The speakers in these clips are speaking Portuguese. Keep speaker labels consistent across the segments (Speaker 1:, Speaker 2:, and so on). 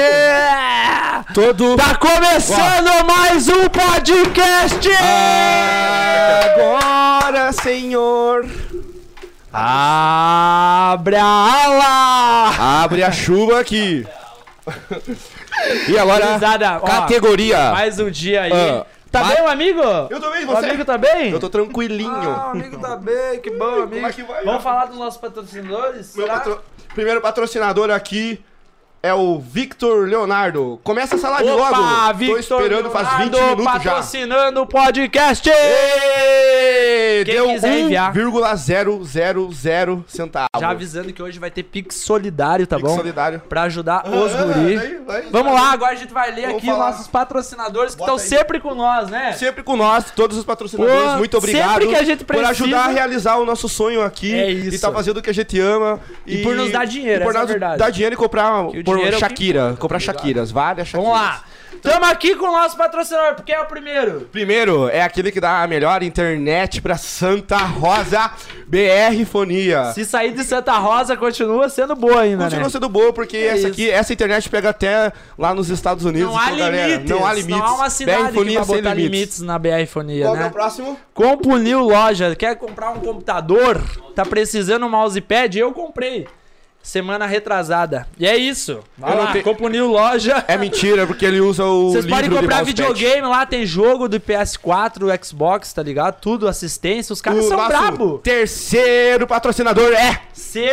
Speaker 1: é?
Speaker 2: Todo.
Speaker 3: Tá começando mais um podcast!
Speaker 1: Ah. Agora, senhor,
Speaker 3: Abre a ala!
Speaker 1: abre a chuva aqui. E agora,
Speaker 3: Gurizada, ó,
Speaker 1: categoria.
Speaker 3: Mais um dia aí.
Speaker 1: Ah,
Speaker 3: tá
Speaker 1: vai-
Speaker 3: bem, meu amigo?
Speaker 1: Eu tô bem,
Speaker 3: O amigo tá bem?
Speaker 1: Eu tô tranquilinho.
Speaker 3: Ah, o amigo tá bem, que bom, amigo.
Speaker 1: é que vai, ó?
Speaker 3: Vamos falar dos nossos patrocinadores? Tá?
Speaker 1: Meu
Speaker 3: Será?
Speaker 1: patro- Primeiro patrocinador aqui é o Victor Leonardo. Começa essa live
Speaker 3: Opa,
Speaker 1: Ah, logo.
Speaker 3: Victor
Speaker 1: Tô esperando faz 20
Speaker 3: Leonardo
Speaker 1: minutos já.
Speaker 3: patrocinando o podcast!
Speaker 1: Ê,
Speaker 3: Quem
Speaker 1: Deu
Speaker 3: quiser enviar.
Speaker 1: 1,000 centavos.
Speaker 3: Já avisando que hoje vai ter Pix Solidário, tá
Speaker 1: Fique
Speaker 3: bom?
Speaker 1: solidário. Ah, é
Speaker 3: Pra ajudar os guri. Vamos lá, agora a gente vai ler
Speaker 1: Vamos
Speaker 3: aqui
Speaker 1: falar.
Speaker 3: os nossos patrocinadores que
Speaker 1: Bota
Speaker 3: estão
Speaker 1: aí.
Speaker 3: sempre com nós, né?
Speaker 1: Tá Sempre com nós, todos os patrocinadores,
Speaker 3: Pô,
Speaker 1: muito obrigado
Speaker 3: sempre que a gente
Speaker 1: por ajudar
Speaker 3: precisa.
Speaker 1: a realizar o nosso sonho aqui
Speaker 3: É isso.
Speaker 1: e tá fazendo o que a gente ama
Speaker 3: E por nos dar dinheiro,
Speaker 1: e por
Speaker 3: essa é a
Speaker 1: nos
Speaker 3: verdade.
Speaker 1: dar dinheiro e comprar
Speaker 3: Que o
Speaker 1: por
Speaker 3: dinheiro é o que
Speaker 1: Shakira, comprar Shakiras, várias Shakiras.
Speaker 3: Vamos lá. Tamo aqui com o nosso patrocinador, porque é o primeiro.
Speaker 1: Primeiro é aquele que dá a melhor internet pra Santa Rosa BR Fonia.
Speaker 3: Se sair de Santa Rosa, continua sendo boa ainda,
Speaker 1: Continua
Speaker 3: né?
Speaker 1: sendo boa, porque essa aqui, essa internet pega até lá nos Estados Unidos.
Speaker 3: Não há
Speaker 1: então, galera,
Speaker 3: limites.
Speaker 1: Não há limites.
Speaker 3: Não há uma cidade
Speaker 1: BR Fonia
Speaker 3: que vai
Speaker 1: sem
Speaker 3: botar limites.
Speaker 1: limites.
Speaker 3: na BR-fonia,
Speaker 1: Qual que é o
Speaker 3: né?
Speaker 1: próximo?
Speaker 3: Compunil Loja. Quer comprar um computador? Tá precisando um mousepad? Eu comprei. Semana retrasada. E é isso. Vai
Speaker 1: Eu não
Speaker 3: lá,
Speaker 1: tenho-
Speaker 3: Compunil Loja.
Speaker 1: É mentira, porque ele usa o
Speaker 3: Vocês podem
Speaker 1: livro de
Speaker 3: comprar
Speaker 1: mousepad.
Speaker 3: videogame lá, tem jogo do PS4, Xbox, tá ligado? Tudo, assistência, os caras
Speaker 1: O
Speaker 3: são
Speaker 1: nosso
Speaker 3: brabo.
Speaker 1: terceiro patrocinador é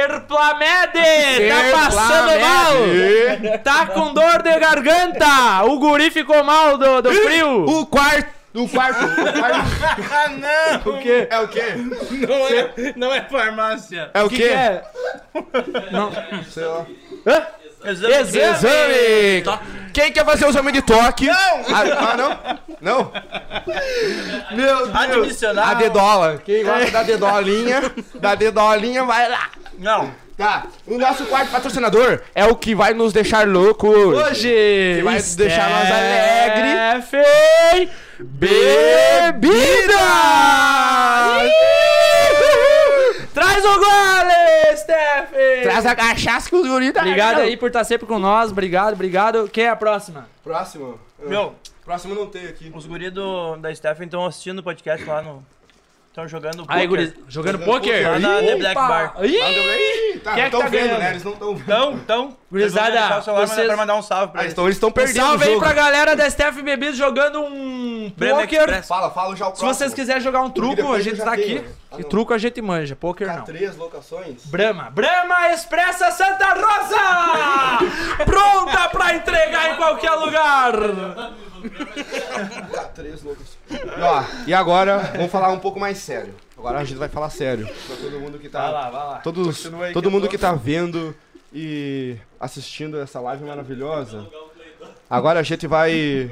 Speaker 3: Serplamed!
Speaker 1: Serplamed.
Speaker 3: Tá passando mal! Tá com dor de garganta! O guri ficou mal do, do frio!
Speaker 1: o quarto. O quarto. O quarto.
Speaker 4: Não!
Speaker 1: o quê? É o quê?
Speaker 4: Não é, não é farmácia.
Speaker 1: É o
Speaker 3: O
Speaker 1: quê?
Speaker 3: que, que é? Não.
Speaker 1: Sei lá.
Speaker 3: Hã?
Speaker 4: Exame.
Speaker 3: Exame.
Speaker 1: Exame! Quem quer fazer o exame de toque? Não! Ah, ah, não? Não? Meu Deus!
Speaker 4: Admissional.
Speaker 1: A dedola. Quem gosta da dedolinha, da dedolinha, vai lá.
Speaker 4: Não.
Speaker 1: Tá. O nosso quarto patrocinador é o que vai nos deixar loucos.
Speaker 3: Hoje! é
Speaker 1: vai deixar nós alegre.
Speaker 3: Stephen
Speaker 1: Bebida!
Speaker 3: Ih! Traz o gole, Stephen!
Speaker 1: Traz a cachaça que os guris tá
Speaker 3: Obrigado aí por estar sempre com nós, obrigado, obrigado. Quem é a próxima?
Speaker 1: Próximo. Ah,
Speaker 4: Meu,
Speaker 1: Próximo não tem aqui.
Speaker 4: os guris do, da Stephen estão assistindo o podcast lá no. Estão jogando
Speaker 3: Aí,
Speaker 4: poker.
Speaker 3: guri, jogando pôquer?
Speaker 4: Lá na The
Speaker 3: Opa!
Speaker 4: Black Bar.
Speaker 3: Ih!
Speaker 1: Tá,
Speaker 3: Quem é
Speaker 1: não
Speaker 3: que
Speaker 1: tão
Speaker 3: tá
Speaker 1: vendo,
Speaker 3: ganhando?
Speaker 1: né? Eles não estão vendo.
Speaker 4: Então, então.
Speaker 3: Gurizada,
Speaker 4: o celular
Speaker 3: vocês-
Speaker 4: vocês... pra mandar um salve pra
Speaker 1: Ah,
Speaker 4: eles.
Speaker 1: então eles estão
Speaker 3: Um
Speaker 1: perdendo
Speaker 3: salve
Speaker 1: o
Speaker 3: aí
Speaker 1: jogo.
Speaker 3: pra galera da Steph Bebidas jogando um
Speaker 4: Breno é
Speaker 3: pôquer.
Speaker 4: Express.
Speaker 1: Fala, fala já o
Speaker 3: Se vocês quiserem jogar um truco,
Speaker 1: depois
Speaker 3: a
Speaker 1: eu
Speaker 3: gente
Speaker 1: já
Speaker 3: tá aqui.
Speaker 1: tenho. Ah,
Speaker 3: E
Speaker 1: não.
Speaker 3: truco a gente manja, pôquer não.
Speaker 1: Três locações.
Speaker 3: Brahma. Brahma Expressa Santa Rosa! Pronta pra entregar em qualquer lugar!
Speaker 1: Três locações. E, ó, e agora, vamos falar um pouco mais sério. Agora a gente vai falar sério. Pra todo mundo que tá...
Speaker 4: Vai lá, vai lá.
Speaker 1: Todos,
Speaker 4: Continua aí
Speaker 1: todo
Speaker 4: que eu
Speaker 1: mundo
Speaker 4: tô-
Speaker 1: que tá vendo e assistindo essa live maravilhosa. Agora a gente vai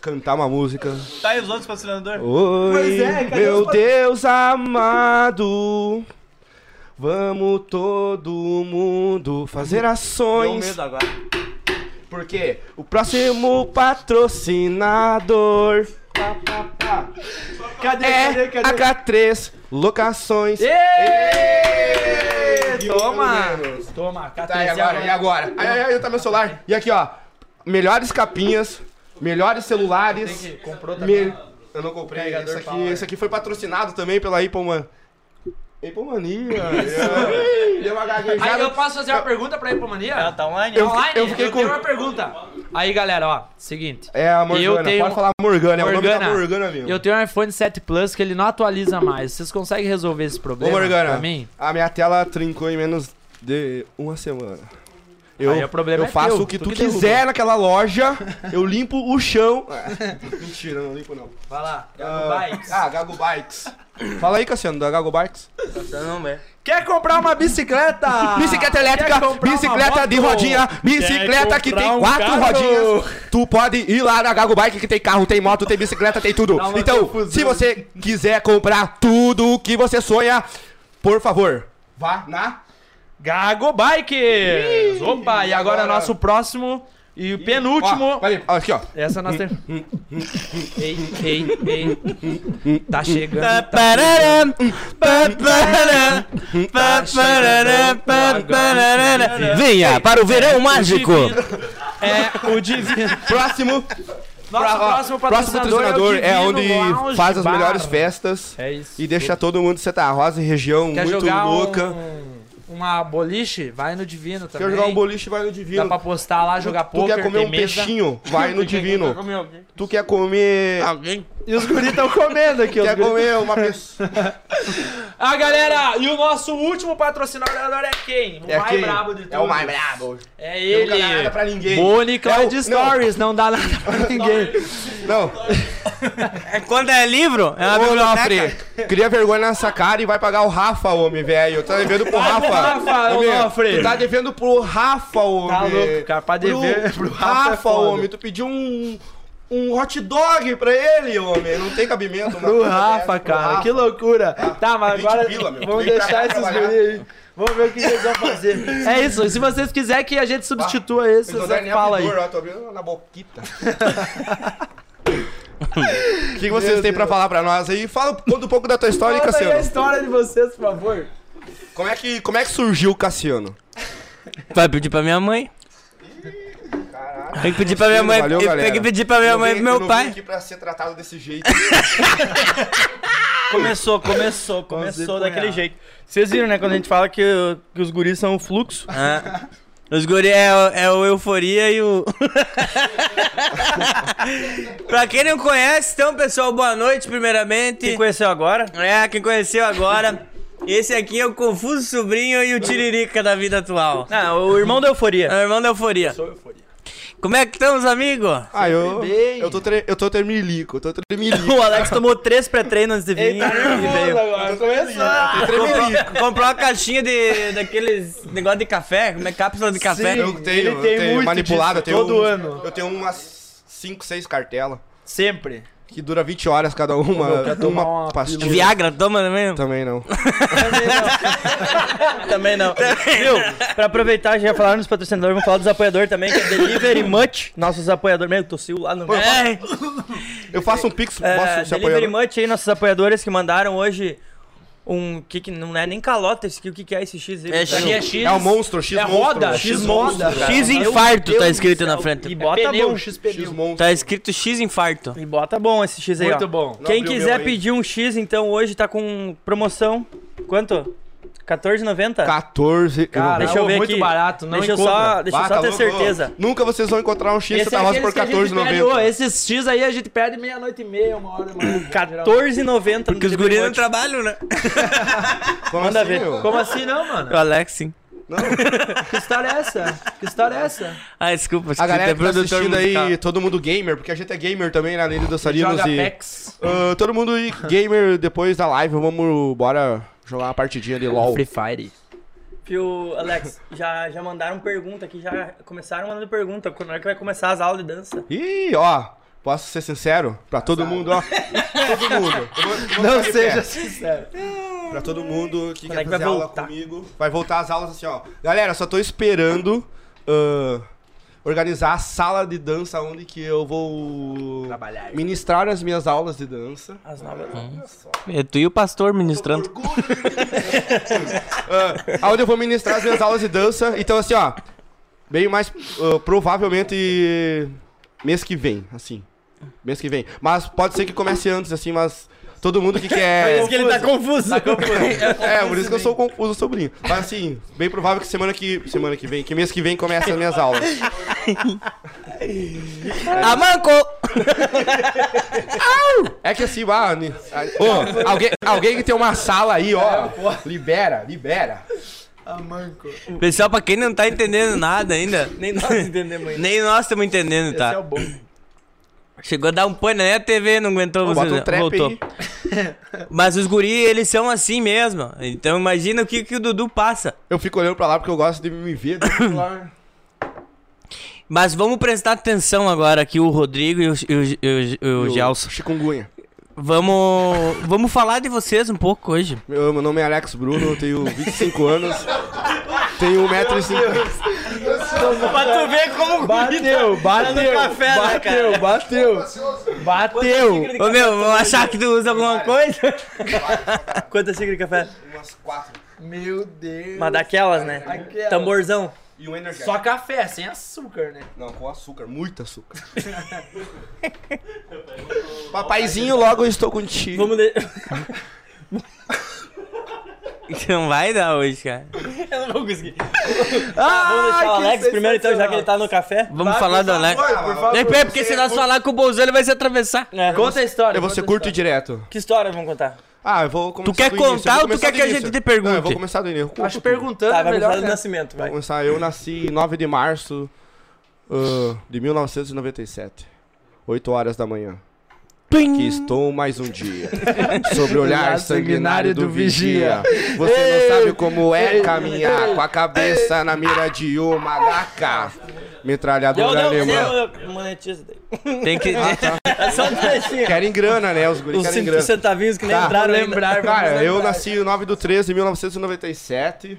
Speaker 1: cantar uma música.
Speaker 4: Tá aí os outros patrocinadores?
Speaker 1: Oi,
Speaker 3: é, cadê os
Speaker 1: meu
Speaker 3: pa-
Speaker 1: Deus amado. Vamos todo mundo fazer
Speaker 4: Deu
Speaker 1: ações.
Speaker 4: medo agora.
Speaker 1: Porque o próximo patrocinador
Speaker 3: Cadê,
Speaker 1: é a K3 Locações.
Speaker 3: Ê!
Speaker 1: E
Speaker 3: Toma!
Speaker 1: pelo menos.
Speaker 3: Toma,
Speaker 1: Tá, e agora? E agora? Ai, ai, ai, tá meu celular. E aqui, ó. Melhores capinhas, melhores celulares.
Speaker 3: Comprou
Speaker 1: me- Eu não comprei. tá
Speaker 3: Carregador
Speaker 1: Esse
Speaker 3: pau,
Speaker 1: aqui,
Speaker 3: é.
Speaker 1: esse aqui foi patrocinado também pela Ipoman. Ipomania. Deu uma gaguejada.
Speaker 3: Aí eu posso fazer uma pergunta pra Hipomania?
Speaker 4: Ela tá online?
Speaker 1: Eu-
Speaker 3: Online?
Speaker 1: eu fiquei com-
Speaker 3: tenho uma pergunta. Aí, galera, ó, seguinte.
Speaker 1: É a Morgana.
Speaker 3: Eu tenho-
Speaker 1: Pode falar Morgana. É o nome
Speaker 3: Morgana,
Speaker 1: da Morgana mesmo.
Speaker 3: eu tenho um iPhone 7 Plus que ele não atualiza mais. Vocês conseguem resolver esse
Speaker 1: Ô,
Speaker 3: problema
Speaker 1: Morgana,
Speaker 3: pra mim?
Speaker 1: a minha tela trincou em menos de uma semana. Eu,
Speaker 3: Aí o problema
Speaker 1: eu
Speaker 3: é
Speaker 1: faço
Speaker 3: teu,
Speaker 1: o que
Speaker 3: tu
Speaker 1: tu,
Speaker 3: que derruba.
Speaker 1: quiser naquela loja, eu limpo o chão. Mentira, não limpo não.
Speaker 3: Vai lá,
Speaker 1: Ah, Ah, Gago Bikes. Fala aí, Cassiano, da Gago Bikes.
Speaker 4: Não, é.
Speaker 3: Quer comprar uma bicicleta?
Speaker 1: Bicicleta
Speaker 3: Quer
Speaker 1: elétrica,
Speaker 3: comprar uma
Speaker 1: bicicleta de
Speaker 3: moto?
Speaker 1: rodinha, bicicleta que
Speaker 4: comprar
Speaker 1: tem
Speaker 4: um
Speaker 1: quatro
Speaker 4: carro?
Speaker 1: rodinhas. Tu pode ir lá na Gago Bike que tem carro, tem moto, tem bicicleta, tem tudo.
Speaker 3: Dá uma
Speaker 1: Então,
Speaker 3: confusão.
Speaker 1: se você quiser comprar tudo o que você sonha, por favor, vá na
Speaker 3: Gago Bikes! Opa, e agora, é
Speaker 1: agora?
Speaker 3: nosso próximo e o
Speaker 1: Ó,
Speaker 3: penúltimo.
Speaker 1: peraí, ó, aqui, ó.
Speaker 3: Essa é nós temos. ei, ei, ei. Tá chegando. Tá, tá
Speaker 5: Venha para o verão mágico
Speaker 3: é o Divino.
Speaker 1: Próximo!
Speaker 3: Nosso
Speaker 1: Ó, próximo
Speaker 3: próximo patrocinador,
Speaker 1: patrocinador
Speaker 3: é,
Speaker 1: é,
Speaker 3: o
Speaker 1: onde
Speaker 3: Divino Lounge
Speaker 1: faz as
Speaker 3: Bar.
Speaker 1: melhores festas
Speaker 3: É isso.
Speaker 1: e deixa todo mundo sentar. A Rosa e região
Speaker 3: Quer
Speaker 1: muito
Speaker 3: jogar
Speaker 1: louca.
Speaker 3: um- uma boliche? Vai no Divino também.
Speaker 1: Quer jogar um boliche, vai no Divino.
Speaker 3: Dá pra postar lá, jogar
Speaker 1: tu
Speaker 3: poker,
Speaker 1: quer comer
Speaker 3: tem
Speaker 1: um
Speaker 3: mesa.
Speaker 1: peixinho, vai no Divino. Tu quer comer.
Speaker 4: Alguém?
Speaker 3: E os guris estão comendo aqui.
Speaker 1: Quer comer uma pessoa.
Speaker 3: Ah, galera, e o nosso último patrocinador é quem? O
Speaker 1: É
Speaker 3: mais
Speaker 1: quem?
Speaker 3: brabo de todos.
Speaker 1: É o mais brabo.
Speaker 3: É
Speaker 1: Não dá
Speaker 3: ele.
Speaker 1: nada pra ninguém.
Speaker 3: Boni Cloud
Speaker 1: É o-
Speaker 3: Stories, não. dá nada pra ninguém.
Speaker 1: Não,
Speaker 4: É quando é livro, é uma
Speaker 1: Ô,
Speaker 4: biblioteca.
Speaker 1: Nofre, Ah, cria vergonha nessa cara e vai pagar o Rafa, homem, velho. Tá devendo pro
Speaker 3: Vai pro
Speaker 1: Rafa.
Speaker 3: Rafa, ô,
Speaker 1: Homem,
Speaker 3: Nofre.
Speaker 1: Tu tá devendo pro Rafa, homem.
Speaker 3: Tá louco, cara, pra
Speaker 1: Pro,
Speaker 3: dever pro
Speaker 1: pro
Speaker 3: Rafa
Speaker 1: Rafa,
Speaker 3: é foda.
Speaker 1: homem. Tu pediu um, um hot dog pra ele, homem. Não tem cabimento. uma
Speaker 3: Pro
Speaker 1: coisa
Speaker 3: Rafa,
Speaker 1: dessa, pro
Speaker 3: cara,
Speaker 1: Rafa.
Speaker 3: que loucura. Tá, mas
Speaker 1: vinte
Speaker 3: agora
Speaker 1: pila, meu.
Speaker 3: vamos
Speaker 1: Vem pra
Speaker 3: deixar
Speaker 1: cá
Speaker 3: esses
Speaker 1: trabalhar.
Speaker 3: guris aí. Vamos ver o que eles vão fazer. É isso, e se vocês quiserem que a gente substitua esse,
Speaker 1: Vocês não
Speaker 3: vocês
Speaker 1: devem nem
Speaker 3: falam
Speaker 1: abrir
Speaker 3: aí.
Speaker 1: dor, Então, ó, tô abrindo na boquita. O que, que vocês têm pra falar pra nós aí? Fala, conta um pouco da tua história, hein,
Speaker 3: Conta aí a
Speaker 1: Cassiano.
Speaker 3: história de vocês, por favor.
Speaker 1: Como é que, como é que surgiu o Cassiano?
Speaker 4: Vai pedir pra minha mãe. Tem que pedir pra minha mãe.
Speaker 1: Valeu,
Speaker 4: Tem que
Speaker 1: galera.
Speaker 4: pedir pra
Speaker 3: É,
Speaker 4: minha
Speaker 1: Eu
Speaker 4: mãe e
Speaker 1: vim-
Speaker 4: pro
Speaker 1: eu
Speaker 4: meu
Speaker 1: não vim
Speaker 4: pai.
Speaker 1: aqui pra ser tratado desse jeito.
Speaker 4: Começou, começou, começou
Speaker 3: punhal.
Speaker 4: daquele jeito. Vocês viram, né? Quando a gente fala que, que os guris são o fluxo. Os guris é, o- é o euforia e o.
Speaker 2: Pra quem não conhece, então, pessoal, boa noite, primeiramente.
Speaker 4: Quem conheceu agora?
Speaker 2: É, quem conheceu agora. Esse aqui é o Confuso Sobrinho e o Tiririca da vida atual.
Speaker 4: Ah, o irmão da euforia.
Speaker 2: É o irmão da Euforia. Como é que estamos, amigo?
Speaker 1: Ah, eu,
Speaker 3: bem.
Speaker 1: eu tô tre, eu tô tremelico, eu tô tremelico.
Speaker 4: O Alex tomou três pré-treinos antes de vir. e veio.
Speaker 3: agora, começou.
Speaker 1: Eu tô tremelico.
Speaker 2: Comprou uma caixinha de, daqueles negócio de café, como é cápsula de café.
Speaker 1: Eu tenho,
Speaker 3: Ele tem
Speaker 1: eu tenho
Speaker 3: muito
Speaker 1: manipulado,
Speaker 3: disso,
Speaker 1: eu tenho
Speaker 3: todo
Speaker 1: um-
Speaker 3: ano.
Speaker 1: Eu tenho umas 5, 6 cartelas
Speaker 3: Sempre.
Speaker 1: que dura 20 horas cada uma,
Speaker 3: quero tomar
Speaker 1: uma,
Speaker 3: uma
Speaker 1: pastilha.
Speaker 2: Viagra, toma também?
Speaker 1: Também não.
Speaker 4: Também não. Viu? Pra aproveitar, já falaram dos patrocinadores, vamos falar dos apoiadores também, que é Delivery Much, nossos apoiadores. Meu, tossiu lá no.
Speaker 2: É,
Speaker 1: Eu faço um pix,
Speaker 4: É,
Speaker 1: posso se
Speaker 4: Delivery
Speaker 1: apoiar?
Speaker 4: Much aí, nossos apoiadores que mandaram hoje um. que, que não é nem calota esse aqui, o que, que é esse X aí?
Speaker 2: É
Speaker 4: Tá?
Speaker 2: X,
Speaker 3: X.
Speaker 1: É o monstro, X
Speaker 3: É
Speaker 1: monstro.
Speaker 3: roda, X moda.
Speaker 2: X infarto tá escrito na frente.
Speaker 4: E bota bom.
Speaker 3: um X
Speaker 1: X monstro.
Speaker 2: Tá escrito X infarto.
Speaker 4: E bota bom esse X aí, ó.
Speaker 3: Muito bom.
Speaker 1: Não
Speaker 4: Quem
Speaker 1: abriu
Speaker 4: quiser
Speaker 1: meu aí.
Speaker 4: pedir um X, então hoje tá com promoção. Quanto? 14,90?
Speaker 1: 14.
Speaker 3: Cara,
Speaker 4: Deixa eu ver
Speaker 3: muito
Speaker 4: aqui.
Speaker 3: barato, não
Speaker 4: deixa eu
Speaker 3: encontra.
Speaker 4: só, deixa eu
Speaker 1: Ah,
Speaker 4: só
Speaker 1: tá
Speaker 4: ter
Speaker 1: louco.
Speaker 4: certeza.
Speaker 1: Nunca vocês vão encontrar um X que
Speaker 3: Esse é
Speaker 1: tá
Speaker 3: aqueles
Speaker 1: por
Speaker 3: que a gente perde, ô,
Speaker 1: 14,90.
Speaker 3: esses X aí a gente perde meia-noite e meia, uma hora, uma hora.
Speaker 4: 14,90
Speaker 2: Porque os guris não trabalham, né?
Speaker 1: Como
Speaker 4: Manda
Speaker 1: assim,
Speaker 4: ver.
Speaker 1: meu?
Speaker 3: Como assim não, mano?
Speaker 2: O Alex, sim.
Speaker 3: Que história é essa? Que história é essa?
Speaker 2: Ah, desculpa,
Speaker 1: A galera que tá
Speaker 2: produtor
Speaker 1: assistindo aí,
Speaker 2: musical.
Speaker 1: todo mundo gamer, porque a gente é gamer também, né? Além de dançarinos
Speaker 3: Joga
Speaker 1: e...
Speaker 3: Pex.
Speaker 1: Ah, todo mundo e gamer depois da live, vamos bora jogar uma partidinha de LOL.
Speaker 3: Free Fire.
Speaker 4: Fio, Alex, já, já mandaram pergunta aqui, já começaram mandando pergunta. Quando é que vai começar as aulas de dança?
Speaker 1: Ih, ó, posso ser sincero? Pra todo mundo, ó. todo mundo. Eu vou- eu vou
Speaker 3: Não
Speaker 1: ficar de
Speaker 3: seja
Speaker 1: pé.
Speaker 3: sincero.
Speaker 1: é. Pra todo mundo que
Speaker 4: Quando é
Speaker 1: quer
Speaker 4: que
Speaker 1: fazer
Speaker 4: vai
Speaker 1: aula
Speaker 4: voltar?
Speaker 1: comigo. Vai voltar as aulas assim, ó. Galera, só tô esperando ah, organizar a sala de dança onde que eu vou
Speaker 3: Trabalhar.
Speaker 1: ministrar as minhas aulas de dança.
Speaker 4: As novas.
Speaker 2: É tu e o pastor ministrando.
Speaker 1: Ah, onde eu vou ministrar as minhas aulas de dança. Então, assim, ó. Bem mais. ah, provavelmente. Mês que vem, assim. Mês que vem. Mas pode ser que comece antes, assim, mas. Todo mundo que quer.
Speaker 4: ele tá confuso.
Speaker 1: É, por isso que eu sou confuso, sobrinho. Mas assim, bem provável que semana que. Semana que vem, que mês que vem começa as minhas aulas.
Speaker 2: Amanco!
Speaker 1: É que assim, ah, ni- ah, ô, alguém, alguém que tem uma sala aí, ó. Libera, libera.
Speaker 2: Pessoal, pra quem não tá entendendo nada ainda,
Speaker 4: Nem nós entendemos ainda.
Speaker 2: nem nós estamos entendendo, tá?
Speaker 3: Esse é o bom.
Speaker 2: Chegou a dar um pane, né? A TV não aguentou
Speaker 1: Ô,
Speaker 2: você.
Speaker 1: bota um trap
Speaker 2: voltou.
Speaker 1: aí.
Speaker 2: Mas os guri, eles são assim mesmo. Então imagina o que, que o Dudu passa.
Speaker 1: Eu fico olhando pra lá porque eu gosto de me ver.
Speaker 2: Mas vamos prestar atenção agora aqui, o Rodrigo e o, e o, e o- e o Gelson.
Speaker 1: Chikungunya.
Speaker 2: Vamos, vamos falar de vocês um pouco hoje.
Speaker 1: Meu, meu nome é Alex Bruno, eu tenho 25 anos, tenho 1,50m.
Speaker 4: Pra tu ver como
Speaker 3: Bateu, bateu,
Speaker 4: café, né,
Speaker 3: bateu, bateu, bateu.
Speaker 2: Ô meu, vão achar que tu usa alguma coisa?
Speaker 4: Quantas xícaras de café?
Speaker 1: Umas 4.
Speaker 3: Meu Deus.
Speaker 4: Mas daquelas, né?
Speaker 3: Aquelas.
Speaker 4: Tamborzão.
Speaker 1: E um energético.
Speaker 3: Só café, sem açúcar, né?
Speaker 1: Não, com açúcar, muito açúcar. Papaizinho, logo eu estou contigo.
Speaker 4: Vamos de...
Speaker 2: Não vai dar hoje, cara.
Speaker 4: Eu não vou conseguir. Vamos deixar o
Speaker 3: Ah,
Speaker 4: Alex primeiro, então, já que ele tá no café.
Speaker 2: Vamos falar do
Speaker 3: É,
Speaker 2: Alex.
Speaker 1: por favor.
Speaker 2: Depende, porque se nós falar com o Bolzano, ele vai se atravessar.
Speaker 4: É,
Speaker 3: Conta a história.
Speaker 1: Eu vou ser curto e direto.
Speaker 4: Que história vamos contar?
Speaker 1: Ah, eu vou começar
Speaker 2: Tu quer
Speaker 1: do início, eu
Speaker 2: contar
Speaker 1: vou
Speaker 2: ou tu
Speaker 1: começar
Speaker 2: quer
Speaker 1: do
Speaker 2: que a
Speaker 1: início.
Speaker 2: gente te pergunte?
Speaker 1: Não, eu vou começar do início. Eu
Speaker 3: Acho
Speaker 1: conto
Speaker 3: perguntando
Speaker 4: Tá, vai
Speaker 3: melhor.
Speaker 4: começar do
Speaker 3: né?
Speaker 4: nascimento,
Speaker 1: tudo.
Speaker 4: vai.
Speaker 1: Vou começar. Eu nasci em 9 de março ah, de 1997. 8 horas da manhã. Que estou mais um dia. Sobre o olhar sanguinário do vigia. Você não sabe como é caminhar com a cabeça na mira de uma laca.
Speaker 4: Deu,
Speaker 1: Metralhadora
Speaker 4: deu, deu,
Speaker 1: alemã.
Speaker 4: deu. Monetiza daí.
Speaker 2: Tem que.
Speaker 4: É só um trechinho.
Speaker 1: Querem grana, né? Os guris
Speaker 4: Os
Speaker 1: querem
Speaker 4: 5
Speaker 1: grana.
Speaker 4: centavinhos que nem
Speaker 1: Tá.
Speaker 4: entraram ainda.
Speaker 3: Lembrar,
Speaker 1: Cara, eu nasci em 9 do 13 de 1997.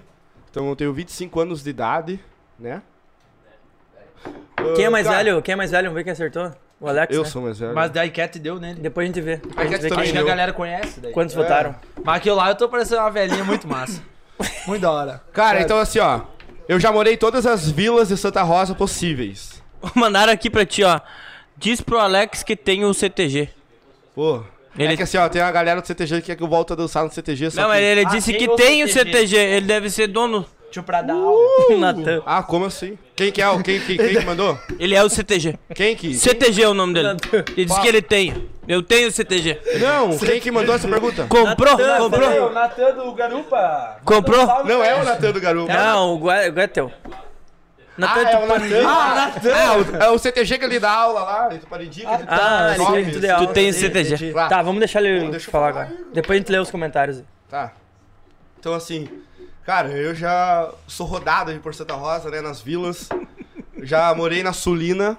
Speaker 1: Então eu tenho 25 anos de idade, né? Ah,
Speaker 4: Quem é mais
Speaker 1: Cara,
Speaker 4: velho? Quem é mais velho? Vamos ver quem acertou. O Alex,
Speaker 1: Eu
Speaker 4: né?
Speaker 1: sou é mais velho.
Speaker 3: Mas daí Cat deu nele.
Speaker 4: Depois a gente vê. A gente
Speaker 1: Cat
Speaker 4: vê
Speaker 1: também.
Speaker 3: Acho que a
Speaker 1: deu.
Speaker 3: galera conhece daí.
Speaker 4: quem- Quantos votaram?
Speaker 3: Mas aquilo lá eu tô parecendo uma velhinha muito massa. muito da hora.
Speaker 1: Cara, então assim, ó. Eu já morei em todas as vilas de Santa Rosa possíveis.
Speaker 2: Mandaram aqui pra ti, ó. Diz pro Alex que tem o CTG.
Speaker 1: Pô.
Speaker 2: Ele-
Speaker 1: É que assim, ó, tem uma galera do CTG que quer que eu volte a dançar no CTG. Só
Speaker 2: Não,
Speaker 1: que...
Speaker 2: mas ele
Speaker 3: Ah,
Speaker 2: disse
Speaker 3: quem
Speaker 2: que
Speaker 3: é o
Speaker 2: tem o
Speaker 3: CTG?
Speaker 2: CTG. Ele deve ser dono.
Speaker 3: Tio pra dar aula.
Speaker 4: Natan.
Speaker 1: Ah, como assim? Quem que é? o- Quem, quem, quem que mandou?
Speaker 2: Ele é o CTG.
Speaker 1: Quem que?
Speaker 2: CTG é o nome dele. Ele disse que ele tem. Eu tenho o CTG.
Speaker 1: Não, quem que mandou essa pergunta?
Speaker 2: Comprou?
Speaker 3: Comprou? O
Speaker 2: Comprou?
Speaker 3: Natan do Garupa.
Speaker 2: Comprou?
Speaker 1: Não é o Natan do Garupa.
Speaker 4: Não, o Gua- o Gua é teu.
Speaker 1: Ah, é o Natan.
Speaker 3: Ah, Natan.
Speaker 1: É, o, é o CTG que ele dá aula lá, ele paredica, ele
Speaker 3: Tá,
Speaker 4: Ah, ele
Speaker 1: sobe,
Speaker 4: tem tudo legal.
Speaker 2: Tu tem o
Speaker 4: Entendi,
Speaker 2: CTG.
Speaker 4: entendi.
Speaker 1: Claro.
Speaker 4: Tá, vamos deixar ele
Speaker 1: deixa eu
Speaker 4: falar
Speaker 1: falar
Speaker 4: agora. Depois a gente lê os comentários.
Speaker 1: Tá. Então, assim, cara, eu já sou rodado aí por Santa Rosa, né? Nas vilas. Já morei na Sulina.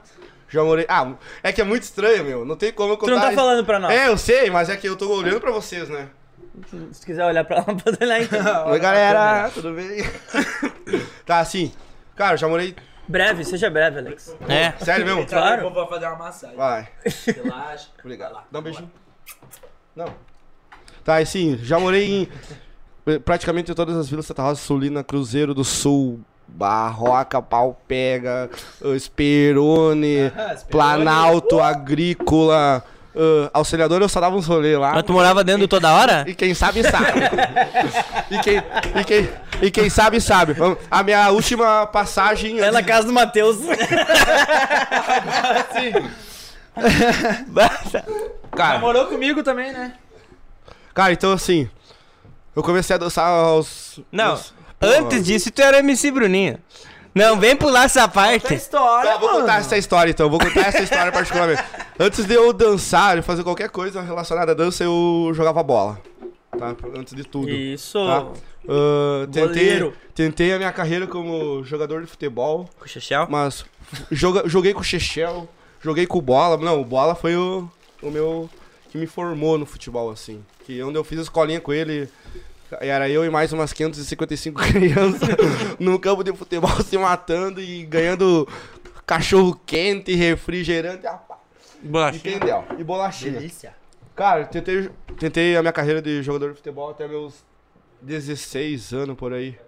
Speaker 1: Já morei. Ah, é que é muito estranho, meu. Não tem como eu
Speaker 4: Tu
Speaker 1: contar.
Speaker 4: não tá
Speaker 1: isso.
Speaker 4: falando pra nós.
Speaker 1: É, eu sei, mas é que eu tô olhando pra vocês, né?
Speaker 4: Se tu quiser olhar pra lá, pode olhar então.
Speaker 1: Oi, galera, tudo bem? tá, assim. Cara, eu já morei.
Speaker 4: Breve, seja breve, Alex.
Speaker 2: É.
Speaker 1: Sério mesmo?
Speaker 4: Claro.
Speaker 3: Eu Tá, vou fazer uma massagem.
Speaker 1: Vai.
Speaker 3: Relaxa.
Speaker 1: Obrigado. Dá um beijinho. Não. Tá, e sim, já morei em eh, praticamente em todas as vilas de Santa Rosa, Sulina, Cruzeiro do Sul, Barroca, Palpega, eh, Esperone,
Speaker 3: Esperone.
Speaker 1: Planalto, Agrícola, eh, Auxiliador, eu só dava uns rolê lá.
Speaker 2: Mas tu morava dentro toda hora?
Speaker 1: E quem sabe, sabe. e, quem, e, quem, e quem sabe, sabe. Vamos- A minha última passagem...
Speaker 4: É na casa do Matheus.
Speaker 1: Cara,
Speaker 3: Morou comigo também, né?
Speaker 1: cara, então assim, eu comecei a dançar aos...
Speaker 2: Não.
Speaker 1: aos-
Speaker 2: Antes disso, tu era MC Bruninho. Não, vem pular essa parte.
Speaker 3: História,
Speaker 1: Tá, vou contar essa história então, vou contar essa história particularmente. Antes de eu dançar, de fazer qualquer coisa relacionada à dança, eu jogava bola. Tá? Antes de tudo.
Speaker 4: Isso.
Speaker 1: Tá? Ah, tentei,
Speaker 4: Goleiro.
Speaker 1: tentei a minha carreira como jogador de futebol,
Speaker 2: Com o Chechel?
Speaker 1: mas joga- joguei com Chechel, joguei com bola. Não, o bola foi o, o meu. que me formou no futebol, assim. Que onde eu fiz escolinha com ele. Era eu e mais umas 555 crianças num campo de futebol se matando e ganhando cachorro quente, refrigerante, rapaz, entendeu? E bolachinha.
Speaker 3: Delícia.
Speaker 1: Cara, eu tentei, tentei a minha carreira de jogador de futebol até meus 16 anos por aí.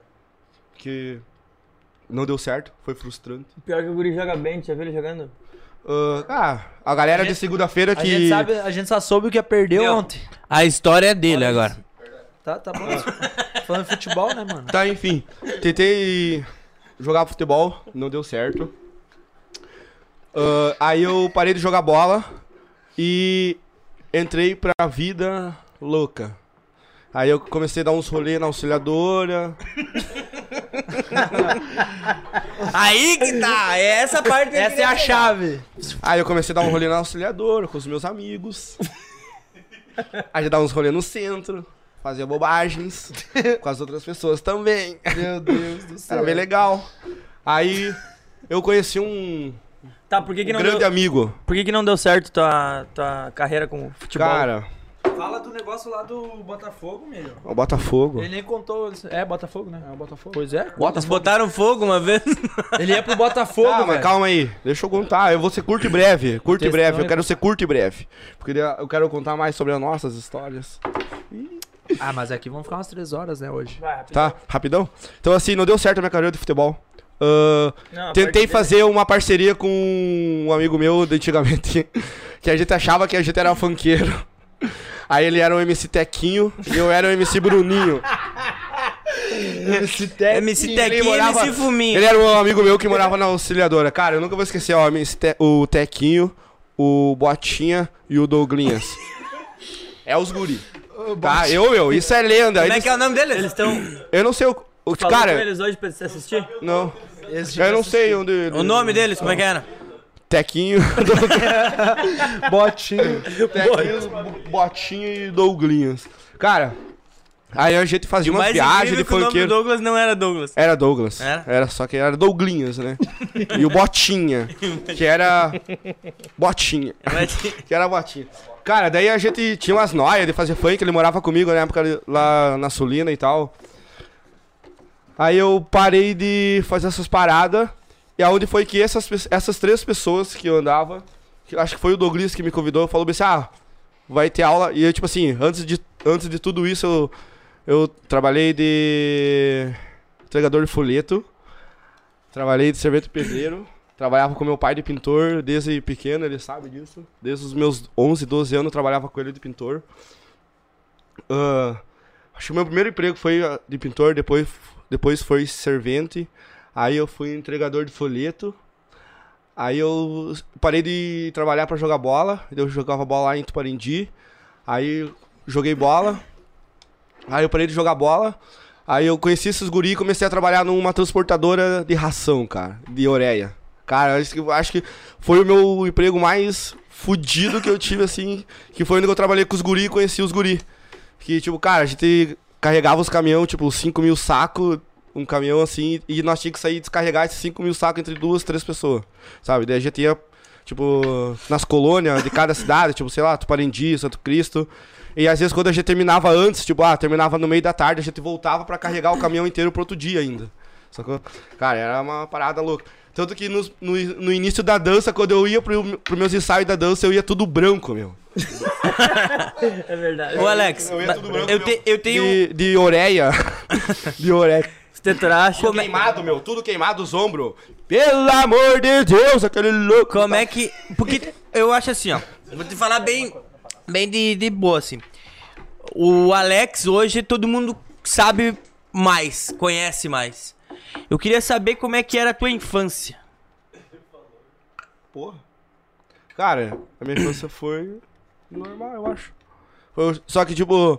Speaker 1: Que não deu certo, foi frustrante.
Speaker 4: Pior que o Guri joga bem, tu já viu ele jogando?
Speaker 1: Ah, ah, a galera de segunda-feira
Speaker 3: A,
Speaker 1: que.
Speaker 3: gente sabe, a gente só soube o que perdeu
Speaker 2: Deu.
Speaker 3: ontem.
Speaker 2: A história é dele agora.
Speaker 3: Tá, tá bom. Falando em futebol, né, mano?
Speaker 1: Tá, enfim. Tentei jogar futebol, não deu certo. Ah, aí eu parei de jogar bola e entrei pra vida louca. Aí eu comecei a dar uns rolê na auxiliadora.
Speaker 2: Aí que tá. É essa parte. que eu
Speaker 3: Essa é
Speaker 2: queria
Speaker 3: a chave.
Speaker 1: Aí eu comecei a dar um rolê na auxiliadora com os meus amigos. Aí eu dava uns rolê no centro, fazia bobagens com as outras pessoas também.
Speaker 3: Meu Deus do
Speaker 1: Era bem legal. Aí eu conheci um
Speaker 4: Tá, por que que não
Speaker 1: grande
Speaker 4: deu...
Speaker 1: amigo.
Speaker 4: Por que que não deu certo tua, tua carreira com futebol?
Speaker 1: Cara,
Speaker 3: Fala do negócio lá do Botafogo, melhor.
Speaker 1: o Botafogo.
Speaker 3: Ele nem contou. É, Botafogo, né? É o Botafogo. Pois é.
Speaker 2: Eles botaram fogo uma vez.
Speaker 3: Ele ia pro Botafogo,
Speaker 1: Tá, mas
Speaker 3: Ah, velho.
Speaker 1: calma aí. Deixa eu contar. Eu vou ser curto e breve. Curto e
Speaker 3: texto
Speaker 1: breve.
Speaker 3: não
Speaker 1: Eu
Speaker 3: é-
Speaker 1: quero ser curto e breve. Porque eu quero contar mais sobre as nossas histórias.
Speaker 3: Ah, mas aqui vão ficar umas três horas, né, hoje.
Speaker 4: Vai, rapidinho.
Speaker 1: Tá? Rapidão? Então, assim, não deu certo a minha carreira de futebol. Ah, Ah,
Speaker 4: Não, a
Speaker 1: tentei
Speaker 4: parte dele-
Speaker 1: fazer uma parceria com um amigo meu de antigamente, que a gente achava que a gente era um funkeiro. Aí ele era o MC Tequinho e eu era o MC Bruninho. MC Tequinho.
Speaker 2: MC Tequinho e MC Fuminho.
Speaker 1: Ele era um amigo meu que morava na auxiliadora. Cara, eu nunca vou esquecer, ó, MC Te- o Tequinho, o Botinha e o Douglinhas. É os guri. Tá, eu, meu, isso é lenda.
Speaker 2: Como é
Speaker 1: Eles-
Speaker 2: que é o nome deles?
Speaker 4: Eles estão.
Speaker 1: Eu não sei o. o-
Speaker 4: Falou
Speaker 1: cara,
Speaker 4: com eles hoje pra você assistir?
Speaker 1: não. Eu não sei onde.
Speaker 2: O nome deles, como é que era?
Speaker 1: Tequinho,
Speaker 5: Botinho.
Speaker 1: Tequinho, Botinho e Douglinhas. Cara, aí a gente fazia umas
Speaker 2: Mais
Speaker 1: viagens de
Speaker 2: incrível que o nome do
Speaker 1: funkeiro.
Speaker 2: Douglas não era Douglas.
Speaker 1: Era Douglas.
Speaker 2: Era?
Speaker 1: só que era Douglinhas, né? e o Botinha, que era. Botinha. que era Botinha. Cara, daí a gente tinha umas noias de fazer funk, ele morava comigo na época de- lá na Sulina e tal. Aí eu parei de fazer essas paradas. E aonde foi que essas, pe- essas três pessoas que eu andava, que eu acho que foi o Douglas que me convidou, falou bem assim: ah, vai ter aula. E eu, tipo assim, antes de, antes de tudo isso, eu, eu trabalhei de entregador de folheto, trabalhei de servente pedreiro, trabalhava com meu pai de pintor desde pequeno, ele sabe disso. Desde os meus 11, 12 anos eu trabalhava com ele de pintor. Ah, acho que o meu primeiro emprego foi ah, de pintor, depois, depois foi servente, aí eu fui entregador de folheto. Aí eu parei de trabalhar pra jogar bola, eu jogava bola lá em Tuparendi, aí joguei bola, aí eu parei de jogar bola, aí eu conheci esses guri e comecei a trabalhar numa transportadora de ração, cara, de oreia. Cara, acho que, acho que foi o meu emprego mais fudido que eu tive, assim, que foi onde eu trabalhei com os guri e conheci os guri. Que, tipo, cara, a gente carregava os caminhões, tipo, 5 mil sacos, um caminhão assim, e nós tínhamos que sair e descarregar esses 5 mil sacos entre duas, três pessoas, sabe? Daí a gente ia, tipo, nas colônias de cada cidade, tipo, sei lá, Tuparendi, Santo Cristo. E às vezes quando a gente terminava antes, tipo, ah, terminava no meio da tarde, a gente voltava pra carregar o caminhão inteiro pro outro dia ainda. Sacou? Cara, era uma parada louca. Tanto que nos- no, no início da dança, quando eu ia pro, pro meus ensaios da dança, eu ia tudo branco, meu.
Speaker 4: É verdade.
Speaker 2: Ô Alex,
Speaker 1: Eu ia
Speaker 2: ba-
Speaker 1: tudo branco
Speaker 2: eu, te- eu tenho.
Speaker 1: De, de oreia. de oreia.
Speaker 4: Tetracho.
Speaker 2: Como é-
Speaker 1: Queimado, meu. Tudo queimado, os ombros. Pelo amor de Deus, aquele louco.
Speaker 2: Como é que. Porque eu acho assim, ó. Vou te falar bem. Bem de, de boa, assim. O Alex hoje todo mundo sabe mais, conhece mais. Eu queria saber como é que era a tua infância.
Speaker 1: Porra. Cara, a minha infância foi normal, eu acho. Foi- só que, tipo,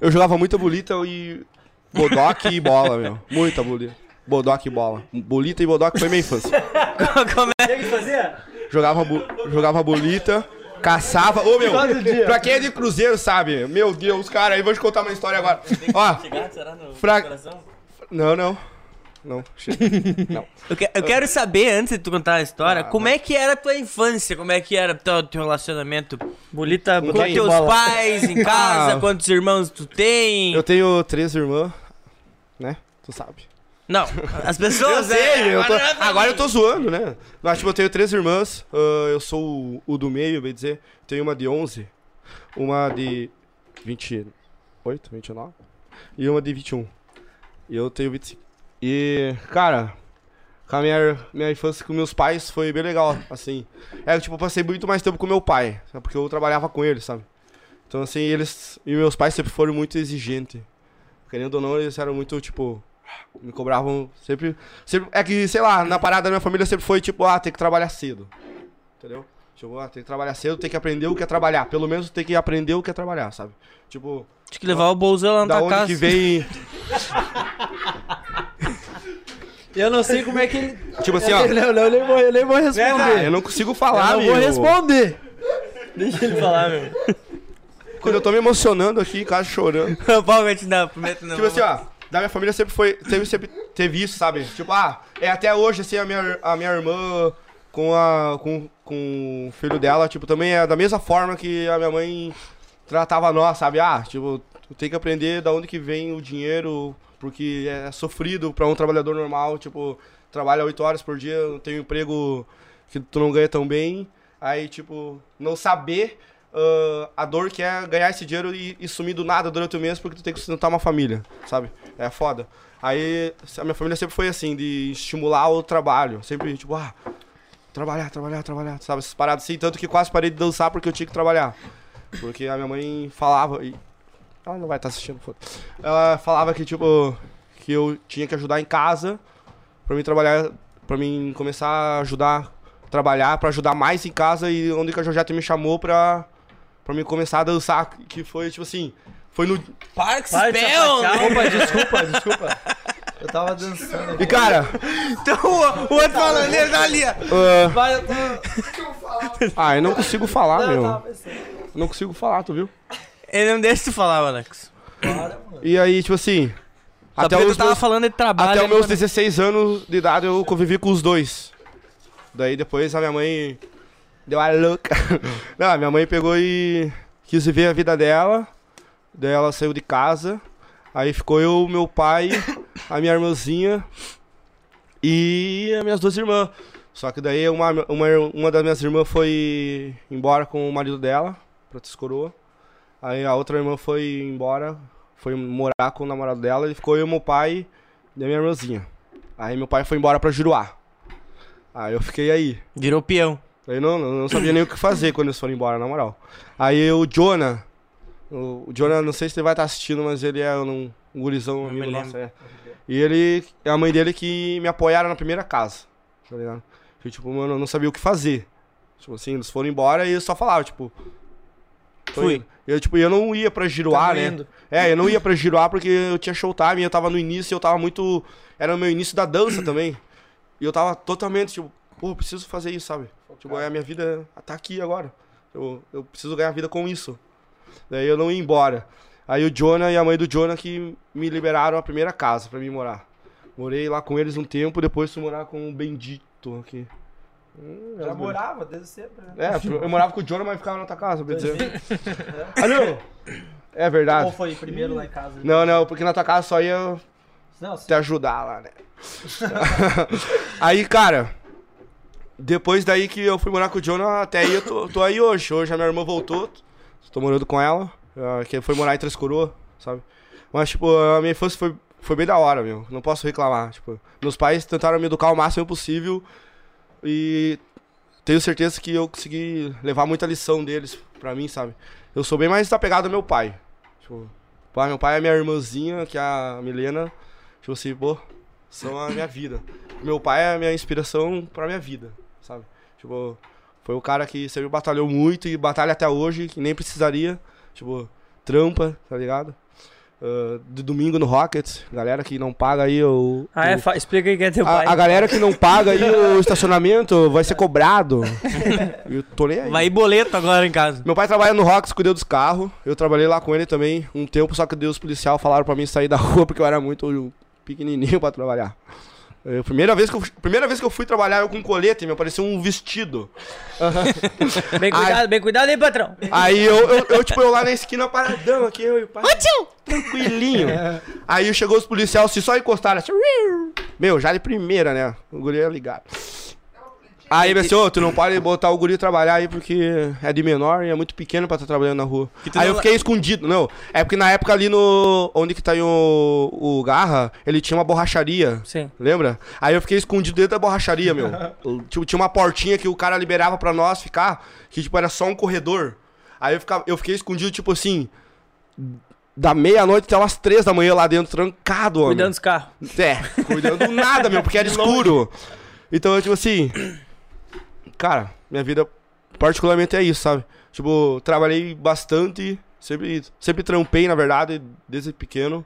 Speaker 1: eu jogava muita bolita e. Bodoque e bola, meu. Muita bolita. Bodoque e bola. Bolita e bodoque foi minha infância.
Speaker 2: Como é-
Speaker 1: Jogava, bo- jogava bolita, caçava. Ô, meu, pra quem é de Cruzeiro sabe, meu Deus, cara, aí vou te contar uma história agora. Ó, pra... Não, não. Não, chega.
Speaker 2: eu, que- eu quero saber, antes de tu contar a história, como é que era a tua infância, como é que era o teu, teu relacionamento
Speaker 4: Bolita,
Speaker 2: com
Speaker 1: tem
Speaker 2: teus
Speaker 4: bola.
Speaker 2: pais, em casa,
Speaker 1: Ah.
Speaker 2: quantos irmãos tu tem.
Speaker 1: Eu tenho três irmãs, né? Tu sabe.
Speaker 2: Não, as pessoas.
Speaker 1: Eu
Speaker 2: né?
Speaker 1: sei, eu tô-
Speaker 2: Agora não é pra
Speaker 1: agora
Speaker 2: mim.
Speaker 1: eu tô zoando, né? Mas, tipo, eu tenho três irmãs, ah, eu sou o, o do meio, bem dizer. Tenho uma de 11, uma de 28, 29 e uma de 21. E eu tenho 25. E, cara, com a minha, minha infância com meus pais foi bem legal, assim. É, tipo, eu passei muito mais tempo com meu pai, sabe? porque eu trabalhava com ele, sabe? Então, assim, eles e meus pais sempre foram muito exigentes. Querendo ou não, eles eram muito, tipo, me cobravam sempre, sempre. É que, sei lá, na parada da minha família sempre foi tipo, ah, tem que trabalhar cedo. Entendeu? Tipo, ah, tem que trabalhar cedo, tem que aprender o que é trabalhar. Pelo menos tem que aprender o que é trabalhar, sabe? Tipo,
Speaker 2: Tinha que levar o bolsão lá na
Speaker 1: da
Speaker 3: tá
Speaker 2: tua
Speaker 1: onde
Speaker 2: casa.
Speaker 1: que vem.
Speaker 3: Eu não sei como é que ele. Né,
Speaker 1: Tipo assim, ó.
Speaker 3: Eu, não- não, eu nem vou, eu nem vou
Speaker 1: Ah,
Speaker 3: responder.
Speaker 1: eu não consigo
Speaker 3: Eu
Speaker 1: falar,
Speaker 3: não vou
Speaker 1: meu.
Speaker 3: responder.
Speaker 4: Deixa ele falar, meu.
Speaker 1: Quando eu tô me emocionando aqui, quase chorando.
Speaker 2: O pau vai te dar, prometo não.
Speaker 1: Tipo assim, ó, da minha família sempre foi. Teve, sempre teve isso, sabe? Tipo, ah, é até hoje, assim, a minha, a minha irmã com a. Com, com o filho dela, tipo, também é da mesma forma que a minha mãe tratava nós, sabe? Ah, tipo, tu tem que aprender da onde que vem o dinheiro, porque é sofrido pra um trabalhador normal, tipo, trabalha 8 horas por dia, tem um emprego que tu não ganha tão bem. Aí, tipo, não saber ah, a dor que é ganhar esse dinheiro e, e sumir do nada durante o mês porque tu tem que sustentar uma família, sabe? É foda. Aí a minha família sempre foi assim, de estimular o trabalho. Sempre, tipo, ah, trabalhar, trabalhar, trabalhar, sabe? Essas paradas assim. Tanto que quase parei de dançar porque eu tinha que trabalhar. Porque a minha mãe falava. E... Ela não vai estar assistindo, foda Ela falava que, tipo, que eu tinha que ajudar em casa pra mim trabalhar, pra mim começar a ajudar, trabalhar, pra ajudar mais em casa e onde que a Jojeta me chamou pra, pra mim começar a dançar, que foi, tipo assim, foi no...
Speaker 2: Parks
Speaker 4: Para de
Speaker 2: Bell, né?
Speaker 4: sapatear.
Speaker 5: Opa, desculpa, desculpa. Eu tava dançando aqui.
Speaker 1: E, cara,
Speaker 2: Então o, o outro falando, ele tá ali, ó.
Speaker 1: ah,
Speaker 3: Vai, eu
Speaker 1: ah, eu não consigo falar, meu.
Speaker 3: tá,
Speaker 1: Não consigo falar, tu viu?
Speaker 2: Ele não deixa tu falar, Alex.
Speaker 1: E aí, tipo assim, até
Speaker 2: eu
Speaker 1: os
Speaker 2: tava
Speaker 1: meus,
Speaker 2: falando de trabalho.
Speaker 1: até os
Speaker 2: ele
Speaker 1: meus
Speaker 2: falou-
Speaker 1: 16 anos de idade eu convivi com os dois. Daí depois a minha mãe deu uma louca. Não, a minha mãe pegou e quis viver a vida dela. Daí ela saiu de casa. Aí ficou eu, meu pai, a minha irmãzinha e as minhas duas irmãs. Só que daí uma, uma, uma das minhas irmãs foi embora com o marido dela, pra Tuscoroa. Aí a outra irmã foi embora, foi morar com o namorado dela e ficou eu, meu pai e a minha irmãzinha. Aí meu pai foi embora pra Juruá. Aí eu fiquei aí.
Speaker 2: Virou peão.
Speaker 1: Aí não, não, não sabia nem o que fazer quando eles foram embora, na moral. Aí o Jonah, o, o Jonah, não sei se ele vai estar assistindo, mas ele é um, um gurizão amigo
Speaker 2: me
Speaker 1: nosso. É. E ele, é a mãe dele que me apoiaram na primeira casa, tá ligado? Que, tipo, mano, eu não sabia o que fazer. Tipo assim, eles foram embora e eu só falava, tipo... tô
Speaker 2: Fui.
Speaker 1: indo. Eu, tipo, eu não ia pra Giroá,
Speaker 5: Tamo
Speaker 1: né?
Speaker 5: indo.
Speaker 1: É, eu não ia pra Giroá porque eu tinha showtime, eu tava no início, eu tava muito... Era o meu início da dança também. E eu tava totalmente, tipo, pô, eu preciso fazer isso, sabe? Tipo, é a minha vida tá aqui agora. Eu, eu preciso ganhar vida com isso. Daí eu não ia embora. Aí o Jonah e a mãe do Jonah que me liberaram a primeira casa pra mim morar. Morei lá com eles um tempo, depois fui morar com o Bendito aqui. Hum,
Speaker 5: Já
Speaker 1: as-
Speaker 5: morava desde sempre, né?
Speaker 1: É, eu morava com o Jonah, mas ficava na outra casa, pra dizer. Alô? É
Speaker 5: Ou
Speaker 1: verdade.
Speaker 5: foi primeiro lá em casa?
Speaker 1: Não, não, porque na tua casa só ia
Speaker 5: Não,
Speaker 1: te ajudar lá, né? aí, cara, depois daí que eu fui morar com o Jonah, até aí eu tô, tô aí hoje. Hoje a minha irmã voltou, tô morando com ela, ah, que foi morar em Três Coroas, sabe? Mas, tipo, a minha infância foi, foi bem da hora, meu. Não posso reclamar, tipo. Meus pais tentaram me educar o máximo possível e tenho certeza que eu consegui levar muita lição deles pra mim, sabe? Eu sou bem mais desapegado ao meu pai. Tipo, pá, meu pai é minha irmãzinha, que é a Milena. Tipo assim, pô, são a minha vida. Meu pai é a minha inspiração pra minha vida, sabe? Tipo, foi o cara que sempre batalhou muito e batalha até hoje, que nem precisaria. Tipo, trampa, tá ligado? Ah, de domingo no Rockets, galera que não paga aí o.
Speaker 4: Ah, é,
Speaker 1: o-
Speaker 4: fa- explica aí quem é teu pai.
Speaker 1: a, a galera que não paga aí o estacionamento vai ser cobrado. Eu tô nem aí.
Speaker 2: Vai ir boleto agora em casa.
Speaker 1: Meu pai trabalha no Rocks, cuidou dos carros. Eu trabalhei lá com ele também um tempo, só que daí os policial falaram pra mim sair da rua porque eu era muito pequenininho pra trabalhar. Eu- primeira, vez que eu, primeira vez que eu fui trabalhar, eu com colete, me apareceu um vestido.
Speaker 4: Bem cuidado, bem cuidado aí, patrão.
Speaker 1: Aí eu, eu, eu, tipo, eu lá na esquina paradão aqui, eu e o pai. Tranquilinho. Aí chegou os policiais, se só encostaram assim. "Riu". Meu, já de primeira, né? O guri ia ligado. Aí, meu senhor, tu não pode botar o guri trabalhar aí porque é de menor e é muito pequeno pra estar trabalhando na rua.
Speaker 2: Que tu
Speaker 1: Aí
Speaker 2: não
Speaker 1: eu
Speaker 2: la-
Speaker 1: fiquei escondido, não. É porque na época ali no. Onde que tá aí o, o Garra, ele tinha uma borracharia.
Speaker 4: Sim.
Speaker 1: Lembra? Aí eu fiquei escondido dentro da borracharia, meu. Eu- tipo, tinha uma portinha que o cara liberava pra nós ficar, que tipo era só um corredor. Aí eu, ficava, eu fiquei escondido, tipo assim, da meia-noite até umas três da manhã lá dentro, trancado, homem.
Speaker 4: Cuidando dos carros.
Speaker 1: É, cuidando do nada, meu, porque era escuro. Então, eu, tipo assim. Cara, minha vida particularmente é isso, sabe? Tipo, trabalhei bastante, sempre, sempre trampei, na verdade, desde pequeno.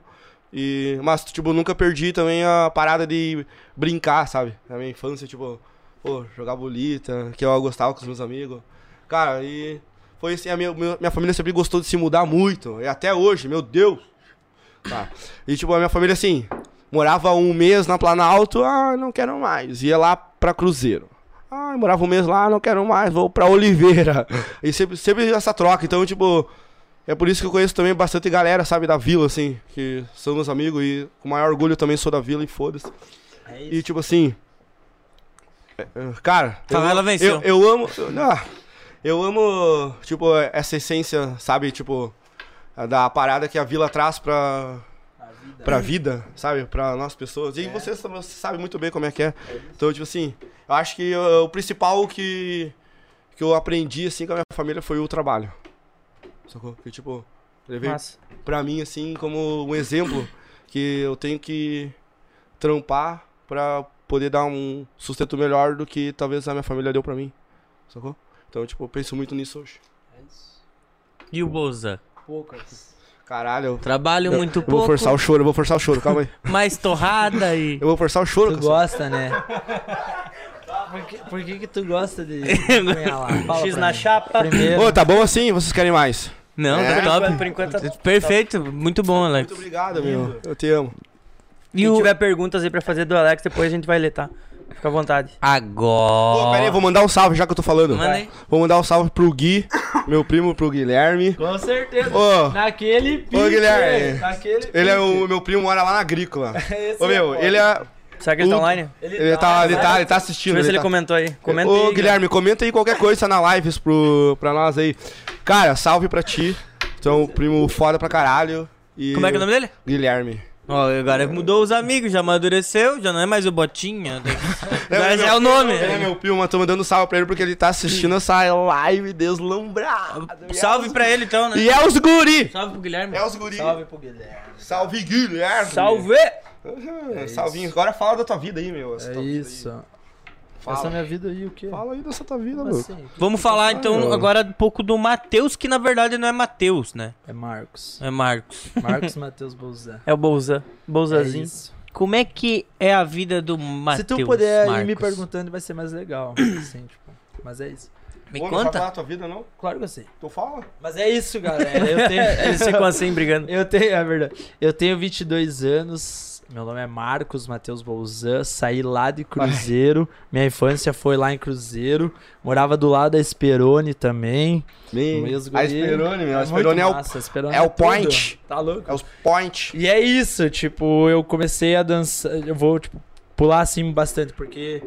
Speaker 1: E, mas, tipo, nunca perdi também a parada de brincar, sabe? Na minha infância, tipo, pô, jogar bolita, que eu gostava com os meus amigos. Cara, e foi assim, a minha, minha minha família sempre gostou de se mudar muito. E até hoje, meu Deus! Tá. E tipo, a minha família assim, morava um mês na Planalto, ah, não quero mais. Ia lá pra Cruzeiro. Ah, morava um mês lá, não quero mais, vou pra Oliveira. E sempre, sempre essa troca, então, tipo, é por isso que eu conheço também bastante galera, sabe, da vila, assim, que são meus amigos e com maior orgulho eu também sou da vila e foda-se. E tipo assim. é, é, Cara, eu
Speaker 2: Favela
Speaker 1: amo-
Speaker 2: venceu.
Speaker 1: Eu, eu amo. Eu, não, eu amo, tipo, essa essência, sabe, tipo, da parada que a vila traz pra. pra vida, É. sabe? Pra nós pessoas. E você, sabe- você sabe muito bem como é que é. Então, tipo assim, eu acho que uh, o principal que, que eu aprendi, assim, com a minha família foi o trabalho. Sacou? Que, tipo, levei
Speaker 4: Massa.
Speaker 1: pra mim, assim, como um exemplo que eu tenho que trampar pra poder dar um sustento melhor do que talvez a minha família deu pra mim. Sacou? Então, tipo, eu penso muito nisso hoje.
Speaker 2: E o Bolsa?
Speaker 5: Poucas.
Speaker 1: Caralho, eu
Speaker 2: Trabalho muito
Speaker 1: eu vou
Speaker 2: pouco,
Speaker 1: forçar o choro, eu vou forçar o choro, calma aí.
Speaker 2: mais torrada e...
Speaker 1: Eu vou forçar o choro,
Speaker 3: Tu
Speaker 1: cacete.
Speaker 3: gosta, né? Por que, por que que tu gosta de punhalar? Fala
Speaker 4: X
Speaker 3: pra
Speaker 4: na
Speaker 3: mim.
Speaker 4: chapa.
Speaker 3: Primeiro.
Speaker 1: Ô, tá bom assim? Vocês querem mais?
Speaker 2: Não,
Speaker 1: É.
Speaker 2: tá top.
Speaker 4: Por enquanto, tá-
Speaker 2: Perfeito, muito bom, Alex.
Speaker 1: Muito obrigado, meu. Eu te amo.
Speaker 2: E
Speaker 4: quem
Speaker 2: o...
Speaker 4: tiver perguntas aí pra fazer do Alex, depois a gente vai ler, tá? Fica à vontade.
Speaker 1: Ô, pera aí,
Speaker 2: Agora...
Speaker 1: vou mandar um salve já que eu tô falando.
Speaker 2: Manda aí.
Speaker 1: Vou mandar um salve pro Gui, meu primo, pro Guilherme.
Speaker 3: Com certeza.
Speaker 1: Ô,
Speaker 3: Naquele pique. né?
Speaker 1: ô Guilherme.
Speaker 5: Naquele.
Speaker 1: Ele é o meu primo, mora lá na agrícola.
Speaker 5: Esse
Speaker 1: Ô, meu, ele é.
Speaker 4: Será que ele tá
Speaker 1: O-
Speaker 4: online?
Speaker 1: Ele tá, ele tá, ele tá assistindo.
Speaker 4: Deixa eu ver se ele
Speaker 1: tá-
Speaker 4: comentou aí. Comenta
Speaker 1: Ô,
Speaker 4: aí.
Speaker 1: Guilherme, comenta aí qualquer coisa na live pro, pra nós aí. Cara, salve pra ti. Tu é um primo foda pra caralho. E
Speaker 2: Como é que é o nome dele?
Speaker 1: Guilherme.
Speaker 2: Ó, agora mudou os amigos, já amadureceu, já não é mais o Botinha. Mas
Speaker 1: meu
Speaker 2: é o nome.
Speaker 1: Ele é meu primo, mas tô mandando salve pra ele porque ele tá assistindo essa live deslumbrado.
Speaker 2: Salve pra ele então, né?
Speaker 1: E é os guri!
Speaker 2: Salve pro Guilherme.
Speaker 1: É os guri. Salve,
Speaker 5: Salve pro Guilherme.
Speaker 1: Guilherme.
Speaker 4: Salve!
Speaker 1: Uhum, Salvinho, agora fala da tua vida aí, meu. Essa
Speaker 3: É
Speaker 1: tua vida aí.
Speaker 3: isso.
Speaker 1: Fala.
Speaker 3: Essa é minha vida aí, o quê?
Speaker 1: Fala aí dessa tua vida,
Speaker 3: Como
Speaker 1: meu.
Speaker 3: assim?
Speaker 2: Vamos falar então
Speaker 1: eu-
Speaker 2: agora um pouco do Matheus, que na verdade não é Matheus, né?
Speaker 3: É Marcos.
Speaker 2: É Marcos.
Speaker 3: Marcos Matheus Bolzan.
Speaker 4: É o Bolzan.
Speaker 3: É
Speaker 4: Bolzazinho.
Speaker 3: isso.
Speaker 2: Como é que é a vida do
Speaker 3: Se
Speaker 2: Matheus?
Speaker 3: tu puder ir me
Speaker 2: Marcos?
Speaker 3: perguntando, vai ser mais legal. assim, tipo. Mas é isso.
Speaker 2: Me
Speaker 1: Ô, não sabe
Speaker 2: conta.
Speaker 1: falar a tua vida, não?
Speaker 3: Claro que eu sei.
Speaker 1: Tu fala?
Speaker 3: Mas é isso, galera. Eu tenho.
Speaker 4: Eles ficam assim brigando.
Speaker 3: Eu tenho, é verdade. Eu tenho 22 anos. Meu nome é Marcos Matheus Bolzan. Saí lá de Cruzeiro. Minha infância foi lá em Cruzeiro. Morava do lado da Esperone também. Meus
Speaker 1: a
Speaker 3: guri.
Speaker 1: Esperone, meu. A
Speaker 3: É
Speaker 1: Esperone
Speaker 3: muito
Speaker 1: é o,
Speaker 3: massa, Esperone
Speaker 1: é o
Speaker 3: tudo.
Speaker 1: point.
Speaker 3: Tá louco?
Speaker 1: é os point.
Speaker 3: E é isso, tipo, eu comecei a dançar. Eu vou, tipo, pular assim bastante, porque.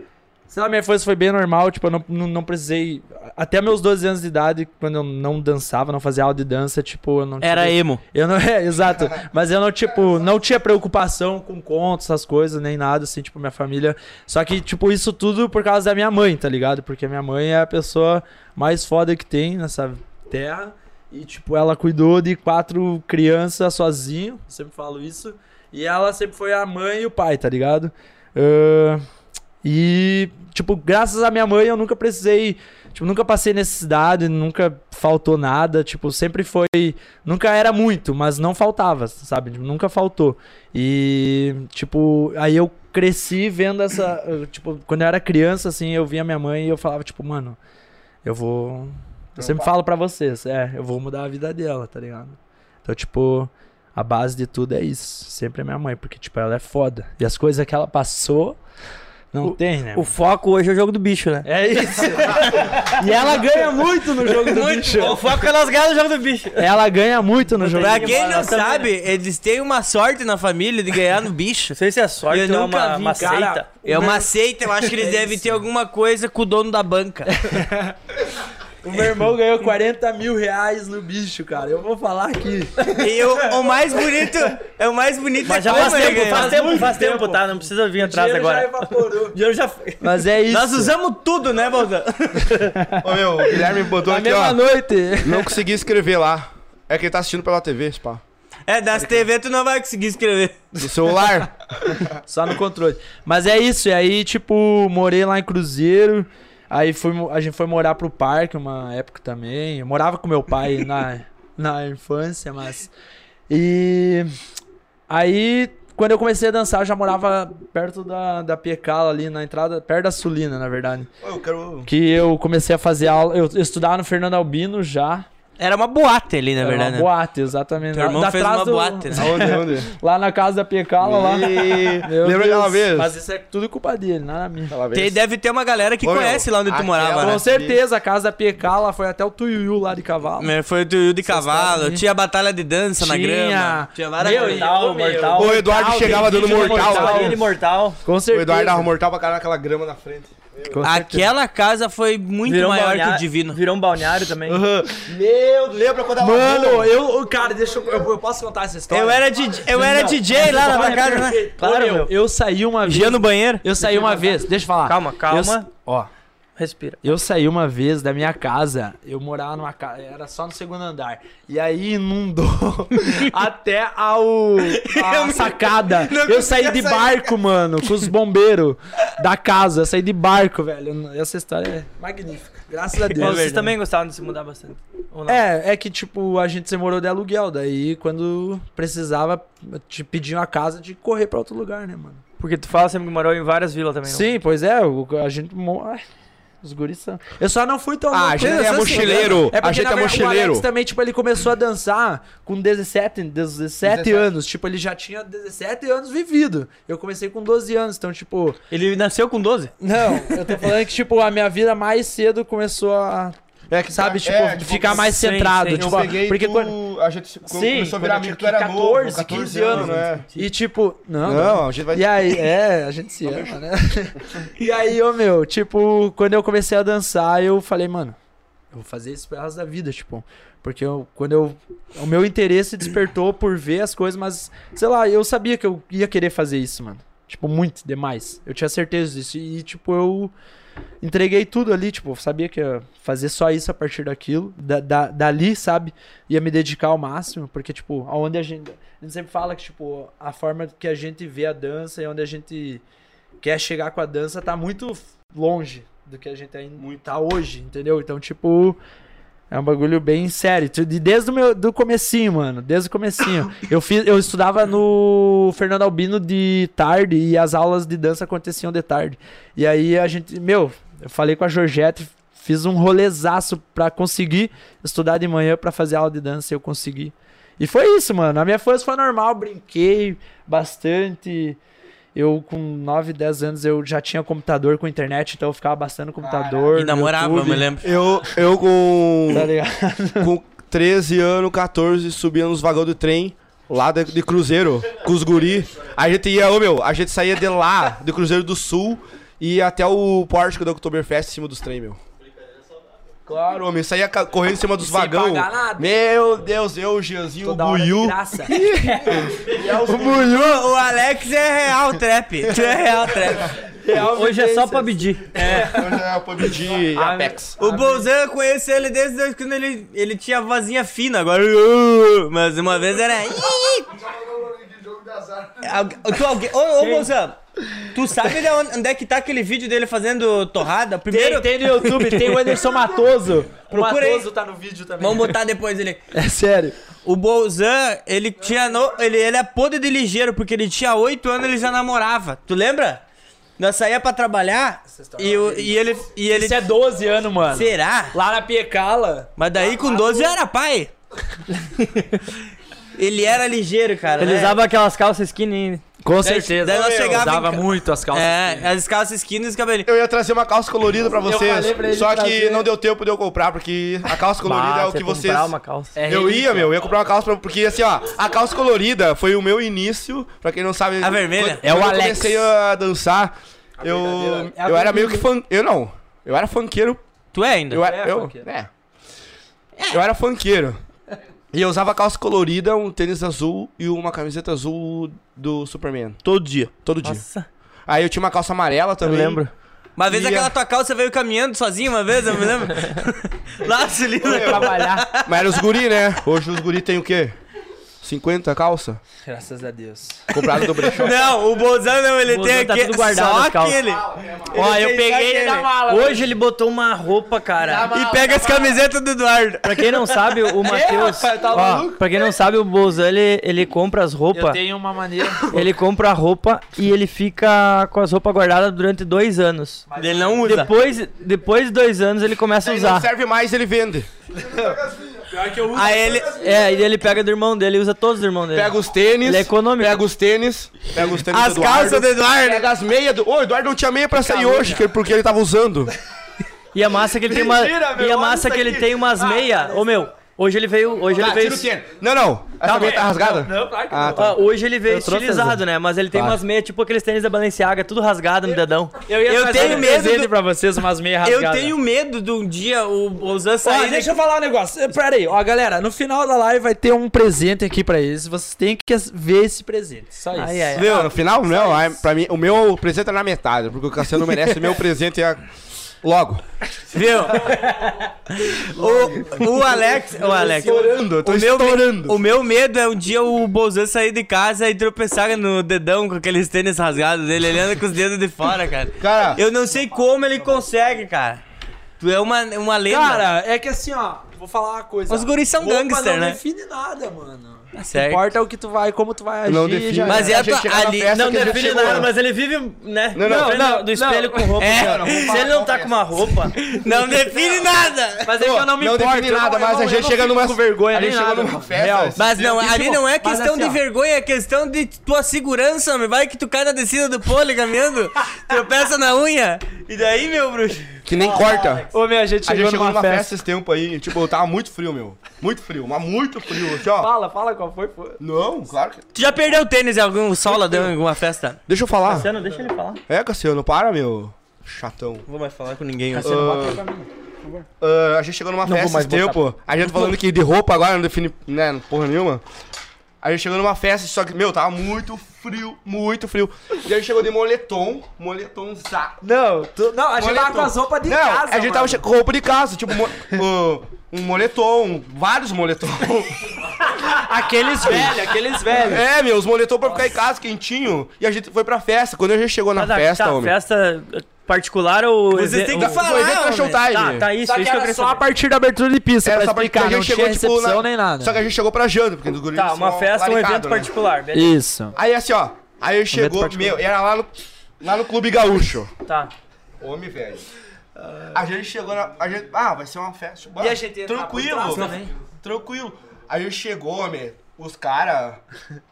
Speaker 3: Sei lá, minha infância foi bem normal, tipo, eu não, não, não precisei. Até meus 12 anos de idade, quando eu não dançava, não fazia aula de dança, tipo, eu não tive-
Speaker 2: Era emo.
Speaker 3: eu não, é, exato. Mas eu não, tipo, não tinha preocupação com contos, essas coisas, nem nada, assim, tipo, minha família. Só que, tipo, isso tudo por causa da minha mãe, tá ligado? Porque a minha mãe é a pessoa mais foda que tem nessa terra. E, tipo, ela cuidou de quatro crianças sozinho, eu sempre falo isso. E ela sempre foi a mãe e o pai, tá ligado? Ahn, e, tipo, graças à minha mãe eu nunca precisei. Tipo, nunca passei necessidade, nunca faltou nada. Tipo, sempre foi. Nunca era muito, mas não faltava, sabe? Tipo, Nunca faltou. E, tipo, aí eu cresci vendo essa. eu, Tipo, quando eu era criança, assim, eu via minha mãe e eu falava, tipo, mano, eu vou. Eu sempre falo pra vocês, é, eu vou mudar a vida dela, tá ligado? Então, tipo, a base de tudo é isso. Sempre é minha mãe, porque, tipo, ela é foda. E as coisas que ela passou, não tem, né?
Speaker 4: O foco hoje é o jogo do bicho, né?
Speaker 3: É isso. e ela ganha muito no jogo do bicho.
Speaker 4: O foco é nas galas do jogo do bicho.
Speaker 3: Ela ganha muito no jogo
Speaker 2: Pra
Speaker 3: do bicho.
Speaker 2: quem não sabe, eles têm uma sorte na família de ganhar no bicho.
Speaker 4: Não sei se é sorte
Speaker 2: Eu
Speaker 4: ou é
Speaker 2: nunca
Speaker 4: uma,
Speaker 2: vi,
Speaker 4: uma
Speaker 2: cara.
Speaker 4: seita.
Speaker 2: É uma seita, eu acho que
Speaker 3: É
Speaker 2: eles devem ter alguma coisa com o dono da banca.
Speaker 3: O meu irmão ganhou 40 mil reais no bicho, cara. Eu vou falar aqui.
Speaker 2: E o, o mais bonito, é o mais bonito
Speaker 4: Mas
Speaker 2: é
Speaker 4: já
Speaker 2: como
Speaker 4: faz
Speaker 2: ele
Speaker 4: tempo,
Speaker 2: ganhou.
Speaker 4: faz tempo, faz
Speaker 3: tempo.
Speaker 4: tempo, tá? Não precisa vir atrás agora.
Speaker 3: evaporou.
Speaker 4: Já... Eu já fui.
Speaker 3: Mas é isso.
Speaker 2: Nós usamos tudo, né, Bolsa?
Speaker 1: Ô, meu, o Guilherme botou
Speaker 3: Na
Speaker 1: aqui,
Speaker 3: mesma
Speaker 1: ó.
Speaker 3: noite.
Speaker 1: Não consegui escrever lá. É que ele tá assistindo pela TV, spa.
Speaker 2: É, das TV tu não vai conseguir escrever.
Speaker 1: No celular.
Speaker 3: Só no controle. Mas é isso. E aí, tipo, morei lá em Cruzeiro. Aí fui, mo- a gente foi morar pro parque uma época também. Eu morava com meu pai na, na infância, mas. E. Aí, quando eu comecei a dançar, eu já morava perto da, da Piecala ali, na entrada, perto da Sulina, na verdade.
Speaker 1: Ô, eu quero.
Speaker 3: Que eu comecei a fazer aula. Eu, eu estudava no Fernando Albino já.
Speaker 2: Era uma boate ali, na
Speaker 3: Era
Speaker 2: verdade.
Speaker 3: Uma
Speaker 2: né?
Speaker 3: boate, exatamente.
Speaker 2: Teu irmão
Speaker 3: Da-
Speaker 2: fez
Speaker 3: atrás
Speaker 2: uma
Speaker 3: do-
Speaker 2: boate, né?
Speaker 1: Aonde, aonde?
Speaker 3: Lá na casa da Piecala, lá.
Speaker 1: E-
Speaker 3: Meu
Speaker 1: Lembra aquela
Speaker 3: Deus.
Speaker 1: vez?
Speaker 3: Mas isso é tudo culpa dele, nada minha.
Speaker 1: Aquela
Speaker 2: Tem,
Speaker 1: vez.
Speaker 2: deve ter uma galera que
Speaker 1: Ô, meu, é
Speaker 2: conhece lá onde tu
Speaker 1: aquela-
Speaker 2: morava, né?
Speaker 3: Com certeza, a casa da Piecala foi até o Tuiuiu lá de cavalo.
Speaker 2: Né, Foi do
Speaker 3: sabem,
Speaker 2: de cavalo,
Speaker 3: né?
Speaker 2: tinha batalha de dança na grama. Tinha várias
Speaker 3: Meu,
Speaker 2: coisas.
Speaker 3: e eu, meu.
Speaker 4: mortal.
Speaker 1: O Eduardo
Speaker 3: Mortal,
Speaker 1: chegava
Speaker 3: tem
Speaker 1: dando
Speaker 3: vídeo do
Speaker 1: mortal.
Speaker 3: mortal.
Speaker 4: Ele mortal.
Speaker 3: Com
Speaker 1: O
Speaker 3: certeza.
Speaker 1: Eduardo dava mortal pra caralho naquela grama na frente.
Speaker 3: Com certeza.
Speaker 2: Aquela casa foi muito
Speaker 4: Virou um
Speaker 2: maior que o
Speaker 4: balneário-
Speaker 2: divino.
Speaker 4: Virou um balneário também.
Speaker 5: Meu, lembra quando ela
Speaker 3: Mano, eu, cara, deixa eu, eu posso contar essa história?
Speaker 2: Eu era, DJ, eu era DJ lá na casa, né?
Speaker 3: Claro,
Speaker 4: Claro,
Speaker 3: meu.
Speaker 4: meu.
Speaker 3: Eu saí uma vez.
Speaker 2: Gia no banheiro.
Speaker 3: Eu saí uma vez, deixa eu falar.
Speaker 4: Calma, calma.
Speaker 3: Eu s- ó,
Speaker 4: Respira.
Speaker 3: eu saí uma vez da minha casa. Eu morava numa casa, era só no segundo andar. E aí inundou até ao a sacada. Eu saí de barco, mano, com os bombeiros da casa. Eu saí de barco, velho. Essa história é magnífica. Graças a Deus.
Speaker 4: Vocês também gostavam de se mudar bastante. Ou não?
Speaker 3: É, é que, tipo, a gente se morou de aluguel. Daí, quando precisava, te pediam a casa de correr pra outro lugar, né, mano?
Speaker 4: Porque tu fala sempre que morou em várias vilas também.
Speaker 3: Sim, pois é, o- a gente. mo- ai, Os guris são. Eu só não fui tão.
Speaker 1: Ah, a gente
Speaker 3: Eu
Speaker 1: é
Speaker 3: sou assim,
Speaker 1: mochileiro,
Speaker 3: né? É
Speaker 1: a
Speaker 3: porque,
Speaker 1: gente
Speaker 3: na
Speaker 1: é
Speaker 3: verdade, O Alex
Speaker 1: mochileiro.
Speaker 3: também, tipo, ele começou a dançar com 17, 17 anos. Tipo, ele já tinha 17 anos vivido. Eu comecei com 12 anos, então, tipo.
Speaker 2: Ele nasceu com 12?
Speaker 3: Não, eu tô falando que, tipo, a minha vida mais cedo começou a.
Speaker 1: É que
Speaker 3: Sabe, tipo,
Speaker 1: é,
Speaker 3: ficar mais
Speaker 4: sim,
Speaker 3: centrado.
Speaker 4: sim,
Speaker 3: tipo, porque quando.
Speaker 1: A gente se-
Speaker 3: Sim,
Speaker 1: começou a virar
Speaker 3: quando eu
Speaker 1: amigo, tu
Speaker 3: tinha
Speaker 1: era 14,
Speaker 3: 14,
Speaker 1: novo,
Speaker 3: 15
Speaker 1: 14
Speaker 3: anos,
Speaker 1: anos, né?
Speaker 3: E tipo, não,
Speaker 1: Não, a gente vai-
Speaker 3: E aí, é, a gente se ama, né? E aí, ô meu, tipo, quando eu comecei a dançar, eu falei, mano, eu vou fazer isso pelo resto da vida, tipo. Porque eu, quando eu. O meu interesse despertou por ver as coisas, mas, sei lá, eu sabia que eu ia querer fazer isso, mano. Tipo, muito demais. Eu tinha certeza disso. E, tipo, eu entreguei tudo ali, tipo, eu sabia que ia fazer só isso a partir daquilo, da, da- dali, sabe? Ia me dedicar ao máximo, porque, tipo, aonde a gente. A gente sempre fala que, tipo, a forma que a gente vê a dança e onde a gente quer chegar com a dança tá muito longe do que a gente ainda tá hoje, entendeu? Então, tipo. É um bagulho bem sério. Tu- de- Desde o meu do comecinho, mano. Desde o comecinho. Eu, fiz, eu estudava no Fernando Albino de tarde e as aulas de dança aconteciam de tarde. E aí a gente. Meu, eu falei com a Georgette, fiz um rolezaço pra conseguir estudar de manhã pra fazer aula de dança e eu consegui. E foi isso, mano. A minha força foi normal, brinquei bastante. Eu, com 9, 10 anos, eu já tinha computador com internet, então eu ficava bastante no computador.
Speaker 2: Ah, E namorava,
Speaker 3: YouTube,
Speaker 2: me lembro.
Speaker 1: Eu, eu com,
Speaker 3: Tá ligado?
Speaker 1: com 13 anos, 14, subia nos vagão do trem, lá de, de Cruzeiro, com os guri. A gente ia, ô meu, a gente saía de lá, de Cruzeiro do Sul, e ia até o pórtico da Oktoberfest em cima dos trem, meu. Claro, homem, saía ca- correndo em cima dos vagão.
Speaker 3: pagar nada.
Speaker 1: Meu Deus, eu, o Gianzinho, o
Speaker 3: Toda hora de
Speaker 1: Buiu.
Speaker 3: graça.
Speaker 2: O Alex é real trap. Tu é real trap.
Speaker 4: Hoje é só pra pedir.
Speaker 1: É, o PUBG e
Speaker 3: Ah,
Speaker 1: Apex.
Speaker 2: O Bolzan, eu conheço ele desde quando ele, ele tinha a vozinha fina. Agora. "Uh", Mas uma vez era. "Ih". Algu- Tu, alguém, ô, ô Bolzan, tu sabe de onde, onde é que tá aquele vídeo dele fazendo torrada? Primeiro.
Speaker 3: Tem, tem no YouTube, tem o Anderson Matoso. O
Speaker 2: Procura aí.
Speaker 3: Matoso tá no vídeo também.
Speaker 2: Vamos botar depois ele.
Speaker 3: É sério.
Speaker 2: O Bolzan, ele tinha. No... Ele, ele é podre de ligeiro, porque ele tinha 8 anos ele já namorava. Tu lembra? Nós saía pra trabalhar e, o- e ele. E ele
Speaker 3: é Isso é 12 anos, mano.
Speaker 2: Será?
Speaker 3: Lá na Piecala.
Speaker 2: Mas daí com 12 era pai. ele era ligeiro, cara.
Speaker 1: É.
Speaker 4: Ele
Speaker 2: né?
Speaker 4: usava aquelas calças skinny.
Speaker 3: Com
Speaker 2: certeza. Daí nós chegava em
Speaker 3: Usava
Speaker 2: ca-
Speaker 3: muito as calças.
Speaker 4: assim.
Speaker 2: É, as calças skinny e os cabelinhos.
Speaker 1: Eu ia trazer uma calça colorida pra vocês,
Speaker 3: falei pra ele
Speaker 1: só que
Speaker 3: trazer.
Speaker 1: não deu tempo de eu comprar, porque a calça colorida é o que vocês...
Speaker 4: Ah, comprar uma calça.
Speaker 3: É
Speaker 1: Eu
Speaker 3: relíquia.
Speaker 1: ia, meu, eu ia comprar uma calça pra, porque assim, ó, a calça colorida foi o meu início, pra quem não sabe.
Speaker 2: A vermelha?
Speaker 1: quando-
Speaker 3: É o
Speaker 1: quando
Speaker 3: Alex.
Speaker 1: Eu comecei a dançar, eu eu era meio que funk, eu não. Eu era funkeiro,
Speaker 2: Tu é ainda?
Speaker 1: eu era eu, é. Eu era funkeiro. E eu usava calça colorida, um tênis azul e uma camiseta azul do Superman.
Speaker 2: Todo dia.
Speaker 1: Todo dia. Aí eu tinha uma calça amarela também.
Speaker 4: lembro.
Speaker 2: Uma vez
Speaker 1: Ia.
Speaker 2: aquela tua calça veio caminhando sozinha, uma vez, eu me lembro. Lá se lindo.
Speaker 3: trabalhar.
Speaker 1: Mas era os guri, né? Hoje os guri tem o quê? 50 calça?
Speaker 3: Graças a Deus.
Speaker 1: Comprado do brechó.
Speaker 2: Não, o Bolzan não, ele
Speaker 4: O
Speaker 2: tem
Speaker 4: Bolzan tá
Speaker 2: aqui.
Speaker 4: tudo guardado
Speaker 2: só
Speaker 4: as calças.
Speaker 2: aquele.
Speaker 4: Ó, eu
Speaker 2: tem
Speaker 4: peguei
Speaker 2: só
Speaker 4: ele
Speaker 2: aquele.
Speaker 4: Hoje ele botou uma roupa, cara.
Speaker 2: E pega as camisetas do Eduardo.
Speaker 4: Pra quem não sabe, o Matheus.
Speaker 3: rapaz, tá
Speaker 4: Ó,
Speaker 3: maluco?
Speaker 4: pra quem não sabe, o Bolzan, ele, ele compra as
Speaker 3: Eu
Speaker 4: roupas.
Speaker 3: tenho uma maneira.
Speaker 4: Ele compra a roupa e ele fica com as roupas guardadas durante dois anos.
Speaker 2: Ele não usa.
Speaker 4: Depois, depois de dois anos ele começa a
Speaker 3: um
Speaker 1: Ele não
Speaker 4: usar.
Speaker 1: serve mais, ele vende.
Speaker 2: Aí ele.
Speaker 4: É, e ele pega do irmão dele, usa todos os irmãos dele.
Speaker 1: Pega os tênis.
Speaker 4: Ele é econômico.
Speaker 1: Pega os tênis. Pega os tênis
Speaker 2: As
Speaker 1: do Eduardo.
Speaker 2: calças do Eduardo.
Speaker 1: Pega as meias do. Ô, o Eduardo não tinha meia pra sair hoje, que- porque ele tava usando.
Speaker 4: E a massa que ele tem uma.
Speaker 3: Mentira, meu,
Speaker 4: e
Speaker 3: olha
Speaker 4: a massa
Speaker 3: isso
Speaker 4: que ele
Speaker 3: aqui. Ah,
Speaker 4: tem umas meia. Ô meu, Hoje ele veio. Hoje ele
Speaker 1: Tá,
Speaker 4: veio.
Speaker 1: tira o tênis. Não, não. Essa
Speaker 4: Tá,
Speaker 1: meia tá
Speaker 4: não,
Speaker 1: rasgada?
Speaker 3: Não, claro que
Speaker 1: Ah,
Speaker 3: não.
Speaker 1: tá.
Speaker 4: Ah, hoje ele veio
Speaker 3: Eu trouxe
Speaker 4: estilizado,
Speaker 3: essa.
Speaker 4: né? Mas ele tem
Speaker 1: Tá.
Speaker 4: umas meias, tipo aqueles tênis da Balenciaga, tudo rasgado no dedão.
Speaker 3: Eu, ia
Speaker 2: Eu
Speaker 3: fazer
Speaker 2: tenho
Speaker 3: um
Speaker 2: medo
Speaker 3: desenho
Speaker 2: do-
Speaker 3: pra vocês, umas meio rasgadas.
Speaker 2: Eu
Speaker 4: né?
Speaker 2: tenho medo de um dia o Ozan
Speaker 3: Ó,
Speaker 2: sair.
Speaker 3: deixa eu falar um negócio. Eh, Pera aí, ó, galera, no final da live vai ter um presente aqui pra eles. Vocês têm que as- ver esse presente. Só isso.
Speaker 4: Ai, ai.
Speaker 1: Viu? No final, não. ai, Pra mim, o meu presente é na metade, porque o Cassiano merece o meu presente é logo.
Speaker 2: Viu? o, o Alex. O Alex.
Speaker 1: estourando, eu tô
Speaker 2: o meu, me-
Speaker 1: estourando.
Speaker 2: O meu medo é um dia o Bolzan sair de casa e tropeçar no dedão com aqueles tênis rasgados dele. Ele anda com os dedos de fora, cara.
Speaker 1: Cara,
Speaker 2: Eu não sei como ele consegue, cara. Tu é uma, uma lenda.
Speaker 3: Cara, é que assim, ó, vou falar uma coisa.
Speaker 2: Os guris são
Speaker 3: Roupa
Speaker 2: gangster,
Speaker 3: não
Speaker 2: né?
Speaker 3: define nada, mano.
Speaker 2: Tá
Speaker 3: O que
Speaker 2: certo.
Speaker 3: importa é o que tu vai, como tu vai agir.
Speaker 1: Não define.
Speaker 3: já
Speaker 2: Mas
Speaker 3: era.
Speaker 2: é a
Speaker 1: A gente
Speaker 2: tua,
Speaker 1: chega na
Speaker 2: ali.
Speaker 1: festa
Speaker 2: Não,
Speaker 1: que a gente
Speaker 2: define
Speaker 1: chegou.
Speaker 2: nada, mas-
Speaker 4: mas ele vive, né?
Speaker 1: Não, não,
Speaker 4: na frente
Speaker 3: não,
Speaker 4: do
Speaker 3: não.
Speaker 4: espelho com roupa.
Speaker 2: É.
Speaker 4: cara. Se ele não tá com uma roupa.
Speaker 2: não define nada.
Speaker 3: Mas é que eu não me
Speaker 1: não
Speaker 3: importo.
Speaker 1: define
Speaker 3: eu não-
Speaker 1: nada,
Speaker 3: eu
Speaker 1: mas
Speaker 3: não-
Speaker 1: a
Speaker 3: eu
Speaker 1: gente
Speaker 3: não
Speaker 1: chega
Speaker 3: fico
Speaker 1: numa-
Speaker 3: com vergonha
Speaker 1: a gente
Speaker 3: nem
Speaker 1: chega
Speaker 3: nada.
Speaker 1: numa festa,
Speaker 3: Real.
Speaker 1: assim.
Speaker 2: Mas não,
Speaker 3: Eu
Speaker 2: ali
Speaker 3: digo,
Speaker 2: não é
Speaker 3: mas
Speaker 2: questão
Speaker 3: assim,
Speaker 2: de
Speaker 3: ó.
Speaker 2: vergonha, é questão de tua segurança, meu. Vai que tu cai na descida do pole caminhando, tropeça na unha. E daí, meu bruxo?
Speaker 1: Que nem corta.
Speaker 3: Ô, minha, a gente
Speaker 1: A
Speaker 3: chegou
Speaker 1: gente chegou
Speaker 3: numa festa.
Speaker 1: esse tempo aí, tipo, tava muito frio, meu. Muito frio, mas muito frio. Assim, ó.
Speaker 3: Fala, fala qual foi, pô.
Speaker 1: Não, claro que.
Speaker 2: Tu já perdeu o tênis em algum sola de alguma festa?
Speaker 1: Deixa eu
Speaker 3: Tá
Speaker 1: falar.
Speaker 4: Luciano, deixa ele falar.
Speaker 1: É, Cassiano, para, meu. Chatão.
Speaker 2: Não vou mais falar com ninguém. hoje.
Speaker 1: Ah, a gente chegou numa
Speaker 3: vou
Speaker 1: festa
Speaker 3: mais
Speaker 1: esse tempo. A gente tá falando que de roupa agora não define, né, porra nenhuma. A gente chegou numa festa, só que, meu, tava muito frio, muito frio. E a gente chegou de moletom, moletom zaco.
Speaker 3: Não, tu- não, a gente tava Tá com as roupas de
Speaker 1: não,
Speaker 3: casa,
Speaker 1: a gente tava
Speaker 3: mano.
Speaker 1: che- com roupa de casa, tipo, mo- ah, um moletom, vários moletom.
Speaker 3: Aqueles velhos, aqueles velhos.
Speaker 1: é, meu, os moletom pra ficar em casa, quentinho. E a gente foi pra festa. Quando a gente chegou na
Speaker 4: Tá,
Speaker 1: festa,
Speaker 4: tá,
Speaker 1: homem.
Speaker 4: festa particular ou.
Speaker 2: Vocês
Speaker 4: exe-
Speaker 2: têm que
Speaker 4: ou-
Speaker 2: falar,
Speaker 1: Foi dentro da
Speaker 2: homem.
Speaker 1: showtime.
Speaker 4: Tá, tá isso,
Speaker 3: Só que
Speaker 4: isso que eu
Speaker 3: era
Speaker 4: queria
Speaker 3: só a
Speaker 4: saber.
Speaker 3: partir da abertura de pista
Speaker 1: Era
Speaker 3: pra
Speaker 1: só pra
Speaker 3: explicar,
Speaker 1: porque a
Speaker 3: tá, não
Speaker 1: gente chegou,
Speaker 3: tinha
Speaker 1: tipo,
Speaker 3: recepção
Speaker 1: na-
Speaker 3: nem nada.
Speaker 1: Só que a gente chegou pra janta, porque os guris
Speaker 4: Tá, uma
Speaker 1: são
Speaker 4: festa, um
Speaker 1: laricados,
Speaker 4: evento
Speaker 1: né?
Speaker 4: particular, beleza.
Speaker 3: Isso.
Speaker 1: Aí assim, ó. Aí chegou,
Speaker 3: particular.
Speaker 1: meu, era lá no, lá no Clube Gaúcho.
Speaker 4: Tá.
Speaker 1: Homem, velho. A gente chegou na. A gente, ah, vai ser uma festa. Bah,
Speaker 3: E a gente entra por
Speaker 1: Tranquilo,
Speaker 3: trás também.
Speaker 1: tranquilo. A gente chegou, homem. Os caras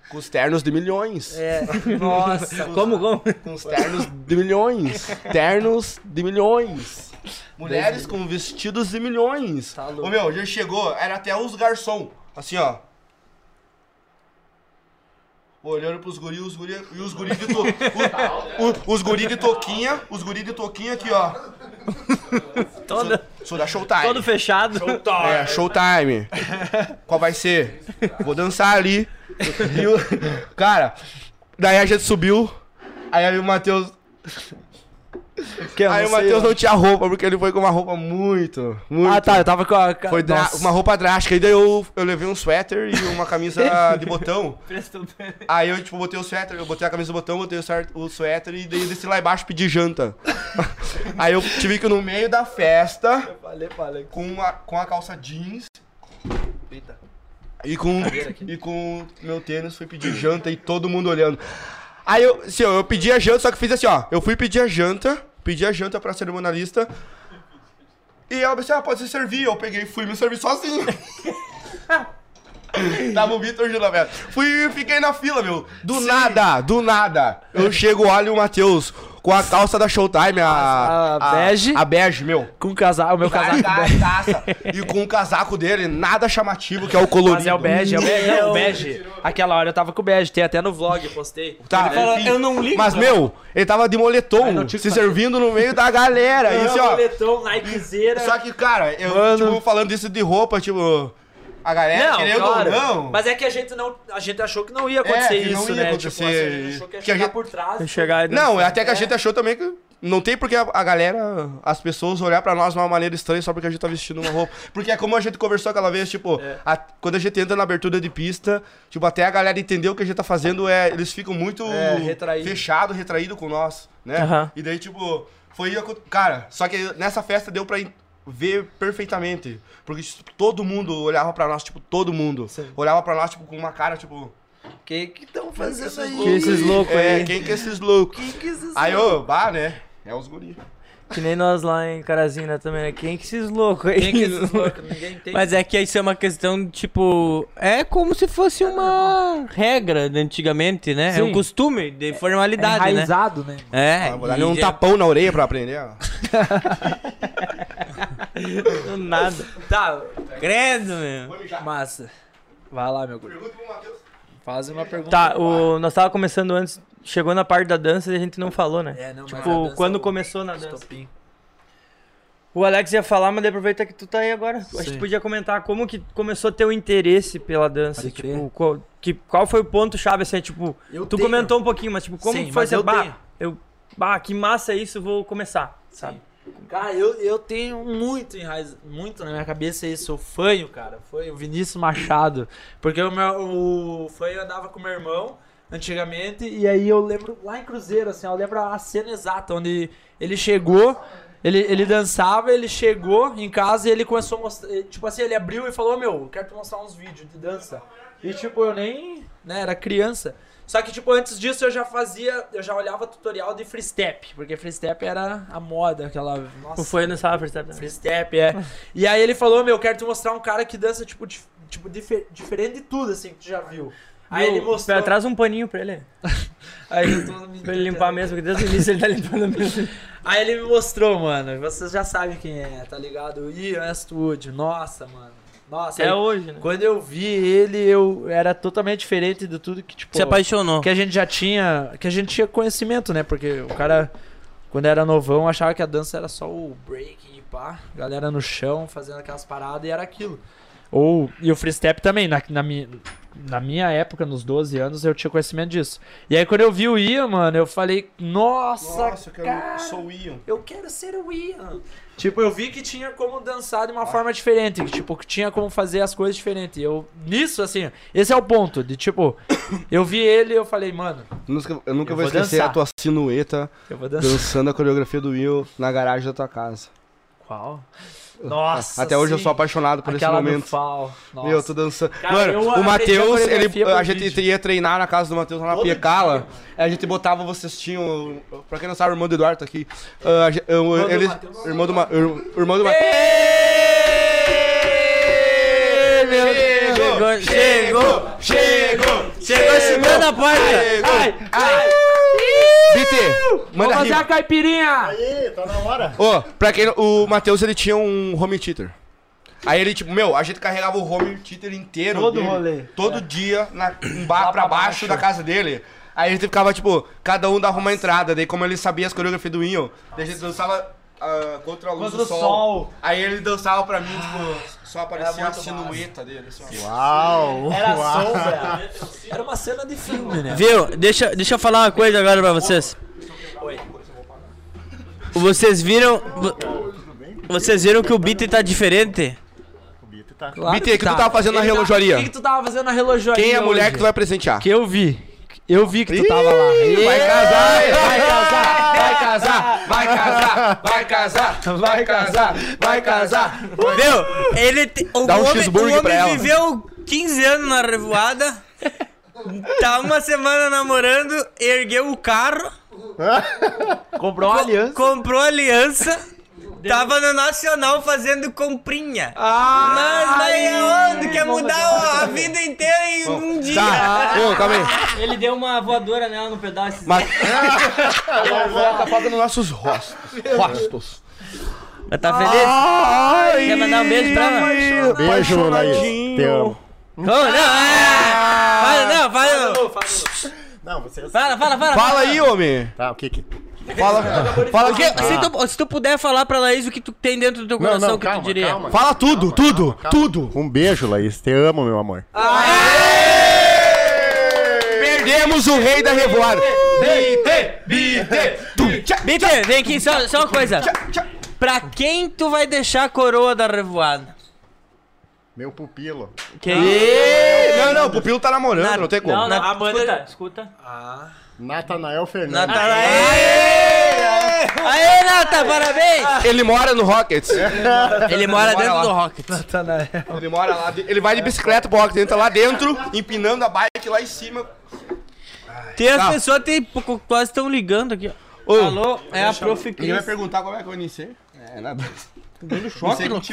Speaker 1: com os ternos de milhões.
Speaker 4: É. Nossa. Como, como?
Speaker 1: Com os ternos de milhões. Ternos de milhões. Mulheres com vestidos de milhões. Tá
Speaker 4: louco.
Speaker 1: Ô meu, a gente chegou, era até os garçom. Assim, ó. Olhando pros guris, os guris. E os guris de toquinha. Os guris de toquinha. Os guris de toquinha aqui, ó.
Speaker 4: Todo,
Speaker 1: Sou da Showtime.
Speaker 4: todo fechado.
Speaker 1: É, Showtime. Qual vai ser? Vou dançar ali. E o- Cara, daí a gente subiu. Aí o Matheus.
Speaker 3: Que eu
Speaker 1: Aí
Speaker 3: não
Speaker 1: o
Speaker 3: sei,
Speaker 1: Matheus
Speaker 3: ó.
Speaker 1: não tinha roupa, porque ele foi com uma roupa muito. muito
Speaker 3: Ah, tá, eu tava com a...
Speaker 1: Foi dra-
Speaker 3: Nossa.
Speaker 1: uma roupa drástica. E daí eu, eu levei um suéter e uma camisa de botão. Aí eu, tipo, botei o suéter, eu botei a camisa do botão, botei o suéter, o suéter e daí desci lá embaixo e pedi janta. Aí eu tive que ir no meio da festa com uma com a calça jeans. Tá E com e com meu tênis fui pedir janta e todo mundo olhando. Aí eu, assim, ó, eu pedi a janta, só que fiz assim, ó, eu fui pedir a janta, pedi a janta pra cerimonialista. E ela disse, ah, pode se servir. Eu peguei e fui me servir sozinho. Tava o Vitor Gil na merda. Fui e fiquei na fila, meu. Do nada, do nada. Eu chego, olho o Matheus com a calça da Showtime, a...
Speaker 3: A bege.
Speaker 1: A bege, meu.
Speaker 3: Com o casaco, o meu casaco.
Speaker 1: Casacadaça. e com o casaco dele, nada chamativo, que é o colorido.
Speaker 3: Mas é o bege, é o bege, é o bege. Aquela hora eu tava com o bege, tem até no vlog, eu postei.
Speaker 1: Tá,
Speaker 2: fala,
Speaker 1: enfim.
Speaker 2: "Eu não ligo
Speaker 1: Mas,
Speaker 2: pra
Speaker 1: meu, ele tava de moletom,
Speaker 3: não tinha
Speaker 1: se servindo no meio da galera. E assim, ó,
Speaker 3: Moletom, Nikezeira.
Speaker 1: Só que, cara, eu,
Speaker 3: Mano.
Speaker 1: tipo, falando isso de roupa, tipo, a galera
Speaker 3: Não,
Speaker 1: querendo
Speaker 3: claro.
Speaker 1: ou não.
Speaker 3: Mas é que a gente não. A gente achou que não ia acontecer
Speaker 1: É, que não
Speaker 3: isso,
Speaker 1: ia
Speaker 3: né?
Speaker 1: acontecer. é,
Speaker 3: Tipo, a gente achou que ia
Speaker 1: Que a
Speaker 3: chegar
Speaker 1: gente-
Speaker 3: por trás.
Speaker 4: Chegar
Speaker 1: Não, até
Speaker 3: É.
Speaker 1: que a gente achou também que. Não tem porque a, a galera, as pessoas olhar pra nós de uma maneira estranha só porque a gente tá vestindo uma roupa. Porque é como a gente conversou aquela vez, tipo,
Speaker 3: É.
Speaker 1: a- quando a gente entra na abertura de pista, tipo, até a galera entender o que a gente tá fazendo é. Eles ficam muito
Speaker 3: É, retraído.
Speaker 1: fechado, retraído com nós, né?
Speaker 4: Aham.
Speaker 1: E daí, tipo, foi. a co- Cara, só que nessa festa deu pra en- ver perfeitamente. Porque tipo, todo mundo olhava pra nós, tipo, todo mundo. Olhava pra nós, tipo, com uma cara, tipo.
Speaker 3: Que que estão fazendo aí?
Speaker 4: Que esses loucos
Speaker 1: É,
Speaker 4: aí.
Speaker 1: quem que é esses loucos?
Speaker 3: Que esses-
Speaker 1: Aí, ô, bah, né? É os guri.
Speaker 4: Que nem nós lá em Carazina também, né? Quem que esses loucos aí?
Speaker 3: Quem que é esses loucos? Ninguém tem.
Speaker 2: Mas é que isso é uma questão, tipo. É como se fosse uma regra de antigamente, né? É um
Speaker 3: Sim.
Speaker 2: costume de formalidade, né?
Speaker 3: enraizado, né?
Speaker 2: É.
Speaker 1: Ah, vou dar-lhe um
Speaker 2: e-
Speaker 1: tapão na orelha pra aprender, ó.
Speaker 4: Do nada.
Speaker 3: Tá,
Speaker 2: Credo, meu.
Speaker 3: Massa. Vai lá, meu guri.
Speaker 1: Pergunta pro Matheus.
Speaker 3: Faz uma pergunta.
Speaker 4: Tá, o, nós tava começando antes, chegou na parte da dança e a gente não falou, né?
Speaker 3: É, não, mas a
Speaker 4: tipo,
Speaker 3: dança
Speaker 4: quando
Speaker 3: é o-
Speaker 4: começou na dança.
Speaker 3: Estopim.
Speaker 4: O Alex ia falar, mas daí aproveita que tu tá aí agora. A gente
Speaker 3: Sim.
Speaker 4: podia comentar como que começou teu interesse pela dança.
Speaker 3: Pode
Speaker 4: Tipo,
Speaker 3: crer.
Speaker 4: qual, que, qual foi o ponto-chave, assim, tipo...
Speaker 3: Eu
Speaker 4: tu
Speaker 3: tenho.
Speaker 4: comentou um pouquinho, mas tipo, como
Speaker 3: Sim,
Speaker 4: que foi
Speaker 3: mas
Speaker 4: esse
Speaker 3: eu
Speaker 4: bah,
Speaker 3: tenho.
Speaker 4: eu, bah, que massa isso, vou começar, sabe?
Speaker 3: Cara, eu, eu tenho muito enraiz... muito na minha cabeça isso. O fanho, cara, foi o Vinícius Machado. Porque o, meu, o fanho andava com o meu irmão antigamente. E aí eu lembro lá em Cruzeiro, assim, eu lembro a cena exata, onde ele chegou. Ele, ele dançava, ele chegou em casa e ele começou a mostrar. eh, Tipo assim, ele abriu e falou: "Ô, Meu, eu quero te mostrar uns vídeos de dança. E tipo, eu nem. né, era criança. Só que, tipo, antes disso eu já fazia. Eu já olhava tutorial de free step. Porque free step era a moda, aquela. Nossa,
Speaker 4: Não Tipo, foi nessa né? árvore, sabe?
Speaker 3: Free step, é. E aí ele falou, meu, eu quero te mostrar um cara que dança, tipo, dif- tipo dife- diferente de tudo, assim, que tu já viu. Aí ele mostrou...
Speaker 4: Traz um paninho pra ele,
Speaker 3: Aí eu tô me
Speaker 4: pra ele limpar mesmo, que desde o início ele tá limpando mesmo.
Speaker 3: Aí ele me mostrou, mano. Vocês já sabem quem é, tá ligado? Ian Westwood. Nossa, mano. Nossa,
Speaker 4: Até
Speaker 3: aí,
Speaker 4: hoje, né?
Speaker 3: quando eu vi ele, eu era totalmente diferente de tudo que, tipo...
Speaker 2: Se apaixonou.
Speaker 3: que a gente já tinha, que a gente tinha conhecimento, né? Porque o cara quando era novão achava que a dança era só o breaking e pá, galera no chão fazendo aquelas paradas e era aquilo. Ou e o free step também, na, na minha na minha época, nos 12 anos, eu tinha conhecimento disso. E aí quando eu vi o Ian, mano, eu falei, nossa,
Speaker 1: Nossa, eu quero, sou o Ian.
Speaker 3: eu quero ser o Ian. Ah. Tipo, eu vi que tinha como dançar de uma forma diferente. Que, tipo, que tinha como fazer as coisas diferentes. E Eu, nisso, assim, esse é o ponto. De tipo, eu vi ele e eu falei, mano,
Speaker 1: Nunca- Eu nunca
Speaker 3: Eu
Speaker 1: vou
Speaker 3: vou
Speaker 1: esquecer
Speaker 3: dançar.
Speaker 1: a tua sinueta
Speaker 3: eu vou dançar.
Speaker 1: dançando a coreografia do Will na garagem da tua casa.
Speaker 3: Qual? Nossa!
Speaker 1: Até hoje eu
Speaker 3: sim.
Speaker 1: sou apaixonado por
Speaker 3: Aquela
Speaker 1: esse momento.
Speaker 3: Do fall. Nossa.
Speaker 1: Meu, eu tô dançando.
Speaker 3: Cara, eu
Speaker 1: Mano, o
Speaker 3: aprendi a
Speaker 1: Matheus, ele,
Speaker 3: coreografia pro
Speaker 1: a gente
Speaker 3: vídeo.
Speaker 1: ia treinar na casa do Matheus lá na Piecala. É, A gente botava, vocês tinham. Pra quem não sabe, o irmão do Eduardo tá aqui. Ah, a gente- eu-
Speaker 3: do
Speaker 1: eles-
Speaker 3: Matheus.
Speaker 1: irmão do Ma- ir- Irmão do Matheus.
Speaker 2: Chegou, chegou,
Speaker 1: Chegou!
Speaker 2: chegou chegando a porta.
Speaker 1: Ai! Ai! BT!
Speaker 3: Vou
Speaker 1: Manda
Speaker 3: fazer
Speaker 1: rima.
Speaker 3: a caipirinha!
Speaker 5: Ih, tá na hora.
Speaker 1: Ô, pra quem. não- O Matheus ele tinha um home theater. Aí ele, tipo, meu, a gente carregava o home theater inteiro.
Speaker 4: Todo
Speaker 1: dele,
Speaker 4: rolê.
Speaker 3: É.
Speaker 1: Todo dia, na, um bar pra baixo da casa dele. Aí a gente ficava, tipo, cada um dava uma entrada. Daí, como ele sabia as coreografias do Inho, daí a gente dançava ah, contra a luz
Speaker 3: Contra
Speaker 1: do
Speaker 3: o
Speaker 1: sol.
Speaker 3: sol.
Speaker 1: Aí ele dançava pra mim, tipo, só aparecia a silhueta dele. Assim, ó.
Speaker 5: Uau!
Speaker 3: Era som, velho. Era uma cena de filme, né?
Speaker 2: Viu? Deixa, deixa eu falar uma coisa agora pra vocês. Vocês viram. vo- Vocês viram que o beat tá diferente?
Speaker 5: O Bito tá.
Speaker 3: Claro
Speaker 1: BT, o que tu tava fazendo na
Speaker 3: Ele tá-
Speaker 1: relojoaria?
Speaker 3: O que que tu tava fazendo na relojoaria?
Speaker 1: Quem é a mulher que tu
Speaker 3: hoje?
Speaker 1: vai presentear?
Speaker 3: Que eu vi. Eu vi que tu tava lá.
Speaker 1: Ih, Vai
Speaker 3: Ih,
Speaker 1: casar, vai casar, vai casar, vai casar, vai casar, vai casar, vai casar.
Speaker 2: Viu? Ele te- o
Speaker 1: Dá um
Speaker 2: homem,
Speaker 1: cheeseburger
Speaker 2: o homem
Speaker 1: pra ela.
Speaker 2: viveu 15 anos na revoada. Tá uma semana namorando, ergueu o carro,
Speaker 3: Comprou uma aliança.
Speaker 2: comprou a aliança, tava no Nacional fazendo comprinha.
Speaker 3: Ah!
Speaker 2: Mas daí é onde quer mudar a vida inteira em um dia.
Speaker 1: Tá, ô, calma aí.
Speaker 4: Ele deu uma voadora nela no pedaço.
Speaker 1: Mas... tá falando nos nossos rostos. Rostos.
Speaker 2: Mas tá feliz?
Speaker 3: Ah,
Speaker 1: Ai,
Speaker 2: Quer mandar um beijo pra ela?
Speaker 5: Beijo, Laís. Te amo.
Speaker 2: Oh, não,
Speaker 3: tá.
Speaker 2: é. Fala, não, fala.
Speaker 5: Não, vocês.
Speaker 2: Fala, fala, fala.
Speaker 1: Fala aí, homem.
Speaker 5: Tá, o que que.
Speaker 1: Fala, fala,
Speaker 2: Porque se, tu, se tu puder falar pra Laís o que tu tem dentro do teu
Speaker 5: Não,
Speaker 2: coração,
Speaker 5: não,
Speaker 2: o que
Speaker 5: calma,
Speaker 2: tu diria?
Speaker 5: calma.
Speaker 1: fala tudo, tudo, tudo.
Speaker 5: Um beijo, Laís. Te amo, meu amor.
Speaker 1: Perdemos o rei da revoada. BT, BT, tum, tchá,
Speaker 2: Bitter, vem aqui, só, só uma coisa.
Speaker 1: tchá.
Speaker 2: Pra quem tu vai deixar a coroa da revoada?
Speaker 5: Meu pupilo.
Speaker 2: Que
Speaker 1: Não, não, o Pupilo tá namorando, não tem como.
Speaker 3: Ah.
Speaker 2: não,
Speaker 4: Na-
Speaker 2: Amanda
Speaker 4: escuta,
Speaker 2: tá-
Speaker 4: escuta.
Speaker 5: Natanael Fernandes.
Speaker 2: Nata, aê! Aê, Nata, parabéns!
Speaker 1: Ele mora no Rockets.
Speaker 2: É. Ele mora
Speaker 1: Bora
Speaker 2: dentro
Speaker 1: lá.
Speaker 2: do Rocket.
Speaker 1: Ele mora lá, de- ele vai de bicicleta pro Rockets, entra lá dentro, empinando a bike lá em cima.
Speaker 2: Tem as
Speaker 1: Tá.
Speaker 2: pessoas tem, quase estão ligando aqui. ó.
Speaker 1: Ô,
Speaker 2: Alô, é a prof.
Speaker 1: Ninguém vai
Speaker 2: Cris.
Speaker 1: perguntar como é que eu iniciei. É, nada.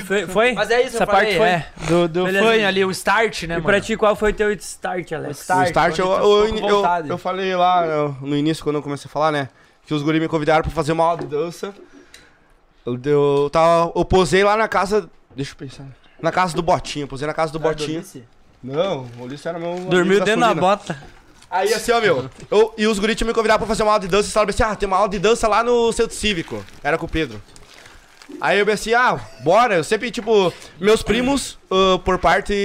Speaker 4: Foi? foi?
Speaker 3: Mas é isso,
Speaker 4: Essa
Speaker 3: eu falei,
Speaker 4: parte foi.
Speaker 3: é, do, do
Speaker 4: Beleza.
Speaker 3: fun ali, o start, né,
Speaker 4: E
Speaker 3: mano?
Speaker 4: pra ti, qual foi teu start, Alex?
Speaker 1: No start, eu, eu,
Speaker 3: eu,
Speaker 1: eu, eu, falei lá no, no início, quando eu comecei a falar, né? Que os guris me convidaram pra fazer uma aula de dança. Eu, eu, tava, eu posei lá na casa. Deixa eu pensar. na casa do Botinha, posei na casa do Botinha. Não, o Ulisses era meu. amigo
Speaker 2: Dormiu
Speaker 1: da
Speaker 2: dentro da
Speaker 1: Sulina.
Speaker 2: bota.
Speaker 1: Aí assim, ó, meu. eu- e os guris tinham me convidaram pra fazer uma aula de dança. E falaram assim: ah, tem uma aula de dança lá no centro cívico. Era com o Pedro. Aí eu pensei, ah, bora. Eu sempre, tipo, meus primos, ah, por parte.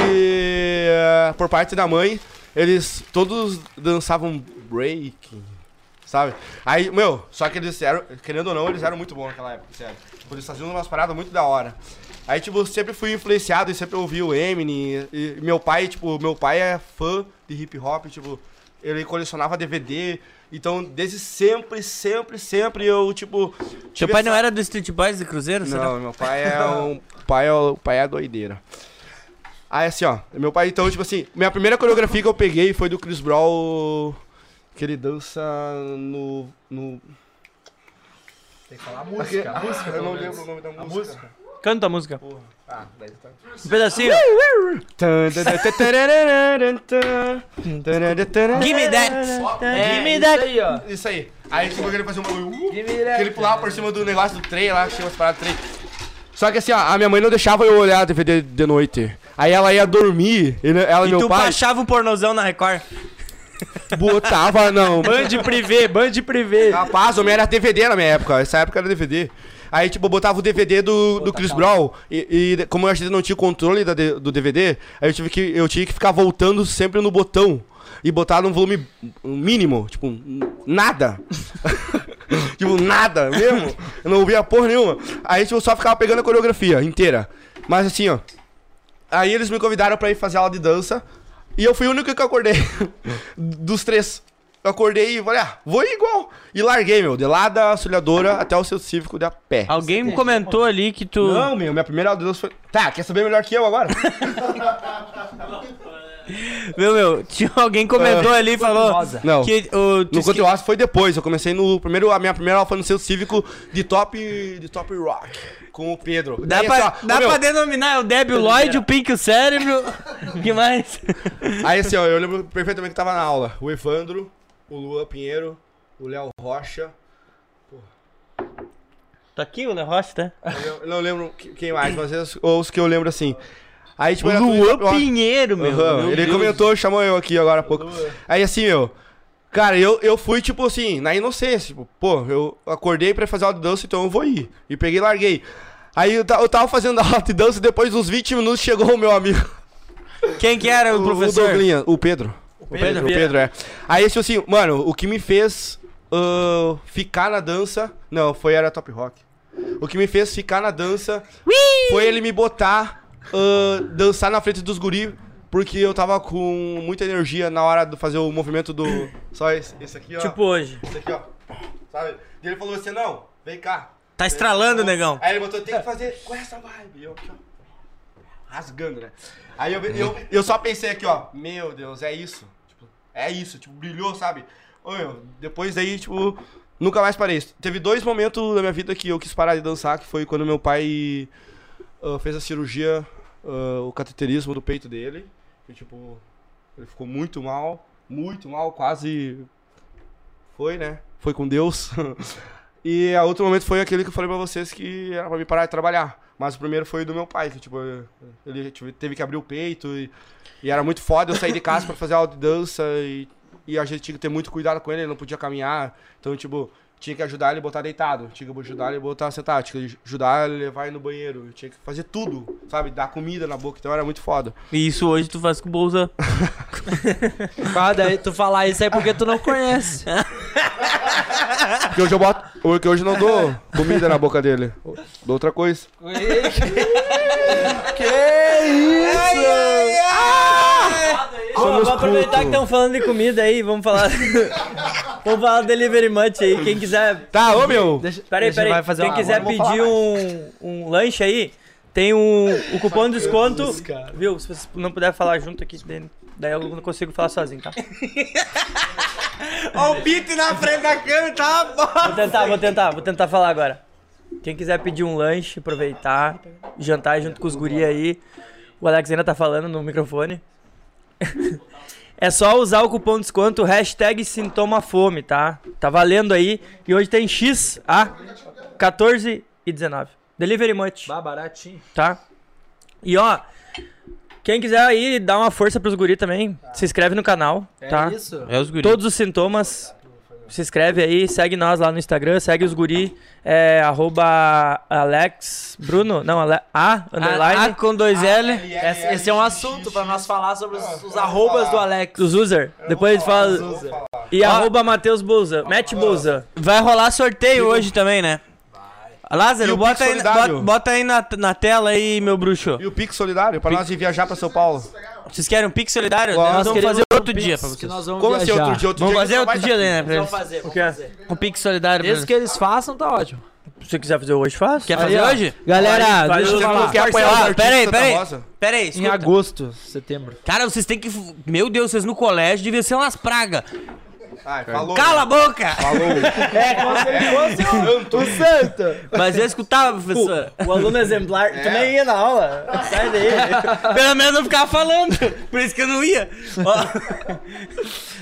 Speaker 1: ah, por parte da mãe, eles todos dançavam breaking. Sabe? Aí, meu, só que eles eram, querendo ou não, eles eram muito bons naquela época, sério. Tipo, Eles faziam umas paradas muito da hora. Aí, tipo, eu sempre fui influenciado e sempre ouvi o Eminem. E, e meu pai, tipo, meu pai é fã de hip hop, tipo, ele colecionava DVD. Então, desde sempre, sempre, sempre eu, tipo.
Speaker 2: Seu
Speaker 1: tive
Speaker 2: pai não
Speaker 1: essa-
Speaker 2: era do Street Boys do Cruzeiro? será?
Speaker 1: Não, meu pai é um. pai é, o pai é a doideira. Aí, assim, ó. Meu pai, então, tipo assim, minha primeira coreografia que eu peguei foi do Chris Brown. Que ele dança no. no... Tem que falar a música. eu não lembro o nome da música.
Speaker 4: Canta a música.
Speaker 2: Ah, tá.
Speaker 4: Um pedacinho.
Speaker 2: Give me that!
Speaker 4: Give me that.
Speaker 1: É. Isso aí. Aí tipo, ele fazia um bagulho. uh,
Speaker 3: É,
Speaker 1: que ele pulava por cima do negócio do trem lá, tinha umas paradas do trem. Só que assim, ó, a minha mãe não deixava eu olhar a DVD de noite. Aí ela ia dormir, ele- ela e
Speaker 2: E
Speaker 1: meu
Speaker 2: tu
Speaker 1: pai
Speaker 2: baixava o pornozão na Record.
Speaker 1: botava, não.
Speaker 3: Band privê, band privê.
Speaker 1: Rapaz, homem era DVD na minha época. Essa época era DVD. Aí, tipo, eu botava o DVD do, do Chris Brown. E, e como a gente não tinha controle da D- do DVD, aí eu tive, que, eu tive que ficar voltando sempre no botão. E botar num volume mínimo. Tipo, nada. tipo, nada mesmo. Eu não ouvia porra nenhuma. Aí, tipo, eu só ficava pegando a coreografia inteira. Mas assim, ó. Aí eles me convidaram pra ir fazer aula de dança. E eu fui o único que acordei. dos três. Eu acordei e falei, ah, vou ir igual. E larguei, meu. De lá da auxiliadora até o seu cívico de a pé.
Speaker 2: Alguém me comentou ali que tu.
Speaker 1: Não, meu. Minha primeira aula de dança foi... Tá, quer saber melhor que eu agora?
Speaker 2: Meu, meu, tinha alguém comentou ali e falou.
Speaker 3: Rosa.
Speaker 1: É. Não.
Speaker 2: Que, o, tu
Speaker 1: no
Speaker 2: esque-
Speaker 1: Contra Rosa foi depois. Eu comecei no... Primeiro, a minha primeira aula foi no seu cívico de top... De top rock. Com o Pedro.
Speaker 2: Dá,
Speaker 1: Daí,
Speaker 2: pra,
Speaker 1: assim, ó,
Speaker 2: dá
Speaker 1: ô, meu,
Speaker 2: pra denominar é o Debbie o Lloyd, o Pink, o cérebro. que mais?
Speaker 1: Aí assim, ó, eu lembro perfeitamente que tava na aula. O Evandro, o Luan Pinheiro, o Léo Rocha.
Speaker 4: Tá aqui o Leroche, tá?
Speaker 2: Ah.
Speaker 1: Eu não lembro que- quem mais, mas é os, os que eu lembro assim. Aí, tipo, era tudo em
Speaker 2: Luan
Speaker 1: top rock.
Speaker 2: Pinheiro, meu.
Speaker 1: Aham,
Speaker 2: Meu
Speaker 1: ele
Speaker 2: Deus.
Speaker 1: comentou, chamou eu aqui agora há pouco. Aí assim, meu. Cara, eu, eu fui, tipo assim, na inocência. Tipo, pô, eu acordei pra fazer aula de dança, então eu vou ir. E peguei e larguei. Aí eu, ta- eu tava fazendo aula de dança e depois de uns 20 minutos chegou o meu amigo.
Speaker 2: Quem que era o,
Speaker 1: O,
Speaker 2: professor?
Speaker 1: Douglinha, o Pedro. O
Speaker 2: Pedro.
Speaker 1: O Pedro, é. Aí, tipo assim, mano, o que me fez ah, ficar na dança. Não, foi era top rock. O que me fez ficar na dança foi ele me botar ah, dançar na frente dos guri. Porque eu tava com muita energia na hora de fazer o movimento do. Só esse, esse aqui, ó.
Speaker 4: Tipo hoje.
Speaker 1: Esse aqui, ó. Sabe? E ele falou assim: não, vem cá.
Speaker 2: Tá estralando, negão.
Speaker 1: Aí ele botou, tem que fazer com essa vibe. E Eu aqui, ó. Rasgando, né? Aí eu, eu, eu só pensei aqui, ó. Meu Deus, é isso. Tipo, é isso. Tipo, brilhou, sabe? Ô, meu, depois daí, tipo, nunca mais parei. Teve dois momentos da minha vida que eu quis parar de dançar, que foi quando meu pai ah, fez a cirurgia, ah, o cateterismo do peito dele. E, tipo, ele ficou muito mal, muito mal, quase foi, né? Foi com Deus. e a outro momento foi aquele que eu falei pra vocês que era pra me parar de trabalhar. Mas o primeiro foi do meu pai, que tipo, ele tive- teve que abrir o peito e, e era muito foda eu sair de casa pra fazer aula de dança e, e a gente tinha que ter muito cuidado com ele, ele não podia caminhar. Então, tipo, tinha que ajudar ele a botar deitado, tinha que ajudar ele a botar sentado, tinha que ajudar ele a levar ele no banheiro, tinha que fazer tudo, sabe? Dar comida na boca, então era muito foda.
Speaker 2: E isso hoje tu faz com o Bolsa.
Speaker 3: Cara, Ah, daí tu falar isso é porque tu não conhece.
Speaker 1: Porque hoje eu boto. Porque hoje eu não dou comida na boca dele. Eu Dou outra coisa.
Speaker 4: Vamos aproveitar que estão falando de comida aí, vamos falar. vamos falar do Delivery Munch aí. Quem quiser.
Speaker 1: Tá, ô meu!
Speaker 3: Deixa,
Speaker 4: Peraí,
Speaker 3: deixa,
Speaker 4: peraí.
Speaker 3: vai fazer
Speaker 4: Quem
Speaker 3: uma-
Speaker 4: quiser pedir um, um lanche aí, tem um, o cupom de desconto. Viu? Se vocês não puder falar junto aqui, daí- daí eu não consigo falar sozinho, tá?
Speaker 2: Ó, o Pito na frente da câmera, tá bom.
Speaker 4: Vou tentar, vou tentar, vou tentar falar agora. Quem quiser pedir um lanche, aproveitar, jantar junto com os guri aí. O Alex ainda tá falando no microfone. É só usar o cupom de desconto hashtag sintoma fome, tá? Tá valendo aí. E hoje tem X, A, 14 e 19. Delivery much,
Speaker 3: Bah, baratinho.
Speaker 4: tá? E ó, quem quiser aí dar uma força pros guri também, se inscreve no canal, tá?
Speaker 3: isso.
Speaker 2: É os guris.
Speaker 4: Todos os sintomas, se inscreve aí, segue nós lá no Instagram, segue os guri, é arroba Alex Bruno, não, Ale- A,
Speaker 2: A,
Speaker 4: underline,
Speaker 2: a com dois L.
Speaker 3: Esse, esse é um assunto pra nós falar sobre os, os arrobas do Alex.
Speaker 4: os user,
Speaker 1: É
Speaker 4: depois
Speaker 1: um
Speaker 4: fala, e arroba Matheus Bouza, Matt Bouza.
Speaker 2: Vai rolar sorteio hoje também, né? Lázaro,
Speaker 1: E o
Speaker 2: bota aí,
Speaker 1: Pix Solidário?
Speaker 2: bota, bota aí na, na tela aí, meu bruxo.
Speaker 1: E o Pix Solidário, pra nós ir viajar pra São Paulo.
Speaker 2: Vocês querem um Pix solidário?
Speaker 1: Nós
Speaker 2: Nós vamos
Speaker 3: queremos
Speaker 2: fazer
Speaker 3: um
Speaker 2: outro
Speaker 3: Pix
Speaker 2: dia pra
Speaker 3: que
Speaker 2: vocês.
Speaker 3: nós vamos
Speaker 1: Como assim
Speaker 3: viajar.
Speaker 1: outro dia? Outro
Speaker 2: Vamos
Speaker 1: dia que
Speaker 2: fazer
Speaker 1: não vai
Speaker 2: outro dia,
Speaker 1: dar.
Speaker 2: né? pra
Speaker 3: Vamos
Speaker 2: eles.
Speaker 3: fazer, vamos
Speaker 4: quê?
Speaker 3: fazer.
Speaker 2: Um Pix solidário pra
Speaker 3: Desde que
Speaker 1: é
Speaker 2: eles.
Speaker 3: eles façam, tá ótimo.
Speaker 4: Se você quiser fazer hoje, faz.
Speaker 2: Quer
Speaker 3: Aí,
Speaker 2: fazer
Speaker 3: ó.
Speaker 2: hoje?
Speaker 3: Galera,
Speaker 4: Vai,
Speaker 3: deixa eu
Speaker 4: vai,
Speaker 3: falar.
Speaker 1: quer apoiar os
Speaker 2: Ah,
Speaker 1: artistas
Speaker 2: pera aí,
Speaker 1: é da
Speaker 2: pera aí.
Speaker 1: roça?
Speaker 2: Pera aí,
Speaker 3: Em
Speaker 2: escuta.
Speaker 3: agosto, setembro.
Speaker 2: Cara, vocês têm que... Meu Deus, vocês no colégio deviam ser umas pragas.
Speaker 1: Ai, Ah, é, falou.
Speaker 2: Cala a boca!
Speaker 3: É, como se fosse o santo.
Speaker 2: Mas eu escutava, professora.
Speaker 4: O aluno exemplar, tu nem ia na aula, sai daí.
Speaker 2: Pelo menos eu ficava falando. Por isso que eu não ia. Ó.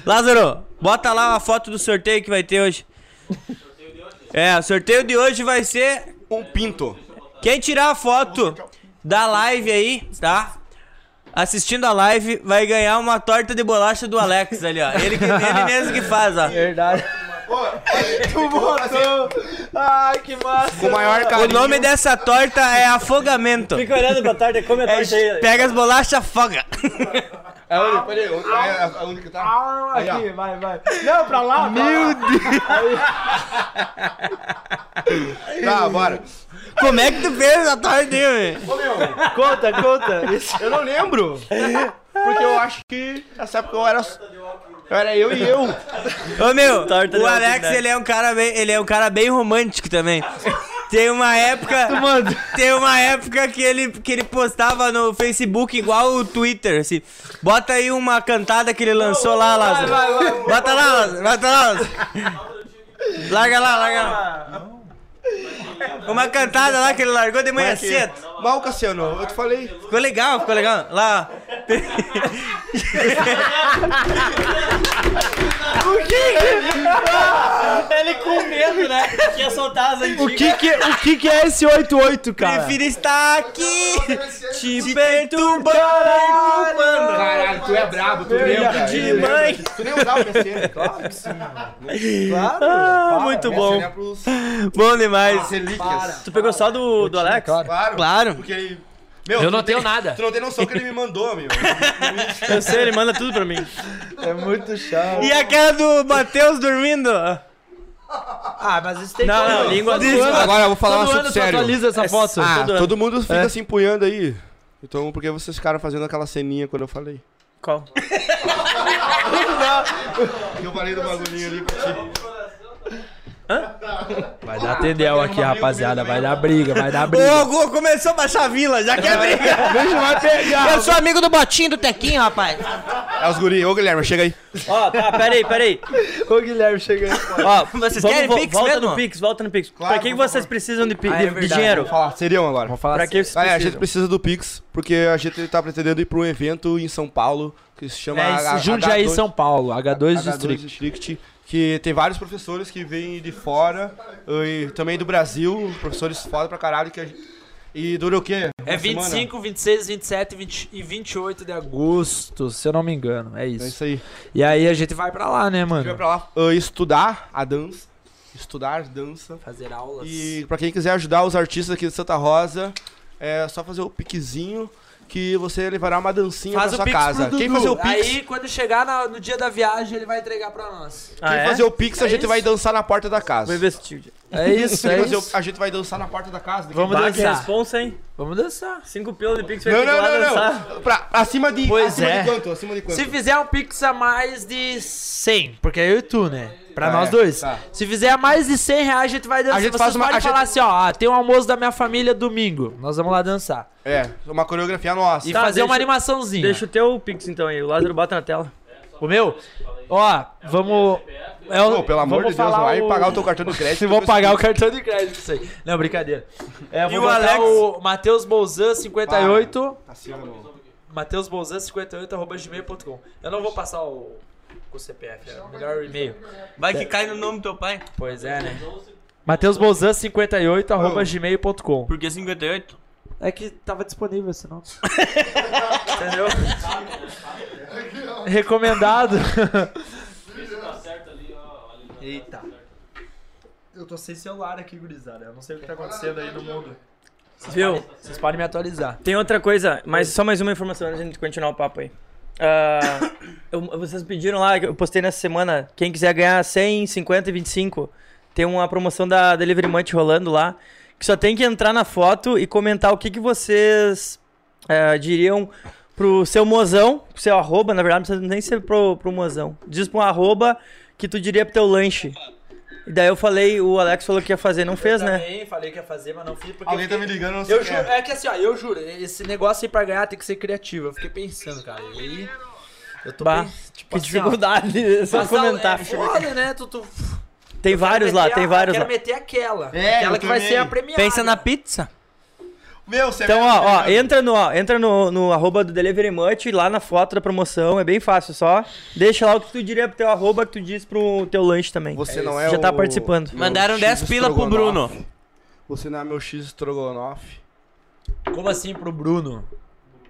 Speaker 2: Lázaro, bota lá a foto do sorteio que vai ter hoje. É, o sorteio de hoje vai ser
Speaker 1: Um pinto.
Speaker 2: quem tirar a foto da live aí, tá? Assistindo a live, vai ganhar uma torta de bolacha do Alex ali, ó. Ele, que- ele mesmo que faz, ó.
Speaker 3: Verdade.
Speaker 1: Tu botou.
Speaker 3: Ai, que massa.
Speaker 1: Com o maior
Speaker 2: O
Speaker 1: carinho.
Speaker 2: nome dessa torta é afogamento.
Speaker 4: Fica olhando pra tarde, come a
Speaker 2: É,
Speaker 4: tarde aí.
Speaker 2: pega as bolachas, afoga.
Speaker 1: É onde? Peraí, onde- é a- onde que tá? Aí, ó.
Speaker 3: Aqui, vai, vai. Não, pra lá, Meu Deus.
Speaker 1: Tá, bora.
Speaker 2: Como é que tu fez a torta, hein, velho?
Speaker 3: Conta, conta.
Speaker 1: Eu não lembro. Porque eu acho que nessa época eu era. Eu era eu e eu.
Speaker 2: Ô meu,
Speaker 4: Torta
Speaker 2: o
Speaker 4: de
Speaker 2: Alex
Speaker 4: oportunidade.
Speaker 2: ele é um cara bem, ele é um cara bem romântico também. Tem uma época, tem uma época que ele que ele postava no Facebook igual o Twitter, assim. Bota aí uma cantada que ele lançou lá, Lázaro. bota lá, Lázaro. Bota lá, Lázaro. Larga lá, larga lá. Uma cantada lá é que ele largou de manhã cedo.
Speaker 1: Mal, Cassiano, eu te falei.
Speaker 2: Ficou legal, ficou legal. Lá.
Speaker 4: Ele com medo, né? Que ia soltar as antigas.
Speaker 3: O que que, o que que é esse 88, cara?
Speaker 2: Prefiro estar aqui é te perturbando.
Speaker 1: Caralho, tu é brabo, tu lembra.
Speaker 2: de mãe.
Speaker 1: Tu nem usava o PC. Claro.
Speaker 4: Ah, muito bom.
Speaker 1: Era é pros
Speaker 2: Bom demais.
Speaker 1: relíquias.
Speaker 4: Tu pegou só do, do Alex?
Speaker 1: Claro.
Speaker 2: Claro.
Speaker 1: Porque ele. Meu,
Speaker 6: Eu
Speaker 1: tu
Speaker 6: não tenho
Speaker 1: tem-
Speaker 6: nada.
Speaker 1: Tu não tem noção que ele me mandou, meu.
Speaker 4: Eu sei, ele manda tudo pra mim.
Speaker 3: É muito chato.
Speaker 2: E a cara do Matheus dormindo?
Speaker 3: Ah, mas isso tem
Speaker 4: Não,
Speaker 3: como-
Speaker 4: não, língua
Speaker 3: Todo
Speaker 4: do-
Speaker 3: ano-
Speaker 1: Agora eu vou falar um
Speaker 3: todo
Speaker 1: assunto
Speaker 3: ano tu
Speaker 1: sério.
Speaker 3: atualiza essa
Speaker 4: É
Speaker 3: foto.
Speaker 4: s-
Speaker 1: Ah,
Speaker 4: Todo ano.
Speaker 1: todo mundo fica
Speaker 3: É.
Speaker 1: se empunhando aí. Então, por que vocês ficaram fazendo aquela ceninha quando eu falei?
Speaker 4: Qual?
Speaker 1: Eu falei do bagulhinho ali
Speaker 3: Vai dar tendel aqui, rapaziada. Vai dar briga, vai dar
Speaker 2: Ô,
Speaker 3: briga.
Speaker 2: Gu, começou a baixar a vila, já quer brigar.
Speaker 3: Deixa vai pegar.
Speaker 2: Eu sou amigo do Botinho do Tequinho, rapaz.
Speaker 1: É os guri. Ô, Guilherme, chega aí.
Speaker 4: Ó, tá, peraí, peraí.
Speaker 3: Ô, Guilherme, chega aí.
Speaker 4: Ó,
Speaker 2: Vocês
Speaker 4: vamos-
Speaker 2: querem
Speaker 4: vo-
Speaker 2: Pix
Speaker 4: volta
Speaker 2: mesmo?
Speaker 4: no Pix, volta no Pix.
Speaker 1: Claro,
Speaker 4: pra que, que
Speaker 1: por favor.
Speaker 4: vocês precisam de, pi-
Speaker 3: Ah, é
Speaker 4: de- de
Speaker 3: verdade.
Speaker 4: dinheiro?
Speaker 1: Vou falar, seriam agora.
Speaker 3: Vamos falar
Speaker 4: Pra
Speaker 3: assim.
Speaker 4: que vocês
Speaker 1: Galera, a
Speaker 4: precisam?
Speaker 1: gente precisa do Pix, porque a gente tá pretendendo ir pra um evento em São Paulo que se chama
Speaker 4: É isso,
Speaker 1: H-
Speaker 3: Jundiaí,
Speaker 1: H2
Speaker 3: São Paulo, H2
Speaker 1: H2
Speaker 3: District.
Speaker 1: District, que tem vários professores que vêm de fora eh, e também do Brasil, professores foda pra caralho. Que a gente- E dura o quê? Uma
Speaker 6: É
Speaker 1: semana?
Speaker 6: 25, 26, 27 20, e 28 de agosto.
Speaker 3: Agosto, se eu não me engano, é
Speaker 1: É
Speaker 3: isso.
Speaker 1: isso aí.
Speaker 3: E aí a gente vai pra lá, né,
Speaker 1: A gente vai
Speaker 3: mano?
Speaker 1: pra lá uh, estudar a dança. Estudar dança.
Speaker 6: Fazer aulas.
Speaker 1: E pra quem quiser ajudar os artistas aqui de Santa Rosa, é só fazer o piquezinho que você levará uma dancinha
Speaker 6: Faz
Speaker 1: pra
Speaker 6: o
Speaker 1: sua
Speaker 6: Pix
Speaker 1: casa.
Speaker 6: pro
Speaker 1: Quem
Speaker 6: Dudu.
Speaker 1: fazer o Pix,
Speaker 6: Aí, quando chegar na- no dia da viagem, ele vai entregar pra nós.
Speaker 4: Ah,
Speaker 1: quem
Speaker 4: é?
Speaker 1: fazer o Pix, a
Speaker 6: É
Speaker 1: gente
Speaker 6: isso?
Speaker 1: vai dançar na porta da casa.
Speaker 4: Vou investir.
Speaker 3: É isso,
Speaker 1: Quem
Speaker 3: é
Speaker 1: fazer o-
Speaker 3: isso.
Speaker 1: A gente vai dançar na porta da casa. daqui a
Speaker 3: Vamos
Speaker 4: Bah, que
Speaker 3: dançar.
Speaker 4: responsa, hein?
Speaker 3: Vamos dançar.
Speaker 4: Cinco pila de Pix vai
Speaker 1: pouco. Não,
Speaker 4: ter que ir lá
Speaker 1: não,
Speaker 4: dançar.
Speaker 1: não, não. Pra, acima de,
Speaker 3: Pois
Speaker 1: acima
Speaker 3: é.
Speaker 1: de quanto? Acima de quanto?
Speaker 6: Se fizer um Pix a mais de 100.
Speaker 3: Porque é eu e tu, né? Pra
Speaker 1: Tá,
Speaker 3: nós
Speaker 1: é,
Speaker 3: dois.
Speaker 1: tá.
Speaker 3: Se fizer mais de 100 reais, a gente vai dançar.
Speaker 1: A gente
Speaker 3: Vocês
Speaker 1: faz uma-
Speaker 3: podem
Speaker 1: a gente-
Speaker 3: falar assim, ó, ah, tem um almoço da minha família domingo. Nós vamos lá dançar.
Speaker 1: É, uma coreografia nossa.
Speaker 3: E
Speaker 4: Tá,
Speaker 3: fazer uma
Speaker 4: deixa-
Speaker 3: animaçãozinha.
Speaker 4: Deixa o teu Pix então aí, o Lázaro bota na tela.
Speaker 3: O meu? Ó, vamos... É o-
Speaker 1: Pô, pelo amor
Speaker 3: vamos
Speaker 1: de Deus,
Speaker 3: falar
Speaker 1: vai
Speaker 3: o-
Speaker 1: pagar o teu cartão de crédito. tipo assim.
Speaker 3: Se vou pagar o cartão de crédito, isso aí. Não, brincadeira. É, vou
Speaker 2: o
Speaker 3: botar
Speaker 2: Alex?
Speaker 3: o Matheus Bolzan 58,
Speaker 1: Acima, não.
Speaker 3: Matheus Bolzan 58 arroba gmail.com. Eu não vou passar o, o CPF, é o melhor e-mail.
Speaker 2: Vai que cai no nome do teu pai.
Speaker 3: Pois é, né? Matheus Bolzan 58 arroba gmail.com.
Speaker 2: Porque 58?
Speaker 6: É que tava disponível, senão.
Speaker 3: Entendeu? Recomendado.
Speaker 6: Eita. Eu tô sem celular aqui, gurizada. Eu não sei o que tá acontecendo aí no mundo.
Speaker 4: Viu?
Speaker 3: Vocês podem me atualizar.
Speaker 4: Tem outra coisa, mas só mais uma informação antes de gente continuar o papo aí. Ah, eu- vocês pediram lá, eu postei nessa semana, quem quiser ganhar 100, 50 e 25, tem uma promoção da Delivery Munch rolando lá, que só tem que entrar na foto e comentar o que, que vocês eh, diriam pro seu mozão, pro seu arroba, na verdade não precisa nem ser pro, pro mozão. Diz pro arroba que tu diria pro teu lanche. E daí eu falei, o Alex falou que ia fazer, não fez, né?
Speaker 6: Também falei que ia fazer, mas não fiz porque.
Speaker 1: Alguém tá
Speaker 6: eu
Speaker 1: me
Speaker 6: fiquei-
Speaker 1: ligando, eu não sei.
Speaker 6: Eu juro, é que assim, ó, eu juro, esse negócio aí pra ganhar tem que ser criativo. Eu fiquei pensando, cara. E aí. Eu tô
Speaker 4: Bah,
Speaker 6: bem. Tipo, assim,
Speaker 4: Que
Speaker 6: ó,
Speaker 4: dificuldade, só
Speaker 6: mas a-
Speaker 4: comentar.
Speaker 6: É foda, né? Tu, tu,
Speaker 4: Tem vários lá,
Speaker 6: meter
Speaker 4: tem
Speaker 6: a-
Speaker 4: vários
Speaker 6: quero
Speaker 4: lá.
Speaker 6: meter aquela.
Speaker 1: É,
Speaker 6: aquela
Speaker 1: eu
Speaker 6: que vai
Speaker 1: também.
Speaker 6: ser a premiada.
Speaker 2: Pensa na pizza.
Speaker 1: Meu, né? você
Speaker 4: Então, ó, ó, entra no, ó, entra no, no arroba do Delivery Much, lá na foto da promoção, é bem fácil, só deixa lá o que tu diria pro teu arroba, que tu diz pro teu lanche também.
Speaker 1: Você não
Speaker 4: isso.
Speaker 1: é
Speaker 4: Já tá
Speaker 1: o-
Speaker 4: participando.
Speaker 1: meu
Speaker 2: Mandaram 10
Speaker 1: X
Speaker 2: pila pro Bruno.
Speaker 1: estrogonofe. Você não é meu X estrogonofe.
Speaker 6: Como assim pro Bruno?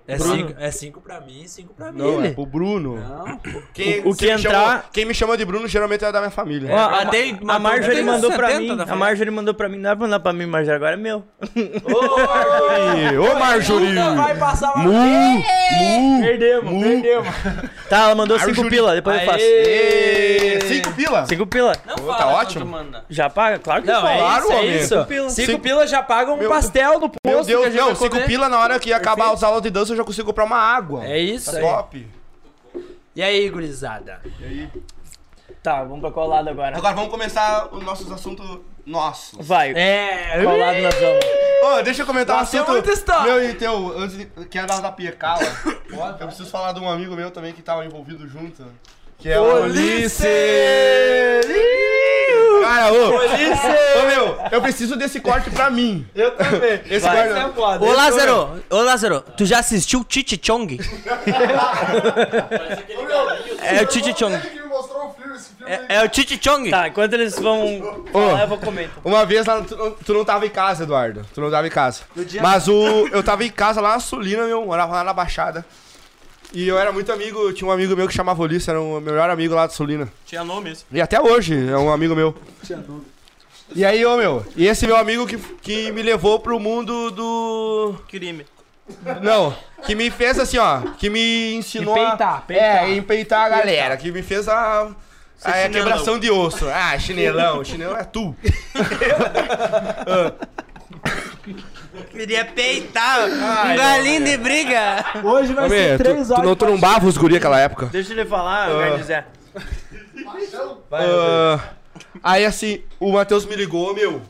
Speaker 6: É
Speaker 4: Bruno.
Speaker 6: cinco, é cinco pra mim, cinco pra mim.
Speaker 1: Não, é pro Bruno.
Speaker 6: Não,
Speaker 1: Quem,
Speaker 4: O- o que
Speaker 1: me chama-
Speaker 4: entrar-
Speaker 1: quem me chama de Bruno geralmente é da minha família.
Speaker 4: Ó,
Speaker 6: Ah,
Speaker 4: a,
Speaker 2: Até ele
Speaker 4: a,
Speaker 2: mandou-
Speaker 4: Marjorie
Speaker 2: tem
Speaker 4: mandou pra
Speaker 2: 70
Speaker 4: mim,
Speaker 2: na
Speaker 4: a
Speaker 2: frente.
Speaker 4: Marjorie mandou pra mim, não vai mandar pra mim, Marjorie, agora é meu.
Speaker 1: Marjorie! Ô, Marjorie!
Speaker 6: vai passar uma...
Speaker 1: Mu! Mu!
Speaker 6: Perdemos,
Speaker 1: Mu.
Speaker 6: perdemos.
Speaker 4: Tá, ela mandou
Speaker 1: Marjorie.
Speaker 4: 5 pila, depois eu faço.
Speaker 1: Ê, Cinco pila?
Speaker 4: 5 pila.
Speaker 2: Não
Speaker 1: fala tá quanto ótimo.
Speaker 4: Já paga? Claro que
Speaker 6: Não,
Speaker 4: paga.
Speaker 6: é
Speaker 1: Claro,
Speaker 6: isso, é
Speaker 1: homem.
Speaker 6: isso.
Speaker 4: Cinco pila.
Speaker 6: Cinco
Speaker 1: Cinco-
Speaker 6: pila já paga um
Speaker 1: Meu-
Speaker 6: pastel no posto.
Speaker 1: Meu
Speaker 6: que a
Speaker 1: Deus,
Speaker 6: gente
Speaker 1: não,
Speaker 6: vai
Speaker 1: cinco
Speaker 6: comer.
Speaker 1: pila na hora que acabar os aulas de dança eu já consigo comprar uma água.
Speaker 6: É isso
Speaker 1: Tá
Speaker 6: aí.
Speaker 1: top.
Speaker 6: E aí, gurizada?
Speaker 4: Tá, vamos pra qual lado agora?
Speaker 1: Agora vamos começar os nossos assuntos nossos.
Speaker 4: Vai,
Speaker 6: É...
Speaker 4: qual lado nós vamos?
Speaker 1: Ô, deixa eu comentar um
Speaker 6: Nossa, é
Speaker 1: assunto.
Speaker 6: muita história.
Speaker 1: Meu e teu, antes de, que é da, da Pia Cala. eu preciso falar de um amigo meu também que tava envolvido junto. Que é o Ulisses! Cara, ô! Ô, meu, eu preciso desse corte pra mim. Eu também. Esse é
Speaker 4: Vai.
Speaker 1: corte.
Speaker 2: Ô Lázaro, ô Lázaro, tu já assistiu Titi Chong? é o Titi Chong. É, é o Titi Chong?
Speaker 4: Tá, enquanto eles vão falar, eu vou então. comentar.
Speaker 1: Uma vez lá, tu, tu não tava em casa, Eduardo. Tu não tava em casa. Mas o, eu tava em casa lá na Sulina, meu. Morava lá na Baixada. E eu era muito amigo, tinha um amigo meu que chamava Ulisses, era o meu melhor amigo lá de Sulina.
Speaker 2: Tinha nome isso.
Speaker 1: E até hoje é um amigo meu. E aí, ô meu, e esse meu amigo que, que me levou pro mundo do.
Speaker 2: Crime.
Speaker 1: Não, que me fez assim, ó. Que me ensinou. a...
Speaker 6: Empeitar, peitar.
Speaker 1: É, empeitar a galera. Que me fez a. a
Speaker 2: chinelão.
Speaker 1: quebração de osso. Ah, chinelão, chinelão é tu.
Speaker 2: Queria peitar um galinho de briga.
Speaker 6: Hoje vai
Speaker 1: Ô, meu,
Speaker 6: ser três
Speaker 1: tu, tu
Speaker 6: horas.
Speaker 1: não trombava os guri naquela época.
Speaker 4: Deixa ele falar, eu quero dizer.
Speaker 1: Ah, aí assim, o Matheus me ligou, meu.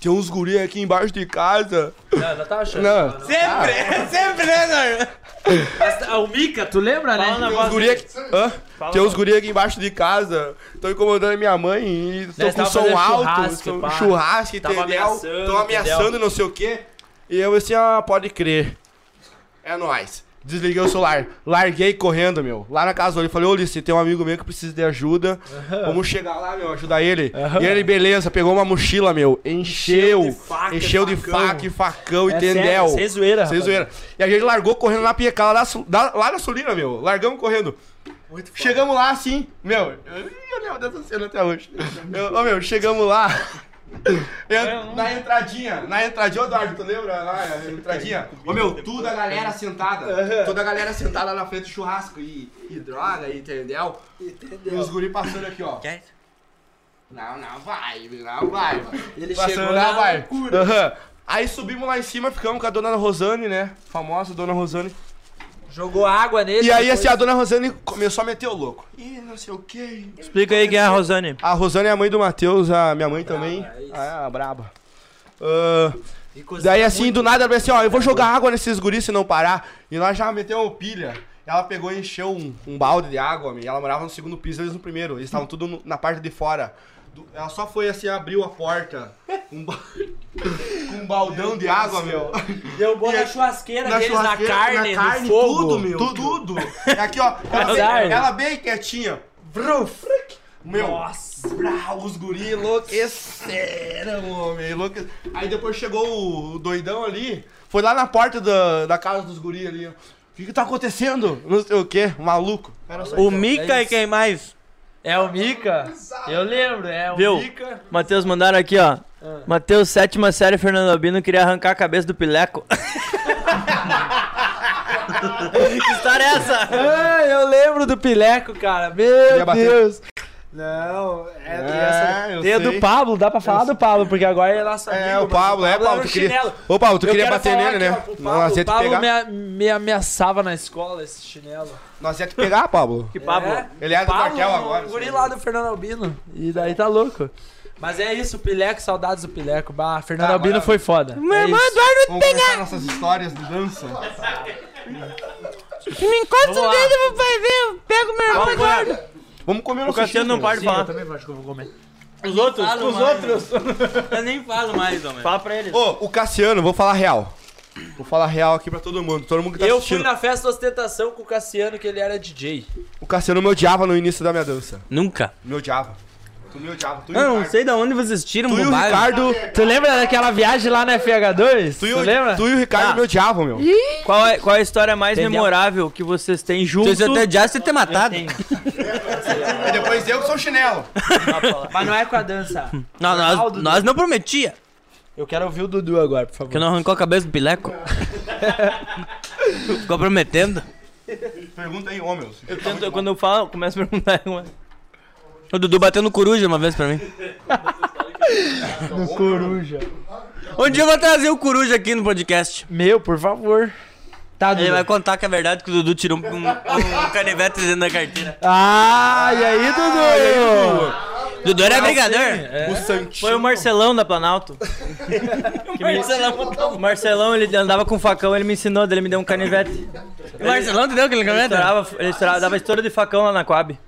Speaker 1: Tem uns guri aqui embaixo de casa.
Speaker 6: Não, não tá achando.
Speaker 1: Não.
Speaker 2: Sempre, sempre, né, Norman?
Speaker 6: Ah, O Mika, tu lembra, né?
Speaker 4: na
Speaker 1: Tem uns guri é aqui, hã? Tem uns guri aqui embaixo de casa, tô incomodando a minha mãe e tô
Speaker 6: Nós
Speaker 1: com
Speaker 6: tava
Speaker 1: som
Speaker 6: fazendo
Speaker 1: alto,
Speaker 6: churrasco,
Speaker 1: som-
Speaker 6: pá.
Speaker 1: churrasco,
Speaker 6: Tava
Speaker 1: entendeu?
Speaker 6: ameaçando,
Speaker 1: Tão ameaçando, não sei o quê. E eu assim, ah, pode crer. É nóis. Desliguei o celular, larguei correndo, meu. Lá na casa dele, falei, ô Ulisses, tem um amigo meu que precisa de ajuda. Vamos chegar lá, meu, ajudar ele. E ele, beleza, pegou uma mochila, meu. Encheu. Encheu de faca, e
Speaker 6: É
Speaker 1: facão,
Speaker 4: É
Speaker 1: entendeu?
Speaker 6: Sem zoeira.
Speaker 1: Sem
Speaker 6: rapaz.
Speaker 1: zoeira. E a gente largou correndo na piecala, lá, su- da- lá na Sulina, meu. Largamos correndo. Chegamos lá, assim, meu. Eu, eu lembro dessa cena até hoje. Eu, ô, meu, chegamos lá. É, Eu- na entradinha, na entradinha, ô, Eduardo, tu lembra? Lá, a entradinha. Ô meu, toda a galera sentada. Toda a galera sentada lá na frente do churrasco. E, e droga, entendeu? é E os guri passando aqui, ó. Não, não vai, não vai. mano.
Speaker 6: Ele
Speaker 1: Passando
Speaker 6: chegou
Speaker 1: na
Speaker 6: na
Speaker 1: vai. Aham. Aí subimos lá em cima, ficamos com a dona Rosane, né? Famosa dona Rosane.
Speaker 6: Jogou água nele.
Speaker 1: E aí,
Speaker 6: depois-
Speaker 1: assim, a dona Rosane começou a meter o louco. Ih, não sei o que.
Speaker 4: Explica aí quem é a Rosane.
Speaker 1: A Rosane é a mãe do Matheus, a minha mãe também.
Speaker 6: é isso.
Speaker 1: Ah, braba. Ah,
Speaker 6: E cozinha
Speaker 1: daí, assim,
Speaker 6: muito.
Speaker 1: do nada, ela falou assim: ó, eu vou jogar água nesses guris se não parar. E nós já meteu uma pilha. Ela pegou e encheu um, um balde de água, meu. E Ela morava no segundo piso, eles no primeiro. Eles estavam tudo no- na parte de fora. Do- Ela só foi assim, abriu a porta. Um ba- com um baldão de água, meu.
Speaker 6: Eu vou
Speaker 1: E
Speaker 6: na
Speaker 1: aí-
Speaker 6: churrasqueira
Speaker 1: na
Speaker 6: deles, na
Speaker 1: churrasqueira,
Speaker 6: carne,
Speaker 1: na carne,
Speaker 6: no fogo. É
Speaker 1: tudo, meu. Tudo. É Aqui, ó. Ela, bem,
Speaker 6: Azar.
Speaker 1: ela bem quietinha. Vrum, fric, Meu, Nossa. os guri enlouqueceram, homem. enlouque- Aí depois chegou o doidão ali, foi lá na porta da, da casa dos guri ali. ó. O que que tá acontecendo? Não sei o que, maluco. Era só
Speaker 2: O
Speaker 1: isso.
Speaker 2: Mika é quem mais?
Speaker 3: É o Mika? Eu lembro, é o
Speaker 4: Viu?
Speaker 3: Mika.
Speaker 4: Matheus, mandaram aqui, ó. Matheus, sétima série, Fernando Albino queria arrancar a cabeça do Pileco. que história é essa?
Speaker 3: Ah, eu lembro do Pileco, cara.
Speaker 1: Queria
Speaker 3: Meu
Speaker 1: bater.
Speaker 3: Deus. Não, é,
Speaker 1: É, eu
Speaker 3: Tem a do
Speaker 1: sei.
Speaker 3: Pablo, dá pra falar do Pablo, porque agora ele é nosso amigo.
Speaker 1: É, o
Speaker 3: mas
Speaker 1: Pablo, é,
Speaker 3: era
Speaker 1: Pablo,
Speaker 3: um
Speaker 1: tu queria.
Speaker 3: chinelo.
Speaker 1: Ô, Pablo, tu
Speaker 3: Eu
Speaker 1: queria
Speaker 3: quero
Speaker 1: bater
Speaker 3: falar
Speaker 1: nele, né?
Speaker 3: aqui, ó, pro
Speaker 1: Não aceita
Speaker 3: Pablo,
Speaker 1: pegar.
Speaker 3: Pablo me, a- me ameaçava na escola, esse chinelo.
Speaker 1: Nós ia te pegar, Pablo.
Speaker 4: Que Pablo.
Speaker 3: É.
Speaker 1: Ele é do
Speaker 3: Pablo,
Speaker 1: Raquel agora.
Speaker 3: O guri lá do Fernando Albino. E daí tá louco. Mas é isso, o Pileco, saudades do Pileco. Bah, Fernando
Speaker 1: Tá,
Speaker 3: Albino
Speaker 1: agora-
Speaker 3: foi foda.
Speaker 2: Meu
Speaker 3: é
Speaker 2: irmão
Speaker 3: isso.
Speaker 2: Eduardo,
Speaker 1: Vamos contar nossas histórias de dança.
Speaker 2: me um encosta
Speaker 3: Vamos
Speaker 2: no
Speaker 3: lá.
Speaker 2: dedo, eu vou- vai ver, eu pego meu irmão Eduardo.
Speaker 1: Vamos comer no
Speaker 4: O Cassiano não para um de falar.
Speaker 3: também acho que eu vou comer.
Speaker 2: Os outros? Os outros? Eu nem falo mais, homem.
Speaker 4: Fala pra ele.
Speaker 1: Ô, o Cassiano, vou falar real. Vou falar real aqui pra todo mundo. Todo mundo que tá
Speaker 3: Eu fui
Speaker 1: assistindo.
Speaker 3: na festa da ostentação com o Cassiano, que ele era DJ.
Speaker 1: O Cassiano me odiava no início da minha dança.
Speaker 2: Nunca.
Speaker 1: Me odiava. Tu me odiava. Tu e o
Speaker 2: Eu não
Speaker 1: Ricardo.
Speaker 2: sei de onde vocês tiram
Speaker 1: Tu e o
Speaker 2: bobagem.
Speaker 1: Ricardo.
Speaker 3: Tu lembra daquela viagem lá na FH2?
Speaker 1: Tu
Speaker 3: Tu,
Speaker 1: e o,
Speaker 3: lembra?
Speaker 1: tu e o Ricardo
Speaker 4: Tá.
Speaker 1: me odiavam, meu.
Speaker 4: Qual é, qual é a história mais
Speaker 3: Entendeu?
Speaker 4: memorável que vocês têm juntos?
Speaker 2: Se eu te odiasse, eu ia ter matado.
Speaker 1: E depois eu que sou chinelo.
Speaker 3: Mas não é com a dança.
Speaker 2: Não, nós,
Speaker 3: Ronaldo, né?
Speaker 2: nós não prometia.
Speaker 3: Eu quero ouvir o Dudu agora, por favor.
Speaker 2: Que não arrancou a cabeça do pileco. Ficou prometendo.
Speaker 1: Pergunta aí, homem.
Speaker 4: Eu tento- quando eu falo, eu começo a perguntar. uma-
Speaker 2: O Dudu bateu no coruja uma vez pra mim.
Speaker 3: Coruja.
Speaker 2: Um dia eu vou trazer o coruja aqui no podcast.
Speaker 3: Meu, por favor. Tá, Dudu.
Speaker 2: Ele vai contar que é verdade que o Dudu tirou um, um- um canivete dentro da carteira.
Speaker 3: Ah, e aí, Dudu?
Speaker 2: Dudu era brigador.
Speaker 3: É.
Speaker 1: O Santinho.
Speaker 4: Foi o Marcelão da Planalto. Que me- O Marcelão, ele andava com um facão, ele me ensinou, daí ele me deu um canivete.
Speaker 2: O Marcelão, entendeu aquele
Speaker 3: Então,
Speaker 4: Ele
Speaker 2: canivete?
Speaker 4: estourava, ele estourava, dava estouro de facão lá na Coab.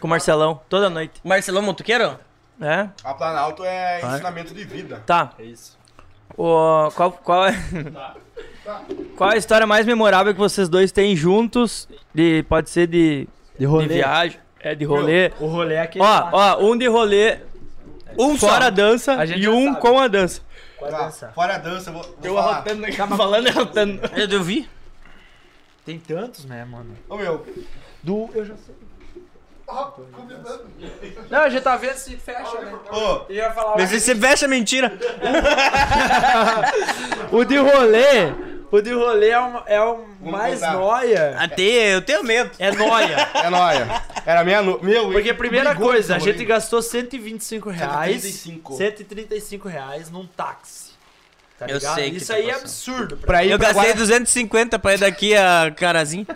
Speaker 4: Com o Marcelão, toda noite.
Speaker 2: Marcelão Montuqueiro?
Speaker 4: É?
Speaker 1: A Planalto é ensinamento de vida.
Speaker 4: Tá. É isso. O, qual, qual é. Qual é a história mais memorável que vocês dois têm juntos? De, pode ser de,
Speaker 3: De
Speaker 4: de
Speaker 3: rolê.
Speaker 4: viagem, é de rolê.
Speaker 3: O rolê é aquele.
Speaker 4: Ó, ó, um de rolê
Speaker 2: Um
Speaker 4: fora a
Speaker 2: fora.
Speaker 4: dança
Speaker 3: A gente
Speaker 4: e
Speaker 3: já
Speaker 4: um
Speaker 3: sabe.
Speaker 4: com a dança.
Speaker 1: Fora a dança, eu vou, vou falar.
Speaker 4: arrotando, falando é, tá- e arrotando.
Speaker 2: É, Eu vi.
Speaker 3: Tem tantos, né, mano?
Speaker 1: Ô, meu.
Speaker 3: Du, eu já sei. Não, a gente tá vendo se fecha, né?
Speaker 1: Ô,
Speaker 3: Eu ia falar.
Speaker 2: Mas você fecha a mentira.
Speaker 3: O de rolê. O de rolê é o, é o mais
Speaker 1: mudar.
Speaker 3: nóia.
Speaker 2: Até eu tenho medo.
Speaker 4: É nóia.
Speaker 1: é nóia. Era meia no... Meu,
Speaker 3: Porque, primeira
Speaker 1: brigou
Speaker 3: coisa, a
Speaker 1: esse
Speaker 3: gente gastou 125 reais.
Speaker 1: 135.
Speaker 3: 135 reais num táxi. Tá
Speaker 2: Eu
Speaker 3: ligado?
Speaker 2: sei que
Speaker 3: Isso
Speaker 2: tá
Speaker 3: aí é
Speaker 2: passando.
Speaker 3: absurdo. Pra,
Speaker 1: Pra ir
Speaker 2: Eu
Speaker 1: pra,
Speaker 2: gastei
Speaker 1: Guara-
Speaker 2: 250 pra ir daqui a Carazinho.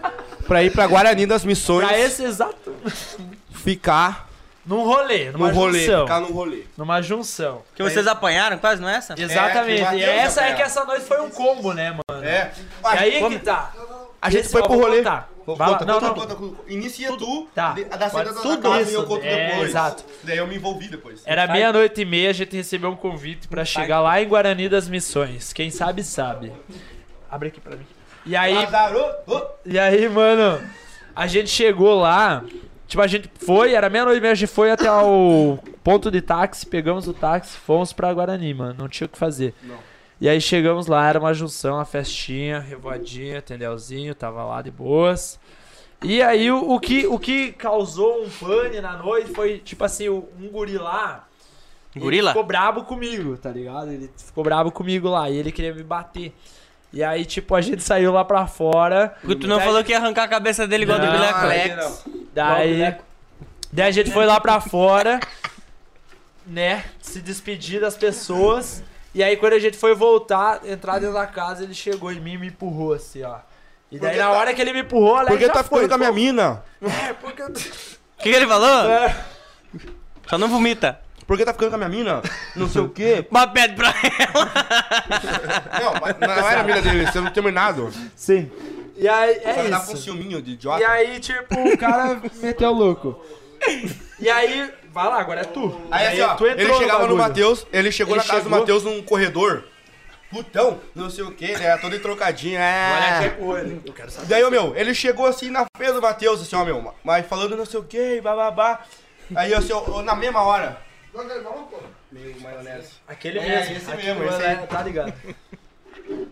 Speaker 1: pra ir pra Guarani das Missões
Speaker 3: pra esse exato.
Speaker 1: ficar
Speaker 3: Num rolê,
Speaker 1: no
Speaker 3: numa
Speaker 1: rolê.
Speaker 3: junção.
Speaker 1: Ficar no rolê.
Speaker 3: Numa junção.
Speaker 2: Que vocês apanharam quase, não é essa?
Speaker 3: Exatamente.
Speaker 1: É, que
Speaker 3: e
Speaker 1: bateu,
Speaker 3: essa
Speaker 1: né,
Speaker 3: é que
Speaker 1: cara?
Speaker 3: essa noite foi um combo, né, mano?
Speaker 1: É.
Speaker 3: E aí
Speaker 2: vamos-
Speaker 3: que tá.
Speaker 1: A gente
Speaker 3: Esse
Speaker 1: foi
Speaker 3: eu
Speaker 1: pro
Speaker 3: vou
Speaker 1: rolê.
Speaker 3: contar.
Speaker 1: Vou-
Speaker 3: Vai lá,
Speaker 1: Conta,
Speaker 3: não,
Speaker 1: conta,
Speaker 3: não.
Speaker 1: conta, conta. Inicia tu,
Speaker 3: Tá.
Speaker 1: de- a da
Speaker 3: Pode-
Speaker 1: saída da
Speaker 3: tudo
Speaker 1: casa e
Speaker 3: isso.
Speaker 1: eu conto
Speaker 3: É,
Speaker 1: depois.
Speaker 3: exato.
Speaker 1: Daí eu me envolvi depois.
Speaker 3: Era meia-noite e meia, a gente recebeu um convite pra chegar lá em Guarani das Missões. Quem sabe, sabe. Abre aqui pra mim. E aí,
Speaker 1: Azarou. Ô,
Speaker 3: E aí, mano, a gente chegou lá. Tipo, a gente foi, era meia-noite e meia, a gente foi até o ponto de táxi, pegamos o táxi, fomos pra Guarani, mano. Não tinha o que fazer. E aí chegamos lá, era uma junção, uma festinha, revoadinha, tendelzinho, tava lá de boas. E aí o, o que, o que causou um pane na noite foi, tipo assim, o- um guri lá. ele
Speaker 2: Gorila?
Speaker 3: ficou brabo comigo, tá ligado? Ele ficou brabo comigo lá e ele queria me bater. E aí, tipo, a gente saiu lá pra fora.
Speaker 2: Porque tu não
Speaker 3: Daí-
Speaker 2: falou que ia arrancar a cabeça dele igual do né?
Speaker 3: Não,
Speaker 2: Bileco.
Speaker 3: Alex. Daí, daí a gente foi lá pra fora, né? Se despedir das pessoas. E aí, quando a gente foi voltar, entrar dentro da casa, ele chegou em mim e me empurrou assim, ó. E daí,
Speaker 1: Porque
Speaker 3: na
Speaker 1: tá-
Speaker 3: hora que ele me empurrou, o Alex
Speaker 1: Por que
Speaker 3: já
Speaker 1: tá
Speaker 3: foi.
Speaker 1: ficando com a minha mina?
Speaker 2: O que, que ele falou?
Speaker 3: É.
Speaker 2: Só não vomita.
Speaker 1: Por que tá ficando com a minha mina? Não sei o quê.
Speaker 2: Mas pede pra ela.
Speaker 1: Não, mas não era a mina dele, você não terminado.
Speaker 3: Sim. E aí,
Speaker 1: Só
Speaker 3: é
Speaker 1: tá com um
Speaker 3: isso.
Speaker 1: ciúminho de
Speaker 3: E
Speaker 1: idiota.
Speaker 3: aí, tipo, o cara meteu louco. E aí, vai lá, agora é tu.
Speaker 1: Aí assim, ó, ele chegava no
Speaker 3: bagulho.
Speaker 1: Matheus, ele chegou
Speaker 3: Ele
Speaker 1: na casa do
Speaker 3: chegou.
Speaker 1: Matheus num corredor. Putão, não sei o que, ele era todo entrocadinho, é.
Speaker 3: Olha,
Speaker 1: Daí, ô meu, ele chegou assim na frente do Matheus, assim, ó, meu, mas falando não sei o que, bababá. Aí, assim, ó, ó, na mesma hora.
Speaker 6: Aquele
Speaker 1: É,
Speaker 6: mesmo.
Speaker 1: esse
Speaker 6: aquele
Speaker 1: mesmo, esse aí.
Speaker 6: né? Tá ligado.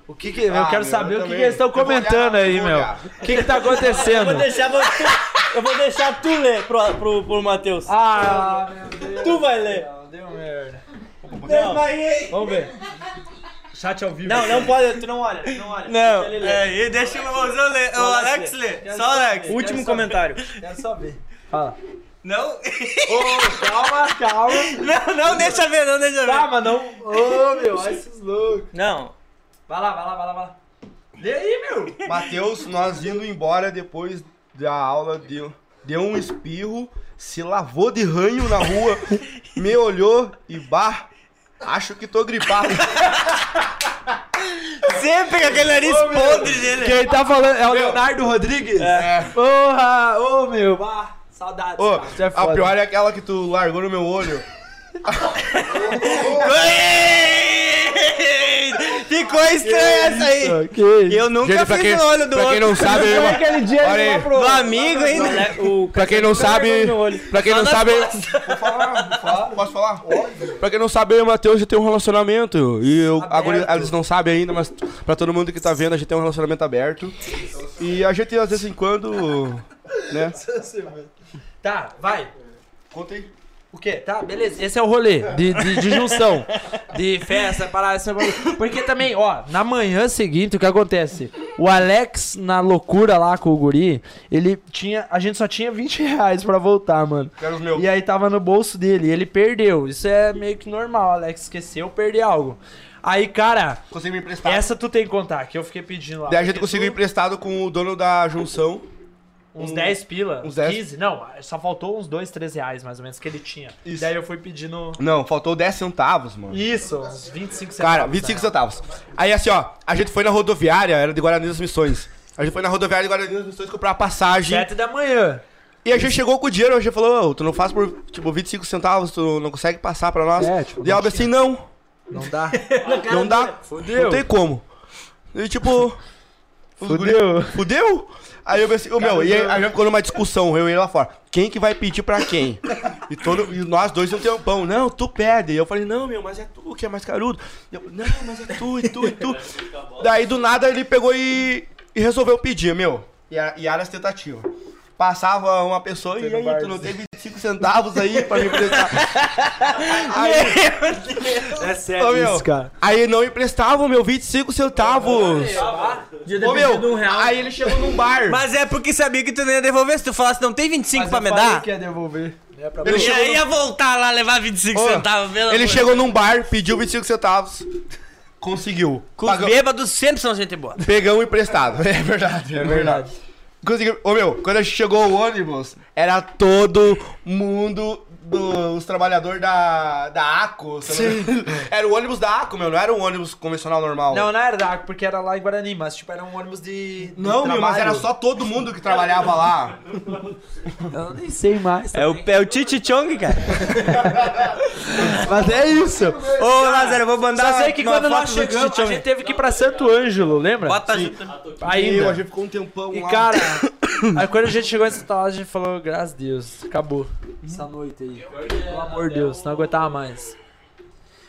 Speaker 3: O que que. eu
Speaker 1: Ah,
Speaker 3: quero
Speaker 1: meu,
Speaker 3: saber
Speaker 1: eu
Speaker 3: o que, que
Speaker 1: também.
Speaker 3: eles estão
Speaker 1: Eu vou olhar,
Speaker 3: comentando aí,
Speaker 1: eu vou
Speaker 3: meu.
Speaker 1: olhar.
Speaker 3: O que que tá acontecendo?
Speaker 4: Eu vou deixar você. Eu vou deixar tu ler pro, pro, pro Matheus.
Speaker 3: Ah, meu Deus.
Speaker 4: tu vai ler.
Speaker 3: Deu merda.
Speaker 4: Não,
Speaker 3: Vamos ver. Chat ao vivo.
Speaker 4: não, não pode, tu não olha, tu não olha.
Speaker 2: Não,
Speaker 4: Deixa ele ler.
Speaker 2: é, e deixa o Leãozão ler, o Alex ler, só o Alex.
Speaker 4: É. Último comentário.
Speaker 6: Quero só ver.
Speaker 3: Fala.
Speaker 2: Não,
Speaker 6: Calma, calma.
Speaker 2: não, não deixa ver, não deixa
Speaker 3: Tá,
Speaker 2: ver.
Speaker 3: mas não.
Speaker 6: Ô, meu, olha esses loucos.
Speaker 4: Não.
Speaker 6: Vai lá, vai lá, vai lá, vai lá. Lê aí, meu.
Speaker 1: Matheus, nós indo embora depois da aula, deu, deu um espirro, se lavou de ranho na rua, me olhou e bah, acho que tô gripado.
Speaker 2: Sempre com aquele nariz podre dele.
Speaker 3: Quem tá falando é o Leonardo Rodrigues?
Speaker 1: É.
Speaker 3: Porra! Ô, meu.
Speaker 6: Bah, saudades.
Speaker 1: Ô,
Speaker 6: cara.
Speaker 3: é
Speaker 1: a
Speaker 3: foda.
Speaker 1: pior é aquela que tu largou no meu olho.
Speaker 2: Oi! Ficou estranha essa aí.
Speaker 3: Que isso?
Speaker 2: Eu nunca
Speaker 1: Gente, pra
Speaker 2: fiz
Speaker 1: quem-
Speaker 2: no olho do
Speaker 1: pra quem
Speaker 2: outro. É
Speaker 1: não sabe,
Speaker 3: Foi
Speaker 1: eu-
Speaker 3: aquele dia
Speaker 1: Olha
Speaker 3: ele
Speaker 1: aí.
Speaker 3: lá pro...
Speaker 2: Do amigo ainda.
Speaker 4: O
Speaker 1: Pra quem não sabe,
Speaker 4: no olho.
Speaker 1: pra quem não sabe, posso falar? Pra quem não sabe, eu e o Matheus já tem um relacionamento. E eu, agora eles não sabem ainda, mas pra todo mundo que tá vendo, a gente tem um relacionamento aberto. E a gente, às vezes em quando, né?
Speaker 6: Tá, vai.
Speaker 1: Conta aí.
Speaker 6: O quê? Tá, beleza.
Speaker 3: Esse é o rolê de, de, de junção, de festa, parada, essa bagulho. Porque também, ó, na manhã seguinte, o que acontece? O Alex, na loucura lá com o guri, ele tinha. A gente só tinha 20 reais pra voltar, mano.
Speaker 1: Quero os meus.
Speaker 3: E aí tava no bolso dele, e ele perdeu. Isso é meio que normal, o Alex esqueceu perder algo. Aí, cara,
Speaker 1: Consegui me emprestar.
Speaker 3: essa tu tem que contar, que eu fiquei pedindo lá.
Speaker 1: Tá. Daí a gente
Speaker 3: Porque
Speaker 1: conseguiu
Speaker 3: tu-
Speaker 1: emprestado com o dono da junção.
Speaker 3: Uns 10 pila,
Speaker 1: uns
Speaker 3: uns
Speaker 1: 10.
Speaker 3: 15, não, só faltou uns 2, 3 reais mais ou menos que ele tinha. E
Speaker 1: Isso.
Speaker 3: Daí eu fui pedindo.
Speaker 1: Não, faltou 10 centavos, mano.
Speaker 3: Isso, uns 25 centavos.
Speaker 1: Cara, 25 centavos. Aí assim, ó, a gente foi na rodoviária, era de Guarani das Missões. A gente foi na rodoviária de Guarani das Missões comprar a passagem.
Speaker 3: 7 da manhã.
Speaker 1: E a gente chegou com o dinheiro, a gente falou, "Ô, tu não faz por, tipo, 25 centavos, tu não consegue passar pra nós.
Speaker 3: É, tipo,
Speaker 1: e a Alba assim, não,
Speaker 3: Não dá.
Speaker 1: não dá,
Speaker 3: Fudeu.
Speaker 1: não tem como. E tipo... os guri-
Speaker 3: Fudeu.
Speaker 1: Fudeu? Aí eu pensei, ô meu, e aí a gente ficou numa discussão, eu e ele lá fora. Quem que vai pedir pra quem? E, todo, e nós dois não tem um pão. Não, tu perde. E eu falei, não, meu, mas é tu que é mais carudo. E eu, não, mas é tu, e tu, e tu. Daí do nada ele pegou e, e resolveu pedir, meu. E, a- e era as tentativas. Passava uma pessoa e aí, tu não tem 25 centavos aí pra me emprestar. aí,
Speaker 3: É sério
Speaker 1: ô, meu,
Speaker 3: isso, cara.
Speaker 1: aí não emprestavam, meu, 25 centavos.
Speaker 4: Podia ter
Speaker 1: Ô, meu,
Speaker 4: pedido um real.
Speaker 1: aí ele chegou num bar.
Speaker 2: Mas é porque sabia que tu não ia devolver. Se tu falasse, não tem 25 pra me dar.
Speaker 6: Quer devolver? Não é pra
Speaker 1: Ele
Speaker 2: E
Speaker 1: chegou
Speaker 2: aí
Speaker 1: no-
Speaker 2: ia voltar lá levar 25
Speaker 1: Ô,
Speaker 2: centavos, pelo
Speaker 1: Ele
Speaker 2: amor.
Speaker 1: chegou num bar, pediu 25 centavos. Conseguiu.
Speaker 2: Com os
Speaker 1: Pagou-
Speaker 2: bêbados sempre são gente boa.
Speaker 1: Pegamos emprestado. É verdade, é verdade. Conseguiu. Ô meu, quando a gente chegou o ônibus, era todo mundo dos trabalhadores da, da ACO. sabe? Era o ônibus da ACO, meu, não era um ônibus convencional normal.
Speaker 3: Não, não era da Acre, porque era lá em Guarani, mas tipo, era um ônibus de. de
Speaker 1: Não, meu, mas
Speaker 3: trabalho.
Speaker 1: era só todo mundo que trabalhava lá.
Speaker 3: Eu nem sei mais.
Speaker 2: É o, é o Titi Chong, cara.
Speaker 3: Mas é isso.
Speaker 2: Ô, Lázaro, Ah, eu vou mandar
Speaker 3: Só sei é que
Speaker 2: uma
Speaker 3: quando
Speaker 2: foto
Speaker 3: nós
Speaker 2: do Titi
Speaker 3: chegamos, a
Speaker 2: Chong.
Speaker 3: gente teve que ir pra Santo Ângelo, lembra?
Speaker 2: Bota junto.
Speaker 1: Meu, a
Speaker 3: Ainda.
Speaker 1: gente ficou um tempão
Speaker 3: E
Speaker 1: lá.
Speaker 3: cara, aí quando a gente chegou nessa talagem, a gente falou, graças a Deus, acabou. Essa noite aí. Pelo amor de Deus, não aguentava mais.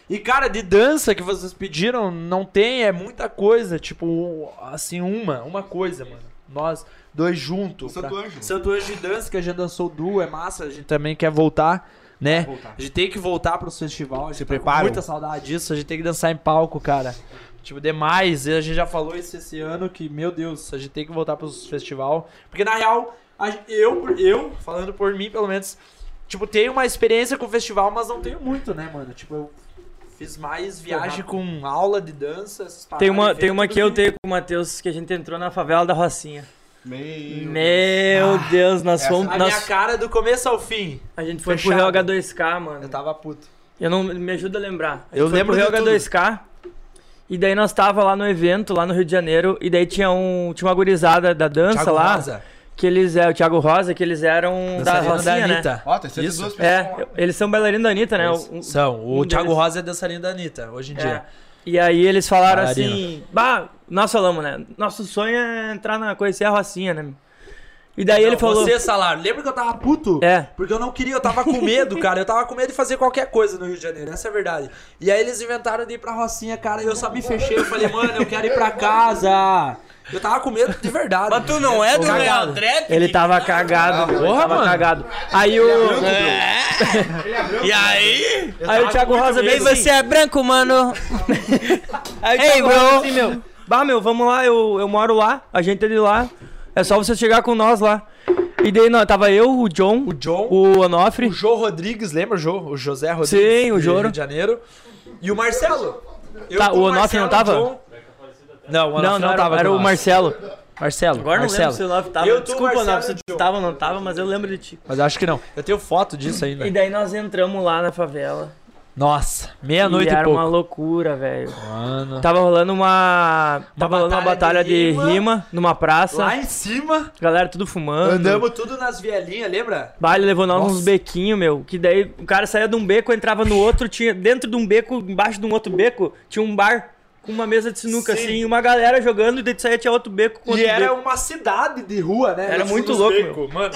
Speaker 3: E cara, de dança que vocês pediram, não tem, é muita coisa. Tipo, assim, uma, uma coisa, mano. Nós dois juntos.
Speaker 1: Santo
Speaker 3: pra-
Speaker 1: Ângelo.
Speaker 3: Santo Anjo de dança, que a gente dançou duo, é massa, a gente também quer voltar, né? A gente tem que voltar pros festivais. a gente tá com
Speaker 1: preparam?
Speaker 3: Muita saudade disso, a gente tem que dançar em palco, cara. Tipo, demais. E A gente já falou isso esse ano que, meu Deus, a gente tem que voltar pros festival. Porque, na real, a gen- eu, eu, falando por mim, pelo menos, tipo, tenho uma experiência com o festival, mas não tenho muito, né, mano? Tipo, eu fiz mais viagem com aula de dança. essas
Speaker 4: Tem
Speaker 3: paradas,
Speaker 4: uma, tem
Speaker 3: evento,
Speaker 4: uma que
Speaker 3: do
Speaker 4: eu tenho com o Matheus que a gente entrou na favela da Rocinha.
Speaker 1: Meu.
Speaker 3: né?
Speaker 4: Meu Deus, nós
Speaker 1: Essa-
Speaker 4: fomos.
Speaker 3: A
Speaker 4: nós-
Speaker 3: minha cara é do começo ao fim.
Speaker 4: a gente foi
Speaker 3: fechada.
Speaker 4: pro Rio H2K, mano.
Speaker 3: Eu tava puto.
Speaker 4: Eu não me ajuda a lembrar. A gente
Speaker 3: Eu
Speaker 4: foi
Speaker 3: lembro
Speaker 4: pro
Speaker 3: de
Speaker 4: Rio H2K. E daí nós tava lá no evento, lá no Rio de Janeiro, e daí tinha um, tinha uma gurizada da dança
Speaker 3: Thiago
Speaker 4: lá,
Speaker 3: Rosa.
Speaker 4: que eles é o Thiago Rosa, que eles eram da
Speaker 3: Dançarino
Speaker 4: Rocinha, né?
Speaker 3: Anitta.
Speaker 1: Ó, tem 102 pessoas.
Speaker 4: É, eu- eles são bailarinos da Anitta, né? O- o-
Speaker 3: São. O
Speaker 4: um
Speaker 3: Thiago
Speaker 4: deles.
Speaker 3: Rosa é dançarino da Anitta, hoje em
Speaker 4: É.
Speaker 3: dia.
Speaker 4: E aí eles falaram
Speaker 3: Bailarina.
Speaker 4: assim, bah, nós falamos, né? Nosso sonho é entrar na conhecer a Rocinha, né? E daí ele falou.
Speaker 6: Você, salário. Lembra que eu tava puto?
Speaker 4: É.
Speaker 6: Porque eu não queria, eu tava com medo, cara. Eu tava com medo de fazer qualquer coisa no Rio de Janeiro, essa é a verdade. E aí eles inventaram de ir pra Rocinha, cara, e eu só me fechei. Eu falei, mano, eu quero ir pra casa. Eu tava com medo de verdade.
Speaker 2: Mas tu não é do Real
Speaker 4: cagado.
Speaker 2: Trap?
Speaker 4: Ele tava cagado, ele tava
Speaker 3: mano.
Speaker 4: cagado. é Aí o,
Speaker 3: É.
Speaker 2: E aí?
Speaker 4: aí o Thiago Rosa
Speaker 2: Ei,
Speaker 4: veio assim,
Speaker 2: você é branco, mano.
Speaker 4: Aí o
Speaker 2: Ei,
Speaker 4: Thiago
Speaker 2: bro.
Speaker 4: Rosa assim, meu. Bah, meu, vamos lá, eu, eu moro lá, a gente é de lá. É só você chegar com nós lá. E daí não, tava eu, o John,
Speaker 3: O John, o,
Speaker 4: o Onofre.
Speaker 3: Jô Rodrigues, lembra o Jô? O José Rodrigues.
Speaker 4: Sim, o
Speaker 3: do
Speaker 4: Jô.
Speaker 3: Rio de Janeiro. E o Marcelo. Eu
Speaker 4: Tá,
Speaker 3: com
Speaker 4: o Onofre não tava?
Speaker 3: John- Não, o Onofre
Speaker 4: Não, não, era,
Speaker 3: tava.
Speaker 4: era
Speaker 3: com
Speaker 4: o
Speaker 3: nós.
Speaker 4: Marcelo. Marcelo, Agora não lembro
Speaker 3: Marcelo.
Speaker 4: se o Onofre tava.
Speaker 3: Eu, tu,
Speaker 4: Desculpa,
Speaker 3: Marcelo
Speaker 4: Onofre, se
Speaker 3: e o
Speaker 4: tu
Speaker 3: John.
Speaker 4: tava ou não tava, mas eu lembro de ti.
Speaker 3: Mas eu acho que não. Eu tenho foto disso ainda.
Speaker 4: E daí nós entramos lá na favela.
Speaker 3: Nossa, meia-noite
Speaker 4: e
Speaker 3: É e
Speaker 4: era
Speaker 3: pouco.
Speaker 4: uma loucura, velho.
Speaker 3: Mano.
Speaker 4: Tava rolando uma. Tava rolando uma
Speaker 3: batalha
Speaker 4: batalha
Speaker 3: de
Speaker 4: de rima, numa praça.
Speaker 3: Lá em cima,
Speaker 4: Galera tudo fumando.
Speaker 3: andamos tudo nas vielinhas, lembra?
Speaker 4: Baile levou nós
Speaker 3: Nossa.
Speaker 4: uns bequinhos, meu. Que daí o cara saía de um beco, entrava no outro, tinha. Dentro de um beco, embaixo de um outro beco, tinha um bar com uma mesa de sinuca,
Speaker 3: Sim.
Speaker 4: assim, e uma galera jogando, e daí tu saía tinha outro beco com
Speaker 3: E
Speaker 4: outro
Speaker 3: era
Speaker 4: beco.
Speaker 3: uma cidade de rua, né?
Speaker 4: Era
Speaker 3: Isso
Speaker 4: muito
Speaker 3: nos
Speaker 4: louco,
Speaker 3: becos, mano.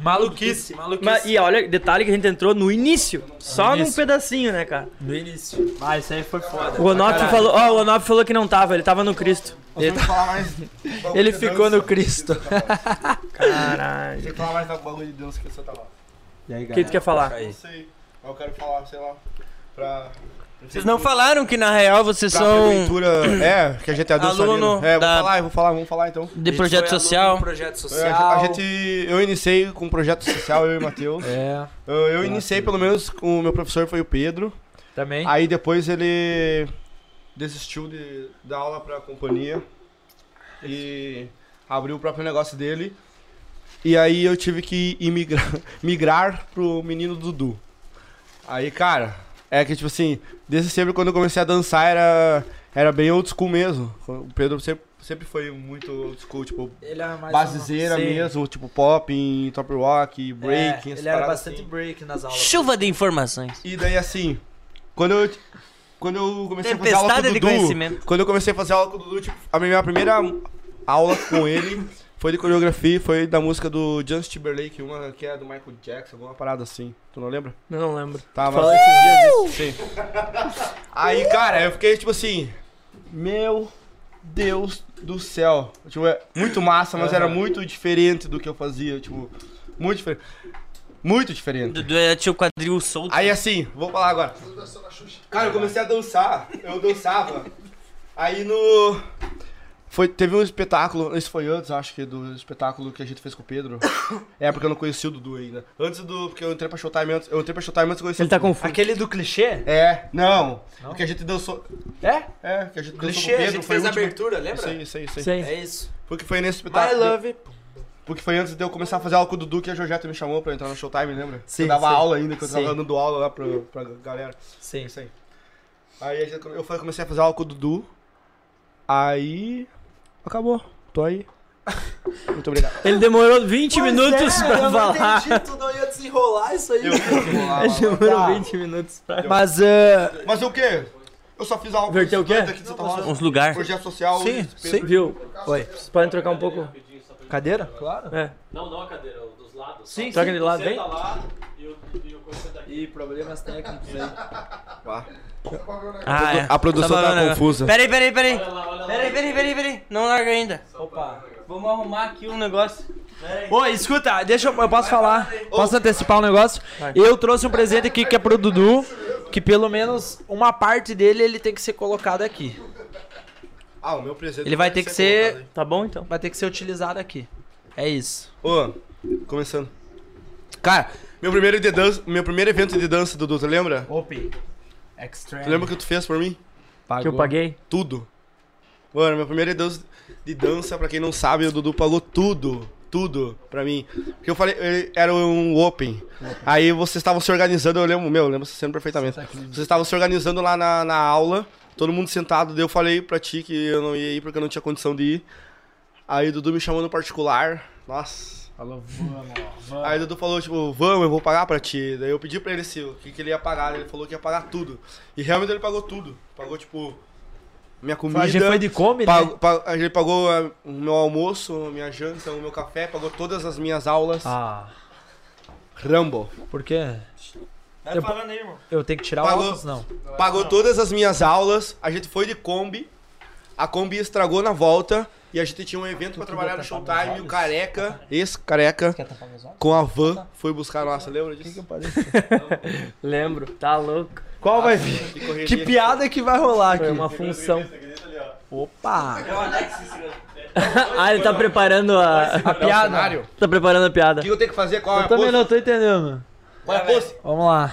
Speaker 3: maluquice, maluquice.
Speaker 4: Mas- e olha, detalhe que a gente entrou no início. Só num
Speaker 3: início.
Speaker 4: pedacinho, né, cara?
Speaker 3: No início. Ah, isso aí foi foda.
Speaker 4: O Onofre falou. Ó, o Onofre falou que não tava, ele tava no Cristo.
Speaker 5: Nós vamos falar mais.
Speaker 3: Ele
Speaker 1: tá
Speaker 3: ficou no Cristo.
Speaker 4: Caralho.
Speaker 5: Tem que falar mais do bagulho de Deus que você tá lá.
Speaker 3: E aí,
Speaker 4: O que tu quer falar?
Speaker 3: É
Speaker 5: Não sei. Mas eu quero falar, sei lá. Pra.
Speaker 2: Vocês não falaram que na real vocês
Speaker 1: Pra
Speaker 2: são
Speaker 1: prefeitura, é, que a gente é dançarino.
Speaker 2: Aluno
Speaker 1: é, vou
Speaker 2: da-
Speaker 1: falar, eu vou falar, vamos falar então.
Speaker 2: de projeto social.
Speaker 6: Projeto
Speaker 1: É,
Speaker 6: social.
Speaker 1: a gente, eu iniciei com um projeto social, eu e o Matheus.
Speaker 3: É,
Speaker 1: Eu, eu iniciei pelo menos com o meu professor, foi o Pedro.
Speaker 3: também.
Speaker 1: Aí depois ele desistiu de, da aula pra companhia e abriu o próprio negócio dele. E aí eu tive que imigrar, migrar pro menino Dudu. Aí, cara, é que tipo assim, desde sempre quando eu comecei a dançar era, era bem old school mesmo. O Pedro sempre, sempre foi muito old school, tipo,
Speaker 6: Ele
Speaker 3: é
Speaker 6: era mais
Speaker 1: basezeira
Speaker 6: uma- Sim.
Speaker 1: mesmo, tipo pop, em top rock, break,
Speaker 6: É,
Speaker 1: essas
Speaker 6: ele era
Speaker 1: paradas
Speaker 6: bastante
Speaker 1: assim.
Speaker 6: break nas aulas.
Speaker 2: Chuva de informações.
Speaker 1: E daí assim, quando eu quando eu comecei a fazer aula com
Speaker 2: Tempestade
Speaker 1: o
Speaker 2: de
Speaker 1: Dudu,
Speaker 2: conhecimento.
Speaker 1: quando eu comecei a fazer aula com o Dudu, tipo, a minha primeira aula com ele foi de coreografia, foi da música do Justin Timberlake, uma que é do Michael Jackson, alguma parada assim. Tu não lembra?
Speaker 4: Eu não lembro.
Speaker 1: Tava
Speaker 4: Fala esses dias.
Speaker 1: Sim. Aí, cara, eu fiquei tipo assim, meu Deus do céu. Tipo, é muito massa, mas era muito diferente do que eu fazia, tipo, muito diferente. Muito diferente.
Speaker 2: Dudu é tio quadril solto.
Speaker 1: Aí assim, vou falar agora. Cara, eu comecei a dançar, eu dançava. Aí no. Foi, teve um espetáculo, esse foi antes, acho que, do espetáculo que a gente fez com o Pedro. É, porque eu não conhecia o Dudu ainda. Antes do. Porque eu entrei pra Showtime antes. Eu entrei pra Showtime antes eu conheci
Speaker 4: Ele tá
Speaker 1: o Dudu.
Speaker 4: confuso.
Speaker 3: Aquele do clichê?
Speaker 1: É, não. O que a gente dançou.
Speaker 3: É?
Speaker 1: É, que a gente dançou
Speaker 3: Clichê,
Speaker 1: com o
Speaker 3: a
Speaker 1: Pedro.
Speaker 3: gente
Speaker 1: foi
Speaker 3: fez a
Speaker 1: o último.
Speaker 3: abertura,
Speaker 1: Eu
Speaker 3: lembra?
Speaker 1: sei, eu sei, eu sei.
Speaker 4: Sim.
Speaker 3: É isso. Tá,
Speaker 1: Porque foi nesse espetáculo.
Speaker 3: My Love.
Speaker 1: Porque foi antes de eu começar a fazer aula com o Dudu que a Georgette me chamou pra entrar no Showtime, lembra?
Speaker 3: Sim,
Speaker 1: eu dava
Speaker 3: sim.
Speaker 1: aula ainda, que eu
Speaker 3: Sim.
Speaker 1: tava dando aula lá pra, pra galera.
Speaker 3: Sim.
Speaker 1: Isso aí. Aí a gente come- eu fui- comecei a fazer aula com o Dudu. Aí. Acabou. Tô aí. Muito obrigado.
Speaker 4: Ele demorou 20
Speaker 3: é,
Speaker 4: minutos pra
Speaker 6: eu não
Speaker 4: falar.
Speaker 6: entendi, tu não ia desenrolar isso aí.
Speaker 1: Eu vou lá, lá, lá.
Speaker 4: Demorou 20 minutos pra.
Speaker 3: Mas, eh,
Speaker 1: Mas o quê? Eu só fiz aula
Speaker 4: Verteu o quê?
Speaker 1: estudante aqui de Santa Rosa.
Speaker 2: Uns lugar.
Speaker 1: Projeto social.
Speaker 3: Sim,
Speaker 1: Pedro.
Speaker 3: sim.
Speaker 4: Viu?
Speaker 3: Oi.
Speaker 4: Vocês podem trocar um pouco?
Speaker 3: cadeira? Claro.
Speaker 4: É.
Speaker 7: Não, não a cadeira, o dos lados.
Speaker 3: Sim,
Speaker 4: Troca de lado, vem.
Speaker 7: Senta lá e o, e o coisa daqui.
Speaker 6: Ih, problemas técnicos aí.
Speaker 2: Ah, é.
Speaker 1: A produção
Speaker 2: Tava
Speaker 1: tá
Speaker 2: vendo, né?
Speaker 1: confusa.
Speaker 2: Peraí, peraí, peraí. Peraí, peraí, peraí, peraí. Não larga ainda. Opa, vamos arrumar aqui um negócio.
Speaker 3: Ô, escuta, deixa eu, eu posso falar? Posso antecipar um negócio? Eu trouxe um presente aqui que é pro Dudu, que pelo menos uma parte dele ele tem que ser colocado aqui.
Speaker 1: Ah, o meu presente.
Speaker 6: Ele vai ter que ser.
Speaker 4: Tá bom então.
Speaker 6: Vai ter que ser utilizado aqui. É isso.
Speaker 1: colocado, hein? Ô, começando. Cara, meu primeiro, de dança, meu primeiro evento de dança, Dudu, tu lembra?
Speaker 6: Opi. Extreme.
Speaker 1: Tu lembra o que tu fez por mim?
Speaker 4: Que eu paguei.
Speaker 1: Tudo. Mano, meu primeiro dança de dança, pra quem não sabe, o Dudu pagou tudo. Tudo pra mim. Porque eu falei, ele- era um open. Aí vocês estavam se organizando, eu lembro, meu, eu lembro sendo perfeitamente. Vocês estavam se organizando lá na, na aula, todo mundo sentado, daí eu falei pra ti que eu não ia ir porque eu não tinha condição de ir. Aí o Dudu me chamou no particular. Nossa.
Speaker 6: Falou, vamos, ó, vamos.
Speaker 1: Aí o Dudu falou, tipo, vamos, eu vou pagar pra ti. Daí eu pedi pra ele se, o que, que ele ia pagar. Ele falou que ia pagar tudo. E realmente ele pagou tudo. Pagou, tipo, minha comida.
Speaker 3: A gente foi de Kombi, né?
Speaker 1: pag- pag- a gente pagou eh, o meu almoço, a minha janta, o meu café, pagou todas as minhas aulas.
Speaker 3: Ah,
Speaker 1: Rambo.
Speaker 3: por quê?
Speaker 8: Vai falando aí, irmão.
Speaker 3: Eu tenho que tirar
Speaker 1: Pagou.
Speaker 3: o óculos, não.
Speaker 1: Pagou todas as minhas aulas, a gente foi de Kombi, a Kombi estragou na volta e a gente tinha um evento pra trabalhar no Showtime e o Careca, ex-Careca, com a van, foi buscar lá, você lembra disso?
Speaker 4: Lembro, tá louco.
Speaker 3: Qual vai vir?
Speaker 1: Que correria.
Speaker 3: Que piada que vai rolar aqui?
Speaker 4: Foi uma função.
Speaker 3: Opa!
Speaker 4: ah, ele tá preparando a, a piada. Tá preparando a piada.
Speaker 1: O que eu tenho que fazer? Qual é a
Speaker 3: Eu também
Speaker 1: pose?
Speaker 3: não tô entendendo.
Speaker 1: Qual é a pose?
Speaker 3: Vamos lá.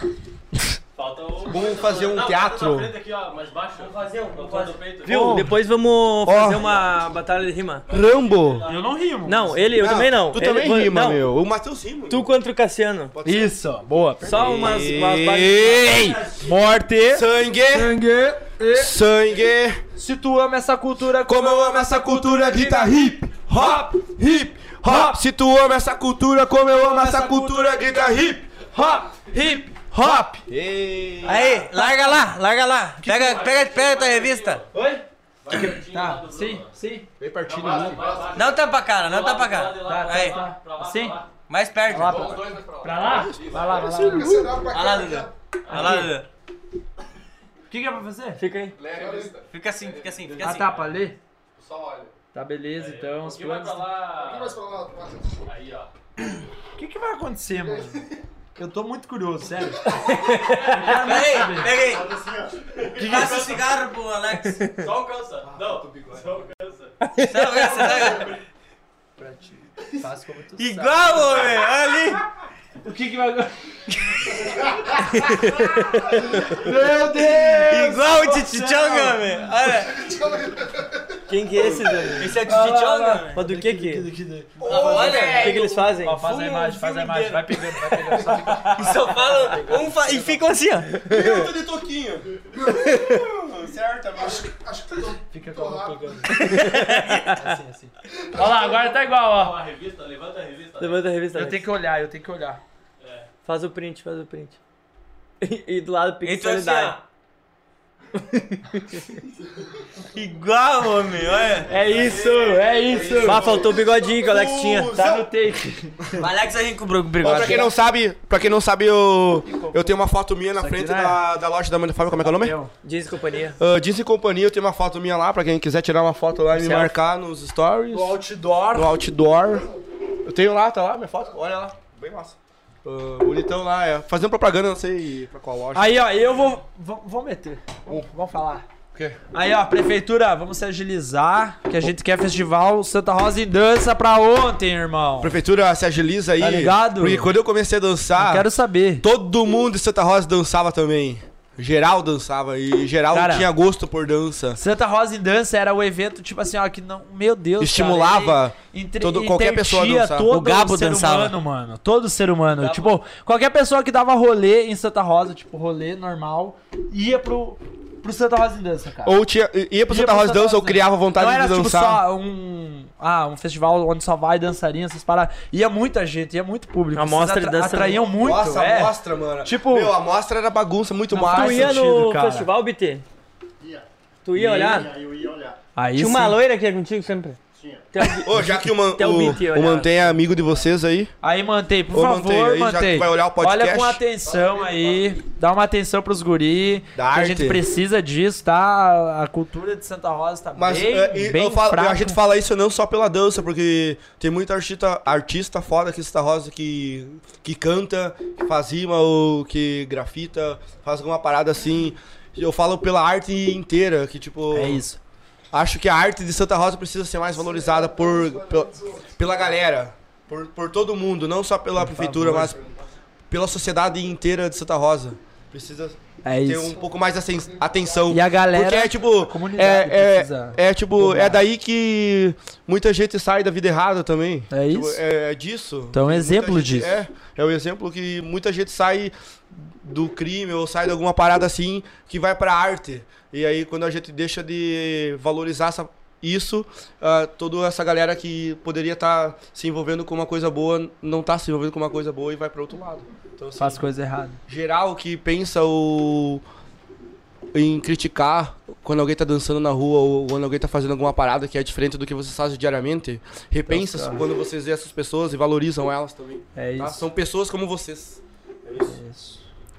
Speaker 9: Falta o.
Speaker 1: Vamos fazer um
Speaker 9: Não,
Speaker 1: teatro.
Speaker 9: Na frente aqui, ó, mais baixo. Vamos fazer um. Vamos fazer peito.
Speaker 4: Viu? Depois vamos fazer uma batalha de rima.
Speaker 1: Rambo.
Speaker 8: Eu não rimo.
Speaker 4: Não, ele, eu também não.
Speaker 1: Tu
Speaker 4: Ele-
Speaker 1: também
Speaker 4: vo-
Speaker 1: rima,
Speaker 4: não,
Speaker 1: meu. O Matheus rima.
Speaker 4: Tu contra o Cassiano.
Speaker 3: Isso, boa.
Speaker 4: Só umas, umas
Speaker 1: Ei!
Speaker 3: Morte!
Speaker 1: Sangue, sangue,
Speaker 3: Se tu ama essa cultura,
Speaker 1: como eu amo essa cultura, grita hip, hop, hip, hop. Se tu ama essa cultura, como eu amo essa cultura, grita hip, hop, hip, hop. Ei!
Speaker 2: Aí, larga lá, larga lá. Pega, pega, pega tua revista.
Speaker 8: Tá, sim, sim. Tá
Speaker 1: Bem pertinho de mim.
Speaker 2: Não tampa a cara, não tampa a cara. Aí,
Speaker 8: Sim.
Speaker 2: mais perto. Olha
Speaker 8: Pra lá? Vai lá, vai lá.
Speaker 2: lá, Dudu. Olha lá, Dudu.
Speaker 8: O que, que é pra fazer?
Speaker 4: Fica aí.
Speaker 2: Fica assim, fica assim, fica
Speaker 8: Ah,
Speaker 2: assim.
Speaker 8: tá, pra ler?
Speaker 4: Tá, beleza, então. Os planos.
Speaker 8: O que, que vai acontecer, mano? Eu tô muito curioso, sério.
Speaker 2: Pega aí, pega aí. Passa o cigarro pro Alex.
Speaker 9: assim, Só alcança.
Speaker 8: Ah,
Speaker 9: Não,
Speaker 8: tá,
Speaker 9: tu bigode. Só alcança.
Speaker 2: Sabe essa, sabe? Igual, homem, olha ali.
Speaker 8: O que, que vai acontecer?
Speaker 2: Igual o Titichonga, velho. Olha,
Speaker 4: Quem que é esse, Dani?
Speaker 2: esse é o Titichonga, velho.
Speaker 4: Mas do que que? O que,
Speaker 2: Olha,
Speaker 4: que eles fazem?
Speaker 8: Ó, faz a imagem, faz a imagem. Vai pegando, vai pegando. Só fica...
Speaker 2: e só falam, um fa- e ficam assim, ó.
Speaker 1: Eu tô de toquinho. Hum, Certo, mas...
Speaker 8: Fica com a mão pegando. Assim, assim. Olha lá, agora tá igual, ó.
Speaker 9: A revista, levanta a revista.
Speaker 4: Levanta a revista.
Speaker 8: Eu
Speaker 4: Alex.
Speaker 8: tenho que olhar, eu tenho que olhar.
Speaker 4: Faz o print, faz o print. E, e do lado
Speaker 2: E tu assim,
Speaker 4: pixelidade.
Speaker 2: ó. Igual, homem, olha.
Speaker 8: É isso, é isso.
Speaker 4: Ah, faltou o bigodinho que o Alex tinha.
Speaker 8: Tá no take.
Speaker 2: Alex a gente comprou com o
Speaker 1: Bom, pra quem não sabe, pra quem não sabe, eu, eu tenho uma foto minha na frente
Speaker 8: não é?
Speaker 1: da, da loja da Mãe da Fábio, como é que é o nome?
Speaker 4: Jeans e companhia.
Speaker 1: Uh, Diz e Companhia, eu tenho uma foto minha lá, pra quem quiser tirar uma foto lá e me
Speaker 4: Selfie.
Speaker 1: marcar nos stories,
Speaker 8: O outdoor.
Speaker 1: no outdoor. Eu tenho lá, tá lá minha foto, olha lá, bem massa. Uh, bonitão lá, é. fazendo propaganda, não sei pra qual loja.
Speaker 3: Aí, ó, eu vou. Vou, vou meter.
Speaker 1: Um.
Speaker 3: Vamos, vamos falar. Aí, ó, prefeitura, vamos se agilizar, que a gente quer festival Santa Rosa e Dança pra ontem, irmão.
Speaker 1: Prefeitura se agiliza aí.
Speaker 3: Tá ligado?
Speaker 1: Porque quando eu comecei a dançar,
Speaker 3: Quero saber.
Speaker 1: todo mundo em Santa Rosa dançava também. Geral dançava e geral
Speaker 3: Cara,
Speaker 1: tinha gosto por dança.
Speaker 3: Santa Rosa e Dança era o evento, tipo assim, ó, que não. Meu Deus, cara,
Speaker 1: Estimulava.
Speaker 3: ele entre-
Speaker 1: todo- qualquer pessoa
Speaker 3: intertia
Speaker 1: dançar.
Speaker 3: Todo
Speaker 2: O Gabo
Speaker 3: ser
Speaker 2: dançava.
Speaker 3: humano, mano. Todo ser humano. Tipo, qualquer pessoa que dava rolê em Santa Rosa, tipo, rolê normal, ia pro, pro Santa Rosa em Dança, cara.
Speaker 1: Ou tinha, ia pro
Speaker 3: Ia
Speaker 1: Santa
Speaker 3: pro
Speaker 1: Rosa
Speaker 3: Santa
Speaker 1: dança ou
Speaker 3: Rosa.
Speaker 1: criava vontade
Speaker 3: Tipo, Não era
Speaker 1: de
Speaker 3: tipo
Speaker 1: dançar.
Speaker 3: só um. Ah, um festival onde só vai dançarinha, essas paradas. Ia muita gente, ia muito público.
Speaker 4: A mostra
Speaker 3: Vocês
Speaker 4: de dança
Speaker 3: atraíam muito,
Speaker 1: Nossa,
Speaker 3: é.
Speaker 1: amostra, mano.
Speaker 3: Tipo-
Speaker 1: Meu, a amostra era bagunça, muito massa.
Speaker 4: Tu ia
Speaker 3: sentido,
Speaker 4: no
Speaker 3: cara.
Speaker 4: festival, BT? Tu ia olhar?
Speaker 3: Aí
Speaker 4: Tinha
Speaker 3: sim.
Speaker 4: uma loira que ia contigo sempre?
Speaker 1: Ô, já que o, man,
Speaker 4: Até o
Speaker 1: o,
Speaker 4: Beat ia
Speaker 1: o
Speaker 4: olhar.
Speaker 1: Mantém é amigo de vocês aí.
Speaker 3: Aí mantém, por
Speaker 1: Ô,
Speaker 3: favor,
Speaker 1: Mantei, aí
Speaker 3: mantém.
Speaker 1: já que vai olhar o podcast-
Speaker 3: Olha com atenção aí, dá uma atenção pros guri,
Speaker 1: Da
Speaker 3: que a
Speaker 1: arte.
Speaker 3: gente precisa disso, tá? A cultura de Santa Rosa tá
Speaker 1: Mas
Speaker 3: bem,
Speaker 1: é, e
Speaker 3: bem
Speaker 1: eu falo-
Speaker 3: fraca.
Speaker 1: a gente fala isso não só pela dança, porque tem muita artista, artista foda aqui em Santa Rosa que, que canta, que faz rima ou que grafita, faz alguma parada assim. Eu falo pela arte inteira, que tipo.
Speaker 3: É isso.
Speaker 1: Acho que a arte de Santa Rosa precisa ser mais valorizada por, pela, pela galera, por, por todo mundo, não só pela prefeitura, mas pela sociedade inteira de Santa Rosa. Precisa
Speaker 3: É
Speaker 1: ter
Speaker 3: isso.
Speaker 1: um pouco mais de aten- atenção.
Speaker 3: E a galera-
Speaker 1: Porque é tipo.
Speaker 3: a comunidade
Speaker 1: É,
Speaker 3: precisa
Speaker 1: é, é tipo. É daí que muita gente sai da vida errada também.
Speaker 3: É
Speaker 1: Tipo,
Speaker 3: isso.
Speaker 1: é, é disso.
Speaker 3: Então, é um
Speaker 1: Muita
Speaker 3: exemplo
Speaker 1: gente-
Speaker 3: disso.
Speaker 1: É, é o exemplo que muita gente sai do crime ou sai de alguma parada assim que vai pra arte. E aí, quando a gente deixa de valorizar essa- isso, ah, toda essa galera que poderia estar se envolvendo com uma coisa boa não tá se envolvendo com uma coisa boa e vai pra outro lado. Então, assim,
Speaker 3: Faz coisa errada.
Speaker 1: geral que pensa o em criticar quando alguém tá dançando na rua ou quando alguém tá fazendo alguma parada que é diferente do que vocês fazem diariamente, repensa quando vocês veem essas pessoas e valorizam elas também.
Speaker 3: É
Speaker 1: tá?
Speaker 3: isso.
Speaker 1: São pessoas como vocês.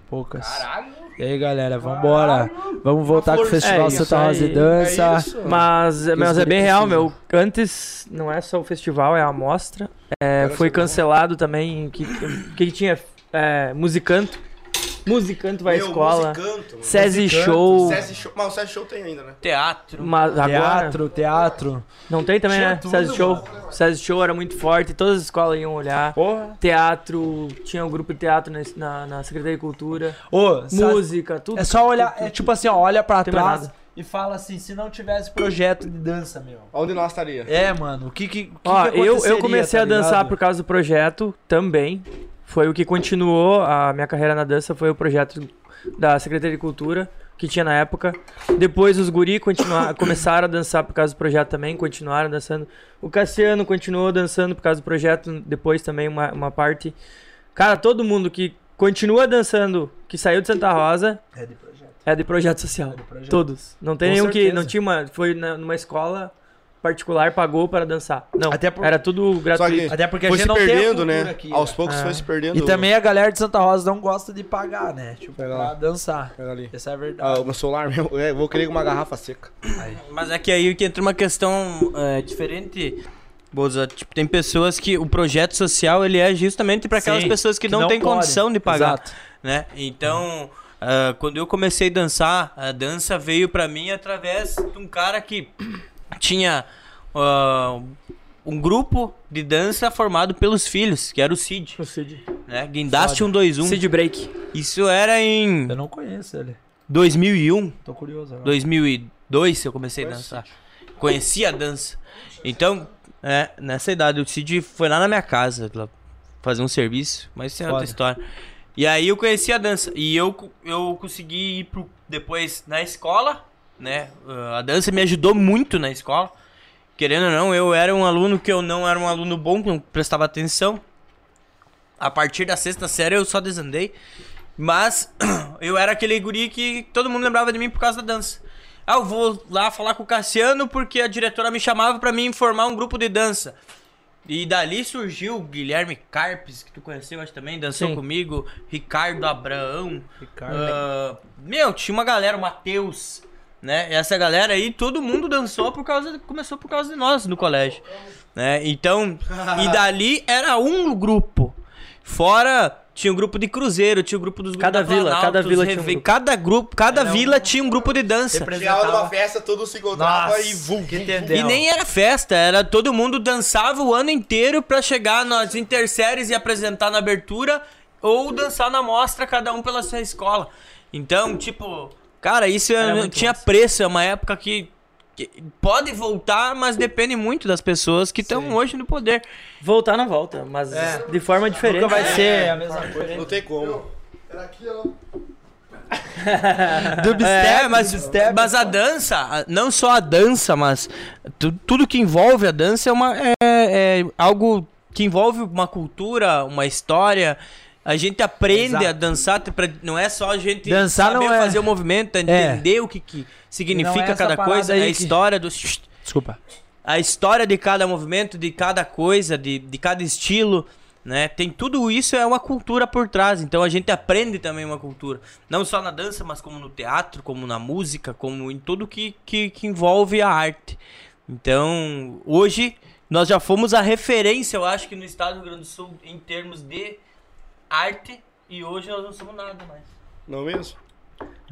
Speaker 3: Poucas.
Speaker 1: Caralho!
Speaker 3: E aí, galera, vambora. Vamos voltar com o Festival
Speaker 4: É isso
Speaker 3: Santa Rosa
Speaker 4: aí,
Speaker 3: e Dança.
Speaker 4: Mas, mas é
Speaker 3: guri
Speaker 4: bem real,
Speaker 3: precisam.
Speaker 4: meu. Antes, não é só o festival, é a amostra. É, foi cancelado também. Que, que tinha é, musicanto. Musicanto vai à escola.
Speaker 1: Musicanto, mano.
Speaker 4: SESI
Speaker 3: é
Speaker 4: Show.
Speaker 1: SESI Show. Mas o SESI Show tem ainda, né?
Speaker 2: Teatro.
Speaker 4: Mas agora.
Speaker 3: Teatro, teatro.
Speaker 4: Não tem também,
Speaker 3: Tinha
Speaker 4: né?
Speaker 3: tudo,
Speaker 4: SESI Show. SESI Show era muito forte, todas as escolas iam olhar.
Speaker 3: Porra.
Speaker 4: Teatro, tinha um grupo de teatro na, na, na Secretaria de Cultura.
Speaker 3: Ô, sa-
Speaker 4: Música, tudo.
Speaker 3: É só olhar, é tipo assim, ó, olha pra
Speaker 4: Tem mais
Speaker 3: trás
Speaker 4: nada.
Speaker 3: e fala assim, se não tivesse projeto de dança, meu.
Speaker 1: Onde nós estaria?
Speaker 3: É, mano, o que que, o que,
Speaker 4: Ó,
Speaker 3: que
Speaker 4: eu, eu
Speaker 3: aconteceria,
Speaker 4: comecei
Speaker 3: tá
Speaker 4: a dançar
Speaker 3: ligado?
Speaker 4: por causa do projeto também. Foi o que continuou a minha carreira na dança, foi o projeto da Secretaria de Cultura que tinha na época. Depois os guri continuar, começaram a dançar por causa do projeto também, continuaram dançando. O Cassiano continuou dançando por causa do projeto, depois também uma, uma parte. Cara, todo mundo que continua dançando, que saiu de Santa Rosa, é de projeto social. Todos. Não tem
Speaker 3: Com
Speaker 4: nenhum que.
Speaker 3: certeza.
Speaker 4: Não tinha uma. Foi na- numa escola particular, pagou para dançar. Não.
Speaker 3: Até por-
Speaker 4: Era tudo gratuito.
Speaker 3: Até porque a
Speaker 1: foi
Speaker 3: gente
Speaker 1: se
Speaker 3: não tem a
Speaker 1: perdendo,
Speaker 3: cultura
Speaker 1: né?
Speaker 3: aqui,
Speaker 1: Aos
Speaker 3: né?
Speaker 1: poucos foi se perdendo.
Speaker 3: E também a galera de Santa Rosa não gosta de pagar, né? Tipo,
Speaker 1: Pega
Speaker 3: pra
Speaker 1: lá.
Speaker 3: dançar.
Speaker 1: Pega ali.
Speaker 3: Essa é a verdade.
Speaker 1: Ah, o meu celular mesmo. É, eu vou querer uma garrafa seca.
Speaker 2: Mas é que aí que entra uma questão é, diferente. Boza, tipo, tem pessoas que o projeto social ele é justamente para aquelas
Speaker 3: Sim,
Speaker 2: pessoas que, não,
Speaker 3: não
Speaker 2: têm
Speaker 3: podem.
Speaker 2: condição de pagar,
Speaker 3: Exato.
Speaker 2: né? Então, ah, quando eu comecei a dançar, a dança veio para mim através de um cara que tinha ah, um grupo de dança formado pelos filhos, que era o Cid,
Speaker 4: O Cid.
Speaker 2: né? Guindaste 121.
Speaker 4: Cid Break.
Speaker 2: Isso era em
Speaker 3: Eu não conheço ele.
Speaker 2: 2001.
Speaker 3: Tô curioso agora.
Speaker 2: 2002 eu comecei a dançar. Conheci a dança. Então, é, nessa idade, o Cid foi lá na minha casa lá fazer um serviço, mas isso é outra
Speaker 3: Foda.
Speaker 2: história. E aí eu conheci a dança. E eu, co- eu consegui ir pro, depois na escola, né? Ah, A dança me ajudou muito na escola. Querendo ou não, eu era um aluno que eu não era um aluno bom, que não prestava atenção. A partir da sexta série eu só desandei. Mas eu era aquele guri que todo mundo lembrava de mim por causa da dança. Ah, eu vou lá falar com o Cassiano porque a diretora me chamava pra mim formar um grupo de dança. E dali surgiu o Guilherme Carpes, que tu conheceu, acho também, dançou
Speaker 4: Sim.
Speaker 2: comigo, Ricardo Abraão. ah, meu, tinha uma galera, o Matheus, né? Essa galera aí, todo mundo dançou por causa, começou por causa de nós no colégio, né? Então, e dali era um grupo. Fora tinha um grupo de cruzeiro, tinha o grupo dos
Speaker 4: Cada
Speaker 2: da
Speaker 4: vila,
Speaker 2: Planalto,
Speaker 4: cada
Speaker 2: os
Speaker 4: vila tinha um
Speaker 2: reve-
Speaker 4: grupo.
Speaker 2: cada grupo, cada vila tinha um grupo de dança.
Speaker 1: Chegava numa festa, todo se encontrava e vum. Que
Speaker 2: E nem era festa, era todo mundo dançava o ano inteiro pra chegar nas interséries e apresentar na abertura ou dançar na mostra, cada um pela sua escola. Então, tipo, cara, isso
Speaker 4: Era
Speaker 2: eu-
Speaker 4: muito
Speaker 2: tinha preço, é uma época que, que pode voltar, mas depende muito das pessoas que estão hoje no poder.
Speaker 4: Voltar na volta, mas de forma diferente.
Speaker 3: É. Nunca vai
Speaker 4: É.
Speaker 3: ser É, a mesma coisa.
Speaker 1: Não tem como.
Speaker 2: é, mas, mas a dança, a- não só a dança, mas tu- tudo que envolve a dança é, uma, é, é algo que envolve uma cultura, uma história. A gente aprende
Speaker 3: Exato.
Speaker 2: a dançar, te- pra- não é só a gente
Speaker 3: Dançar
Speaker 2: saber
Speaker 3: não é-
Speaker 2: fazer o movimento, é entender o que, que
Speaker 3: E não é
Speaker 2: significa
Speaker 3: essa
Speaker 2: cada
Speaker 3: parada
Speaker 2: coisa,
Speaker 3: aí
Speaker 2: é a
Speaker 3: que-
Speaker 2: história do
Speaker 3: Desculpa.
Speaker 2: a história de cada movimento, de cada coisa, de, de cada estilo, né? Tem tudo isso, é uma cultura por trás. Então a gente aprende também uma cultura. Não só na dança, mas como no teatro, como na música, como em tudo que, que, que envolve a arte. Então, hoje, nós já fomos a referência, eu acho, que no estado do Rio Grande do Sul, em termos de arte, e hoje nós não somos nada mais.
Speaker 1: Não mesmo?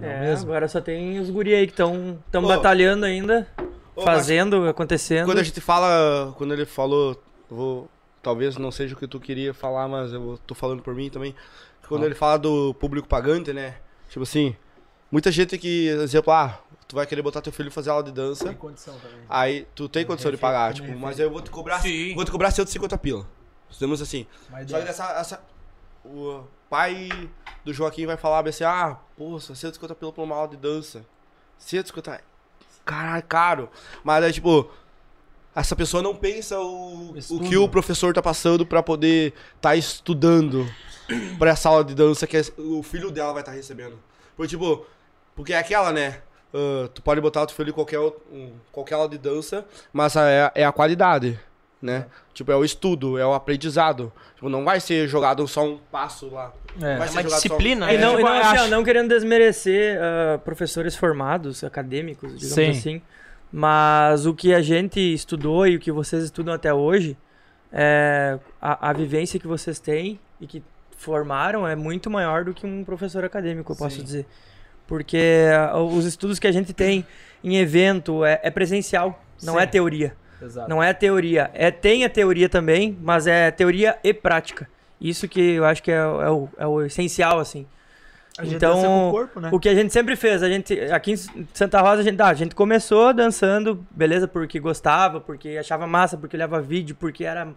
Speaker 4: É,
Speaker 3: mesmo?
Speaker 4: agora só tem os guri aí que estão
Speaker 1: Ô.
Speaker 4: batalhando ainda,
Speaker 1: Ô,
Speaker 4: fazendo, acontecendo.
Speaker 1: Quando a gente fala, quando ele falou, vou, talvez não seja o que tu queria falar, mas eu vou- tô falando por mim também. Quando ele fala do público pagante, né? Tipo assim, muita gente que, exemplo, ah, tu vai querer botar teu filho fazer aula de dança. Tem condição também. Aí tu tem condição de pagar, tipo, mas eu vou te cobrar,
Speaker 2: Sim.
Speaker 1: vou te cobrar 150 pila. Fizemos assim. Só que dessa, essa- o pai do Joaquim vai falar bem assim, ah, poxa, 150 pila por uma aula de dança. 150, caralho, caro. Mas é tipo, essa pessoa não pensa o, o que o professor tá passando pra poder estar estudando tá pra essa aula de dança que o filho dela vai estar recebendo. Porque, tipo, porque é aquela, né? ah, tu pode botar o teu filho em qualquer, out- um- qualquer aula de dança, mas é, a- é a qualidade, né? Tipo, é o estudo, é o aprendizado. Tipo, não vai ser jogado só um passo lá.
Speaker 3: É.
Speaker 1: vai
Speaker 2: É
Speaker 1: ser
Speaker 2: uma
Speaker 1: jogado só- um
Speaker 2: disciplina,
Speaker 4: E
Speaker 2: né?
Speaker 4: não, e
Speaker 3: tipo,
Speaker 4: não, assim, ó,
Speaker 3: acho-
Speaker 4: não querendo desmerecer ah, professores formados, acadêmicos, digamos
Speaker 3: Sim.
Speaker 4: assim. Mas o que a gente estudou e o que vocês estudam até hoje, é, a, a vivência que vocês têm e que formaram é muito maior do que um professor acadêmico, eu posso dizer. Porque ah, os estudos que a gente tem em evento é, é presencial, não é teoria.
Speaker 10: Exato.
Speaker 4: Não é teoria. É, tem a teoria também, mas é teoria e prática. Isso que eu acho que é, o- é o, é o essencial, assim. então,
Speaker 3: o corpo, né?
Speaker 4: O que a gente sempre fez, a gente aqui em Santa Rosa, a gente, ah, a gente começou dançando, beleza, porque gostava, porque achava massa, porque olhava vídeo, porque era,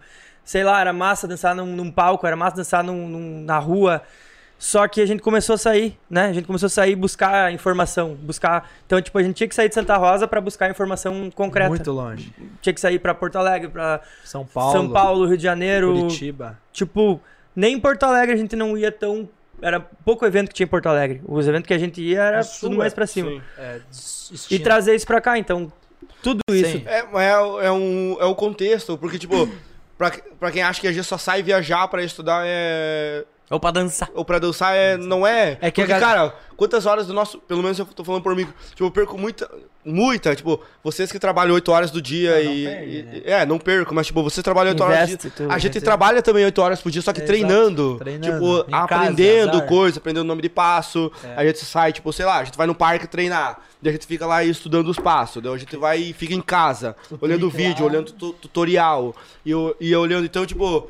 Speaker 4: sei lá, era massa dançar num, num palco, era massa dançar num- num- na rua. Só que a gente começou a sair, né? A gente começou a sair e buscar informação, buscar. Então, tipo, a gente tinha que sair de Santa Rosa pra buscar informação concreta.
Speaker 3: Muito longe.
Speaker 4: Tinha que sair pra Porto Alegre, pra
Speaker 3: São Paulo.
Speaker 4: São Paulo, Rio de Janeiro.
Speaker 3: Curitiba.
Speaker 4: Tipo, nem em Porto Alegre a gente não ia tão. Era pouco evento que tinha em Porto Alegre. Os eventos que a gente ia
Speaker 1: É
Speaker 4: era É tudo mais pra cima.
Speaker 3: É,
Speaker 4: E trazer isso pra cá, então. Tudo isso.
Speaker 1: É, é, é um, é um contexto, porque, tipo, pra, pra quem acha que a gente só sai viajar pra estudar é,
Speaker 2: Ou pra dançar.
Speaker 1: ou pra dançar é, não é.
Speaker 3: É que
Speaker 1: Porque,
Speaker 3: a gal-
Speaker 1: cara, quantas horas do nosso. Pelo menos eu tô falando por mim. Tipo, eu perco muita. Muita, tipo, vocês que trabalham 8 horas do dia
Speaker 3: Ah,
Speaker 1: e, e-
Speaker 3: né?
Speaker 1: É, não perco, mas tipo, vocês trabalham 8 horas do
Speaker 4: Investe
Speaker 1: dia.
Speaker 4: tudo,
Speaker 1: a gente
Speaker 4: investe.
Speaker 1: trabalha também 8 horas por dia, só que
Speaker 3: Exato.
Speaker 1: treinando.
Speaker 3: Treinando,
Speaker 1: Tipo,
Speaker 3: em casa,
Speaker 1: aprendendo
Speaker 3: azar.
Speaker 1: coisa, aprendendo nome de passo. A gente sai, tipo, sei lá, a gente vai no parque treinar. Daí a gente fica lá estudando os passos. Daí a gente vai e fica em casa, olhando vídeo, olhando tu- tutorial. E, eu- e eu olhando, então, tipo,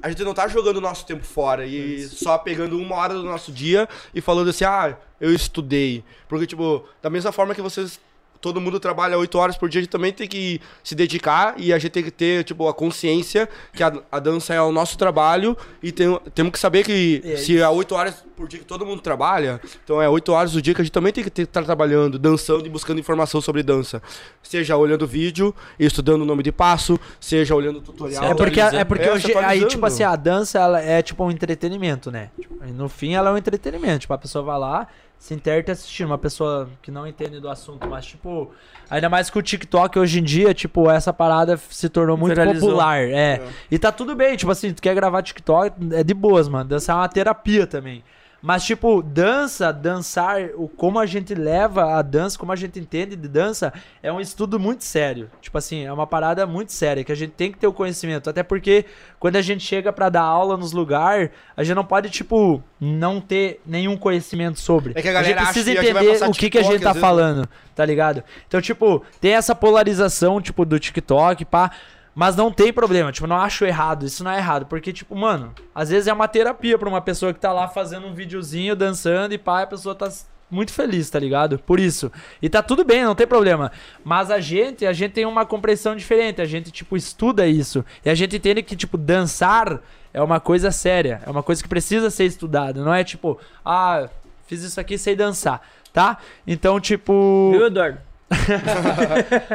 Speaker 1: a gente não tá jogando o nosso tempo fora e só pegando uma hora do nosso dia e falando assim, ah, eu estudei. Porque, tipo, da mesma forma que vocês. Todo mundo trabalha oito horas por dia, a gente também tem que se dedicar e a gente tem que ter, tipo, a consciência que a, a dança é o nosso trabalho e tem- temos que saber que se é oito horas por dia que todo mundo trabalha, então é oito horas do dia que a gente também tem que estar trabalhando, dançando e buscando informação sobre dança. Seja olhando vídeo, estudando o nome de passo, seja olhando tutorial.
Speaker 3: É porque, é porque
Speaker 1: É,
Speaker 3: hoje,
Speaker 1: se
Speaker 3: aí,
Speaker 1: atualizando.
Speaker 3: tipo assim, a dança ela é tipo um entretenimento, né? Tipo, e no fim, ela é um entretenimento. Tipo, a pessoa vai lá, se interte assistindo. Uma pessoa que não entende do assunto, mas, tipo, ainda mais que o TikTok hoje em dia, tipo, essa parada se tornou muito
Speaker 4: Viralizou.
Speaker 3: popular.
Speaker 1: Uhum.
Speaker 3: É. E tá tudo bem, tipo assim, tu quer gravar TikTok, é de boas, mano. Dançar é uma terapia também. Mas, tipo, dança, dançar, o como a gente leva a dança, como a gente entende de dança, é um estudo muito sério. Tipo assim, é uma parada muito séria, que a gente tem que ter o conhecimento. Até porque quando a gente chega pra dar aula nos lugares, a gente não pode, tipo, não ter nenhum conhecimento sobre.
Speaker 1: É que a galera
Speaker 3: gente
Speaker 1: acha
Speaker 3: precisa
Speaker 1: que a gente vai
Speaker 3: entender
Speaker 1: passar
Speaker 3: o que, que a
Speaker 1: TikTok,
Speaker 3: gente tá
Speaker 1: às vezes,
Speaker 3: falando, tá ligado? Então, tipo, tem essa polarização, tipo, do TikTok, pá. Mas não tem problema, tipo, não acho errado, isso não é errado. Porque, tipo, mano, às vezes é uma terapia pra uma pessoa que tá lá fazendo um videozinho, dançando e pá, a pessoa tá s- muito feliz, tá ligado? Por isso. E tá tudo bem, não tem problema. Mas a gente, a gente tem uma compreensão diferente, a gente, tipo, estuda isso. E a gente entende que, tipo, dançar é uma coisa séria, é uma coisa que precisa ser estudada. Não é tipo, ah, fiz isso aqui, sei dançar, tá? Então, tipo.
Speaker 4: Viu, Eduardo?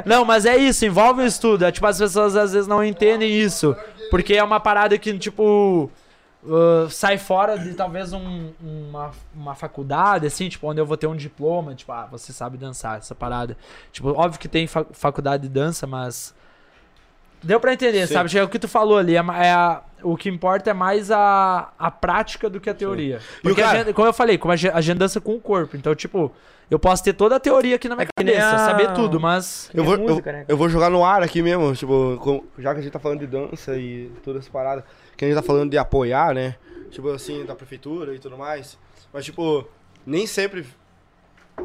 Speaker 3: Não, mas é isso, envolve o estudo. É, tipo, as pessoas às vezes não entendem isso. Porque é uma parada que, tipo. ah, sai fora de talvez um- uma, uma faculdade, assim, tipo, onde eu vou ter um diploma, tipo, ah, você sabe dançar, essa parada. Tipo, óbvio que tem fa- faculdade de dança, mas. Deu pra entender, sabe? Tipo, É o que tu falou ali. É, ma- é a- o que importa é mais a, a prática do que a teoria. Porque, a
Speaker 1: cara-
Speaker 3: gente- como eu falei, como a gente, a gente dança com o corpo. Então, tipo, eu posso ter toda a teoria aqui na minha
Speaker 4: É nem
Speaker 3: cabeça,
Speaker 4: a-
Speaker 3: saber tudo, mas.
Speaker 1: Eu
Speaker 4: É
Speaker 1: vou,
Speaker 4: música,
Speaker 1: eu,
Speaker 4: né?
Speaker 1: eu vou jogar no ar aqui mesmo, tipo, com- já que a gente tá falando de dança e todas essas paradas, que a gente tá falando de apoiar, né? Tipo assim, da prefeitura e tudo mais. Mas, tipo, nem sempre.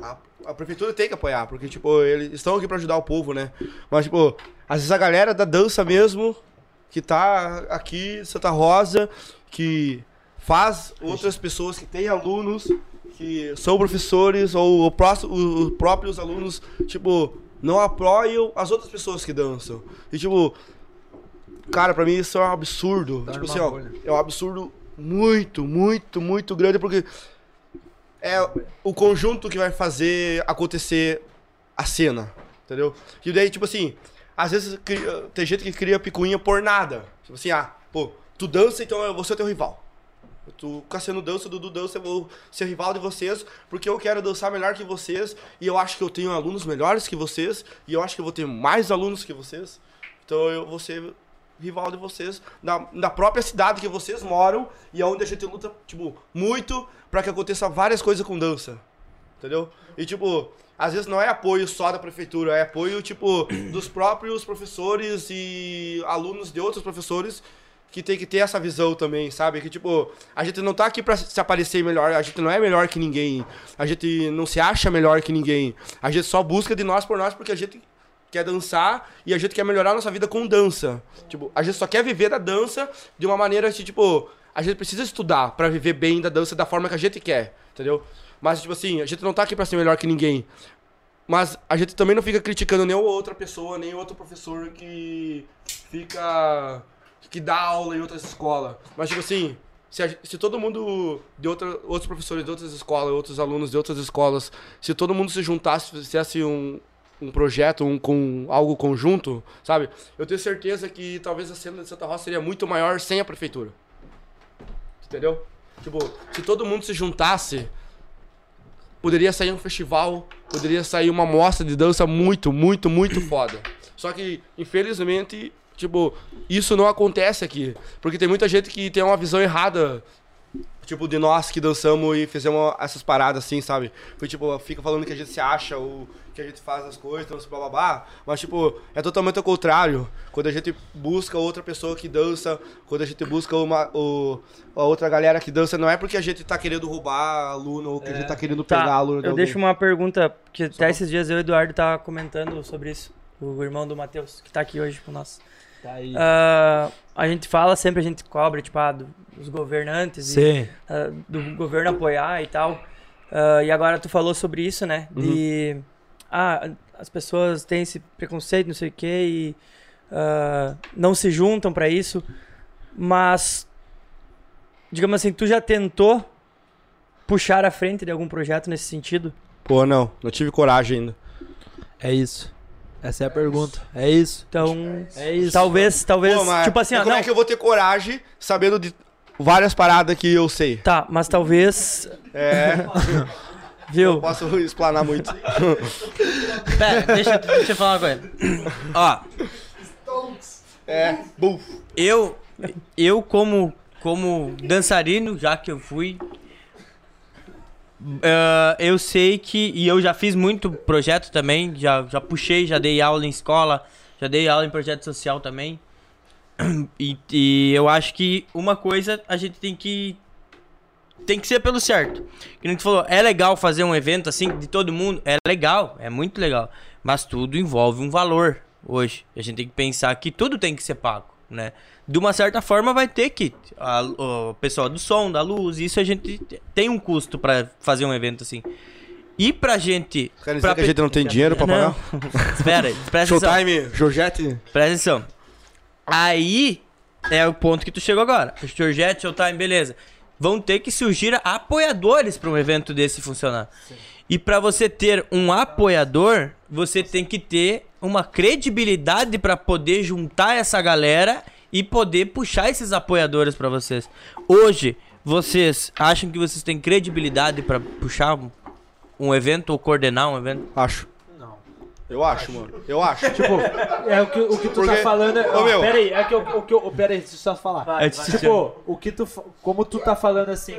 Speaker 1: A, a prefeitura tem que apoiar, porque, tipo, eles estão aqui pra ajudar o povo, né? Mas, tipo, às vezes a galera da dança mesmo, que tá aqui, em Santa Rosa, que faz outras pessoas que têm alunos que são professores ou o próximo- os próprios alunos, tipo, não apoiam as outras pessoas que dançam. E, tipo, cara, pra mim isso é um absurdo. tipo assim, ó, é um absurdo muito, muito, muito grande, porque é o conjunto que vai fazer acontecer a cena, entendeu? E daí, tipo assim, às vezes eh, cria- tem gente que cria picuinha por nada. Tipo assim, ah, pô, tu dança, então eu vou ser teu rival. Eu tô Cassiano dança, Dudu dança, eu vou ser rival de vocês, porque eu quero dançar melhor que vocês, e eu acho que eu tenho alunos melhores que vocês, e eu acho que eu vou ter mais alunos que vocês. Então eu vou ser rival de vocês na, na própria cidade que vocês moram e aonde a gente luta, tipo, muito pra que aconteça várias coisas com dança. Entendeu? E tipo, às vezes não é apoio só da prefeitura, é apoio, tipo, dos próprios professores e alunos de outros professores que tem que ter essa visão também, sabe? Que tipo, a gente não tá aqui pra se aparecer melhor, a gente não é melhor que ninguém, a gente não se acha melhor que ninguém, a gente só busca de nós por nós porque a gente quer dançar e a gente quer melhorar a nossa vida com dança. Tipo, a gente só quer viver da dança de uma maneira que, tipo, a gente precisa estudar pra viver bem da dança da forma que a gente quer, entendeu? Mas, tipo assim, a gente não tá aqui pra ser melhor que ninguém. Mas a gente também não fica criticando nem outra pessoa, nem outro professor que fica. que dá aula em outras escolas. Mas, tipo assim, se, a gen- se todo mundo de outra, outros professores de outras escolas, outros alunos de outras escolas, se todo mundo se juntasse, fizesse um, um projeto, um com algo conjunto, sabe? Eu tenho certeza que talvez a cena de Santa Rosa seria muito maior sem a prefeitura. Entendeu? Tipo, se todo mundo se juntasse, poderia sair um festival, poderia sair uma mostra de dança muito, muito, muito foda. Só que, infelizmente, tipo, isso não acontece aqui. Porque tem muita gente que tem uma visão errada, tipo, de nós que dançamos e fizemos essas paradas assim, sabe? Foi tipo, fica falando que a gente se acha ou que a gente faz as coisas, não sei blá blá blá. Mas, tipo, é totalmente ao contrário. Quando a gente busca outra pessoa que dança, quando a gente busca uma, o, a outra galera que dança, não é porque a gente tá querendo roubar aluno ou que a gente tá querendo pegar
Speaker 4: Tá,
Speaker 1: aluno de
Speaker 4: eu
Speaker 1: alguém.
Speaker 4: deixo uma pergunta, porque até esses dias eu e o Eduardo tava comentando sobre isso, o irmão do Matheus, que tá aqui hoje com nós.
Speaker 3: Tá aí.
Speaker 4: Ah, a gente fala sempre, a gente cobra, tipo, ah, do- dos governantes e
Speaker 11: Sim.
Speaker 4: ah, do governo apoiar e tal. Ah, e agora tu falou sobre isso, né?
Speaker 1: Uhum.
Speaker 4: De. Ah, as pessoas têm esse preconceito, não sei o quê, e ah, não se juntam pra isso. Mas. Digamos assim, tu já tentou puxar à frente de algum projeto nesse sentido?
Speaker 1: Pô, não, não tive coragem ainda.
Speaker 11: É isso. Essa é a pergunta. É isso.
Speaker 4: Então.
Speaker 11: É isso.
Speaker 4: Talvez, talvez.
Speaker 1: Pô, mas
Speaker 4: tipo assim, ó,
Speaker 1: como
Speaker 4: não,
Speaker 1: é que eu vou ter coragem sabendo de várias paradas que eu sei?
Speaker 4: Tá, mas talvez.
Speaker 1: É,
Speaker 4: Viu?
Speaker 1: posso explanar muito.
Speaker 2: Pera, deixa, deixa eu falar uma coisa. Ó,
Speaker 1: É, buf.
Speaker 2: eu, eu como, como dançarino, já que eu fui, ah, eu sei que, e eu já fiz muito projeto também, já, já puxei, já dei aula em escola, já dei aula em projeto social também. E, e eu acho que uma coisa a gente tem que tem que ser pelo certo. Que nem tu falou, é legal fazer um evento assim de todo mundo, é legal, é muito legal, mas tudo envolve um valor hoje. A gente tem que pensar que tudo tem que ser pago, né? De uma certa forma vai ter que a- o pessoal do som, da luz, isso a gente tem um custo pra fazer um evento assim. E pra gente,
Speaker 1: Quer dizer
Speaker 2: pra
Speaker 1: que a gente não tem dinheiro pra
Speaker 4: Não.
Speaker 1: pagar?
Speaker 2: espera, aí, presta atenção.
Speaker 1: Showtime, Georgette.
Speaker 2: Presta atenção. Aí é o ponto que tu chegou agora. O Georgette, Showtime, beleza. Vão ter que surgir apoiadores para um evento desse funcionar. E para você ter um apoiador, você tem que ter uma credibilidade para poder juntar essa galera e poder puxar esses apoiadores para vocês. Hoje, vocês acham que vocês têm credibilidade para puxar um- um evento ou coordenar um evento?
Speaker 1: Acho. Eu acho, mano. Eu acho. Tipo,
Speaker 3: É o que, o que tu
Speaker 1: Porque-
Speaker 3: tá falando. É,
Speaker 1: Ô,
Speaker 3: ó,
Speaker 1: meu.
Speaker 3: Pera aí, é que eu, o que eu. Pera aí, deixa eu só falar. tipo, o que tu. fa- Como tu tá falando assim,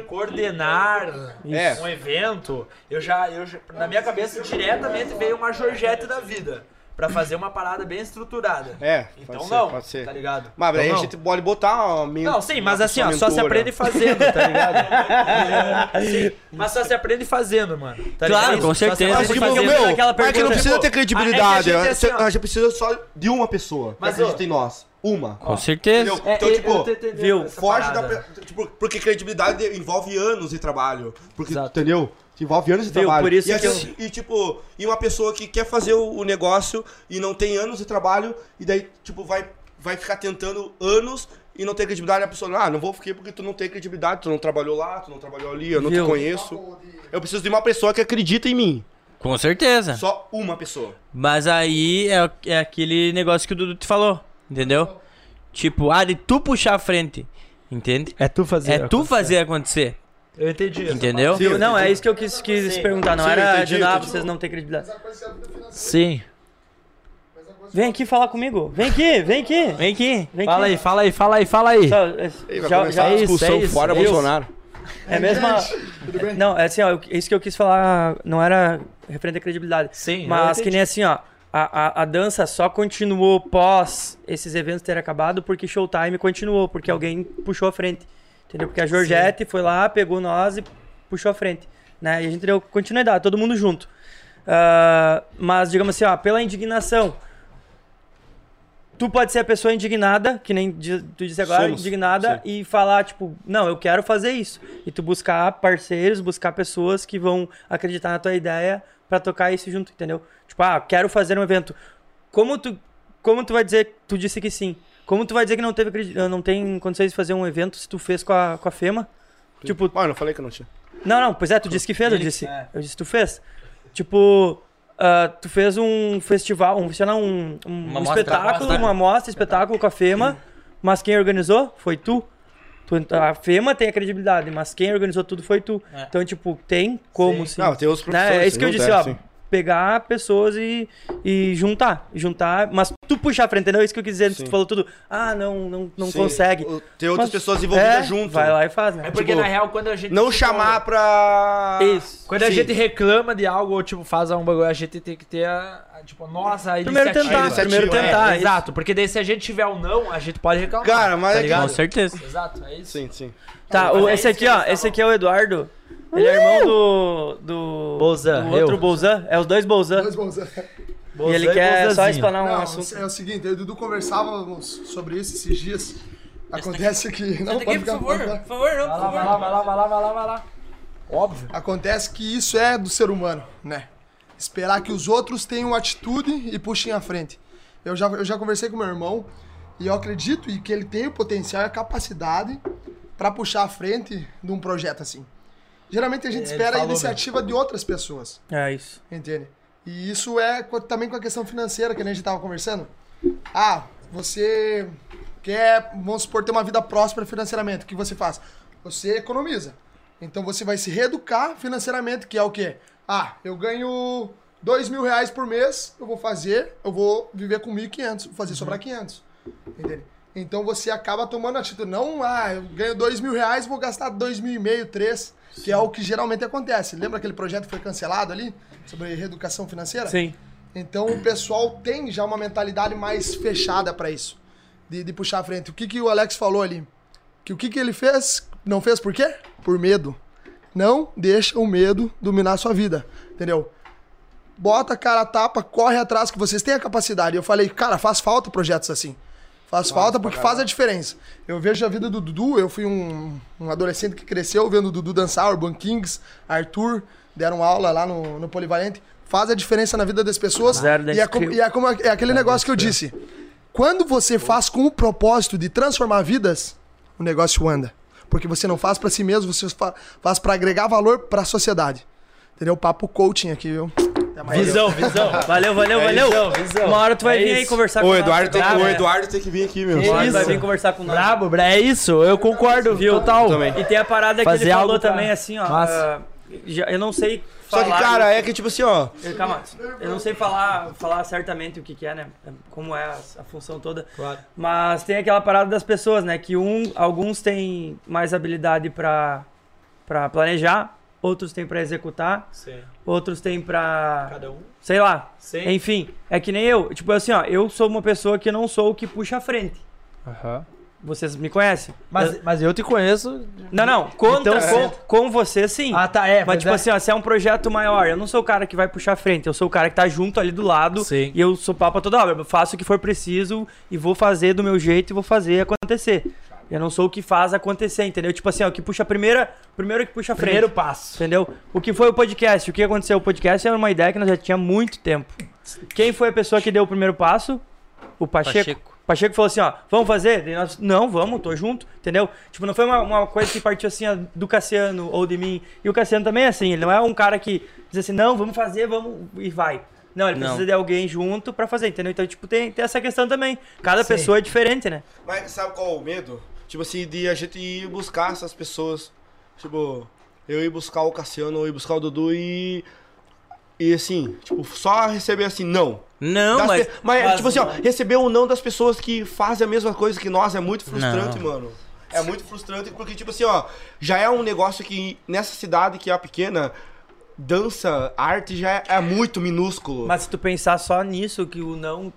Speaker 3: coordenar
Speaker 1: É.
Speaker 3: um evento, eu já, eu já- Na minha cabeça diretamente veio uma Georgette da vida. Pra fazer uma parada bem estruturada.
Speaker 1: é, pode
Speaker 3: então
Speaker 1: ser,
Speaker 3: não,
Speaker 1: pode ser.
Speaker 3: tá ligado?
Speaker 1: Mas aí
Speaker 3: Então
Speaker 1: a
Speaker 3: não.
Speaker 1: gente pode botar uma men-
Speaker 3: Não, sim, mas
Speaker 1: uma
Speaker 3: assim, ó,
Speaker 1: pessoa
Speaker 3: só se
Speaker 1: mentora.
Speaker 3: aprende fazendo, tá ligado? Sim, mas só se aprende fazendo, mano. tá
Speaker 2: Claro,
Speaker 3: ligado?
Speaker 2: com
Speaker 3: Só se
Speaker 2: certeza.
Speaker 1: Mas,
Speaker 3: aprende
Speaker 1: tipo,
Speaker 4: Fazer
Speaker 1: meu,
Speaker 3: fazendo.
Speaker 4: aquela
Speaker 1: mas que
Speaker 4: pergunta,
Speaker 1: não precisa
Speaker 3: tipo,
Speaker 1: ter credibilidade.
Speaker 3: a- é
Speaker 1: A
Speaker 3: que a gente é
Speaker 1: gente,
Speaker 3: assim, ó.
Speaker 1: precisa só de uma pessoa que
Speaker 3: Mas, ó.
Speaker 1: acredita em nós. Uma.
Speaker 2: Com certeza.
Speaker 1: Entendeu?
Speaker 3: É,
Speaker 1: então,
Speaker 3: eu-
Speaker 1: tipo,
Speaker 3: eu tô entendendo
Speaker 4: viu,
Speaker 3: essa
Speaker 1: Foge da.
Speaker 3: parada.
Speaker 1: pe- Tipo, porque credibilidade envolve anos de trabalho. Porque, entendeu? Envolve anos de trabalho.
Speaker 4: por isso
Speaker 1: e,
Speaker 4: que
Speaker 1: assim, e, tipo, e uma pessoa que quer fazer o, o negócio e não tem anos de trabalho, e daí, tipo, vai, vai ficar tentando anos e não tem credibilidade, a pessoa, ah, não vou ficar porque tu não tem credibilidade, tu não trabalhou lá, tu não trabalhou ali, eu não
Speaker 4: Viu?
Speaker 1: te conheço. Eu preciso de uma pessoa que acredita em mim.
Speaker 2: Com certeza.
Speaker 1: Só uma pessoa.
Speaker 2: Mas aí é, é aquele negócio que o Dudu te falou, entendeu? Tipo, ah, de tu puxar a frente. Entende?
Speaker 3: É tu fazer.
Speaker 2: É tu fazer acontecer,
Speaker 3: Eu entendi.
Speaker 2: entendeu?
Speaker 4: Eu- não, é isso que eu quis, quis perguntar, não
Speaker 1: Sim,
Speaker 4: era
Speaker 1: entendi,
Speaker 4: ajudar
Speaker 1: entendi.
Speaker 4: vocês não terem credibilidade.
Speaker 3: Sim.
Speaker 4: Vem aqui falar comigo, vem aqui, vem aqui.
Speaker 2: Vem aqui.
Speaker 4: Vem
Speaker 3: Fala
Speaker 4: aqui.
Speaker 3: aí, fala aí, fala aí, fala aí.
Speaker 4: Só, é,
Speaker 1: vai
Speaker 4: já,
Speaker 1: começar
Speaker 4: já,
Speaker 1: a
Speaker 3: isso,
Speaker 1: discussão
Speaker 3: é isso,
Speaker 1: fora
Speaker 3: é isso.
Speaker 1: Bolsonaro.
Speaker 4: é a mesma. Não, é assim, ó, eu- isso que eu quis falar não era referente à credibilidade.
Speaker 3: Sim, eu
Speaker 4: Mas
Speaker 3: entendi.
Speaker 4: que nem assim, ó. A, a, a dança só continuou pós esses eventos terem acabado porque Showtime continuou, porque alguém puxou a frente. Entendeu? Porque a Georgette foi lá, pegou nós e puxou a frente. Né? E a gente deu continuidade, todo mundo junto. Ah, mas, digamos assim, ó, pela indignação. Tu pode ser a pessoa indignada, que nem di- tu disse agora,
Speaker 1: Somos,
Speaker 4: indignada, e falar, tipo, não, eu quero fazer isso. E tu buscar parceiros, buscar pessoas que vão acreditar na tua ideia pra tocar isso junto, entendeu? Tipo, ah, quero fazer um evento. Como tu, como tu vai dizer, tu disse que sim. Como tu vai dizer que não, teve, acredi- não tem condições de fazer um evento se tu fez com a, com a FEMA? Tipo,
Speaker 1: Mano, eu falei que eu não tinha.
Speaker 4: não, não, pois é, tu disse que fez, eu disse.
Speaker 2: é.
Speaker 4: Eu disse, tu fez. Tipo, ah, tu fez um festival, um, sei lá, um, um
Speaker 2: Uma mostra,
Speaker 4: espetáculo,
Speaker 2: mostra.
Speaker 4: uma amostra, espetáculo com a FEMA, mas quem organizou foi tu. Tu- A FEMA tem a credibilidade, mas quem organizou tudo foi tu.
Speaker 2: É.
Speaker 4: Então, tipo, tem como sim.
Speaker 1: Não, tem os
Speaker 4: Né?
Speaker 1: professores.
Speaker 4: É isso que eu
Speaker 1: não
Speaker 4: disse,
Speaker 1: tem,
Speaker 4: ó.
Speaker 1: sim.
Speaker 4: Pegar pessoas e, e juntar. Juntar, mas tu puxar a frente, entendeu? É isso que eu quis dizer. Tu falou tudo. Ah, não, não, não
Speaker 1: Sim.
Speaker 4: consegue.
Speaker 1: O- Tem outras
Speaker 4: Mas-
Speaker 1: pessoas envolvidas
Speaker 4: É,
Speaker 1: junto.
Speaker 4: Vai lá e faz, né?
Speaker 3: É porque
Speaker 1: Tipo,
Speaker 3: na real, quando a gente.
Speaker 1: Não chamar pra.
Speaker 4: Isso.
Speaker 3: Quando a
Speaker 1: Sim.
Speaker 3: gente reclama de algo ou, tipo, faz algum bagulho, a gente tem que ter a, a, tipo, nossa, a
Speaker 4: Primeiro
Speaker 3: iniciativa.
Speaker 4: tentar,
Speaker 1: iniciativa,
Speaker 4: primeiro
Speaker 1: é,
Speaker 3: É,
Speaker 4: tentar. isso.
Speaker 3: exato, porque daí se a gente tiver o não, a gente pode reclamar.
Speaker 1: Cara, mas
Speaker 3: tá
Speaker 1: é que-
Speaker 2: Com
Speaker 3: ligado?
Speaker 2: certeza.
Speaker 3: Exato, é isso.
Speaker 1: Sim, sim.
Speaker 4: Tá,
Speaker 3: Mas
Speaker 4: o,
Speaker 3: é
Speaker 4: esse
Speaker 3: isso que
Speaker 4: aqui, ó,
Speaker 3: eles
Speaker 4: esse aqui é o Eduardo. Ele é irmão do. do
Speaker 3: Bolzan,
Speaker 4: do outro
Speaker 3: eu.
Speaker 4: Bolzan. É os dois Bolzan.
Speaker 12: Dois bons.
Speaker 4: E ele
Speaker 3: Bolzan e
Speaker 4: quer só
Speaker 3: Bolzanzinho.
Speaker 4: explanar um
Speaker 12: Não,
Speaker 4: assunto.
Speaker 12: é o seguinte, eu e o Dudu conversávamos sobre isso esses dias. Acontece que. Não, pode ficar, pode ficar.
Speaker 2: favor, não,
Speaker 3: Vai lá, vai lá, vai lá, vai lá, vai lá, vai lá. Óbvio.
Speaker 12: Acontece que isso é do ser humano, né? Esperar que os outros tenham atitude e puxem à frente. Eu já, eu já conversei com meu irmão e eu acredito e que ele tem o potencial e a capacidade para puxar à frente de um projeto assim. Geralmente a gente espera a
Speaker 3: falou
Speaker 12: iniciativa de outras pessoas.
Speaker 4: É isso.
Speaker 12: Entende? E isso é co- também com a questão financeira que a gente tava conversando. Ah, você quer, vamos supor, ter uma vida próspera financeiramente. O que você faz? Você economiza. Então você vai se reeducar financeiramente, que é o quê? Ah, eu ganho dois mil reais por mês, eu vou fazer, eu vou viver com 1.500, vou fazer sobrar 500. Entende? Então você acaba tomando atitude. Não, ah, eu ganho dois mil reais, vou gastar dois mil e meio, três, que é o que geralmente acontece. Lembra aquele projeto que foi cancelado ali? Sobre reeducação financeira?
Speaker 4: Sim.
Speaker 12: Então o pessoal tem já uma mentalidade mais fechada pra isso, de, de puxar a frente. O que, que o Alex falou ali? Que o que, que ele fez? Não fez por quê? Por medo. Não deixa o medo dominar a sua vida, entendeu? Bota a cara a tapa, corre atrás, que vocês têm a capacidade. E Eu falei, cara, faz falta projetos assim. Faz falta porque faz a diferença. Eu vejo a vida do Dudu, eu fui um, um adolescente que cresceu vendo o Dudu dançar, Urban Kings, Arthur, deram aula lá no, no Polivalente. Faz a diferença na vida das pessoas.
Speaker 4: Zero da
Speaker 12: e é, como,
Speaker 4: Screw.
Speaker 12: e é como- é aquele negócio que eu disse. Quando você faz com o propósito de transformar vidas, o negócio anda. Porque você não faz pra si mesmo, você fa- faz pra agregar valor pra sociedade. Entendeu? Papo coaching aqui, viu? Até mais.
Speaker 4: Visão, visão. Valeu, valeu, valeu. Uma hora tu vai
Speaker 3: É
Speaker 4: vir aí
Speaker 3: isso.
Speaker 4: conversar com
Speaker 1: O
Speaker 4: nós.
Speaker 1: Eduardo, tem,
Speaker 4: Brabo,
Speaker 1: o
Speaker 4: é.
Speaker 1: Eduardo tem que vir aqui, meu.
Speaker 4: O Eduardo vai
Speaker 3: Isso.
Speaker 4: vir conversar com nós.
Speaker 3: Brabo, Bré, é isso, eu concordo, viu? Total.
Speaker 1: Também.
Speaker 4: E tem a parada que
Speaker 3: Fazer
Speaker 4: ele falou
Speaker 3: algo pra-
Speaker 4: também, assim, ó.
Speaker 3: Massa.
Speaker 4: ah, já- eu não sei
Speaker 1: Só
Speaker 4: falar.
Speaker 1: que, cara, é que tipo assim, ó.
Speaker 4: Eu- Calma, eu não sei falar, falar certamente o que, que é, né? Como é a, a função toda.
Speaker 3: Claro.
Speaker 4: Mas tem aquela parada das pessoas, né? Que um, alguns têm mais habilidade pra, pra planejar, outros têm pra executar,
Speaker 3: Sim.
Speaker 4: outros têm pra.
Speaker 3: Cada um.
Speaker 4: Sei lá.
Speaker 3: Sim.
Speaker 4: Enfim, é que nem eu. Tipo assim, ó, eu sou uma pessoa que não sou o que puxa a frente.
Speaker 3: Aham.
Speaker 4: Vocês me conhecem.
Speaker 3: Mas, mas eu te conheço.
Speaker 4: Não, não. Conta
Speaker 3: Então,
Speaker 4: com, com você, sim.
Speaker 3: Ah, tá, é.
Speaker 4: Mas, tipo assim, ó, se é um projeto maior, eu não sou o cara que vai puxar a frente, eu sou o cara que tá junto ali do lado
Speaker 3: Sim.
Speaker 4: e eu sou papa toda hora. Eu faço o que for preciso e vou fazer do meu jeito e vou fazer acontecer. Eu não sou o que faz acontecer, entendeu? Tipo assim, ó, o que puxa a primeira, primeiro que puxa a frente.
Speaker 3: primeiro passo.
Speaker 4: Entendeu? O que foi o podcast? O que aconteceu? O podcast era uma ideia que nós já tinha há muito tempo. Quem foi a pessoa que deu o primeiro passo? O Pacheco.
Speaker 2: Pacheco.
Speaker 4: Pacheco. falou assim, ó, vamos fazer? Daí nós, não, vamos, tô junto, entendeu? Tipo, não foi uma, uma coisa que partiu assim ó, do Cassiano ou de mim. E o Cassiano também é assim, ele não é um cara que diz assim, não, vamos fazer, vamos e vai. Não, ele
Speaker 2: Não.
Speaker 4: precisa de alguém junto pra fazer, entendeu? Então, tipo, tem, tem essa questão também. Cada pessoa é diferente, né?
Speaker 1: Mas sabe qual é o medo? Tipo assim, de a gente ir buscar essas pessoas. Tipo, eu ir buscar o Cassiano, eu ir buscar o Dudu e. E assim, tipo, só receber assim, não.
Speaker 2: Não,
Speaker 1: Das
Speaker 2: mas,
Speaker 1: pe- mas, tipo assim, ó, receber o não das pessoas que fazem a mesma coisa que nós é muito frustrante, mano. É muito frustrante, porque, tipo assim, ó, já é um negócio que nessa cidade que é a pequena, dança, arte já é, é muito minúsculo.
Speaker 4: Mas se tu pensar só nisso, que o não.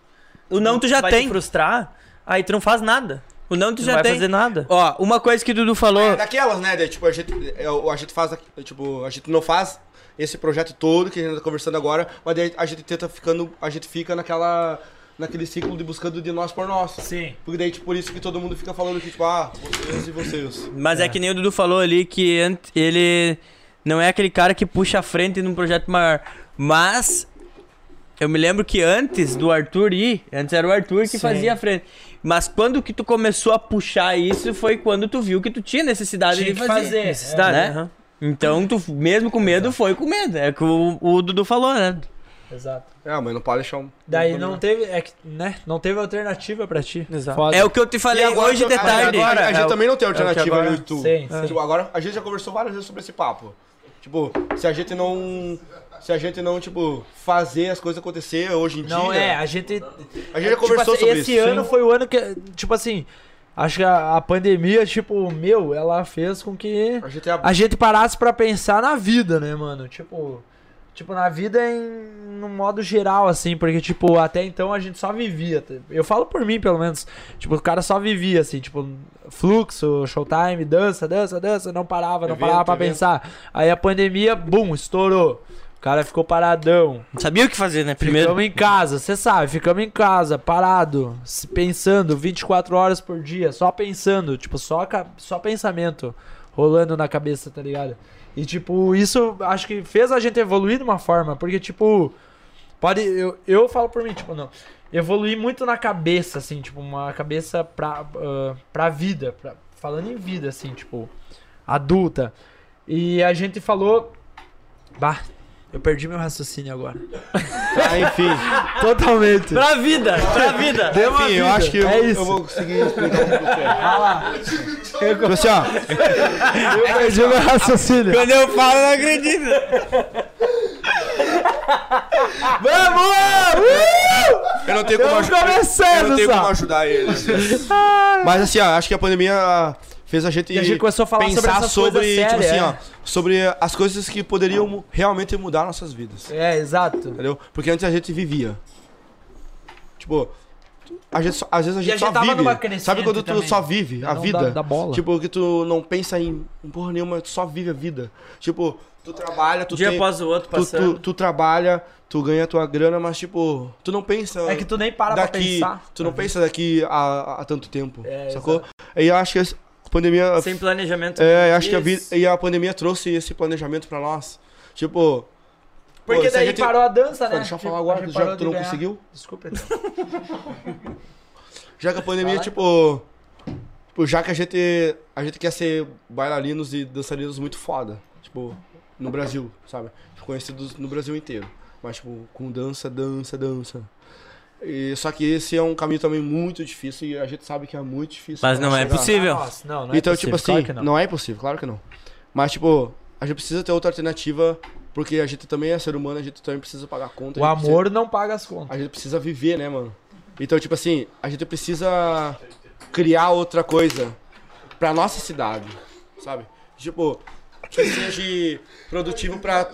Speaker 2: O não tu já
Speaker 4: vai
Speaker 2: tem.
Speaker 4: Te frustrar, aí tu não faz nada.
Speaker 2: O não
Speaker 4: Tu
Speaker 2: tu
Speaker 4: não
Speaker 2: já
Speaker 4: vai
Speaker 2: tem.
Speaker 4: fazer nada.
Speaker 2: Ó, uma coisa que o Dudu falou.
Speaker 1: É daquelas, né? de, tipo, a gente, é, o- a gente faz, é, tipo, a gente não faz esse projeto todo que a gente tá conversando agora, mas daí a gente tenta ficando, a gente fica naquela, naquele ciclo de buscando de nós por nós.
Speaker 13: Sim.
Speaker 1: Porque daí, tipo, por isso que todo mundo fica falando que, tipo, ah, vocês e vocês.
Speaker 2: Mas é. que nem o Dudu falou ali que ant- ele não é aquele cara que puxa a frente num projeto maior. Mas eu me lembro que antes do Arthur ir, antes era o Arthur que fazia a frente. Mas quando que tu começou a puxar isso foi quando tu viu que tu tinha necessidade
Speaker 13: Tinha
Speaker 2: de
Speaker 13: que
Speaker 2: fazer.
Speaker 13: fazer.
Speaker 4: Necessidade,
Speaker 2: né?
Speaker 4: aham.
Speaker 2: Então tu mesmo com medo foi com medo. É o que o, o Dudu falou, né?
Speaker 3: É, exato.
Speaker 1: É, mas não pode deixar um.
Speaker 3: Daí não teve, é que, né? Não teve alternativa pra ti.
Speaker 4: Exato.
Speaker 3: Foda.
Speaker 2: É o que eu te falei hoje de
Speaker 1: Ah, mas
Speaker 2: tarde.
Speaker 1: Agora, a
Speaker 4: É
Speaker 1: gente
Speaker 4: o-
Speaker 1: também não tem
Speaker 4: que
Speaker 1: alternativa
Speaker 4: agora-
Speaker 1: no YouTube.
Speaker 3: Sim, sim.
Speaker 1: Tipo, agora, a gente já conversou várias vezes sobre esse papo. Tipo, se a gente não. Se a gente não, tipo, fazer as coisas acontecer hoje em
Speaker 3: Não
Speaker 1: dia.
Speaker 3: é, a gente
Speaker 1: A gente já conversou
Speaker 3: assim,
Speaker 1: sobre
Speaker 3: esse
Speaker 1: isso.
Speaker 3: ano foi o ano que, tipo assim, acho que a, a pandemia, tipo, meu, ela fez com que
Speaker 1: A gente é a-
Speaker 3: a gente parasse pra pensar na vida, né, mano? Tipo, tipo na vida em no modo geral assim, porque tipo, até então a gente só vivia. Eu falo por mim, pelo menos. Tipo, o cara só vivia assim, tipo, fluxo, showtime, dança, dança, dança, não parava, não
Speaker 1: Evento,
Speaker 3: parava pra
Speaker 1: evento.
Speaker 3: pensar. Aí a pandemia, bum, estourou. O cara ficou paradão.
Speaker 2: Não sabia o que fazer, né? Primeiro.
Speaker 3: Ficamos em casa, você sabe, ficamos em casa, parado, se pensando 24 horas por dia, só pensando, tipo, só, ca- só pensamento rolando na cabeça, tá ligado? E, tipo, isso acho que fez a gente evoluir de uma forma, porque, tipo, pode, eu, eu falo por mim, tipo, não, evoluir muito na cabeça, assim, tipo, uma cabeça pra, ah, pra vida, pra- falando em vida, assim, tipo, adulta. E a gente falou. Bah, eu perdi meu raciocínio agora.
Speaker 1: Ah, enfim.
Speaker 3: Totalmente.
Speaker 4: Pra vida, pra vida.
Speaker 3: Deu uma
Speaker 1: enfim, eu
Speaker 3: vida.
Speaker 1: acho que eu,
Speaker 3: é
Speaker 1: eu
Speaker 3: isso.
Speaker 1: vou conseguir explicar um pouco.
Speaker 3: Ah lá.
Speaker 1: Tipo assim, ó.
Speaker 3: Eu perdi meu raciocínio.
Speaker 2: Quando eu falo, eu não acredito.
Speaker 3: Vamos!
Speaker 1: Eu não tenho como
Speaker 3: Estamos
Speaker 1: ajudar. Eu não
Speaker 3: Uh, começando,
Speaker 1: tenho como
Speaker 3: só.
Speaker 1: ajudar ele. Mas assim, ó, acho que a pandemia fez a gente,
Speaker 3: E a gente começou a falar sobre
Speaker 1: pensar
Speaker 3: essas coisas
Speaker 1: sobre, tipo
Speaker 3: sérias,
Speaker 1: assim,
Speaker 3: é.
Speaker 1: ó, sobre as coisas que poderiam mu- realmente mudar nossas vidas.
Speaker 3: É, exato.
Speaker 1: Entendeu? Porque antes a gente vivia. Tipo, a gente só- às vezes a gente,
Speaker 3: a
Speaker 1: só
Speaker 3: gente tava
Speaker 1: vive.
Speaker 3: numa crescente
Speaker 1: Sabe quando tu
Speaker 3: também.
Speaker 1: só vive a
Speaker 3: Não,
Speaker 1: vida?
Speaker 3: da- da bola.
Speaker 1: Tipo, que tu não pensa em, em porra nenhuma, tu só vive a vida. Tipo, tu trabalha, tu
Speaker 4: Um dia
Speaker 1: tem-
Speaker 4: após o outro
Speaker 1: tu, tu,
Speaker 4: passando.
Speaker 1: tu trabalha, tu ganha tua grana, mas tipo, tu não pensa
Speaker 3: É que tu nem para pra
Speaker 1: daqui.
Speaker 3: pensar.
Speaker 1: Tu não pensa daqui a, a tanto tempo,
Speaker 3: É,
Speaker 1: sacou? E eu acho que a pandemia.
Speaker 4: Sem planejamento.
Speaker 1: É, eu acho que a, vida,
Speaker 4: Isso.
Speaker 1: e a pandemia trouxe esse planejamento pra nós. Tipo.
Speaker 3: Porque
Speaker 1: pô, se a
Speaker 3: daí
Speaker 1: gente-
Speaker 3: parou a dança,
Speaker 1: Pô,
Speaker 3: né?
Speaker 1: Deixa eu falar agora,
Speaker 3: gente
Speaker 1: já
Speaker 3: parou
Speaker 1: que tu
Speaker 3: de
Speaker 1: não
Speaker 3: ganhar.
Speaker 1: conseguiu.
Speaker 3: Desculpa.
Speaker 1: Já que a pandemia, tipo. Tipo, já que a gente. A gente quer ser bailarinos e dançarinos muito foda. Tipo, no Brasil, sabe? Tipo, Conhecidos no Brasil inteiro. Mas, tipo, com dança, dança, dança. E, só que esse é um caminho também muito difícil e a gente sabe que é muito difícil.
Speaker 2: Mas
Speaker 1: pra
Speaker 2: não é
Speaker 1: chegar.
Speaker 2: possível.
Speaker 3: Nossa, não, não é
Speaker 1: então,
Speaker 3: possível,
Speaker 1: tipo assim,
Speaker 3: claro que
Speaker 1: não. é possível, claro que não. Mas, tipo, a gente precisa ter outra alternativa, porque a gente também é ser humano, a gente também precisa pagar conta.
Speaker 3: O
Speaker 1: a gente precisa-
Speaker 3: amor não paga as contas.
Speaker 1: a gente precisa viver, né, mano? Então, tipo assim, a gente precisa criar outra coisa pra nossa cidade, sabe? Tipo, que seja produtivo pra,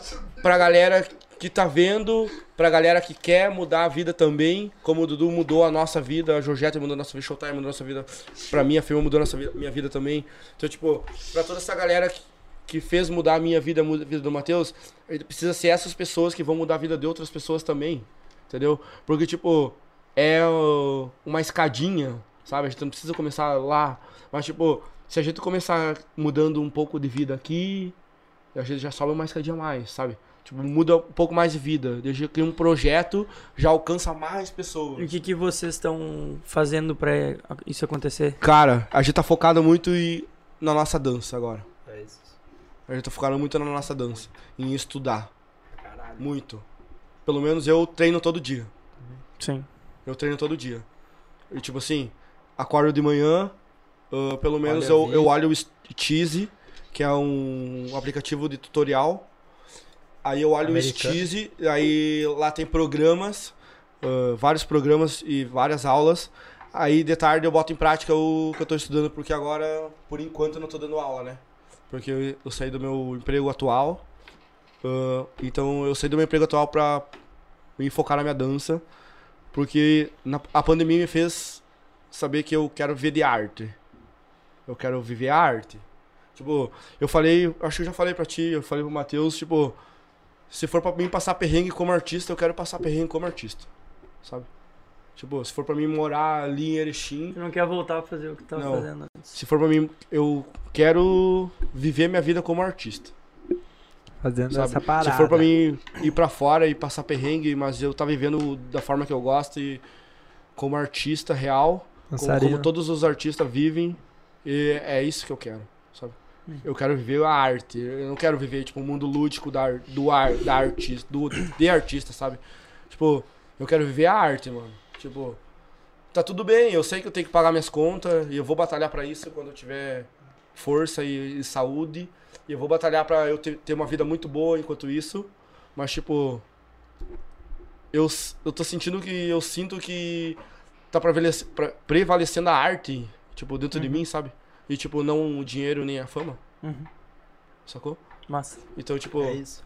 Speaker 1: pra galera que tá vendo, pra galera que quer mudar a vida também, como o Dudu mudou a nossa vida, a Georgette mudou a nossa vida, Showtime mudou a nossa vida, pra mim a Filma mudou a nossa vida, minha vida também. Então, tipo, pra toda essa galera que, que fez mudar a minha vida, a mu- a vida do Matheus, a gente precisa ser essas pessoas que vão mudar a vida de outras pessoas também, entendeu? Porque, tipo, é ó, uma escadinha, sabe? A gente não precisa começar lá, mas, tipo, se a gente começar mudando um pouco de vida aqui, a gente já sobe uma escadinha a mais, sabe? Tipo, muda um pouco mais de vida. Desde que cria um projeto, já alcança mais pessoas.
Speaker 4: E O que, que vocês estão fazendo pra isso acontecer?
Speaker 1: Cara, a gente tá focado muito em- na nossa dança agora. A gente tá focado muito na nossa dança, em estudar. Muito. Pelo menos eu treino todo dia.
Speaker 4: Sim.
Speaker 1: Eu treino todo dia. E tipo assim, acordo de manhã, Ah, pelo menos eu, eu olho o St- Tease, que é um aplicativo de tutorial. Aí eu olho
Speaker 3: Americano.
Speaker 1: o Steezy, aí lá tem programas, ah, vários programas e várias aulas. Aí de tarde eu boto em prática o que eu tô estudando, porque agora, por enquanto, eu não tô dando aula, né? Porque eu, eu saí do meu emprego atual. ah, então eu saí do meu emprego atual pra me focar na minha dança. Porque na- a pandemia me fez saber que eu quero ver de arte. Eu quero viver a arte. Tipo, eu falei, acho que eu já falei pra ti, eu falei pro Matheus, tipo, se for pra mim passar perrengue como artista, eu quero passar perrengue como artista. Sabe? Tipo, se for pra mim morar ali em Erechim,
Speaker 4: Tu não quer voltar a fazer o que tava
Speaker 1: Não.
Speaker 4: fazendo antes.
Speaker 1: se for pra mim, eu quero viver minha vida como artista.
Speaker 3: Fazendo
Speaker 1: Sabe?
Speaker 3: né? essa parada.
Speaker 1: Se for pra mim ir pra fora e passar perrengue, mas eu tá vivendo da forma que eu gosto e como artista real, como- como,
Speaker 3: Dançarino.
Speaker 1: todos os artistas vivem, e é isso que eu quero, sabe? Eu quero viver a arte, eu não quero viver tipo o mundo lúdico da, ar- do ar, da artista, do, de artista, sabe? Tipo, eu quero viver a arte, mano. Tipo, tá tudo bem, eu sei que eu tenho que pagar minhas contas e eu vou batalhar pra isso quando eu tiver força e, e saúde. E eu vou batalhar pra eu ter, ter uma vida muito boa enquanto isso. Mas, tipo. Eu, s- eu tô sentindo que. Eu sinto que. Tá prevalece- pra- prevalecendo a arte, tipo, dentro
Speaker 4: Uhum.
Speaker 1: de mim, sabe? E, tipo, não o dinheiro nem a fama. Sacou?
Speaker 4: Massa.
Speaker 1: Então, tipo.
Speaker 4: Uhum. É isso.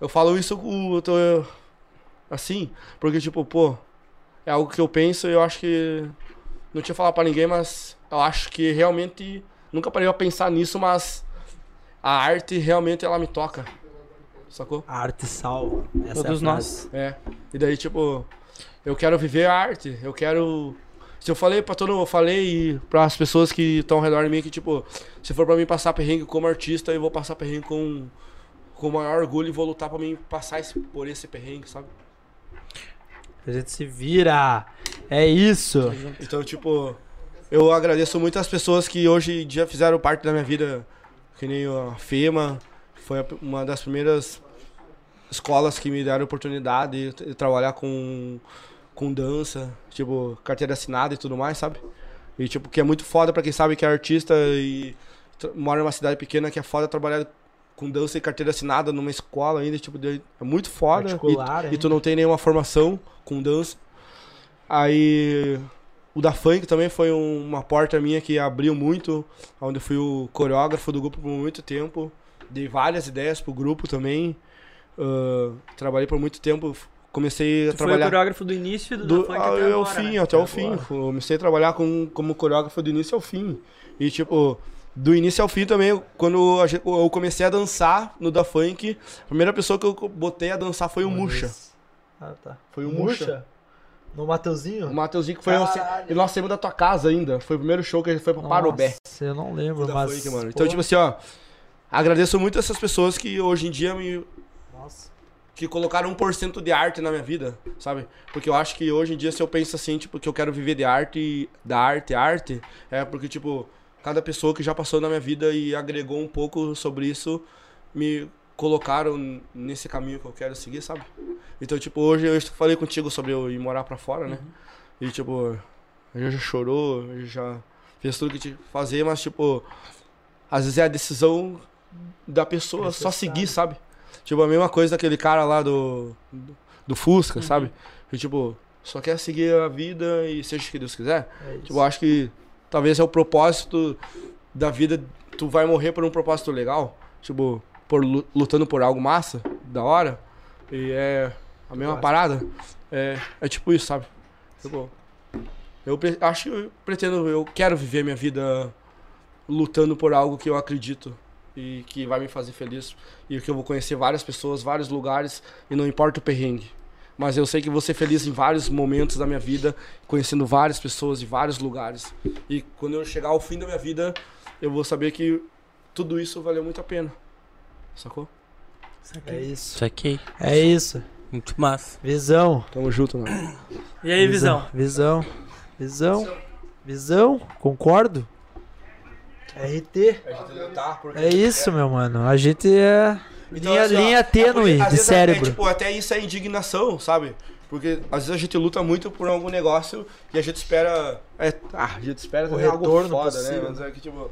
Speaker 1: Eu falo isso com. Eu tô, assim, porque, tipo, pô, é algo que eu penso e eu acho que. Não tinha falado pra ninguém, mas eu acho que realmente. Nunca parei a pensar nisso, mas. A arte realmente ela me toca. Sacou?
Speaker 3: A arte salva. Essa
Speaker 4: Todos
Speaker 3: é a frase.
Speaker 4: nós.
Speaker 1: É. E daí, tipo, eu quero viver a arte. Eu quero. Se eu falei pra todo mundo, eu falei e pras pessoas que estão ao redor de mim que, tipo, se for pra mim passar perrengue como artista, eu vou passar perrengue com, com o maior orgulho e vou lutar pra mim passar esse, por esse perrengue, sabe?
Speaker 3: A gente se vira. É isso.
Speaker 1: Então, tipo, eu agradeço muito as pessoas que hoje em dia fizeram parte da minha vida, que nem a FEMA, foi a- uma das primeiras escolas que me deram oportunidade de t- trabalhar com, com dança, tipo, carteira assinada e tudo mais, sabe? E, tipo, que é muito foda pra quem sabe que é artista e tra- mora numa cidade pequena, que é foda trabalhar com dança e carteira assinada numa escola ainda, tipo, de- é muito foda. E,
Speaker 3: Particular,
Speaker 1: e tu não tem nenhuma formação com dança. Aí o da funk também foi um- uma porta minha que abriu muito, onde eu fui o coreógrafo do grupo por muito tempo. Dei várias ideias pro grupo também. Ah, trabalhei por muito tempo. f- Comecei a
Speaker 4: Tu foi o
Speaker 1: trabalhar.
Speaker 4: coreógrafo do início do,
Speaker 1: Do, ah,
Speaker 4: da funk
Speaker 1: ao,
Speaker 4: até agora,
Speaker 1: ao fim,
Speaker 4: né?
Speaker 1: até o fim. Comecei a trabalhar com, como coreógrafo do início ao fim. E, tipo, do início ao fim também, quando a gen- eu comecei a dançar no da funk, a primeira pessoa que eu co- botei a dançar foi o Muxa.
Speaker 3: Ah, tá.
Speaker 1: Foi o Muxa.
Speaker 3: No Mateuzinho?
Speaker 1: O Mateuzinho que foi. ao ce- E nós saímos da tua casa ainda. Foi o primeiro show que a gente foi pro Parobé.
Speaker 3: Nossa, eu não lembro,
Speaker 1: Da
Speaker 3: mas...
Speaker 1: funk, mano.
Speaker 3: pô,
Speaker 1: Então, tipo assim, ó. Agradeço muito essas pessoas que hoje em dia me.
Speaker 3: Nossa.
Speaker 1: Que colocaram 1% de arte na minha vida, sabe? Porque eu acho que hoje em dia, se eu penso assim, tipo, que eu quero viver de arte, da arte, arte, é porque, tipo, cada pessoa que já passou na minha vida e agregou um pouco sobre isso, me colocaram nesse caminho que eu quero seguir, sabe? Então, tipo, hoje eu falei contigo sobre eu ir morar pra fora, né? E, tipo, eu já chorou, eu já fez tudo que tinha que fazer, mas, tipo, às vezes é a decisão da pessoa só seguir, sabe? Tipo, a mesma coisa daquele cara lá do, do, do Fusca, sabe? Que, tipo, só quer seguir a vida e seja o que Deus quiser. tipo, eu acho que talvez é o propósito da vida, tu vai morrer por um propósito legal, tipo, por, lu- lutando por algo massa, da hora, e é a mesma parada. É, é tipo isso, sabe? Tipo, eu pre- acho que eu pretendo, eu quero viver minha vida lutando por algo que eu acredito e que vai me fazer feliz e que eu vou conhecer várias pessoas, vários lugares e não importa o perrengue. Mas eu sei que vou ser feliz em vários momentos da minha vida, conhecendo várias pessoas de vários lugares. E quando eu chegar ao fim da minha vida, eu vou saber que tudo isso valeu muito a pena. Sacou?
Speaker 3: É isso.
Speaker 2: Isso aqui.
Speaker 3: É isso.
Speaker 2: Muito massa.
Speaker 3: Visão.
Speaker 1: Tamo junto, mano.
Speaker 4: E aí, Visão?
Speaker 3: Visão. Visão. Visão. Concordo. RT. É isso, meu mano. A gente é.
Speaker 1: Então,
Speaker 3: linha
Speaker 1: assim, ó,
Speaker 3: linha
Speaker 1: é por-
Speaker 3: tênue
Speaker 1: às
Speaker 3: de
Speaker 1: vezes
Speaker 3: cérebro.
Speaker 1: É, tipo, até isso é indignação, sabe? Porque às vezes a gente luta muito por algum negócio e a gente espera. É, ah, a gente espera também algo
Speaker 3: retorno
Speaker 1: foda,
Speaker 3: possível,
Speaker 1: né? Mas é que, tipo,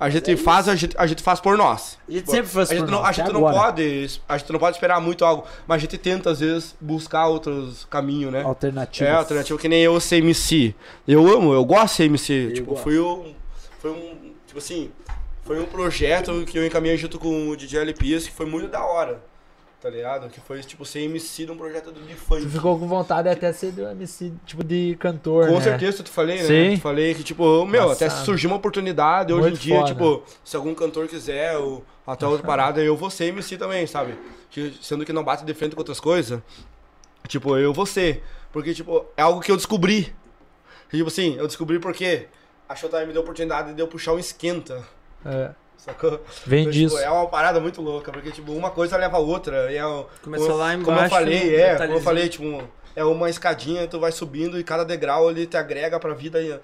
Speaker 1: a gente faz, a gente, a gente faz por nós. Tipo,
Speaker 3: A gente sempre faz
Speaker 1: A gente,
Speaker 3: por
Speaker 1: não,
Speaker 3: nós,
Speaker 1: a gente
Speaker 3: até
Speaker 1: não
Speaker 3: agora.
Speaker 1: pode. A gente não pode esperar muito algo, mas a gente tenta, às vezes, buscar outros caminhos, né?
Speaker 3: Alternativas.
Speaker 1: É, alternativo que nem eu ser MC. Eu amo, eu gosto de ser MC. tipo,
Speaker 3: gosto.
Speaker 1: foi um. Foi um. Tipo assim. Foi um projeto que eu encaminhei junto com o DJ LPS que foi muito da hora. Tá ligado? Que foi, tipo, ser MC de um projeto de funk.
Speaker 3: Tu ficou com vontade até ser do MC, tipo, de cantor,
Speaker 1: Com
Speaker 3: né?
Speaker 1: certeza, tu falei, né?
Speaker 3: Sim.
Speaker 1: Tu falei que, tipo, meu, até
Speaker 3: Passado.
Speaker 1: se surgir uma oportunidade, hoje
Speaker 3: Muito
Speaker 1: em dia,
Speaker 3: foda.
Speaker 1: tipo, se algum cantor quiser, ou até outra parada, eu vou ser MC também, sabe? Que- sendo que não bate de frente com outras coisas, tipo, eu vou ser. Porque, tipo, é algo que eu descobri. Que, tipo assim, eu descobri porque a Showtime me deu a oportunidade de eu puxar um esquenta.
Speaker 3: É.
Speaker 1: Sacou?
Speaker 3: Vem
Speaker 1: Então, tipo,
Speaker 3: disso.
Speaker 1: é uma parada muito louca, porque, tipo, uma coisa leva a outra. E é, o-
Speaker 4: Começou
Speaker 1: como-
Speaker 4: lá
Speaker 1: Como eu
Speaker 4: embaixo, né? Um
Speaker 1: falei, é, como eu
Speaker 4: detalhezinho.
Speaker 1: falei, tipo, é uma escadinha, tu vai subindo e cada degrau ele te agrega pra vida. E,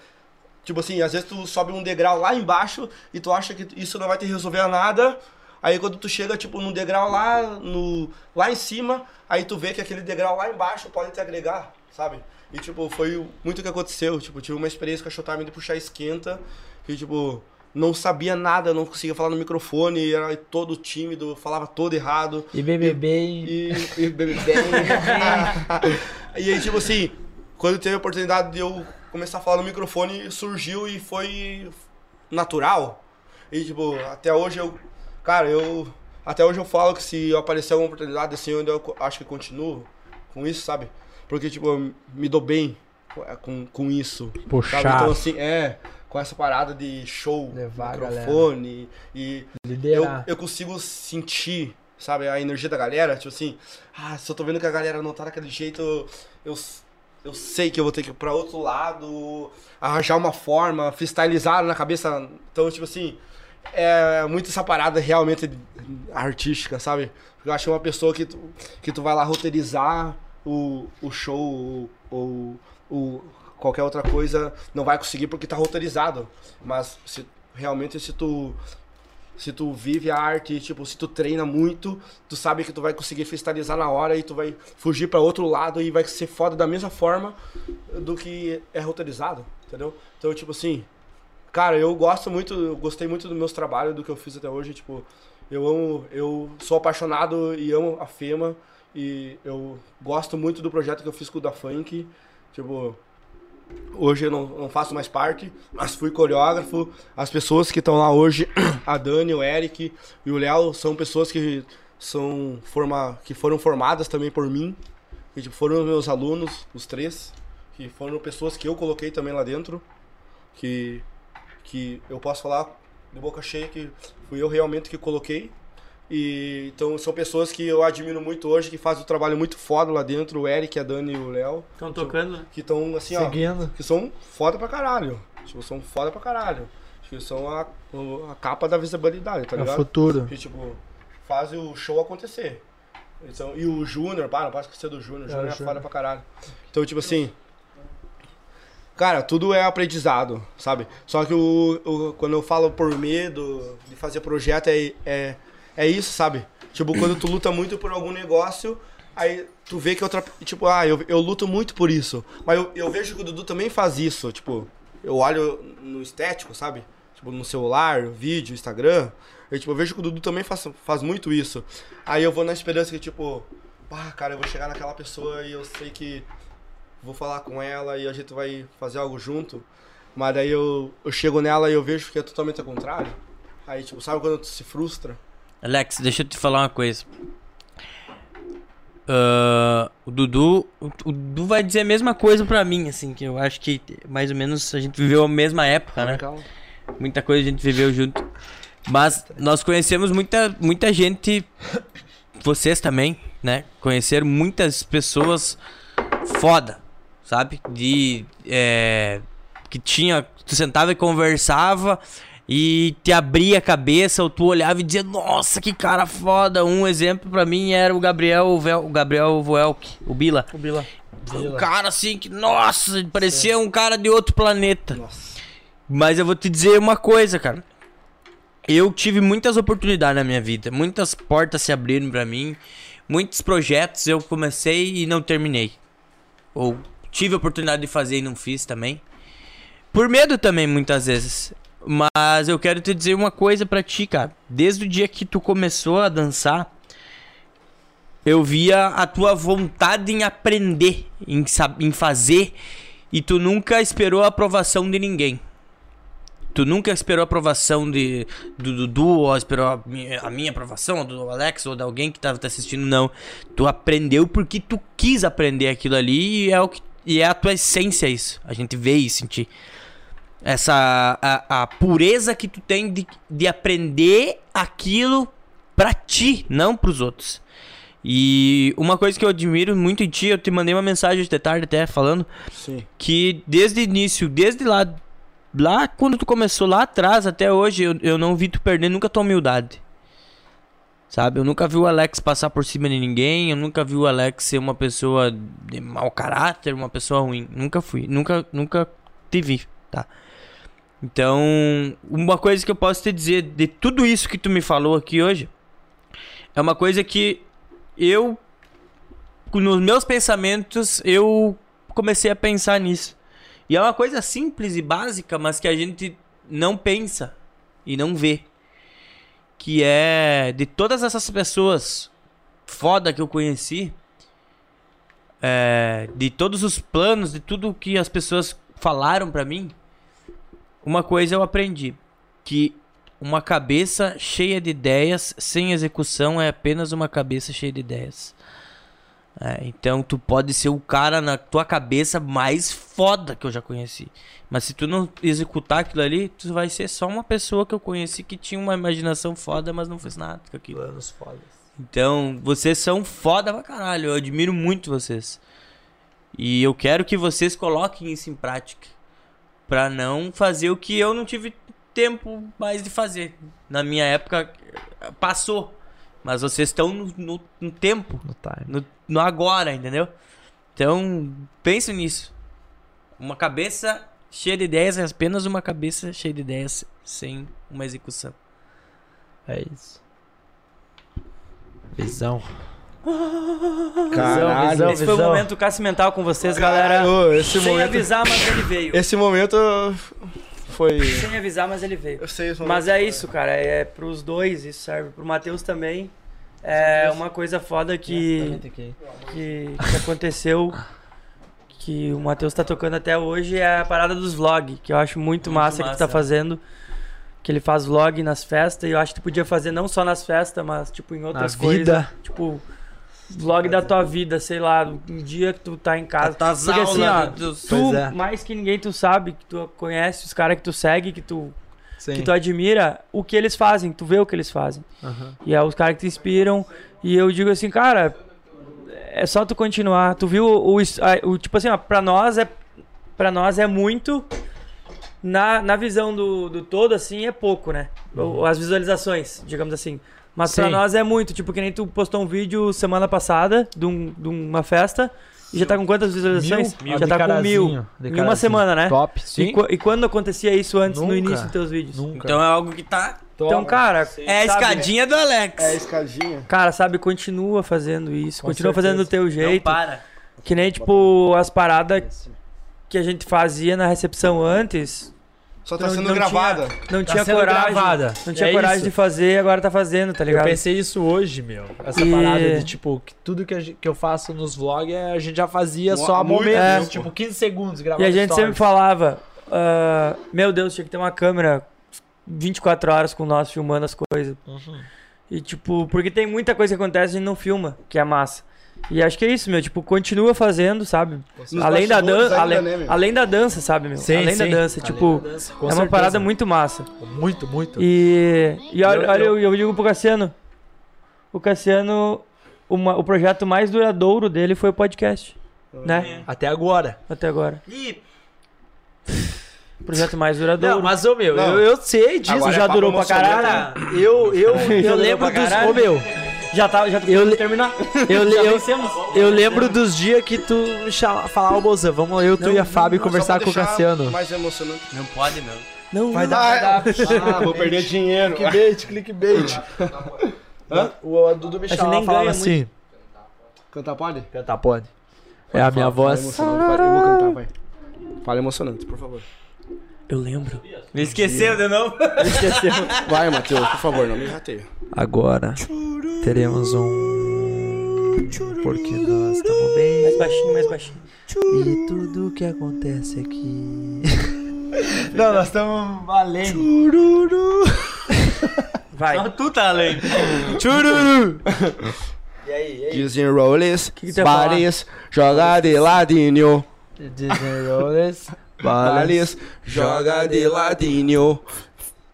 Speaker 1: tipo assim, às vezes tu sobe um degrau lá embaixo e tu acha que isso não vai te resolver nada. Aí quando tu chega, tipo, num degrau lá, no, lá em cima, aí tu vê que aquele degrau lá embaixo pode te agregar, sabe? E, tipo, foi muito o que aconteceu. Tipo, tive uma experiência com a Showtime de puxar esquenta. E, tipo, não sabia nada, não conseguia falar no microfone, era todo tímido, falava todo errado.
Speaker 3: E BBB em...
Speaker 1: E, e bebe bem. e aí, tipo assim, quando teve a oportunidade de eu começar a falar no microfone, surgiu e foi natural. E, tipo, até hoje eu. Cara, eu. Até hoje eu falo que se aparecer alguma oportunidade assim, eu ainda co- acho que continuo com isso, sabe? Porque, tipo, eu me dou bem co- com, com isso.
Speaker 3: Puxar.
Speaker 1: Sabe? Então, assim, é. Com essa parada de show,
Speaker 3: Levar a galera.
Speaker 1: microfone e eu,
Speaker 3: Liderar.
Speaker 1: eu consigo sentir, sabe, a energia da galera. Tipo assim, ah, se eu tô vendo que a galera não tá daquele jeito, eu, eu sei que eu vou ter que ir pra outro lado, arranjar uma forma, freestylizar na cabeça. Então, tipo assim, é muito essa parada realmente artística, sabe? Eu acho que uma pessoa que tu, que tu vai lá roteirizar o, o show ou, ou, ou qualquer outra coisa, não vai conseguir porque tá roteirizado. Mas se, realmente se tu se tu vive a arte, tipo, se tu treina muito, tu sabe que tu vai conseguir freestylizar na hora e tu vai fugir pra outro lado e vai ser foda da mesma forma do que é roteirizado, entendeu? Então, tipo assim, cara, eu gosto muito, eu gostei muito dos meus trabalhos, do que eu fiz até hoje, tipo, eu amo, eu sou apaixonado e amo a FEMA e eu gosto muito do projeto que eu fiz com o da Funk, tipo, Hoje eu não, não faço mais parte, mas fui coreógrafo. As pessoas que estão lá hoje, a Dani, o Eric e o Léo, são pessoas que, são forma, que foram formadas também por mim. Que tipo, foram meus alunos, os três. Que foram pessoas que eu coloquei também lá dentro. Que, que eu posso falar de boca cheia que fui eu realmente que coloquei. E, então são pessoas que eu admiro muito hoje, que fazem um trabalho muito foda lá dentro. O Eric, a Dani e o Léo.
Speaker 4: Estão tocando, né?
Speaker 1: Que estão assim, ó
Speaker 3: Seguindo.
Speaker 1: que são foda pra caralho. Tipo, são foda pra caralho. Que são a, o- a capa da visibilidade, tá
Speaker 3: É o
Speaker 1: ligado?
Speaker 3: futuro.
Speaker 1: Que, tipo, fazem o show acontecer. Então, e o Júnior, pá, não pode esquecer do Júnior. O Júnior é,
Speaker 3: o
Speaker 1: foda pra caralho. Então, tipo assim. Cara, tudo é aprendizado, sabe? Só que o, o- quando eu falo por medo de fazer projeto, é, é, é isso, sabe? Tipo, quando tu luta muito por algum negócio, aí tu vê que outra. Tipo, ah, eu, eu luto muito por isso. Mas eu, eu vejo que o Dudu também faz isso. Tipo, eu olho no estético, sabe? Tipo, no celular, vídeo, Instagram. Eu, tipo, eu vejo que o Dudu também faz, faz muito isso. Aí eu vou na esperança que, tipo, ah, cara, eu vou chegar naquela pessoa e eu sei que vou falar com ela e a gente vai fazer algo junto. Mas daí eu, eu chego nela e eu vejo que é totalmente ao contrário. Aí, tipo, sabe quando tu se frustra?
Speaker 2: Alex, deixa eu te falar uma coisa. Ah, o Dudu. O, o Dudu vai dizer a mesma coisa pra mim, assim, que eu acho que mais ou menos a gente viveu a mesma época, né? Muita coisa a gente viveu junto. Mas nós conhecemos muita, muita gente. Vocês também, né? Conheceram muitas pessoas foda, sabe? De. é, que tinha. Tu sentava e conversava e te abria a cabeça, ou tu olhava e dizia, nossa, que cara foda. Um exemplo pra mim era o Gabriel, Vel- o Gabriel Voelk, o Bila.
Speaker 4: O Bila.
Speaker 2: Um cara assim que, nossa, ele parecia um cara de outro planeta. Mas eu vou te dizer uma coisa, cara. Eu tive muitas oportunidades na minha vida, muitas portas se abriram pra mim, muitos projetos eu comecei e não terminei. Ou tive a oportunidade de fazer e não fiz também. Por medo também, muitas vezes. Mas eu quero te dizer uma coisa pra ti, cara. Desde o dia que tu começou a dançar, eu via a tua vontade em aprender, em, sab- em fazer, e tu nunca esperou a aprovação de ninguém. Tu nunca esperou a aprovação de, do Dudu, ou esperou a minha, a minha aprovação, ou do Alex, ou de alguém que tava te assistindo, não. Tu aprendeu porque tu quis aprender aquilo ali e é, o que, e é a tua essência isso. A gente vê isso em ti. Essa. A, a pureza que tu tem de, de aprender aquilo pra ti, não pros outros. E uma coisa que eu admiro muito em ti, eu te mandei uma mensagem de tarde até falando que desde o início, desde lá, lá quando tu começou lá atrás até hoje, eu, eu não vi tu perder nunca tua humildade. Sabe? Eu nunca vi o Alex passar por cima de ninguém, eu nunca vi o Alex ser uma pessoa de mau caráter, uma pessoa ruim. Nunca fui, nunca nunca te vi, tá? Então, uma coisa que eu posso te dizer de tudo isso que tu me falou aqui hoje, é uma coisa que eu com- nos meus pensamentos eu comecei a pensar nisso. E é uma coisa simples e básica, mas que a gente não pensa e não vê. Que é de todas essas pessoas foda que eu conheci, é, de todos os planos, de tudo que as pessoas falaram pra mim, uma coisa eu aprendi, que uma cabeça cheia de ideias sem execução é apenas uma cabeça cheia de ideias. É, então tu pode ser o cara na tua cabeça mais foda que eu já conheci. Mas se tu não executar aquilo ali, tu vai ser só uma pessoa que eu conheci que tinha uma imaginação foda, mas não fez nada com aquilo.
Speaker 3: Planos fodas.
Speaker 2: Então, vocês são foda pra caralho. Eu admiro muito vocês. E eu quero que vocês coloquem isso em prática. Pra não fazer o que eu não tive tempo mais de fazer. Na minha época, passou. Mas vocês estão no, no- no tempo,
Speaker 3: No time.
Speaker 2: no, no agora, entendeu? Então, penso nisso. Uma cabeça cheia de ideias é apenas uma cabeça cheia de ideias sem uma execução.
Speaker 3: É isso. Visão.
Speaker 1: Caralho.
Speaker 3: visão,
Speaker 4: Esse foi o momento Cássio Mental com vocês, galera.
Speaker 1: Caralho, esse
Speaker 4: Sem
Speaker 1: momento,
Speaker 4: avisar, mas ele veio.
Speaker 1: esse momento foi...
Speaker 4: Sem avisar, mas ele veio.
Speaker 1: Eu sei esse momento.
Speaker 4: Mas é isso, cara. É pros dois, isso serve pro Matheus também. É uma coisa foda
Speaker 1: é,
Speaker 4: que, que, que aconteceu, que o Matheus tá tocando até hoje, é a parada dos vlogs, que eu acho muito, massa, que tu tá
Speaker 2: massa.
Speaker 4: fazendo. Que ele faz vlog nas festas, e eu acho que tu podia fazer não só nas festas, mas tipo em outras coisas.
Speaker 3: vida.
Speaker 4: Tipo, vlog da tua vida, sei lá, um dia que tu tá em casa.
Speaker 2: As
Speaker 4: Porque assim, ó,
Speaker 2: aulas dos-
Speaker 4: tu,
Speaker 3: Pois é.
Speaker 4: mais que ninguém, tu sabe, que tu conhece os caras que tu segue, que tu
Speaker 3: Sim.
Speaker 4: que tu admira o que eles fazem, tu vê o que eles fazem. E é os caras que te inspiram. E eu digo assim, cara, é só tu continuar. Tu viu o, es- a- o- tipo assim, ó, pra nós é para nós é muito na, na visão do, do todo assim é pouco, né? O- As visualizações, digamos assim. Mas pra
Speaker 3: Uhum. Sim.
Speaker 4: nós é muito, tipo que nem tu postou um vídeo semana passada de, um- de uma festa e já tá com quantas visualizações?
Speaker 3: Mil?
Speaker 4: Já
Speaker 3: Ah,
Speaker 4: tá
Speaker 3: de
Speaker 4: com mil.
Speaker 3: carazinho, de
Speaker 4: Em uma
Speaker 3: carazinho.
Speaker 4: semana, né?
Speaker 3: Top,
Speaker 4: E,
Speaker 3: sim.
Speaker 4: qu- e quando acontecia isso antes no
Speaker 3: Nunca.
Speaker 4: início dos teus vídeos?
Speaker 3: Nunca.
Speaker 2: Então é algo que tá
Speaker 4: Então, cara,
Speaker 2: É a
Speaker 4: sabe- né?
Speaker 2: escadinha do Alex.
Speaker 1: É escadinha.
Speaker 4: Cara, sabe, continua fazendo isso, continua fazendo do teu
Speaker 2: Não
Speaker 4: jeito.
Speaker 2: para.
Speaker 4: Que nem, tipo, as paradas que a gente fazia na recepção antes.
Speaker 1: Só tá
Speaker 4: não-
Speaker 1: sendo
Speaker 4: não
Speaker 1: gravada.
Speaker 4: Tinha, não
Speaker 3: Tá
Speaker 4: tinha
Speaker 3: sendo
Speaker 4: coragem.
Speaker 3: gravada.
Speaker 4: Não tinha
Speaker 3: É
Speaker 4: coragem
Speaker 3: isso.
Speaker 4: de fazer, agora tá fazendo, tá
Speaker 3: Eu
Speaker 4: ligado?
Speaker 3: pensei isso hoje, meu. Essa
Speaker 4: E-
Speaker 3: parada de, tipo, que tudo que, a gen- que eu faço nos vlogs é- a gente já fazia só a
Speaker 1: muito
Speaker 3: momentos,
Speaker 1: tempo.
Speaker 3: tipo, 15 segundos
Speaker 4: E
Speaker 3: gravando
Speaker 4: a gente
Speaker 3: stories.
Speaker 4: sempre falava: ah, Meu Deus, tinha que ter uma câmera 24 horas com nós filmando as coisas.
Speaker 3: Uhum.
Speaker 4: E, tipo, porque tem muita coisa que acontece e a gente não filma, que é massa. E acho que é isso, meu. Tipo, continua fazendo, sabe?
Speaker 1: Nos
Speaker 4: além da
Speaker 1: bastidores
Speaker 4: dança,
Speaker 1: ainda,
Speaker 4: além,
Speaker 1: né, meu?
Speaker 4: além da dança, sabe, meu?
Speaker 3: Sim,
Speaker 4: além da
Speaker 3: sim.
Speaker 4: dança,
Speaker 3: Além
Speaker 4: tipo,
Speaker 3: da dança,
Speaker 4: é
Speaker 3: com
Speaker 4: uma
Speaker 3: certeza.
Speaker 4: parada muito massa.
Speaker 3: Muito, muito.
Speaker 4: E, e olha,
Speaker 3: Eu-
Speaker 4: olha,
Speaker 3: eu-
Speaker 4: eu, eu digo pro Cassiano, o Cassiano, uma- o projeto mais duradouro dele foi o podcast,
Speaker 3: Uhum.
Speaker 4: né?
Speaker 3: Até agora.
Speaker 4: Até agora.
Speaker 2: E
Speaker 4: O projeto mais duradouro.
Speaker 3: Não, mas, ô, meu,
Speaker 1: Não.
Speaker 3: eu, eu sei disso,
Speaker 1: Agora é
Speaker 3: já
Speaker 1: papo
Speaker 3: durou pra
Speaker 1: emocionante,
Speaker 3: caralho. Eu, eu, eu lembro
Speaker 4: pra
Speaker 3: dos...
Speaker 4: caralho.
Speaker 3: Ô, meu,
Speaker 4: Já tá, já
Speaker 3: Eu le-
Speaker 4: terminar.
Speaker 3: eu, le-
Speaker 4: Já
Speaker 3: eu,
Speaker 4: vencemos.
Speaker 3: eu lembro dos dias que tu me chama- falava, ô, Mozão, vamos lá, eu, tu e a Fábio
Speaker 1: Só
Speaker 3: conversar
Speaker 1: pra
Speaker 3: com o
Speaker 1: deixar
Speaker 3: Cassiano.
Speaker 1: Mais emocionante.
Speaker 2: não pode, meu.
Speaker 4: Não,
Speaker 1: Vai dar, Ah, vou perder dinheiro.
Speaker 3: Clickbait, clickbait. O Dudu me
Speaker 4: gente
Speaker 3: chamava
Speaker 4: nem
Speaker 3: e falava
Speaker 4: ganha
Speaker 3: assim...
Speaker 1: Cantar pode?
Speaker 3: Cantar pode. É a minha voz.
Speaker 1: Fala, eu vou cantar, vai. Fala emocionante, por favor.
Speaker 4: Eu lembro.
Speaker 2: Ele esqueceu, né, não?
Speaker 1: Vai, Matheus, por favor, não me rateia.
Speaker 3: Agora teremos um. Porque nós estamos bem.
Speaker 4: Mais baixinho, mais baixinho.
Speaker 3: E tudo que acontece aqui.
Speaker 14: Não, nós estamos valendo.
Speaker 4: Vai.
Speaker 2: Só tu tá além.
Speaker 1: Desenroles,
Speaker 4: que tu ia falar?
Speaker 1: bares, joga de ladinho.
Speaker 3: Desenroles. Vale.
Speaker 1: Bares, joga de ladinho.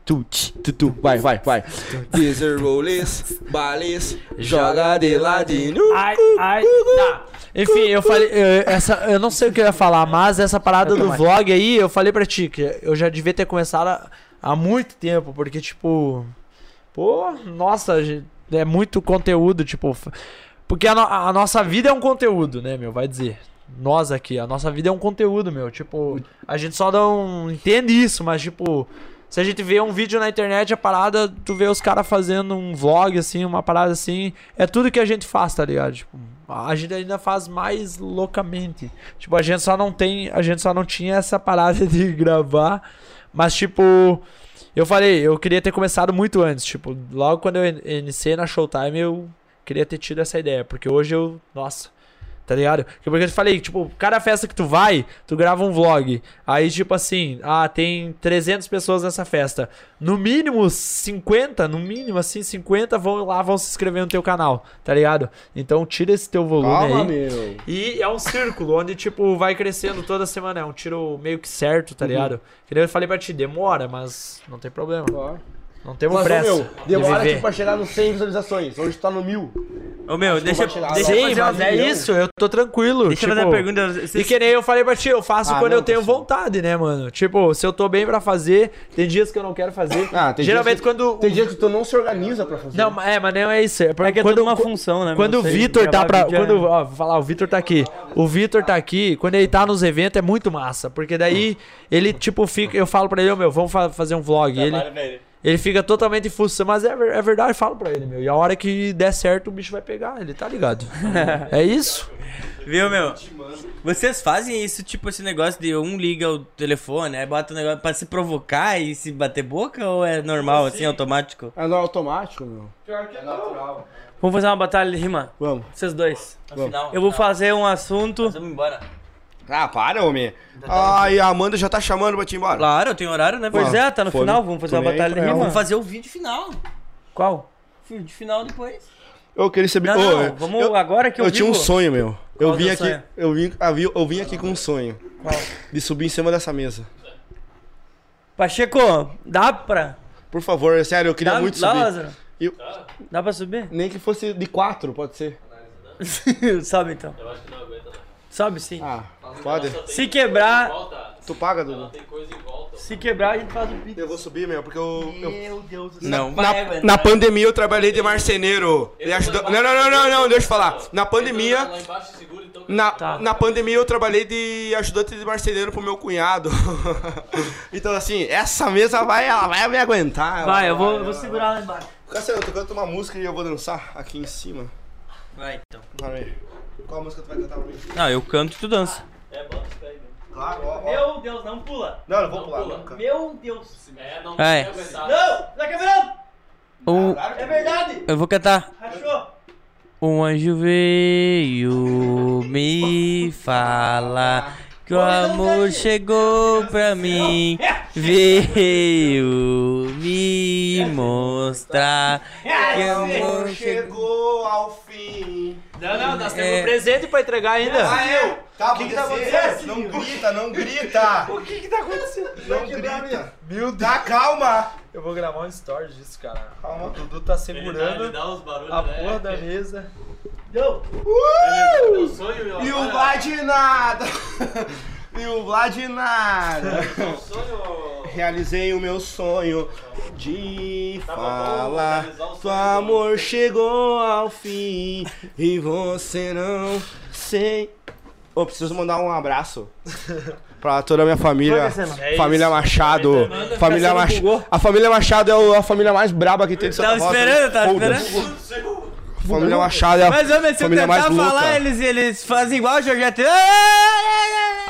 Speaker 1: Tu, tch, tu, tu, vai, vai, vai. Desenroles, bares, joga de ladinho.
Speaker 15: Ai, ai, tá.
Speaker 3: Enfim, eu falei. Eu, essa, eu não sei o que eu ia falar, mas essa parada do vlog aí, eu falei pra ti que eu já devia ter começado há, há muito tempo, porque, tipo. Pô, nossa, gente, é muito conteúdo, tipo. f- Porque a, no- a nossa vida é um conteúdo, né, meu? Vai dizer. Nós aqui, a nossa vida é um conteúdo, meu. Tipo, a gente só não entende isso, mas, tipo. Se a gente vê um vídeo na internet, a parada, tu vê os caras fazendo um vlog, assim, uma parada assim, é tudo que a gente faz, tá ligado? Tipo, a gente ainda faz mais loucamente. Tipo, a gente só não tem, a gente só não tinha essa parada de gravar, mas tipo, eu falei, eu queria ter começado muito antes, tipo, logo quando eu in- iniciei na Showtime, eu queria ter tido essa ideia, porque hoje eu, nossa, Tá ligado? Porque eu te falei, tipo, cada festa que tu vai, tu grava um vlog. Aí, tipo assim, ah, tem 300 pessoas nessa festa. No mínimo, 50, no mínimo, assim, 50 vão lá, vão se inscrever no teu canal, tá ligado? Então tira esse teu volume aí.
Speaker 1: meu.
Speaker 3: E é um círculo onde, tipo, vai crescendo toda semana. É um tiro meio que certo, tá ligado? Que nem eu falei pra ti, demora, mas não tem problema. Não temos
Speaker 1: Mas, ô,
Speaker 3: pressa.
Speaker 4: um-
Speaker 1: meu, demora
Speaker 3: de
Speaker 1: tipo,
Speaker 3: viver.
Speaker 1: pra chegar nos 100 visualizações. Hoje tá no 1000.
Speaker 2: Ô, meu, deixa,
Speaker 1: vai tirar
Speaker 2: deixa eu
Speaker 3: Sim,
Speaker 2: fazer uma
Speaker 3: mas é isso, eu tô tranquilo.
Speaker 2: Deixa eu fazer
Speaker 3: tipo,
Speaker 2: uma pergunta. Vocês-
Speaker 3: E que nem eu falei pra ti, eu faço
Speaker 1: Ah,
Speaker 3: quando
Speaker 1: não,
Speaker 3: eu tenho
Speaker 1: pessoal.
Speaker 3: vontade, né, mano? Tipo, se eu tô bem pra fazer, tem dias que eu não quero fazer.
Speaker 1: Ah, tem
Speaker 3: Geralmente
Speaker 1: dias que-
Speaker 3: quando.
Speaker 1: Tem dia que tu não se organiza pra fazer.
Speaker 3: Não, é, mas não é isso. É porque
Speaker 4: É que é
Speaker 3: quando,
Speaker 4: toda uma função, né? meu?
Speaker 3: Quando o
Speaker 4: Você
Speaker 3: Vitor tá
Speaker 4: gravar
Speaker 3: pra.
Speaker 4: vídeo é-
Speaker 3: Quando, ó, vou falar, o Vitor tá aqui. O Vitor tá aqui, quando ele tá nos eventos é muito massa. Porque daí ele, tipo, fica. Eu falo pra ele, ô meu, vamos fa- fazer um vlog. Ele, ele fica totalmente fuça, mas é, ver- é verdade, eu falo pra ele, meu. E a hora que der certo, o bicho vai pegar, ele tá ligado. é isso?
Speaker 2: Viu, meu? Vocês fazem isso, tipo, esse negócio de um liga o telefone, aí bota o negócio pra se provocar e se bater boca ou é normal, assim, automático?
Speaker 1: É no automático, meu.
Speaker 4: Vamos fazer uma batalha de rima.
Speaker 1: Vamos.
Speaker 4: Vocês dois.
Speaker 2: Não,
Speaker 4: Eu vou fazer um assunto.
Speaker 2: vamos embora.
Speaker 1: Ah, para, homem. Ai, a Amanda já tá chamando pra te ir embora.
Speaker 2: Claro, tem horário, né?
Speaker 4: Pois
Speaker 2: velho?
Speaker 4: é, tá no
Speaker 1: Foi-
Speaker 4: final. Vamos
Speaker 1: tô
Speaker 4: fazer uma
Speaker 1: nem aí
Speaker 4: batalha de
Speaker 1: pra ela.
Speaker 4: rima.
Speaker 2: Vamos fazer o vídeo final.
Speaker 4: Qual?
Speaker 2: Vídeo final depois.
Speaker 1: Eu queria saber.
Speaker 4: Não,
Speaker 1: Ô,
Speaker 4: não,
Speaker 1: eu-
Speaker 4: vamos
Speaker 1: eu,
Speaker 4: agora que eu
Speaker 1: eu tinha um
Speaker 4: vivo.
Speaker 1: sonho, meu. Eu
Speaker 4: Qual
Speaker 1: vim
Speaker 4: teu
Speaker 1: aqui,
Speaker 4: sonho?
Speaker 1: eu vim, ah, vi- eu vim aqui com um sonho.
Speaker 4: Qual?
Speaker 1: De subir em cima dessa mesa.
Speaker 4: Pacheco, dá pra?
Speaker 1: Por favor, é sério, eu queria
Speaker 4: Dá,
Speaker 1: muito
Speaker 4: dá
Speaker 1: subir.
Speaker 4: Lázaro?
Speaker 1: Eu-
Speaker 4: Dá pra subir?
Speaker 1: Tá. Nem que fosse de quatro, pode ser.
Speaker 4: Sobe então. Eu acho que não aguenta. Sobe sim.
Speaker 1: Ah, pode.
Speaker 4: Se quebrar,
Speaker 1: Tu paga, Dudu.
Speaker 4: se quebrar, a gente faz o pito.
Speaker 1: Eu vou subir, meu, porque eu. eu-
Speaker 2: Não, vai,
Speaker 1: Na, na pandemia eu trabalhei de marceneiro. Ele ajudou. Não, não, não, não, não, deixa eu falar. Na pandemia.
Speaker 16: Lá embaixo segura, então.
Speaker 1: Na,
Speaker 4: Tá.
Speaker 1: na pandemia eu trabalhei de ajudante de marceneiro pro meu cunhado. então assim, essa mesa vai, ela vai me aguentar.
Speaker 4: Vai, eu vou, eu vou segurar lá embaixo.
Speaker 1: Cassiano, eu tô cantando uma música e eu vou dançar aqui em cima.
Speaker 2: vai, então.
Speaker 1: Pera aí. Qual música tu vai cantar pra mim?
Speaker 2: Não, eu canto e tu dança.
Speaker 1: Claro, ó, ó.
Speaker 4: Meu Deus, não pula.
Speaker 1: Não, eu vou pular. nunca.
Speaker 4: Meu Deus.
Speaker 16: É, não
Speaker 2: Vai.
Speaker 16: tem aguentar.
Speaker 4: Não, tá quebrando.
Speaker 2: O,
Speaker 4: É verdade.
Speaker 2: eu vou cantar.
Speaker 4: Rachou.
Speaker 2: Um anjo veio me falar que o amor chegou pra mim. Veio me mostrar que o amor chegou.
Speaker 1: Chegou ao fim.
Speaker 4: Não, não, nós
Speaker 2: temos um
Speaker 4: presente pra entregar ainda.
Speaker 1: eu! Tá, o que, que tá acontecendo? Não grita, não grita! o que que tá acontecendo? Não grita! Meu Deus! Dá calma!
Speaker 3: Eu vou gravar um story disso, cara.
Speaker 1: Calma.
Speaker 3: Dudu tá
Speaker 16: Ele dá, ele dá uns barulhos, né?
Speaker 3: da mesa.
Speaker 16: É um sonho, meu.
Speaker 1: E o
Speaker 16: agora-
Speaker 1: Vlad nada! E o Vlad nada!
Speaker 16: É um sonho.
Speaker 1: Realizei o meu sonho de
Speaker 16: Tá bom,
Speaker 1: falar.
Speaker 16: vamos realizar o
Speaker 1: Seu
Speaker 16: sonho. então.
Speaker 1: amor chegou ao fim e você não sei. Eu preciso mandar um abraço pra toda a minha família.
Speaker 16: É
Speaker 1: família Machado. Família
Speaker 16: um
Speaker 1: Mach... A família Machado é o- a família mais braba que tem de Santa
Speaker 2: Tava
Speaker 1: Rosa.
Speaker 2: esperando, tava
Speaker 1: Foda-se.
Speaker 2: esperando.
Speaker 1: família Machado é a
Speaker 2: Mas, homem, se eu
Speaker 1: família mais
Speaker 2: tentar
Speaker 1: louca.
Speaker 2: falar, eles, eles fazem igual o Jorgete.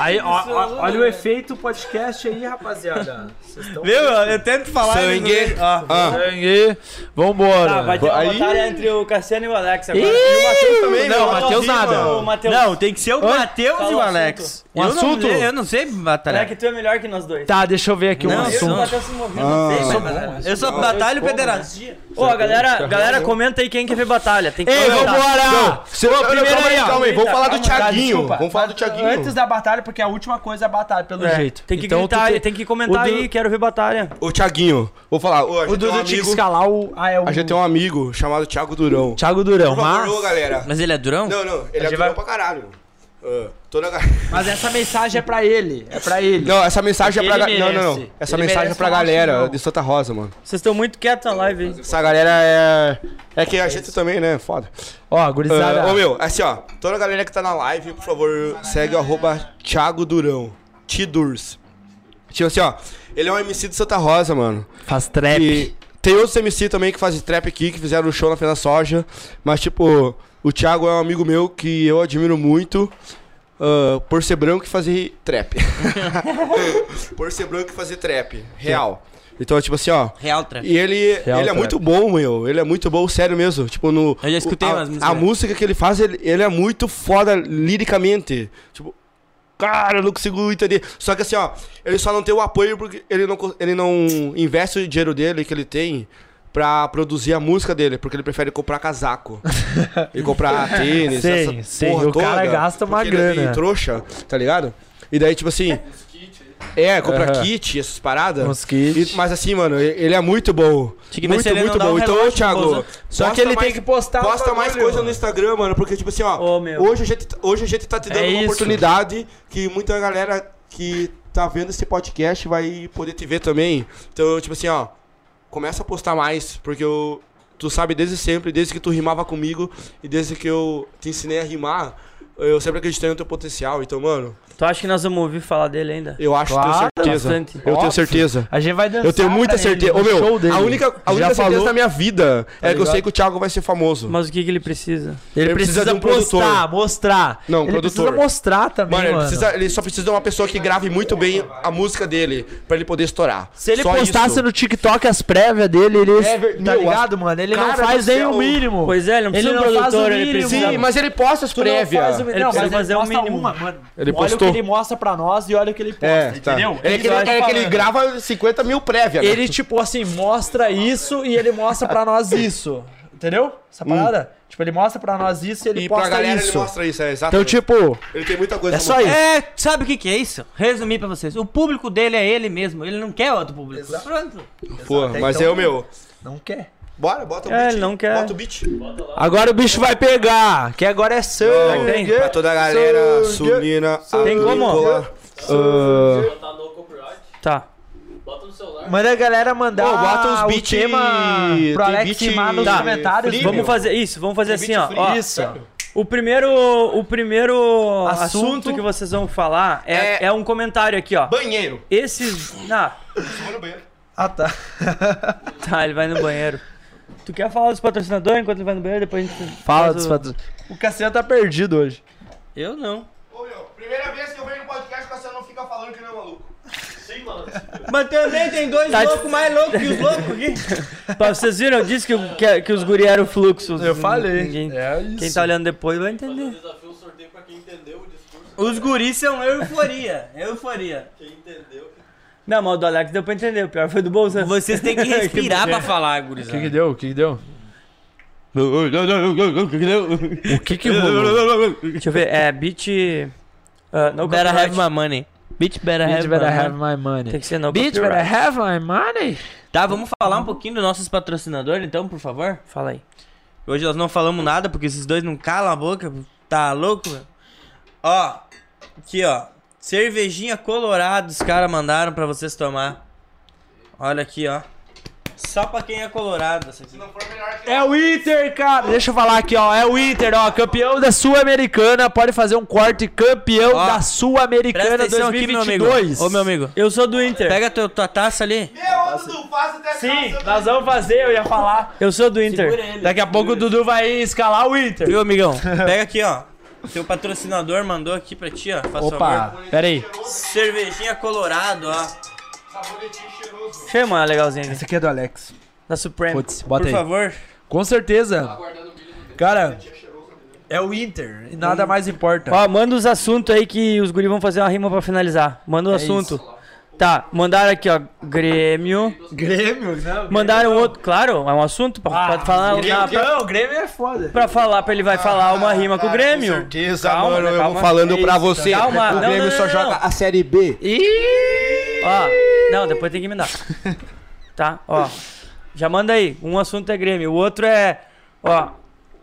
Speaker 6: Aí, ó, ó, olha o efeito podcast aí, rapaziada. Vocês estão.
Speaker 2: Viu? Eu tento falar.
Speaker 1: Sangue.
Speaker 2: eles não- Ó.
Speaker 1: Ah,
Speaker 3: Sangue. Vambora.
Speaker 4: Tá, vai ter uma batalha entre o Cassiano e o Alex agora.
Speaker 1: e o Matheus também,
Speaker 3: Não,
Speaker 1: meu.
Speaker 3: Matheus nada.
Speaker 4: O Matheus,
Speaker 2: Não, tem que ser o Matheus
Speaker 4: Fala
Speaker 2: e
Speaker 4: o
Speaker 2: o Alex.
Speaker 3: Um
Speaker 2: eu
Speaker 3: assunto?
Speaker 2: Não, eu não sei batalhar.
Speaker 4: será que tu é melhor que nós dois?
Speaker 3: Tá, deixa eu ver aqui um
Speaker 2: Não,
Speaker 4: Eu e o
Speaker 3: assunto.
Speaker 4: Matheus se movendo,
Speaker 1: Ah.
Speaker 4: não sei, mas-
Speaker 2: Eu só batalho pederasta.
Speaker 4: Ô, galera, galera, comenta aí quem quer ver batalha. Tem que
Speaker 3: Ei,
Speaker 4: comentar.
Speaker 3: vambora! Seu
Speaker 1: Não, não,
Speaker 3: primeiro
Speaker 1: calma
Speaker 3: aí,
Speaker 1: aí,
Speaker 3: ó.
Speaker 1: calma aí. Vamos falar do
Speaker 6: Calma, tá,
Speaker 1: Thiaguinho.
Speaker 6: desculpa.
Speaker 1: Vamos falar do Thiaguinho.
Speaker 6: Antes da batalha, porque a última coisa é a batalha, pelo jeito.
Speaker 4: Tem que
Speaker 3: Então, tu
Speaker 4: gritar,
Speaker 3: tem-
Speaker 4: aí, tem que comentar
Speaker 3: o do-
Speaker 4: aí, quero ver batalha.
Speaker 1: O Thiaguinho. Vou falar. Ô, a gente
Speaker 3: O
Speaker 1: tem um
Speaker 3: Dudu tinha que
Speaker 1: amigo-
Speaker 3: escalar o. Ah, é o.
Speaker 1: A gente tem um amigo chamado Thiago Durão.
Speaker 3: Thiago Durão,
Speaker 1: Por favor,
Speaker 3: mas.
Speaker 1: ô, galera.
Speaker 2: Mas ele é durão?
Speaker 1: Não, não, ele é durão pra caralho. Ah, toda... ga-
Speaker 6: Mas essa mensagem é pra ele. É pra ele.
Speaker 1: Não, essa mensagem é pra
Speaker 6: Ele
Speaker 1: galera. Não, não, não.
Speaker 6: merece.
Speaker 1: Essa
Speaker 6: Ele
Speaker 1: mensagem é
Speaker 6: merece
Speaker 1: pra
Speaker 6: falar assim,
Speaker 1: galera
Speaker 6: não.
Speaker 1: de Santa Rosa, mano.
Speaker 4: Vocês estão muito quietos na live aí.
Speaker 1: Essa galera é. É que a gente também, né? Foda.
Speaker 3: Ó,
Speaker 1: Ah,
Speaker 3: gurizada.
Speaker 1: Ô meu, assim ó, toda a galera que tá na live, por favor, segue o arroba Thiago Durão. Tidurs. Tipo assim, ó, ele é um MC de Santa Rosa, mano.
Speaker 3: Faz trap.
Speaker 1: E tem outros MC também que fazem trap aqui, que fizeram um show na Fena Soja. Mas, tipo, o Thiago é um amigo meu que eu admiro muito. ah, por ser branco e fazer trap. por ser branco e fazer trap. Real. Então, tipo assim, ó.
Speaker 2: Real trap.
Speaker 1: E ele,
Speaker 3: Real
Speaker 1: ele é
Speaker 3: trap.
Speaker 1: muito bom, meu. Ele é muito bom, sério mesmo. Tipo, no.
Speaker 2: Eu já escutei
Speaker 1: a,
Speaker 2: umas músicas
Speaker 1: A
Speaker 2: dele.
Speaker 1: música que ele faz, ele, ele é muito foda liricamente. Tipo, cara, eu não consigo entender. Só que assim, ó, ele só não tem o apoio porque ele não, co- ele não investe o dinheiro dele que ele tem pra produzir a música dele, porque ele prefere comprar casaco. e comprar tênis,
Speaker 3: Sim,
Speaker 1: essa
Speaker 3: sim,
Speaker 1: porra
Speaker 3: o cara
Speaker 1: toda,
Speaker 3: gasta uma
Speaker 1: porque ele é
Speaker 3: grana.
Speaker 1: trouxa, tá ligado? E daí, tipo assim. É, comprar
Speaker 3: Aham.
Speaker 1: kit, essas paradas.
Speaker 3: Uns kits.
Speaker 1: E- mas assim, mano, e- ele é muito bom.
Speaker 2: Tinha que ver se
Speaker 1: muito,
Speaker 2: ele não
Speaker 1: muito
Speaker 2: dá um
Speaker 1: bom. então,
Speaker 2: relógio
Speaker 1: ô,
Speaker 2: no
Speaker 1: Thiago.
Speaker 2: bolso.
Speaker 3: Só que ele tem que postar. o
Speaker 1: Posta
Speaker 3: bagulho,
Speaker 1: mais coisa no
Speaker 3: mano.
Speaker 1: Instagram, mano, porque, tipo assim, ó.
Speaker 4: Ô, meu.
Speaker 1: hoje, a gente, hoje a gente tá
Speaker 2: É
Speaker 1: te dando uma
Speaker 3: isso.
Speaker 1: oportunidade que muita galera que tá vendo esse podcast vai poder te ver também. Então, tipo assim, ó. Começa a postar mais, porque eu. Tu sabe desde sempre, desde que tu rimava comigo e desde que eu te ensinei a rimar, eu sempre acreditei no teu potencial. Então, mano,
Speaker 4: Tu acha que nós vamos ouvir falar dele ainda?
Speaker 1: eu acho,
Speaker 3: Claro,
Speaker 1: tenho certeza.
Speaker 4: bastante.
Speaker 1: Eu tenho certeza.
Speaker 3: A gente vai dançar.
Speaker 1: Eu tenho muita
Speaker 3: pra ele
Speaker 1: certeza.
Speaker 3: no
Speaker 1: Ô,
Speaker 3: show dele.
Speaker 1: meu, a única, a única
Speaker 3: Já
Speaker 1: certeza
Speaker 3: falou? Tá
Speaker 1: da minha vida é que eu
Speaker 3: ligado?
Speaker 1: sei que o Thiago vai ser famoso.
Speaker 4: Mas o que, que ele precisa?
Speaker 3: Ele
Speaker 1: ele
Speaker 3: precisa,
Speaker 1: precisa de um
Speaker 3: postar,
Speaker 1: produtor.
Speaker 3: mostrar.
Speaker 1: Não,
Speaker 3: ele
Speaker 1: produtor.
Speaker 3: precisa mostrar também,
Speaker 1: Mano,
Speaker 3: mano.
Speaker 1: ele, precisa- ele só precisa de uma pessoa que grave muito bem a música dele pra ele poder estourar.
Speaker 3: Se ele
Speaker 1: Só
Speaker 3: postasse
Speaker 1: isso.
Speaker 3: no TikTok as prévias dele, ele.
Speaker 1: É ver-
Speaker 3: Tá
Speaker 1: meu,
Speaker 3: ligado, mano? Ele não
Speaker 1: cara
Speaker 3: faz
Speaker 1: do
Speaker 3: nem
Speaker 1: céu.
Speaker 3: o mínimo.
Speaker 4: Pois é, ele não precisa
Speaker 3: Ele
Speaker 4: de um
Speaker 3: não faz o
Speaker 4: produtor, ele
Speaker 3: mínimo.
Speaker 4: precisa.
Speaker 1: Sim, mas ele posta as
Speaker 3: Não faz
Speaker 1: prévias.
Speaker 3: o-
Speaker 4: Ele
Speaker 3: não, mas
Speaker 4: precisa
Speaker 3: ele um
Speaker 4: fazer o
Speaker 3: posta
Speaker 4: mínimo.
Speaker 3: uma, mano.
Speaker 1: Ele
Speaker 3: Olha o que
Speaker 1: postou.
Speaker 3: ele mostra pra nós e olha o que ele posta,
Speaker 1: É, tá.
Speaker 3: entendeu?
Speaker 1: Ele, é que ele, é que ele grava 50 mil prévias. né?
Speaker 3: Ele, tipo assim, mostra isso e ele mostra pra nós isso. Entendeu? Essa
Speaker 1: Hum.
Speaker 3: parada? Tipo, ele mostra pra nós isso e ele
Speaker 1: E
Speaker 3: posta
Speaker 1: pra galera
Speaker 3: isso.
Speaker 1: ele mostra isso, é exato.
Speaker 3: Então, tipo,
Speaker 1: ele tem muita coisa.
Speaker 3: é só isso.
Speaker 2: É, sabe o que, que é isso? Resumir pra vocês. O público dele é ele mesmo. Ele não quer outro público. Pronto.
Speaker 1: Pô, mas
Speaker 3: então.
Speaker 1: é o meu.
Speaker 3: Não quer.
Speaker 1: Bora, bota o
Speaker 4: É,
Speaker 1: beat.
Speaker 4: ele não quer.
Speaker 1: Bota o beat.
Speaker 3: Agora o bicho vai pegar, que agora é seu.
Speaker 4: tem.
Speaker 1: Pra toda a galera sunina,
Speaker 4: Tem como?
Speaker 1: agrícola. Ah.
Speaker 7: Botar no copyright.
Speaker 4: Tá.
Speaker 7: Bota no celular.
Speaker 3: Manda a galera mandar
Speaker 1: Ô, bota uns
Speaker 3: o
Speaker 1: beat-
Speaker 3: tema pro
Speaker 1: tem
Speaker 3: Alex
Speaker 1: beat
Speaker 3: rimar nos
Speaker 1: Tá.
Speaker 3: comentários.
Speaker 1: Free,
Speaker 3: Vamos
Speaker 1: meu.
Speaker 4: Vamos fazer isso, vamos fazer assim, ó. ó.
Speaker 3: Isso.
Speaker 4: O primeiro, o primeiro assunto.
Speaker 3: Assunto.
Speaker 4: que vocês vão falar é, é...
Speaker 1: É-
Speaker 4: um comentário aqui, ó.
Speaker 1: Banheiro.
Speaker 4: Esses. Ah,
Speaker 3: Ah, tá.
Speaker 4: tá, ele vai no banheiro. Tu quer falar dos patrocinadores enquanto ele vai no banheiro? Depois a gente.
Speaker 3: Fala
Speaker 4: faz
Speaker 3: dos
Speaker 4: o-
Speaker 3: patrocinadores. O Cassiano tá perdido hoje.
Speaker 2: Eu não.
Speaker 1: Ô, meu, primeira vez que eu venho no podcast, o Cassiano não fica falando que não é maluco.
Speaker 7: Sim, mano.
Speaker 2: Mas também tem dois
Speaker 4: Tá de-
Speaker 2: loucos mais loucos que os loucos aqui.
Speaker 4: Tá, vocês viram? Eu disse que, o-
Speaker 2: é-
Speaker 4: que, que os guri eram fluxos.
Speaker 3: Eu falei.
Speaker 4: Ninguém-
Speaker 3: É isso.
Speaker 4: Quem tá olhando depois vai entender.
Speaker 7: Desafio um sorteio pra quem entendeu o discurso.
Speaker 2: Os guris são euforia. Euforia.
Speaker 7: Quem entendeu.
Speaker 4: Não, mas o do Alex deu pra entender. O pior foi do Bolsonaro.
Speaker 2: Vocês têm que é? respirar pra falar, gurizada.
Speaker 3: O que deu? O que deu? O que que rolou?
Speaker 4: Deixa eu ver. É, beat. ah, no
Speaker 2: Better
Speaker 4: copyright.
Speaker 2: have my money. Bitch better
Speaker 3: Bitch
Speaker 2: have
Speaker 3: better
Speaker 2: my
Speaker 3: have
Speaker 2: money.
Speaker 3: my
Speaker 4: Tem
Speaker 3: money.
Speaker 4: que ser no
Speaker 3: Bitch
Speaker 4: copyright.
Speaker 3: better have my money.
Speaker 2: Tá, vamos falar um pouquinho dos nossos patrocinadores, então, por favor?
Speaker 4: Fala aí.
Speaker 2: Hoje nós não falamos nada, porque esses dois não calam a boca. Tá louco, velho? Ó, aqui, ó. Cervejinha colorada os caras mandaram pra vocês tomar. Olha aqui, ó. Só pra quem é colorado. Essa aqui.
Speaker 3: É o Inter, cara. Deixa eu falar aqui, ó. É o Inter, ó. Campeão da Sul-Americana. Pode fazer um corte campeão
Speaker 2: Ó,
Speaker 3: da
Speaker 2: Presta
Speaker 3: Sul-Americana
Speaker 2: atenção aqui, meu amigo.
Speaker 3: 2022.
Speaker 2: Ô, meu amigo.
Speaker 4: Eu sou do Inter.
Speaker 2: Pega teu, tua taça ali.
Speaker 3: Sim, nós vamos fazer, eu ia falar.
Speaker 4: Eu sou do Inter.
Speaker 3: Daqui a pouco o Dudu vai escalar o Inter.
Speaker 2: Viu, amigão? Pega aqui, ó. Teu patrocinador mandou aqui pra ti, ó. Faça
Speaker 3: Opa,
Speaker 2: favor.
Speaker 3: pera aí.
Speaker 2: Cervejinha colorado, ó.
Speaker 4: Deixa eu uma legalzinha aqui.
Speaker 3: Esse aqui é do Alex.
Speaker 4: Da Supreme.
Speaker 3: Putz, bota
Speaker 2: Por
Speaker 3: aí.
Speaker 2: favor.
Speaker 3: Com certeza. Cara, é o Inter. E nada mais importa.
Speaker 4: Ó, manda os assuntos aí que os guri vão fazer uma rima pra finalizar. Manda o assunto. Tá, mandaram aqui, ó, Grêmio.
Speaker 3: Grêmio, não.
Speaker 4: Mandaram outro, claro, é um assunto pra, pra falar, na- pra,
Speaker 3: Não, o Grêmio é foda. Ah,
Speaker 4: pra falar, pra ele vai falar uma rima com o Grêmio.
Speaker 1: Com certeza,
Speaker 4: Calma,
Speaker 1: mano.
Speaker 4: né,
Speaker 1: eu
Speaker 4: calma.
Speaker 1: vou falando pra você.
Speaker 4: Calma,
Speaker 1: O
Speaker 4: não,
Speaker 1: Grêmio
Speaker 4: não, não,
Speaker 1: só
Speaker 4: não,
Speaker 1: joga
Speaker 4: não.
Speaker 1: a Série B.
Speaker 4: Ó, não, depois tem que me dar. Tá, ó. Já manda aí. Um assunto é Grêmio, o outro é. Ó,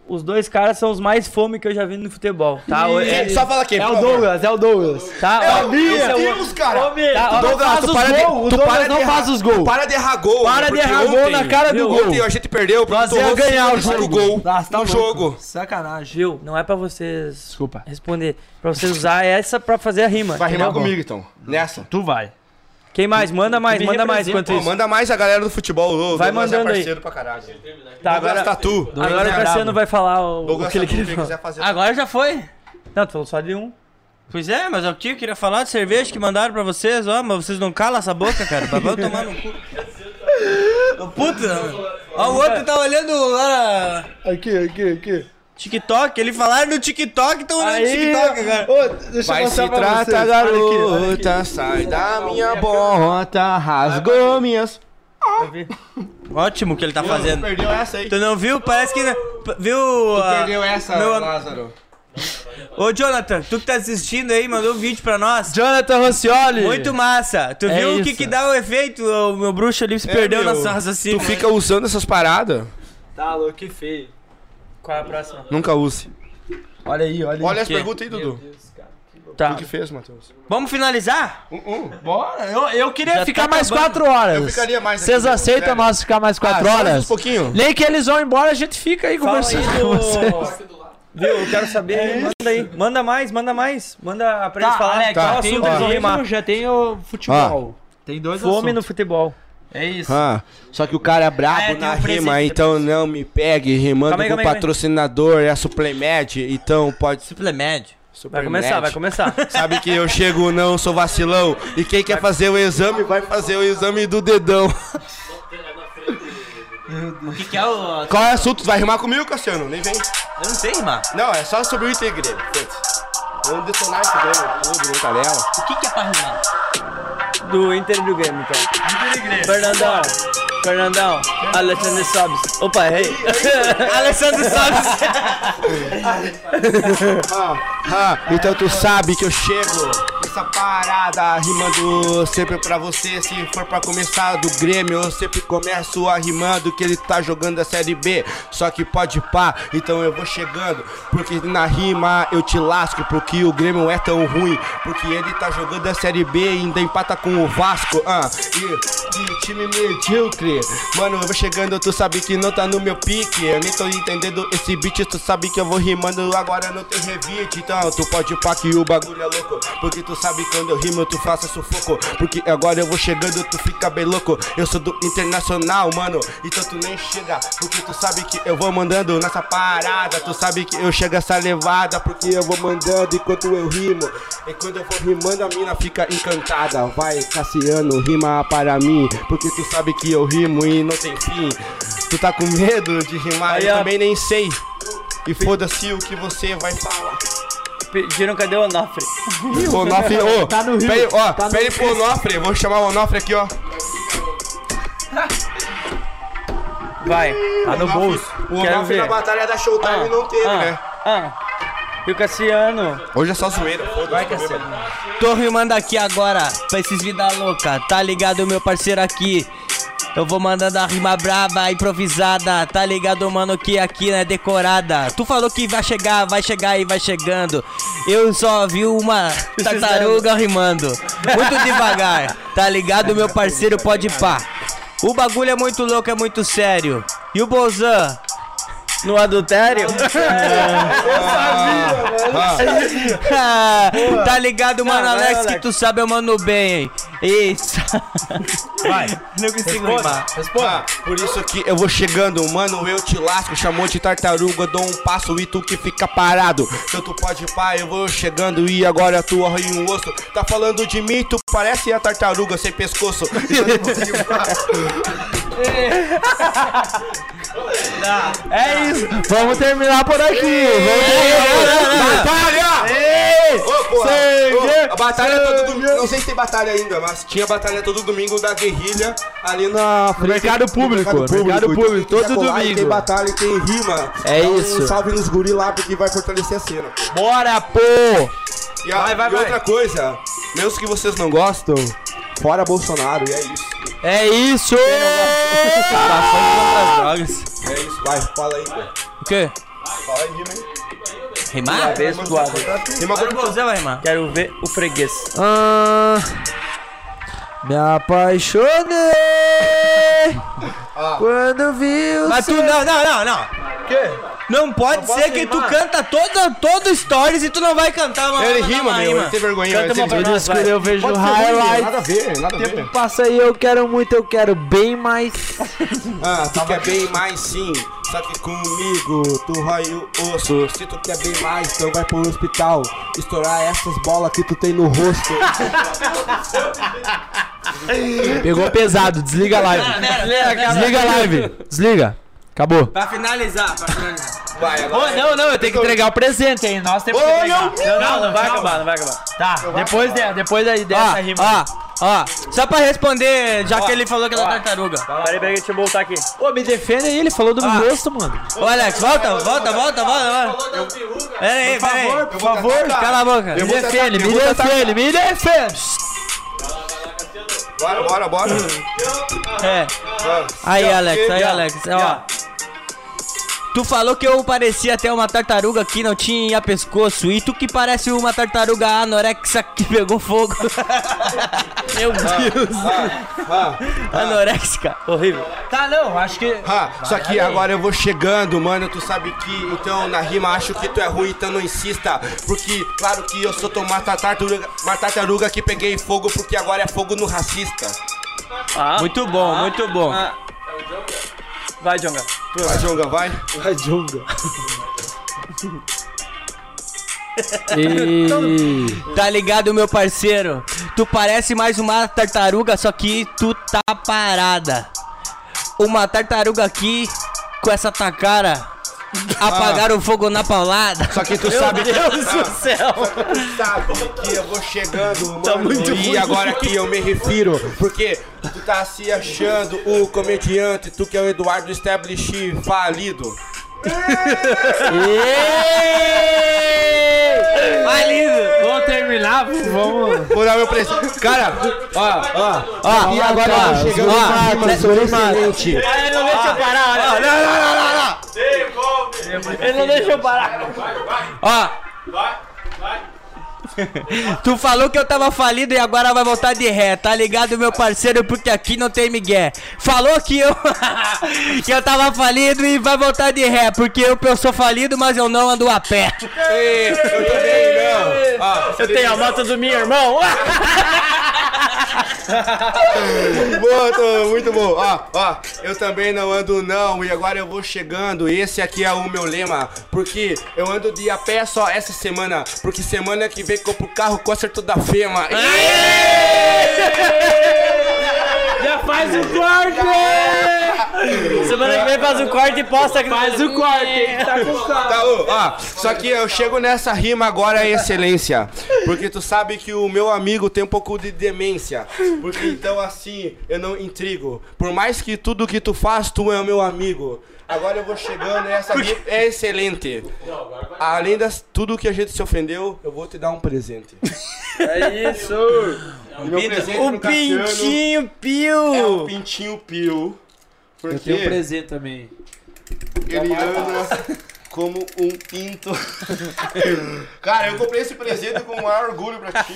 Speaker 4: os dois caras são os mais fome que eu já vi no futebol. Tá, O- é,
Speaker 1: É, só fala quem,
Speaker 3: É
Speaker 1: por
Speaker 3: o
Speaker 1: favor.
Speaker 3: Douglas, é o Douglas.
Speaker 4: tá ó,
Speaker 1: Meu
Speaker 4: esse é o
Speaker 1: Deus,
Speaker 4: outro.
Speaker 1: cara.
Speaker 4: Tá, ó,
Speaker 1: Douglas,
Speaker 3: faz
Speaker 1: tu
Speaker 3: os
Speaker 1: para de-
Speaker 3: gols, o
Speaker 1: tu
Speaker 3: Douglas
Speaker 1: para de
Speaker 3: não
Speaker 1: errar.
Speaker 3: faz os gols.
Speaker 1: Para de errar gol.
Speaker 3: Para de
Speaker 1: porque
Speaker 3: errar gol
Speaker 1: ontem-
Speaker 3: na cara do
Speaker 1: Viu?
Speaker 3: gol.
Speaker 1: Ontem a gente perdeu. porque
Speaker 3: Nós ia
Speaker 1: tomou
Speaker 3: ganhar o
Speaker 1: 55
Speaker 3: jogo.
Speaker 1: gol
Speaker 3: Ah, você tá
Speaker 1: no
Speaker 3: louco.
Speaker 1: jogo.
Speaker 3: Sacanagem.
Speaker 4: Gil, não é pra vocês
Speaker 3: Desculpa.
Speaker 4: responder. Pra você usar essa pra fazer a rima.
Speaker 1: Vai rimar
Speaker 4: entendeu?
Speaker 1: comigo, então. Nessa.
Speaker 3: Tu vai.
Speaker 4: Quem mais? Manda mais,
Speaker 3: me
Speaker 4: manda mais
Speaker 3: representa,
Speaker 4: enquanto
Speaker 1: Pô,
Speaker 4: isso.
Speaker 1: manda mais a galera do futebol. Ô,
Speaker 4: Vai
Speaker 1: Douglas
Speaker 4: mandando
Speaker 1: é
Speaker 4: aí.
Speaker 1: parceiro pra caralho.
Speaker 4: Tá,
Speaker 1: Douglas é
Speaker 4: agora,
Speaker 1: Tatu.
Speaker 4: agora tá o Cassiano vai falar o, o
Speaker 1: Douglas
Speaker 4: que ele
Speaker 1: Tatu, quem
Speaker 4: queria falar.
Speaker 1: quiser fazer.
Speaker 2: Agora já foi.
Speaker 4: Não, tu falou só de um.
Speaker 2: Pois é, mas o que eu queria falar de cerveja que mandaram pra vocês, ó, mas vocês não calam essa boca, cara. Mas vão tomar no cu. Ô, Puta, mano. Ó, o outro tá olhando lá na...
Speaker 12: Aqui, aqui, aqui.
Speaker 2: TikTok, ele falaram no TikTok, tão olhando no TikTok agora.
Speaker 12: Ô, deixa eu
Speaker 1: Vai
Speaker 12: mostrar
Speaker 1: se
Speaker 12: pra vocês.
Speaker 1: trata,
Speaker 12: Olha aqui, olha aqui.
Speaker 1: garota, sai da minha bota, rasgou minhas...
Speaker 2: Ótimo que ele tá fazendo.
Speaker 1: Perdeu essa aí.
Speaker 2: Tu não viu? Parece que. Viu? ah,
Speaker 1: Perdeu essa,
Speaker 2: meu am-
Speaker 1: Lázaro.
Speaker 2: Ô, Jonathan, tu que tá assistindo aí, mandou um vídeo pra nós.
Speaker 3: Jonathan Rossioli.
Speaker 2: Muito massa. Tu
Speaker 3: É
Speaker 2: viu o que,
Speaker 3: isso.
Speaker 2: que dá o efeito? O meu bruxo ali se perdeu
Speaker 1: meu,
Speaker 2: na sua raciocínio.
Speaker 1: Tu fica usando essas paradas?
Speaker 3: Tá louco, que feio.
Speaker 4: Qual é a próxima?
Speaker 1: Nunca use.
Speaker 3: Olha aí, olha aí.
Speaker 1: Olha as perguntas aí, Dudu.
Speaker 4: Tá.
Speaker 1: O que fez, Matheus?
Speaker 2: Vamos finalizar?
Speaker 3: Bora, eu, eu queria
Speaker 2: Já
Speaker 3: ficar
Speaker 2: tá
Speaker 3: mais
Speaker 2: acabando.
Speaker 3: quatro horas.
Speaker 1: ficaria mais aqui,
Speaker 3: Vocês
Speaker 1: meu,
Speaker 3: aceitam
Speaker 1: sério.
Speaker 3: nós ficar mais quatro
Speaker 1: só mais
Speaker 3: horas?
Speaker 1: uns pouquinho.
Speaker 3: Nem que eles vão embora, a gente fica aí
Speaker 4: Fala
Speaker 3: conversando
Speaker 4: aí
Speaker 3: com vocês.
Speaker 4: do... Viu, eu quero saber. manda aí. Manda mais, manda mais. Manda pra eles
Speaker 17: Tá,
Speaker 4: falarem
Speaker 17: Alex,
Speaker 4: qual
Speaker 17: já, tem
Speaker 4: assunto
Speaker 17: o
Speaker 4: eles vão rimar.
Speaker 17: Grêmio, já tem o futebol. Tem dois
Speaker 4: Fome no
Speaker 17: assuntos.
Speaker 4: futebol.
Speaker 17: É isso.
Speaker 1: Ah, só que o cara é brabo
Speaker 4: Ah, é, tem
Speaker 1: na
Speaker 4: um preço
Speaker 1: rima,
Speaker 4: aí, tem
Speaker 1: então não me pegue rimando
Speaker 4: Calma aí,
Speaker 1: com o
Speaker 4: calma aí,
Speaker 1: patrocinador, é a Suplemed, então pode ser
Speaker 2: Suplemédio.
Speaker 4: Vai começar, vai
Speaker 1: Suplemed.
Speaker 4: começar.
Speaker 1: Sabe que eu chego, não sou vacilão. E quem quer fazer o exame, vai fazer o exame do dedão.
Speaker 2: O que, que é o. Eu
Speaker 1: Qual é o assunto? Tu Vai rimar comigo, Cassiano? Nem vem.
Speaker 2: não sei, irmão.
Speaker 1: Não, é só sobre o é Inter Grêmio. Pronto. Vamos detonar esse Grêmio tudo, muita leva.
Speaker 2: O que, que é pra rimar?
Speaker 4: Do Inter e do Grêmio, então. Fernandão. Fernandão. Alexandre Sobes. Opa, errei.
Speaker 2: Alessandro Sobes.
Speaker 1: Ah, então tu sabe que eu chego Essa parada rimando sempre pra você Se for pra começar do Grêmio Eu sempre começo a rimando Que ele tá jogando a Série B Só que pode pá, então eu vou chegando Porque na rima eu te lasco Porque o Grêmio é tão ruim Porque ele tá jogando a Série B E ainda empata com o Vasco ah, e, e time medíocre Mano, eu vou chegando, tu sabe que não tá no meu pique Eu nem tô entendendo esse beat Tu sabe que eu vou rimando, agora não tem revite Então tu pode pá que o bagulho é louco Porque tu sabe quando eu rimo tu faça sufoco Porque agora eu vou chegando, tu fica bem louco Eu sou do Internacional, mano Então tu nem chega, porque tu sabe que eu vou mandando Nessa parada, tu sabe que eu chego essa levada Porque eu vou mandando enquanto eu rimo E quando eu vou rimando a mina fica encantada Vai Cassiano, rima para mim Porque tu sabe que eu rimo e não tem fim Tu tá com medo de rimar,
Speaker 4: Aí,
Speaker 1: eu
Speaker 4: ó.
Speaker 1: também nem sei e foda-se o que você vai falar.
Speaker 4: Pediram cadê o Onofre?
Speaker 1: Onofre, ô,
Speaker 3: Tá no Rio,
Speaker 1: pede- ó,
Speaker 3: tá no
Speaker 1: pede pro Onofre, vou chamar o Onofre aqui, ó.
Speaker 4: Vai.
Speaker 3: Tá no bolso.
Speaker 1: O
Speaker 4: Quero
Speaker 1: Onofre
Speaker 4: ver.
Speaker 1: na batalha da Showtime não teve, né?
Speaker 4: ah. E o Cassiano?
Speaker 1: Hoje é só zoeira, foda-se.
Speaker 2: Tô rimando aqui agora pra esses vida louca. Tá ligado, meu parceiro aqui? Eu vou mandando a rima braba, improvisada. Tá ligado, mano, que aqui não é decorada. Tu falou que vai chegar, vai chegar e vai chegando. Eu só vi uma tartaruga rimando. Muito devagar. Tá ligado, meu parceiro? Pode pá. O bagulho é muito louco, é muito sério. E o Bozan?
Speaker 4: No adultério?
Speaker 2: Ah, tá ligado, mano,
Speaker 4: vai,
Speaker 2: Alex, que
Speaker 4: Alex.
Speaker 2: tu sabe, eu mando bem, hein? Isso.
Speaker 17: Vai.
Speaker 2: Não consigo
Speaker 17: Responda.
Speaker 2: rimar.
Speaker 17: Responda.
Speaker 1: Por isso que eu vou chegando, mano, eu te lasco, chamou de tartaruga, dou um passo e tu que fica parado. Tanto pode pá, eu vou chegando e agora tu arranha um osso. Tá falando de mim, tu parece a tartaruga sem pescoço.
Speaker 3: É isso. Vamos terminar por aqui. Vamos
Speaker 1: batalha!
Speaker 3: Ei!
Speaker 1: Ô, porra!
Speaker 3: Sangue!
Speaker 1: Ô, a batalha é todo domingo, não sei se tem batalha ainda, mas tinha batalha todo domingo da guerrilha ali na frente
Speaker 3: Mercado
Speaker 1: do
Speaker 3: público, mercado
Speaker 1: Então,
Speaker 3: público,
Speaker 1: quem quiser
Speaker 3: todo
Speaker 1: colar, e
Speaker 3: domingo.
Speaker 1: Tem batalha, e tem rima.
Speaker 3: É
Speaker 1: Dá um
Speaker 3: isso.
Speaker 1: Salve nos guri lá, porque vai fortalecer a cena.
Speaker 3: Bora, pô!
Speaker 1: E, a- e outra coisa, meus que vocês não gostam, fora Bolsonaro, e é isso.
Speaker 3: É isso!
Speaker 2: Passando drogas.
Speaker 1: É isso, vai, fala aí, pô.
Speaker 2: O quê?
Speaker 1: Fala aí, rima aí.
Speaker 2: Rimar?
Speaker 4: Vez do lado.
Speaker 1: Rima
Speaker 2: Agora o Bozan vai rimar.
Speaker 4: Quero ver o freguês.
Speaker 3: Ah, me apaixonei quando vi o
Speaker 2: Mas tu não, não, não, não. Quê? Não pode ser que tu canta toda, todo stories e tu não vai cantar uma
Speaker 1: Ele
Speaker 2: uma-
Speaker 1: rima,
Speaker 2: uma
Speaker 1: meu, ele tem vergonha.
Speaker 4: Canta
Speaker 1: mas
Speaker 4: uma
Speaker 1: ele-
Speaker 4: pra nós, vai.
Speaker 3: escuro, eu vejo
Speaker 1: Pode ser ruim,
Speaker 3: highlights.
Speaker 1: Nada a ver, nada a ver.
Speaker 3: Passa aí, eu quero muito, eu quero bem mais.
Speaker 1: Ah, tu quer bem mais sim, só que comigo tu rói o osso. Se tu quer bem mais, então vai pro hospital. Estourar essas bolas que tu tem no rosto.
Speaker 3: Pegou pesado, desliga a live. Desliga a live, desliga. Acabou.
Speaker 2: Pra finalizar, pra finalizar.
Speaker 1: Vai, agora.
Speaker 3: não, não, eu tenho que entregar o presente, hein? Nós temos
Speaker 1: Ô, não,
Speaker 4: Não, não, não vai acabar, não vai acabar.
Speaker 3: Tá, depois, de, depois aí
Speaker 4: Ah,
Speaker 3: dessa rima.
Speaker 2: Ó, ó, ó. Só pra responder, já que ele falou que ela é tartaruga.
Speaker 4: Peraí, peraí, deixa eu voltar aqui.
Speaker 3: Ô, me defende aí, ele falou do meu rosto, mano.
Speaker 2: Ô, Alex, volta, volta, volta, volta, volta. Pera aí, pera aí.
Speaker 1: por favor,
Speaker 2: Cala a boca.
Speaker 1: Eu
Speaker 3: Me
Speaker 1: vou tentar,
Speaker 3: defende,
Speaker 1: eu
Speaker 3: me
Speaker 1: vou tentar.
Speaker 3: defende, me defende.
Speaker 1: Bora, bora, bora.
Speaker 2: É. Aí, Alex, aí, Alex. Ó. Tu falou que eu parecia até uma tartaruga que não tinha pescoço. E tu que parece uma tartaruga anorexa que pegou fogo. Meu Deus.
Speaker 1: Ah,
Speaker 2: Anorexica.
Speaker 4: Horrível.
Speaker 3: Tá, não, acho que.
Speaker 1: ah, só que agora eu vou chegando, mano. Tu sabe que então na rima acho que tu é ruim, então não insista. Porque, claro que eu sou tomate tartaruga, uma tartaruga que peguei fogo, porque agora é fogo no racista.
Speaker 4: Ah,
Speaker 2: Muito bom, muito bom.
Speaker 1: ah.
Speaker 4: Vai, Jonga.
Speaker 1: Vai, Jonga, vai.
Speaker 2: Tá ligado, meu parceiro? Tu parece mais uma tartaruga, só que tu tá parada. Uma tartaruga aqui com essa tacara.
Speaker 1: Ah.
Speaker 2: Apagaram o fogo na paulada.
Speaker 1: Só que tu sabe que
Speaker 4: Deus do céu.
Speaker 1: sabe que eu vou chegando, mano. e agora que eu me refiro, porque tu tá se achando o comediante, tu que é o Eduardo Stablish falido.
Speaker 2: Vai lindo!
Speaker 3: Vamos terminar, vamos.
Speaker 1: Vou dar meu presente. Cara, ó, ó,
Speaker 2: Ó,
Speaker 1: E agora
Speaker 2: ó,
Speaker 1: eu vou chegando
Speaker 2: ó,
Speaker 1: com rimas excelente.
Speaker 4: Ele não deixa eu parar, olha. Não, não, não, não, Ele não deixa eu parar.
Speaker 2: Ó. Tu falou que eu tava falido e agora vai voltar de ré, tá ligado, meu parceiro? Porque aqui não tem migué. Falou que eu que eu tava falido e vai voltar de ré, porque eu, eu sou falido, mas eu não ando a pé.
Speaker 1: Eu também não. Ó,
Speaker 4: Eu tenho a moto do meu irmão. Ah,
Speaker 1: boa, tô- muito bom. Ó, ó, eu também não ando não e agora eu vou chegando. Esse aqui é o meu lema, porque eu ando de a pé só essa semana, porque semana que vem compro o carro com acerto da Fema.
Speaker 4: Já faz o corte. Semana que vem faz o corte e posta aqui. Faz o corte.
Speaker 1: Tá, ô, ó, só que eu chego nessa rima agora, é excelência. Porque tu sabe que o meu amigo tem um pouco de demência. Porque então assim, eu não intrigo. Por mais que tudo que tu faz, tu é o meu amigo. Agora eu vou chegando e essa rima é excelente. Além de tudo que a gente se ofendeu, eu vou te dar um presente.
Speaker 4: É isso.
Speaker 1: O meu presente
Speaker 2: O
Speaker 1: pro Cassiano
Speaker 2: pintinho
Speaker 1: é um
Speaker 2: pio.
Speaker 1: pintinho pio. Porque
Speaker 3: Tem um presente também.
Speaker 1: Ele anda como um pinto. Cara, eu comprei esse presente com o maior orgulho pra ti.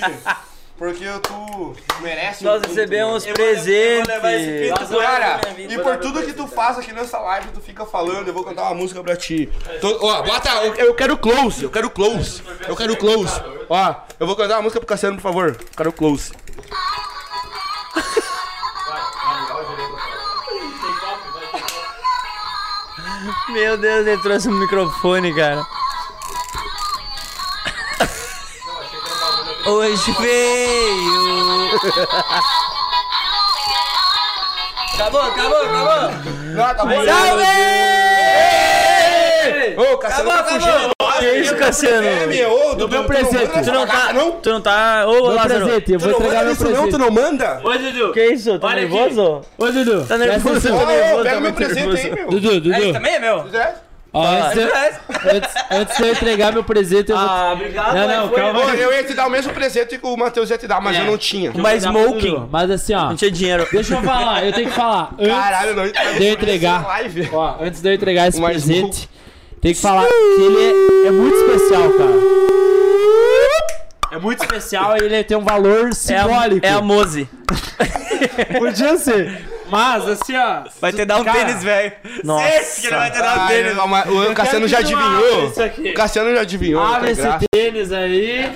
Speaker 1: Porque tu merece um
Speaker 4: Nós
Speaker 1: muito,
Speaker 4: recebemos
Speaker 2: Eu vou levar- eu
Speaker 4: presentes.
Speaker 2: vou levar esse pinto
Speaker 1: mano.
Speaker 2: pro resto
Speaker 1: Cara,
Speaker 2: da minha vida.
Speaker 1: e por tudo que tu faz aqui nessa live, tu fica falando, eu vou cantar uma música pra ti. Tô- ó, bota, eu, eu quero close, eu quero close, eu quero close. Ó, eu vou cantar uma música pro Cassiano, por favor. Eu quero close.
Speaker 4: Meu Deus, ele trouxe um microfone, cara.
Speaker 2: Hoje veio.
Speaker 4: Acabou, acabou, acabou.
Speaker 1: Não, acabou.
Speaker 2: Salve!
Speaker 1: Ô, Cassiano tá fugindo.
Speaker 4: Que isso, Cassiano?
Speaker 1: É, meu, ô, tu, tu-
Speaker 3: meu
Speaker 1: tu não
Speaker 3: presente.
Speaker 1: manda
Speaker 4: Tu não
Speaker 1: essa
Speaker 4: tá.
Speaker 1: bagaça, não?
Speaker 4: Tu não tá. Ô,
Speaker 3: Meu
Speaker 4: Lázaro.
Speaker 3: presente, eu
Speaker 1: Tu
Speaker 3: vou
Speaker 1: não
Speaker 3: entregar
Speaker 1: manda
Speaker 3: meu
Speaker 1: isso não, tu
Speaker 3: presente.
Speaker 1: não manda?
Speaker 17: Ô, Dudu.
Speaker 4: Que isso? Tá
Speaker 17: Olha aqui.
Speaker 4: nervoso?
Speaker 17: Ô, Dudu.
Speaker 4: Tá
Speaker 3: Presta
Speaker 4: nervoso?
Speaker 3: atenção.
Speaker 4: Tá
Speaker 1: Ô,
Speaker 4: nervoso?
Speaker 1: pega meu
Speaker 4: tá muito
Speaker 1: presente
Speaker 4: nervoso.
Speaker 1: aí, meu.
Speaker 3: Dudu, Dudu,
Speaker 2: Esse também é tá meu.
Speaker 3: ó, antes,
Speaker 2: é-
Speaker 3: de, antes, antes de eu entregar meu presente, eu vou...
Speaker 4: Ah, obrigado.
Speaker 3: Não, não,
Speaker 4: iPhone.
Speaker 3: calma.
Speaker 1: Ô, eu ia É. te dar o mesmo presente que o Matheus ia te dar, mas eu não tinha.
Speaker 4: Mas smoking.
Speaker 3: Mas assim, ó,
Speaker 4: Não tinha dinheiro.
Speaker 3: deixa eu falar, eu tenho que falar. Antes,
Speaker 1: Caralho, não. tá
Speaker 3: de eu entregar.
Speaker 1: Live.
Speaker 3: Ó, antes de eu entregar esse
Speaker 1: Mais
Speaker 3: presente, Um tem que falar que ele é, é muito especial, cara. É muito especial e ele tem um valor
Speaker 4: É
Speaker 3: simbólico.
Speaker 4: a, é a Mose.
Speaker 3: Podia ser. Mas, assim, ó.
Speaker 2: Vai ter dar um
Speaker 3: Cara,
Speaker 2: tênis, velho.
Speaker 4: nossa.
Speaker 2: Esse que ele vai ter dar um
Speaker 1: Ah,
Speaker 2: tênis.
Speaker 1: ele- mas o Cassiano já adivinhou. O Cassiano já adivinhou. tá não
Speaker 3: Abre
Speaker 1: tem
Speaker 3: esse
Speaker 1: graça.
Speaker 3: tênis aí.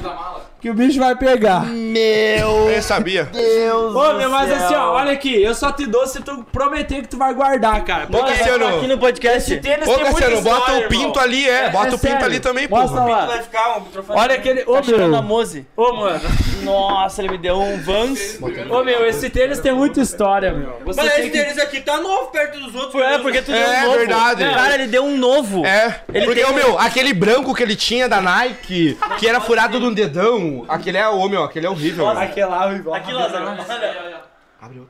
Speaker 3: Que o bicho vai pegar.
Speaker 1: Eu sabia.
Speaker 3: Ô, meu, mas assim, ó, olha aqui. Eu só te dou se tu prometer que tu vai guardar, cara.
Speaker 1: Ô, Cassiano.
Speaker 4: Tá Aqui no podcast.
Speaker 3: Tênis
Speaker 1: Ô,
Speaker 3: tem muita
Speaker 1: Cassiano, bota
Speaker 3: história,
Speaker 1: o pinto
Speaker 3: irmão.
Speaker 1: ali, é. Bota
Speaker 3: É
Speaker 1: o pinto
Speaker 3: sério.
Speaker 1: ali também,
Speaker 3: Mostra
Speaker 1: porra.
Speaker 3: lá.
Speaker 2: Vai ficar um microfone.
Speaker 3: Olha aquele. Ô,
Speaker 4: Tá cheirando a
Speaker 3: meu.
Speaker 4: Mose.
Speaker 3: Ô, mano.
Speaker 4: Nossa, ele me deu um Vans.
Speaker 3: Ô, meu, esse tênis tem muita história, meu. Você
Speaker 2: Mas
Speaker 3: tem
Speaker 2: esse
Speaker 3: que-
Speaker 2: tênis aqui tá novo perto dos outros.
Speaker 4: É, porque tu deu um
Speaker 1: É
Speaker 4: novo.
Speaker 1: verdade.
Speaker 4: Cara, ele deu um novo.
Speaker 1: É,
Speaker 4: Ele
Speaker 1: porque,
Speaker 4: tem-
Speaker 1: o meu, aquele branco que ele tinha da Nike, que era furado de um dedão, aquele é o meu, aquele é horrível. meu.
Speaker 3: Aquele lá, o Ivan.
Speaker 4: Aqui, Lázaro. olha.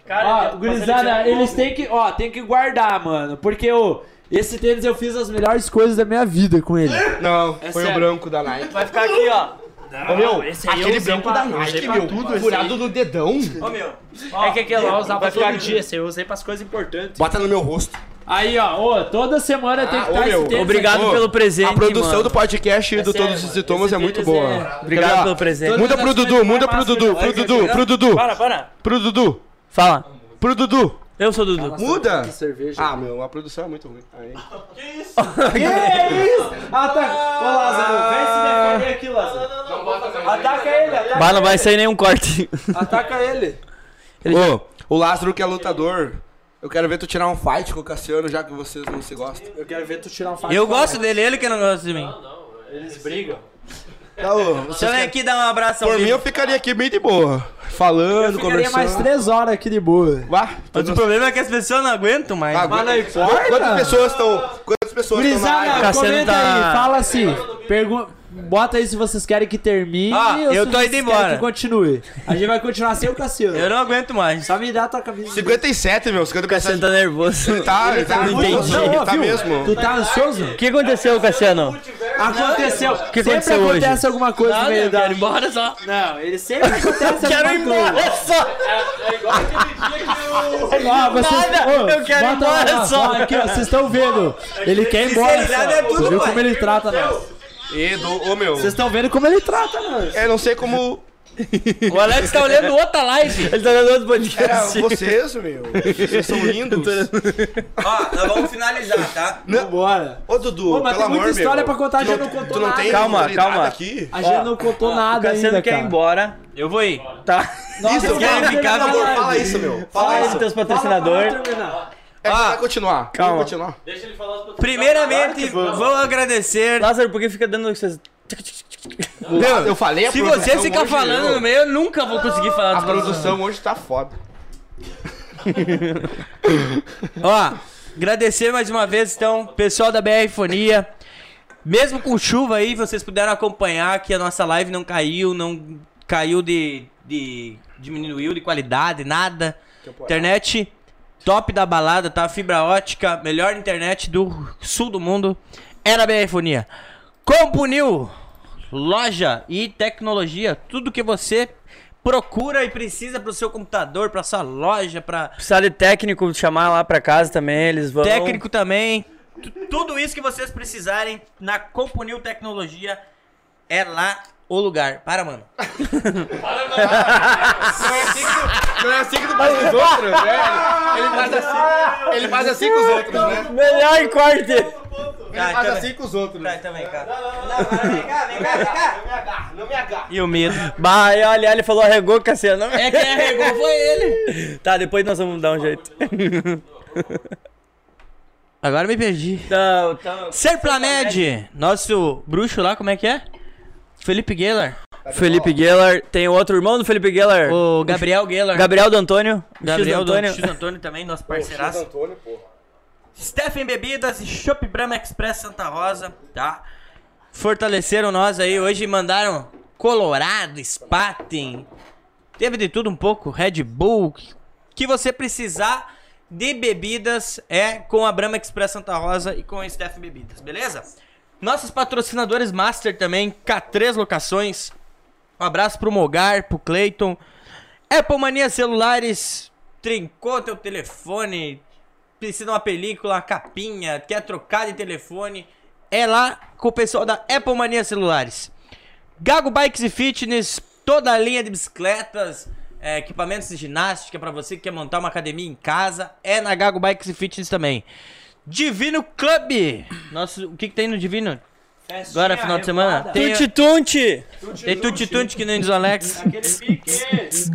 Speaker 3: Ó, gurizada, eles têm que, ó, tem que guardar, mano, porque ô, esse tênis eu fiz as melhores coisas da minha vida com ele.
Speaker 1: Não, foi o
Speaker 4: É sério.
Speaker 1: branco da Nike.
Speaker 4: Vai ficar aqui, ó.
Speaker 1: Ô, meu,
Speaker 4: esse aí eu
Speaker 1: aquele
Speaker 4: usei
Speaker 1: branco
Speaker 4: pra-
Speaker 1: da Nike,
Speaker 4: usei pra
Speaker 1: meu,
Speaker 4: tudo, esse
Speaker 1: furado do dedão.
Speaker 2: Ô, meu.
Speaker 4: É que aquele lá eu usava todo dia, esse eu usei pras coisas importantes.
Speaker 1: Bota no meu rosto. Ah,
Speaker 3: Aí, ó, ô, toda semana tem que
Speaker 1: ô,
Speaker 3: estar esse
Speaker 1: meu,
Speaker 3: tênis.
Speaker 4: Obrigado
Speaker 1: Ô,
Speaker 4: pelo presente,
Speaker 1: A produção
Speaker 4: mano. É
Speaker 1: do podcast do
Speaker 4: sério,
Speaker 1: Todos os
Speaker 4: mano.
Speaker 1: Sintomas
Speaker 3: Esse
Speaker 1: é muito
Speaker 3: tênis
Speaker 1: boa.
Speaker 3: é-
Speaker 1: Quer
Speaker 4: Obrigado
Speaker 1: ver, ó?
Speaker 4: pelo presente.
Speaker 1: Muda pro Dudu, muda pro Dudu, pro Dudu, pro Dudu,
Speaker 4: Para, para.
Speaker 1: pro Dudu,
Speaker 4: Fala.
Speaker 1: pro Dudu.
Speaker 4: Eu sou o Dudu.
Speaker 1: Muda.
Speaker 3: cerveja.
Speaker 1: Ah, meu, a produção é muito ruim. Aí.
Speaker 3: Ah, tá. Ô, Lázaro, vem se defender aqui, Lázaro. Ataca ele, ataca,
Speaker 4: Bah, não vai sair nenhum corte.
Speaker 3: ataca ele.
Speaker 1: Ô, o Lázaro que é lutador. Eu quero ver tu tirar um fight com o Cassiano, já que vocês não se gostam.
Speaker 3: Eu quero ver tu tirar um fato.
Speaker 2: Eu gosto dele, ele que não gosta de mim.
Speaker 1: Tá, ô,
Speaker 2: Deixa eu vir aqui dar um abraço ao
Speaker 1: por mim,
Speaker 2: vivo.
Speaker 1: eu ficaria aqui bem de boa. Falando,
Speaker 3: Ficaria mais
Speaker 1: conversando.
Speaker 3: três horas aqui de boa.
Speaker 1: Vá,
Speaker 2: Mas o problema é que as pessoas não aguentam mais.
Speaker 1: Agora- Quantas pessoas estão... Quantas pessoas estão na live?
Speaker 3: Gurizada,
Speaker 4: Cassiano
Speaker 3: comenta
Speaker 4: tá-
Speaker 3: aí, fala assim, pergunta, bota aí se vocês querem que termine
Speaker 2: Ah,
Speaker 3: ou
Speaker 2: eu
Speaker 3: se
Speaker 2: tô
Speaker 3: vocês
Speaker 2: indo
Speaker 3: querem
Speaker 2: embora.
Speaker 3: que continue. A gente vai continuar sem o Cassiano.
Speaker 2: Eu não aguento mais.
Speaker 3: Só me dá a tua camisa.
Speaker 1: 57, meu.
Speaker 4: O Cassiano
Speaker 1: 57.
Speaker 4: tá nervoso.
Speaker 1: Tá, ele tá,
Speaker 3: Não,
Speaker 1: muito
Speaker 3: não,
Speaker 1: ansioso,
Speaker 3: ó,
Speaker 1: tá
Speaker 3: viu?
Speaker 1: mesmo.
Speaker 3: Tu tá ansioso?
Speaker 4: O que aconteceu, Cassiano?
Speaker 3: Aconteceu.
Speaker 4: que
Speaker 3: sempre
Speaker 4: aconteceu hoje?
Speaker 3: acontece alguma coisa no
Speaker 2: Nada,
Speaker 3: meio
Speaker 2: eu
Speaker 3: da...
Speaker 2: quero ir embora só.
Speaker 3: Não, ele sempre acontece
Speaker 4: Quero ir
Speaker 3: alguma coisa.
Speaker 4: embora só.
Speaker 3: Ó, vocês...
Speaker 4: Nada,
Speaker 3: Ô,
Speaker 4: eu quero ir
Speaker 3: bota lá,
Speaker 4: embora
Speaker 3: ó,
Speaker 4: só.
Speaker 3: ó, Aqui, ó, vocês estão vendo. Ele quer ir embora só.
Speaker 2: Sinceridade é tudo,
Speaker 3: Você viu
Speaker 2: pai.
Speaker 3: como ele trata nós. Vocês
Speaker 1: E do... Ô, meu.
Speaker 3: estão vendo como ele trata nós.
Speaker 1: Eu não sei como...
Speaker 2: O Alex tá olhando outra live.
Speaker 4: Ele tá dando outro
Speaker 1: É,
Speaker 4: podcast.
Speaker 1: vocês, meu. Vocês são lindos.
Speaker 2: Ó, nós vamos finalizar, tá?
Speaker 3: Vambora.
Speaker 1: Ô, Dudu,
Speaker 3: Pô, mas
Speaker 1: pelo
Speaker 3: tem muita
Speaker 1: amor,
Speaker 3: história
Speaker 1: meu.
Speaker 3: pra contar, a
Speaker 1: Tu
Speaker 3: gente
Speaker 1: não,
Speaker 3: não contou
Speaker 1: tu não
Speaker 3: nada.
Speaker 1: tem
Speaker 4: Calma,
Speaker 1: autoridade
Speaker 4: calma.
Speaker 1: aqui?
Speaker 3: A gente não contou
Speaker 4: O
Speaker 3: nada
Speaker 4: Cassiano
Speaker 3: ainda,
Speaker 4: quer
Speaker 3: cara.
Speaker 4: ir embora.
Speaker 2: Eu vou ir.
Speaker 4: Tá.
Speaker 3: Nossa,
Speaker 1: Isso,
Speaker 3: eu
Speaker 2: quero
Speaker 3: quero
Speaker 2: ficar-
Speaker 3: terminar
Speaker 1: Amor,
Speaker 3: a
Speaker 1: fala
Speaker 3: live.
Speaker 1: isso, meu. Fala
Speaker 4: Fala
Speaker 1: isso.
Speaker 4: dos teus
Speaker 3: Fala pra nós
Speaker 4: patrocinadores.
Speaker 3: terminar.
Speaker 1: É que vai continuar.
Speaker 4: calma.
Speaker 1: Vai continuar.
Speaker 7: Deixa ele falar os patrocinadores.
Speaker 2: Primeiramente, vou agradecer.
Speaker 4: Lázaro, por que fica dando esses...
Speaker 1: Não, eu falei a
Speaker 2: Se
Speaker 1: produção
Speaker 2: você ficar
Speaker 1: hoje,
Speaker 2: falando
Speaker 1: meu,
Speaker 2: no meio, eu nunca vou conseguir falar
Speaker 1: A
Speaker 2: dos produtos.
Speaker 1: produção hoje tá foda.
Speaker 2: Ó, agradecer mais uma vez, então, pessoal da BR Fonia. Mesmo com chuva aí, vocês puderam acompanhar que a nossa live não caiu, não caiu de. de diminuiu de qualidade, nada. Internet top da balada, tá? Fibra ótica, melhor internet do sul do mundo. É na BR Fonia. Compunil, loja e tecnologia, tudo que você procura e precisa pro seu computador, pra sua loja, pra
Speaker 4: Precisar de técnico, chamar lá pra casa também, eles vão...
Speaker 2: técnico também. Tu- Tudo isso que vocês precisarem na Compunil Tecnologia é lá o lugar. Para, mano.
Speaker 1: Não é assim que tu faz com os outros, velho. Ele faz assim, ele faz assim com os outros, né?
Speaker 4: Melhor corte.
Speaker 2: Tá,
Speaker 1: Ele faz
Speaker 2: então-
Speaker 1: assim com os outros.
Speaker 2: Tá, então vem cá.
Speaker 7: Vem cá, vem cá, vem cá. Não me agarra, não me agarra.
Speaker 2: E o medo.
Speaker 4: Bah, aí, olha, ele falou arregou, Cassiano.
Speaker 2: É quem arregou foi ele.
Speaker 4: Tá, depois nós vamos dar um jeito.
Speaker 2: Agora me perdi.
Speaker 4: Então, então...
Speaker 2: Serplamed, nosso bruxo lá, como é que é? Felipe Geller.
Speaker 4: Felipe Geller, tem outro irmão do Felipe Geller.
Speaker 2: O Gabriel Geller.
Speaker 4: Gabriel do Antônio.
Speaker 2: Gabriel
Speaker 4: X do Antônio.
Speaker 2: X Antônio também, nosso parceiraço. Stephen Bebidas e Shop Brahma Express Santa Rosa, tá? Fortaleceram nós aí hoje, mandaram Colorado, Spaten. Teve de tudo um pouco, Red Bull. Que você precisar de bebidas é com a Brahma Express Santa Rosa e com a Stephen Bebidas, beleza? Nossos patrocinadores Master também, K3 Locações. Um abraço pro Mogar, pro Clayton. Apple Mania Celulares, trincou teu telefone, precisa de uma película, uma capinha, quer trocar de telefone, é lá com o pessoal da Apple Mania Celulares. Gago Bikes e Fitness, toda a linha de bicicletas, é, equipamentos de ginástica para você que quer montar uma academia em casa, é na Gago Bikes e Fitness também. Divino Club! Nossa, o que, que tem no Divino?
Speaker 4: é
Speaker 2: Agora, final de semana? Tem,
Speaker 4: Tunti Tunti.
Speaker 2: tem é Tutti Tutti que nem diz o Alex.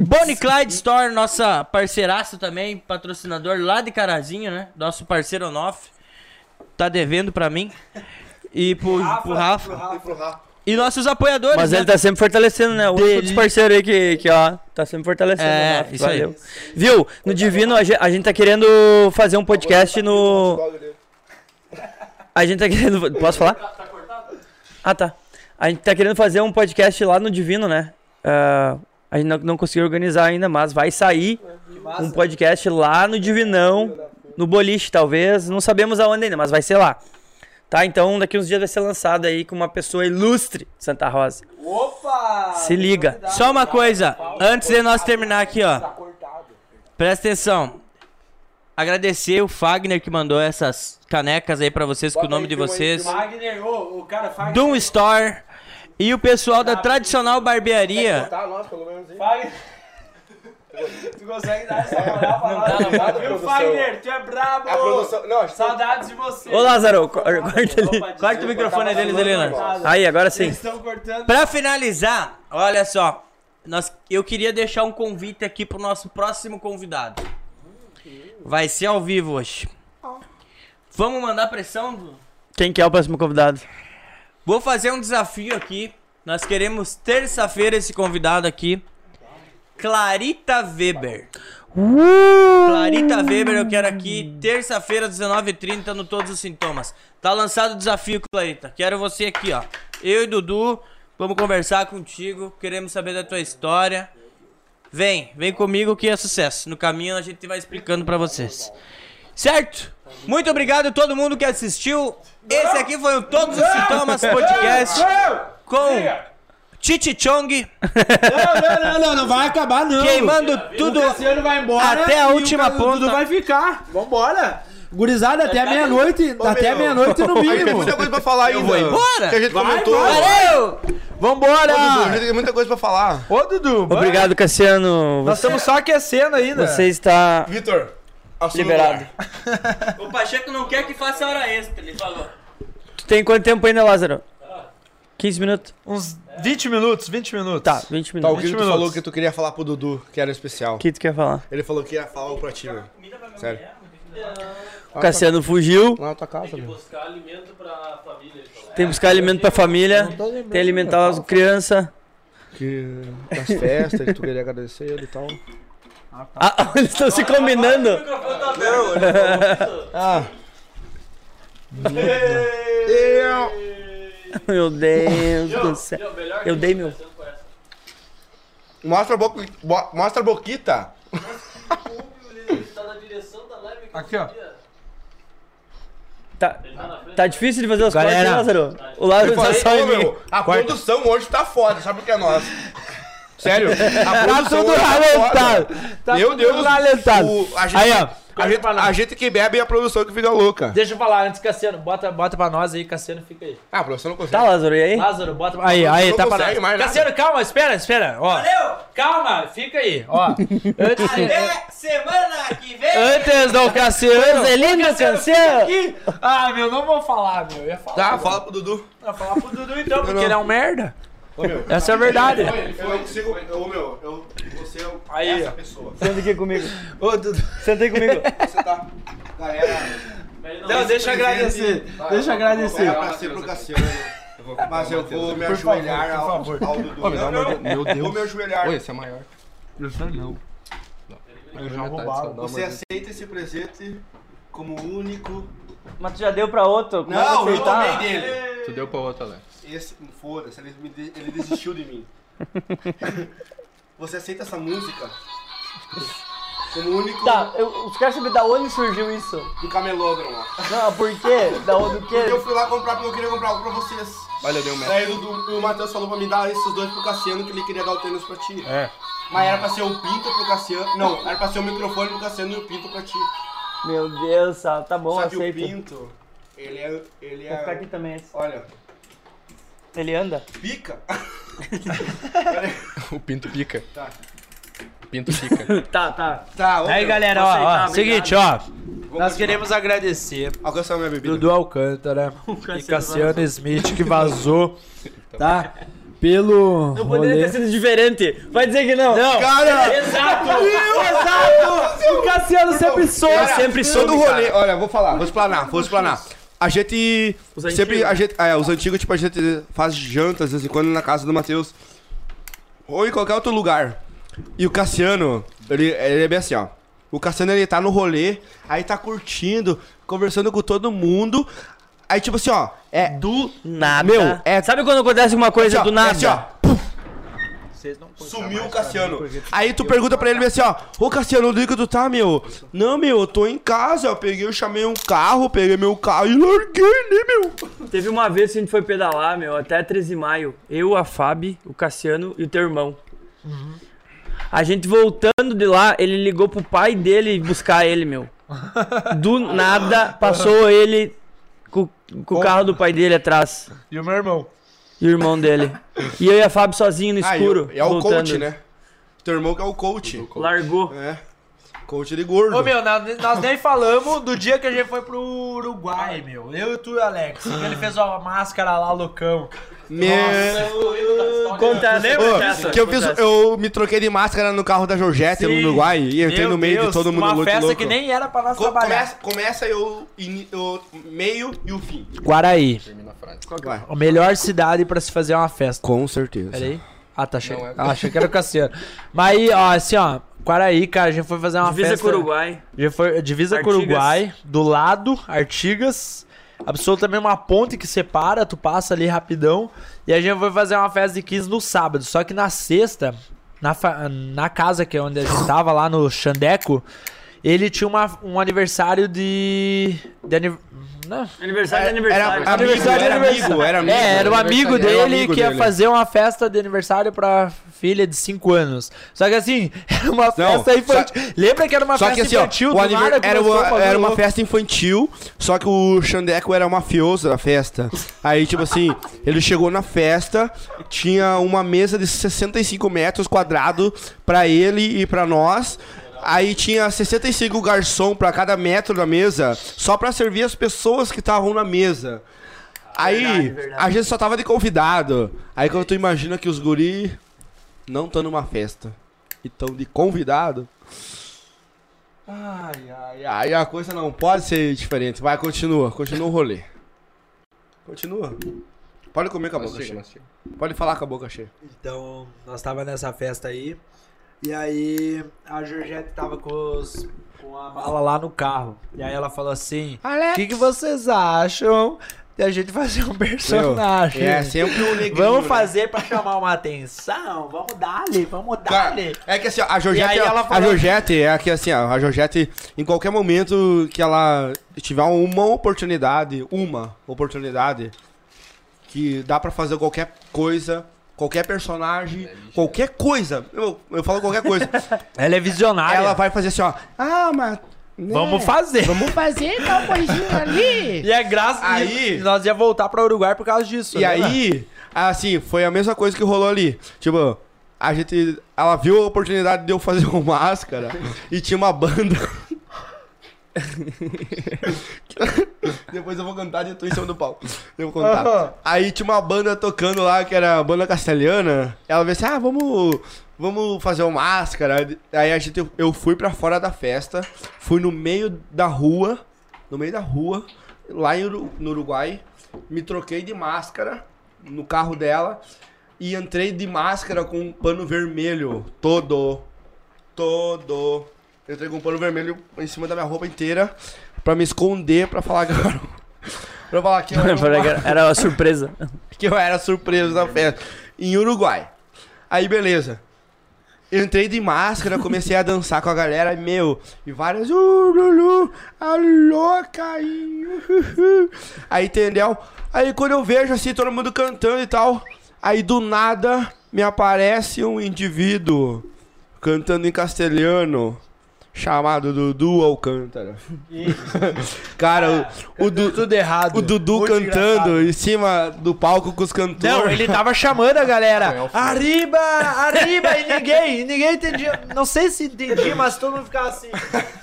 Speaker 2: Bonnie Clyde Store, nossa parceiraça também, patrocinador lá de Carazinho, né? Nosso parceiro Onoff. Tá devendo pra mim. E pro Rafa. Pro Rafa. E nossos apoiadores.
Speaker 4: Mas
Speaker 2: né?
Speaker 4: ele tá sempre fortalecendo, né? O
Speaker 2: Deli-
Speaker 4: outro parceiro aí que, que, ó, tá sempre fortalecendo.
Speaker 2: É,
Speaker 4: Rafa,
Speaker 2: isso aí.
Speaker 4: Viu? No Divino, a gen- a gente, tá querendo fazer um podcast no. A gente tá querendo. Posso falar? Ah, tá. A gente tá querendo fazer um podcast lá no Divino, né? Ah, a gente não, não conseguiu organizar ainda, mas vai sair um podcast lá no Divinão, no Boliche, talvez. Não sabemos aonde ainda, mas vai ser lá. Tá, então daqui uns dias vai ser lançado aí com uma pessoa ilustre, de Santa Rosa.
Speaker 6: Opa!
Speaker 4: Se liga.
Speaker 2: Só uma coisa,
Speaker 6: Tá
Speaker 2: antes de nós terminar aqui, ó. Presta atenção. Agradecer o Fagner que mandou essas canecas aí pra vocês com o nome de vocês.
Speaker 6: Wagner, ô, o cara Fagner.
Speaker 2: Doom Store e o pessoal da tradicional barbearia.
Speaker 1: Tá, nós, pelo menos, hein?
Speaker 6: Fagner. tu consegue dar essa moral pra nós?
Speaker 1: dá, não dá,
Speaker 6: Viu,
Speaker 1: produção.
Speaker 6: Fagner? Tu é brabo!
Speaker 1: A produção. Não, acho que
Speaker 6: Saudades de você.
Speaker 4: Ô Lázaro, co- corta ali.
Speaker 2: Corta o microfone deles ali, Leandro.
Speaker 4: Aí, agora sim.
Speaker 6: Estão cortando.
Speaker 2: Pra finalizar, olha só. Nós, eu queria deixar um convite aqui pro nosso próximo convidado. Vai ser ao vivo hoje. Vamos mandar pressão? Du?
Speaker 4: Quem que é o próximo convidado?
Speaker 2: Vou fazer um desafio aqui. Nós queremos terça-feira esse convidado aqui. Clarita Weber. Clarita Weber, eu quero aqui terça-feira, 19h30, no Todos os Sintomas. Tá lançado o desafio, Clarita. Quero você aqui, ó. Eu e Dudu, vamos conversar contigo. Queremos saber da tua história. Vem, vem comigo que é sucesso. No caminho a gente vai explicando pra vocês. Certo? Muito obrigado a todo mundo que assistiu. Esse aqui foi o Todos os Sintomas Podcast com Titi Chong
Speaker 6: Não, não, não, não vai acabar, não.
Speaker 2: queimando tudo.
Speaker 6: O Cassiano vai embora.
Speaker 2: Até a
Speaker 6: e
Speaker 2: última
Speaker 6: o Ca- o
Speaker 2: ponta.
Speaker 4: tá-
Speaker 6: Dudu vai ficar. Vambora. Gurizada, até meia-noite.
Speaker 1: Tá
Speaker 6: Até meia-noite no
Speaker 1: Tem
Speaker 6: mínimo.
Speaker 1: muita coisa pra falar ainda. Eu
Speaker 2: vou embora.
Speaker 1: Que a gente comentou.
Speaker 2: Valeu!
Speaker 1: Dudu, a
Speaker 6: Vambora.
Speaker 1: gente tem muita coisa pra falar.
Speaker 6: Ô, Dudu. vai.
Speaker 4: Obrigado,
Speaker 6: Nós
Speaker 4: Cassiano. Você, tá-
Speaker 6: estamos só aquecendo ainda.
Speaker 4: você está
Speaker 1: Vitor, assume
Speaker 4: liberado.
Speaker 2: O Pacheco não quer que faça hora extra, ele falou.
Speaker 4: Tu tem quanto tempo ainda, Lázaro? 15 minutos.
Speaker 6: Uns 20 minutos, 20 minutos.
Speaker 4: Tá, 20
Speaker 1: Tá, o
Speaker 4: minutos.
Speaker 1: que
Speaker 6: 20
Speaker 1: tu
Speaker 6: minutos.
Speaker 1: falou que tu queria falar pro Dudu, que era especial.
Speaker 4: O que tu quer falar?
Speaker 1: Ele falou que ia falar algo pra ti, meu. Sério.
Speaker 4: O Cassiano fugiu,
Speaker 1: Lá na tua casa, meu.
Speaker 7: Buscar alimento pra família. ele falou.
Speaker 4: tem que buscar alimento pra família, tem que alimentar as crianças.
Speaker 1: Que das festas, que tu queria agradecer ele e tal.
Speaker 4: Ah, eles estão se combinando.
Speaker 1: Eu...
Speaker 4: Meu Deus do céu. Eu dei meu.
Speaker 1: Mostra a boca. bo- Mostra a boquita.
Speaker 7: Ele tá na direção da live que
Speaker 6: Aqui, ó.
Speaker 4: Tá, tá difícil de fazer os cortes,
Speaker 3: Galera.
Speaker 4: Lázaro? O Lázaro tá
Speaker 1: Falei,
Speaker 4: só em
Speaker 1: ô,
Speaker 4: mim.
Speaker 1: meu, a produção hoje tá foda, sabe o que é nossa? Sério? A produção
Speaker 3: tudo
Speaker 1: hoje
Speaker 3: ralentado.
Speaker 1: foda.
Speaker 3: Tá
Speaker 1: Meu
Speaker 3: tudo
Speaker 1: Deus.
Speaker 3: ralentado.
Speaker 1: o- a gente-
Speaker 3: Aí, ó.
Speaker 5: A
Speaker 6: Corta
Speaker 5: gente,
Speaker 6: pra nós.
Speaker 5: a gente que
Speaker 1: é
Speaker 5: bebe e a produção que fica louca.
Speaker 6: Deixa eu falar antes, Cassiano. Bota, bota pra nós aí, Cassiano, fica aí.
Speaker 5: Ah, a produção não consegue.
Speaker 4: Tá, Lázaro, e aí?
Speaker 6: Lázaro, bota pra Aí, aí,
Speaker 5: Não
Speaker 6: tá pra
Speaker 5: consegue
Speaker 6: nós.
Speaker 5: mais nada.
Speaker 6: Cassiano, calma, espera, espera. Ó, Valeu! Calma, fica aí, ó. Antes,
Speaker 2: Até semana que vem!
Speaker 6: antes do Cassiano. é
Speaker 4: Zelino Cancel!
Speaker 6: Aqui. Ah, meu, não vou falar, meu. Eu ia falar.
Speaker 5: Tá, fala pro Dudu.
Speaker 6: Eu ia falar pro Dudu então, porque ele é um merda. Essa é a verdade.
Speaker 1: Eu não consigo. Ô, meu, eu, você é
Speaker 6: Aí, ó.
Speaker 1: pessoa.
Speaker 4: Senta aqui comigo. Senta aí comigo.
Speaker 1: Você tá. Galera.
Speaker 6: Não, deixa eu agradecer. Deixa eu agradecer.
Speaker 1: Vai pra cima pro Cassiano. Mas eu vou me ajoelhar ao, ao Dudu. Não, não,
Speaker 5: Meu
Speaker 1: Vou me ajoelhar.
Speaker 5: Oi, esse é maior.
Speaker 1: Você aceita esse presente como único.
Speaker 4: Mas tu já deu pra outro? Como é que
Speaker 1: Não, eu
Speaker 4: aceitar?
Speaker 1: tomei dele.
Speaker 5: Tu deu pra outra, Alex.
Speaker 1: Esse, foda-se, ele, me de- ele desistiu de mim. Você aceita essa música como único
Speaker 4: Tá, eu, os caras sabem da onde surgiu isso.
Speaker 1: do camelódromo.
Speaker 4: Não, ah, por quê? Da onde do quê?
Speaker 1: Eu fui lá comprar porque eu queria comprar algo pra vocês.
Speaker 5: Olha, deu merda.
Speaker 1: Daí o, Dudu- o Matheus falou pra me dar esses dois pro Cassiano que ele queria dar o tênis pra ti. É. Mas era pra ser o pinto pro Cassiano. Não, era pra ser o microfone pro Cassiano e o pinto pra ti.
Speaker 4: Meu Deus, tá, tá bom,
Speaker 1: Só que o
Speaker 4: aceito.
Speaker 1: pinto, ele é. Ele
Speaker 4: Vou ficar aqui
Speaker 1: é.
Speaker 4: também. esse.
Speaker 1: Olha,
Speaker 4: Ele anda?
Speaker 1: pica.
Speaker 5: O pinto pica.
Speaker 1: Tá.
Speaker 5: Pinto pica.
Speaker 4: Tá, tá.
Speaker 1: Tá, ô,
Speaker 6: Aí,
Speaker 1: meu,
Speaker 6: galera,
Speaker 4: Vou
Speaker 6: ó, ó
Speaker 4: aceitar,
Speaker 6: seguinte, ó.
Speaker 1: vamos
Speaker 6: Nós
Speaker 1: continuar.
Speaker 6: queremos agradecer
Speaker 1: Alcançou a minha bebida.
Speaker 6: Dudu Alcântara e Cassiano Smith que vazou, tá? Pelo
Speaker 4: Não poderia
Speaker 6: rolê.
Speaker 4: ter sido diferente. Vai dizer que não.
Speaker 6: Não,
Speaker 1: Cara,
Speaker 4: Exato!
Speaker 6: exato! O Cassiano sempre soube, sempre
Speaker 1: todo
Speaker 6: soube,
Speaker 1: rolê.
Speaker 6: cara.
Speaker 1: Olha, vou falar, vou explanar, vou explanar. A gente.
Speaker 4: Os
Speaker 1: sempre.
Speaker 4: antigos. né?
Speaker 1: A gente, é, os antigos, tipo, a gente faz jantas de vez em quando na casa do Matheus. Ou em qualquer outro lugar. E o Cassiano, ele, ele é bem assim, ó. O Cassiano, ele tá no rolê, aí tá curtindo, conversando com todo mundo. Aí, tipo assim, ó. É. Do
Speaker 4: Nada.
Speaker 1: Meu, é-
Speaker 4: Sabe tá? quando acontece uma coisa
Speaker 1: Assim, ó,
Speaker 4: do nada?
Speaker 1: assim, ó, puf. Sumiu o Cassiano. Aí tu pergunta pra ele assim, ó. Ô Cassiano, onde que tu tá, meu? Não, meu, eu tô em casa. Eu peguei, eu chamei um carro, peguei meu carro e larguei, né, meu?
Speaker 4: Teve uma vez que a gente foi pedalar, meu, até 13 de maio. Eu, a Fabi, o Cassiano e o teu irmão.
Speaker 1: Uhum.
Speaker 4: A gente voltando de lá, ele ligou pro pai dele buscar ele, meu. Do nada, passou ele com, com o carro do pai dele atrás.
Speaker 3: E o meu irmão.
Speaker 4: E o irmão dele. E eu e a Fabi sozinho no escuro.
Speaker 1: Aí, é o
Speaker 4: voltando.
Speaker 1: coach, né? Teu irmão que é o coach.
Speaker 4: Largou.
Speaker 1: É. Coach de gordo.
Speaker 6: Ô, meu, nós, nós nem falamos do dia que a gente foi pro Uruguai, meu. Eu e tu e o Alex. que ele fez uma máscara lá, loucão.
Speaker 1: Meu-
Speaker 4: Conta, lembra
Speaker 1: Ô,
Speaker 4: dessa?
Speaker 1: que eu fiz,
Speaker 4: Conta essa.
Speaker 1: eu me troquei de máscara no carro da Georgette
Speaker 6: Sim.
Speaker 1: no Uruguai e entrei
Speaker 6: Meu
Speaker 1: no meio de
Speaker 6: Deus,
Speaker 1: todo mundo
Speaker 6: Uma
Speaker 1: muito
Speaker 6: festa
Speaker 1: louco.
Speaker 6: que nem era pra nós
Speaker 1: Co-
Speaker 6: trabalhar.
Speaker 1: começa, começa eu, ini- o meio e o fim.
Speaker 3: Guaraí.
Speaker 1: Vai.
Speaker 3: A melhor cidade pra se fazer uma festa.
Speaker 1: Com certeza.
Speaker 3: Peraí. Ah, tá achei.
Speaker 4: é.
Speaker 3: Ah, achei que era o Cassiano. Mas aí, ó, assim, ó. Quaraí, cara, a gente foi fazer uma
Speaker 4: Divisa
Speaker 3: festa.
Speaker 4: com o Uruguai.
Speaker 3: Já foi divisa com o
Speaker 4: Artigas.
Speaker 3: Uruguai, do lado, Artigas. Absoluto também uma ponte que separa, tu passa ali rapidão. E a gente foi fazer uma festa de 15 no sábado. Só que na sexta, na, fa- na casa que é onde a gente tava, lá no Xandeco, ele tinha uma- um aniversário de. de aniv- não,
Speaker 4: Aniversário de
Speaker 1: É, Era
Speaker 4: aniversário.
Speaker 1: amigo,
Speaker 3: Aniversário,
Speaker 1: era
Speaker 3: aniversário.
Speaker 1: amigo, era amigo.
Speaker 3: é, era um amigo
Speaker 1: Era um
Speaker 3: dele
Speaker 1: amigo
Speaker 3: que ia
Speaker 1: dele.
Speaker 3: fazer uma festa de aniversário pra filha de 5 anos. Só que assim, era uma festa infantil. Lembra que era uma
Speaker 1: Só
Speaker 3: festa
Speaker 1: que assim, ó,
Speaker 3: infantil
Speaker 1: o
Speaker 3: do
Speaker 1: aniver-
Speaker 3: nada
Speaker 1: era,
Speaker 3: começou
Speaker 1: uma,
Speaker 3: um bagulho
Speaker 1: era uma
Speaker 3: louco.
Speaker 1: festa infantil, só que o Xandeco era mafioso da festa. Aí, tipo assim, ele chegou na festa, tinha uma mesa de 65 metros quadrados pra ele e pra nós. Aí tinha 65 garçom pra cada metro da mesa, só pra servir as pessoas que estavam na mesa. Aí, a gente só tava de convidado. Aí quando tu imagina que os guri não estão numa festa e tão de convidado, Ai, ai, ai, a coisa não pode ser diferente. Vai, continua, continua o rolê. Continua. Pode comer com a boca cheia. Pode falar com a boca cheia.
Speaker 6: Então, nós tava nessa festa aí. E aí, a Georgette tava com, os, com a mala lá no carro. E aí ela falou assim: O que, que vocês acham de a gente fazer um personagem?
Speaker 1: É sempre um negrinho,
Speaker 6: Vamos
Speaker 1: né?
Speaker 6: fazer pra chamar uma atenção? Vamos dar-lhe, vamos
Speaker 1: Cara,
Speaker 6: dar-lhe.
Speaker 1: é que assim, ó, a
Speaker 6: E
Speaker 1: Georgette,
Speaker 6: aí ela
Speaker 1: ela a
Speaker 6: falou-
Speaker 1: Georgette é que assim, ó, a Georgette, em qualquer momento que ela tiver uma oportunidade, uma oportunidade, que dá pra fazer qualquer coisa, qualquer personagem, qualquer coisa, eu, eu falo qualquer coisa,
Speaker 3: É, Ela é visionária.
Speaker 1: ela vai fazer assim, ó, ah, mas
Speaker 3: Vamos fazer.
Speaker 18: É. Vamos fazer tal coisinha ali.
Speaker 3: E é graças
Speaker 1: Aí-
Speaker 3: e nós ia voltar pra Uruguai por causa disso.
Speaker 1: E
Speaker 3: né, mano?
Speaker 1: aí, assim, foi a mesma coisa que rolou ali. Tipo, a gente. Ela viu a oportunidade de eu fazer um máscara e tinha uma banda. Depois eu vou cantar e eu tô em cima do palco. Eu vou contar. Aí tinha uma banda tocando lá, que era a banda castelhana. Ela veio assim: ah, vamos. Vamos fazer uma máscara. Aí a gente, eu fui pra fora da festa, fui no meio da rua, no meio da rua, lá em Uru- no Uruguai, me troquei de máscara no carro dela e entrei de máscara com um pano vermelho todo. Todo. Eu entrei com um pano vermelho em cima da minha roupa inteira pra me esconder, pra falar que eu era- um- pra falar que eu era um uma-
Speaker 4: Era uma surpresa.
Speaker 1: que eu era surpreso na festa. Em Uruguai. Aí, beleza. Eu entrei de máscara, comecei a dançar com a galera, meu, e várias. "Uh, Lulu, alô, Caio. Aí, entendeu? Aí, quando eu vejo assim, todo mundo cantando e tal, aí do nada me aparece um indivíduo cantando em castelhano, chamado Dudu Alcântara. Cara, o, o Dudu.
Speaker 3: Tudo errado.
Speaker 1: O Dudu
Speaker 3: Muito
Speaker 1: cantando
Speaker 3: engraçado.
Speaker 1: em cima do palco com os cantores.
Speaker 3: Não, é ele tava chamando a galera. Arriba, arriba, e ninguém, ninguém entendia. Não sei se entendia, mas todo mundo ficava assim.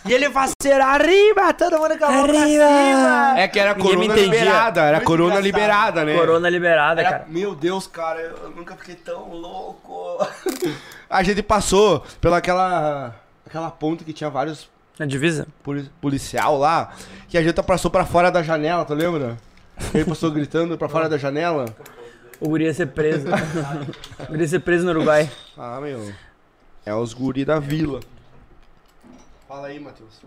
Speaker 3: E ele parceiro, arriba, todo mundo com a mão pra cima.
Speaker 1: É que era
Speaker 4: Ninguém me
Speaker 1: corona
Speaker 4: entendia.
Speaker 1: liberada, era corona liberada, né?
Speaker 4: Corona liberada,
Speaker 1: Era-
Speaker 4: cara.
Speaker 1: Meu Deus, cara, eu eu nunca fiquei tão louco. a gente passou pela aquela, aquela ponte que tinha vários
Speaker 4: Na divisa?
Speaker 1: poli- policial lá, que a gente passou pra fora da janela, tu lembra? Ele passou gritando pra fora da janela.
Speaker 4: O guri ia ser preso. o guri ia ser preso no Uruguai.
Speaker 1: Ah, meu. É os guri da vila. Fala aí, Matheus.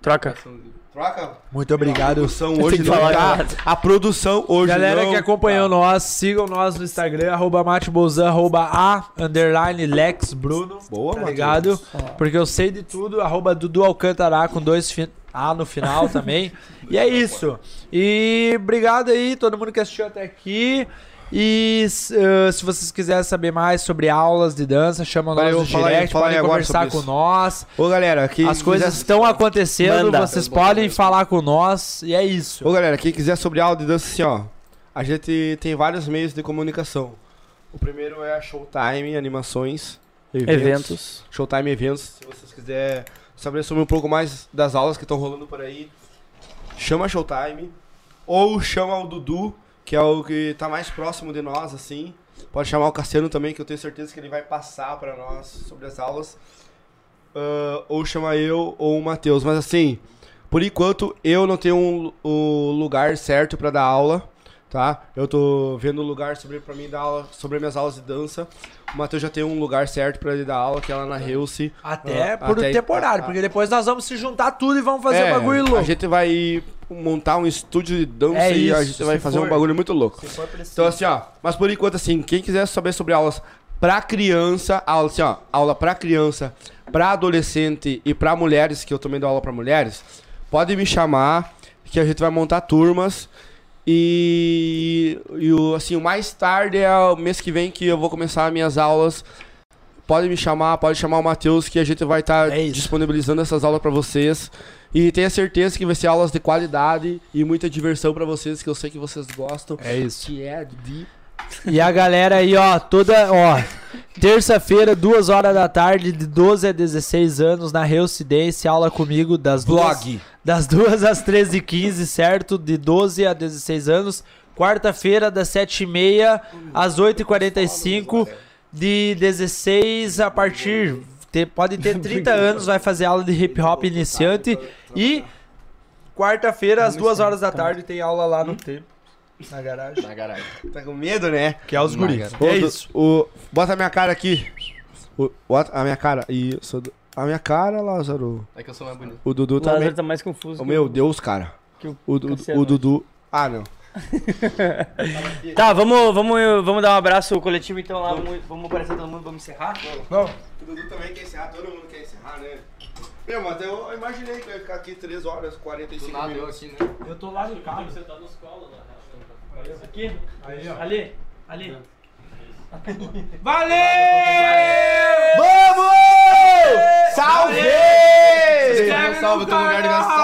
Speaker 4: Troca.
Speaker 1: Troca?
Speaker 6: Muito obrigado.
Speaker 1: Produção hoje não tá. A produção hoje
Speaker 3: Galera
Speaker 1: não
Speaker 3: que é acompanhou nós, sigam nós no Instagram, arroba matebozan, arroba a, underline Lex Bruno.
Speaker 1: Boa,
Speaker 3: tá
Speaker 1: Matheus.
Speaker 3: ligado? Porque eu sei de tudo, arroba Dudu Alcântara com dois fi- A no final também. e é isso. E obrigado aí, todo mundo que assistiu até aqui. E s- ah, se vocês quiserem saber mais sobre aulas de dança, chama nós
Speaker 1: Valeu,
Speaker 3: no
Speaker 1: fala aí,
Speaker 3: direct,
Speaker 1: fala aí
Speaker 3: podem
Speaker 1: agora
Speaker 3: conversar
Speaker 1: sobre
Speaker 3: com
Speaker 1: isso.
Speaker 3: nós.
Speaker 1: Ô, galera, que
Speaker 3: As coisas
Speaker 1: quiser-
Speaker 3: estão acontecendo,
Speaker 4: Manda.
Speaker 3: vocês podem falar com nós. E é isso.
Speaker 1: Ô galera, quem quiser sobre áudio e dança, assim, ó. A gente tem vários meios de comunicação. O primeiro é a Showtime, animações, eventos.
Speaker 4: Eventos.
Speaker 1: Showtime Eventos. Se vocês quiserem saber sobre um pouco mais das aulas que estão rolando por aí, chama a Showtime. Ou chama o Dudu, que é o que tá mais próximo de nós, assim. Pode chamar o Cassiano também, que eu tenho certeza que ele vai passar para nós sobre as aulas. Ah, ou chama eu ou o Matheus. Mas assim, por enquanto eu não tenho um, o lugar certo para dar aula, tá? Eu tô vendo o lugar sobre para mim dar aula sobre minhas aulas de dança. O Matheus já tem um lugar certo para ele dar aula, que é lá na Reuse.
Speaker 3: Até
Speaker 1: Ah,
Speaker 3: por
Speaker 1: até-
Speaker 3: temporário,
Speaker 1: ah,
Speaker 3: porque depois nós vamos se juntar tudo e vamos fazer
Speaker 1: É,
Speaker 3: um bagulho louco.
Speaker 1: A gente vai montar um estúdio de dança
Speaker 3: É
Speaker 1: e a
Speaker 3: isso,
Speaker 1: gente
Speaker 3: se
Speaker 1: vai fazer um
Speaker 3: for-
Speaker 1: bagulho muito louco. Então assim, ó, mas por enquanto assim, quem quiser saber sobre aulas pra criança, aula assim, ó, aula pra criança, pra adolescente e pra mulheres, que eu também dou aula pra mulheres, pode me chamar que a gente vai montar turmas. E, e o assim, o mais tarde é o mês que vem que eu vou começar minhas aulas. Pode me chamar, pode chamar o Matheus que a gente vai estar
Speaker 3: É isso.
Speaker 1: disponibilizando essas aulas pra vocês. E tenha certeza que vai ser aulas de qualidade e muita diversão pra vocês, que eu sei que vocês gostam.
Speaker 3: É isso.
Speaker 1: Que é de
Speaker 3: E a galera aí, ó, toda, ó, terça-feira, duas horas da tarde, de 12 a 16 anos, na Reucidência, aula comigo das duas, das duas às 13h15, certo? De 12 a 16 anos. Quarta-feira, das 7h30 às 8h45, de 16 a partir. ter- pode ter 30 anos, vai fazer aula de hip hop iniciante. E quarta-feira, às duas horas da tarde, tem aula lá no tempo. Na garagem.
Speaker 1: Na garagem. Tá com medo, né?
Speaker 3: Que é os guris.
Speaker 1: Ô, Du- O, bota a minha cara aqui. O, bota a minha cara. Isso. A minha cara, Lázaro.
Speaker 5: É que eu sou mais bonito.
Speaker 1: O Dudu
Speaker 4: O Lázaro
Speaker 1: também.
Speaker 4: tá mais confuso.
Speaker 1: Ô, meu Deus, cara.
Speaker 4: Que o
Speaker 1: O, Du-
Speaker 4: Cassiano.
Speaker 1: o Dudu. Ah, não.
Speaker 4: Tá, vamos, vamos, vamos dar um abraço coletivo então lá. Vamos, vamos aparecer todo mundo, vamos encerrar.
Speaker 1: O Dudu também quer encerrar, todo mundo quer encerrar, né? Meu, mas eu imaginei que eu ia ficar aqui 3 horas, 45 minutos.
Speaker 3: Eu tô lá de casa.
Speaker 7: Você tá nos colos, na real.
Speaker 4: Aqui, ali,
Speaker 7: Tá.
Speaker 4: ali.
Speaker 3: Valeu!
Speaker 1: Vamos!
Speaker 19: Salve!
Speaker 1: Salve, todo lugar de graça.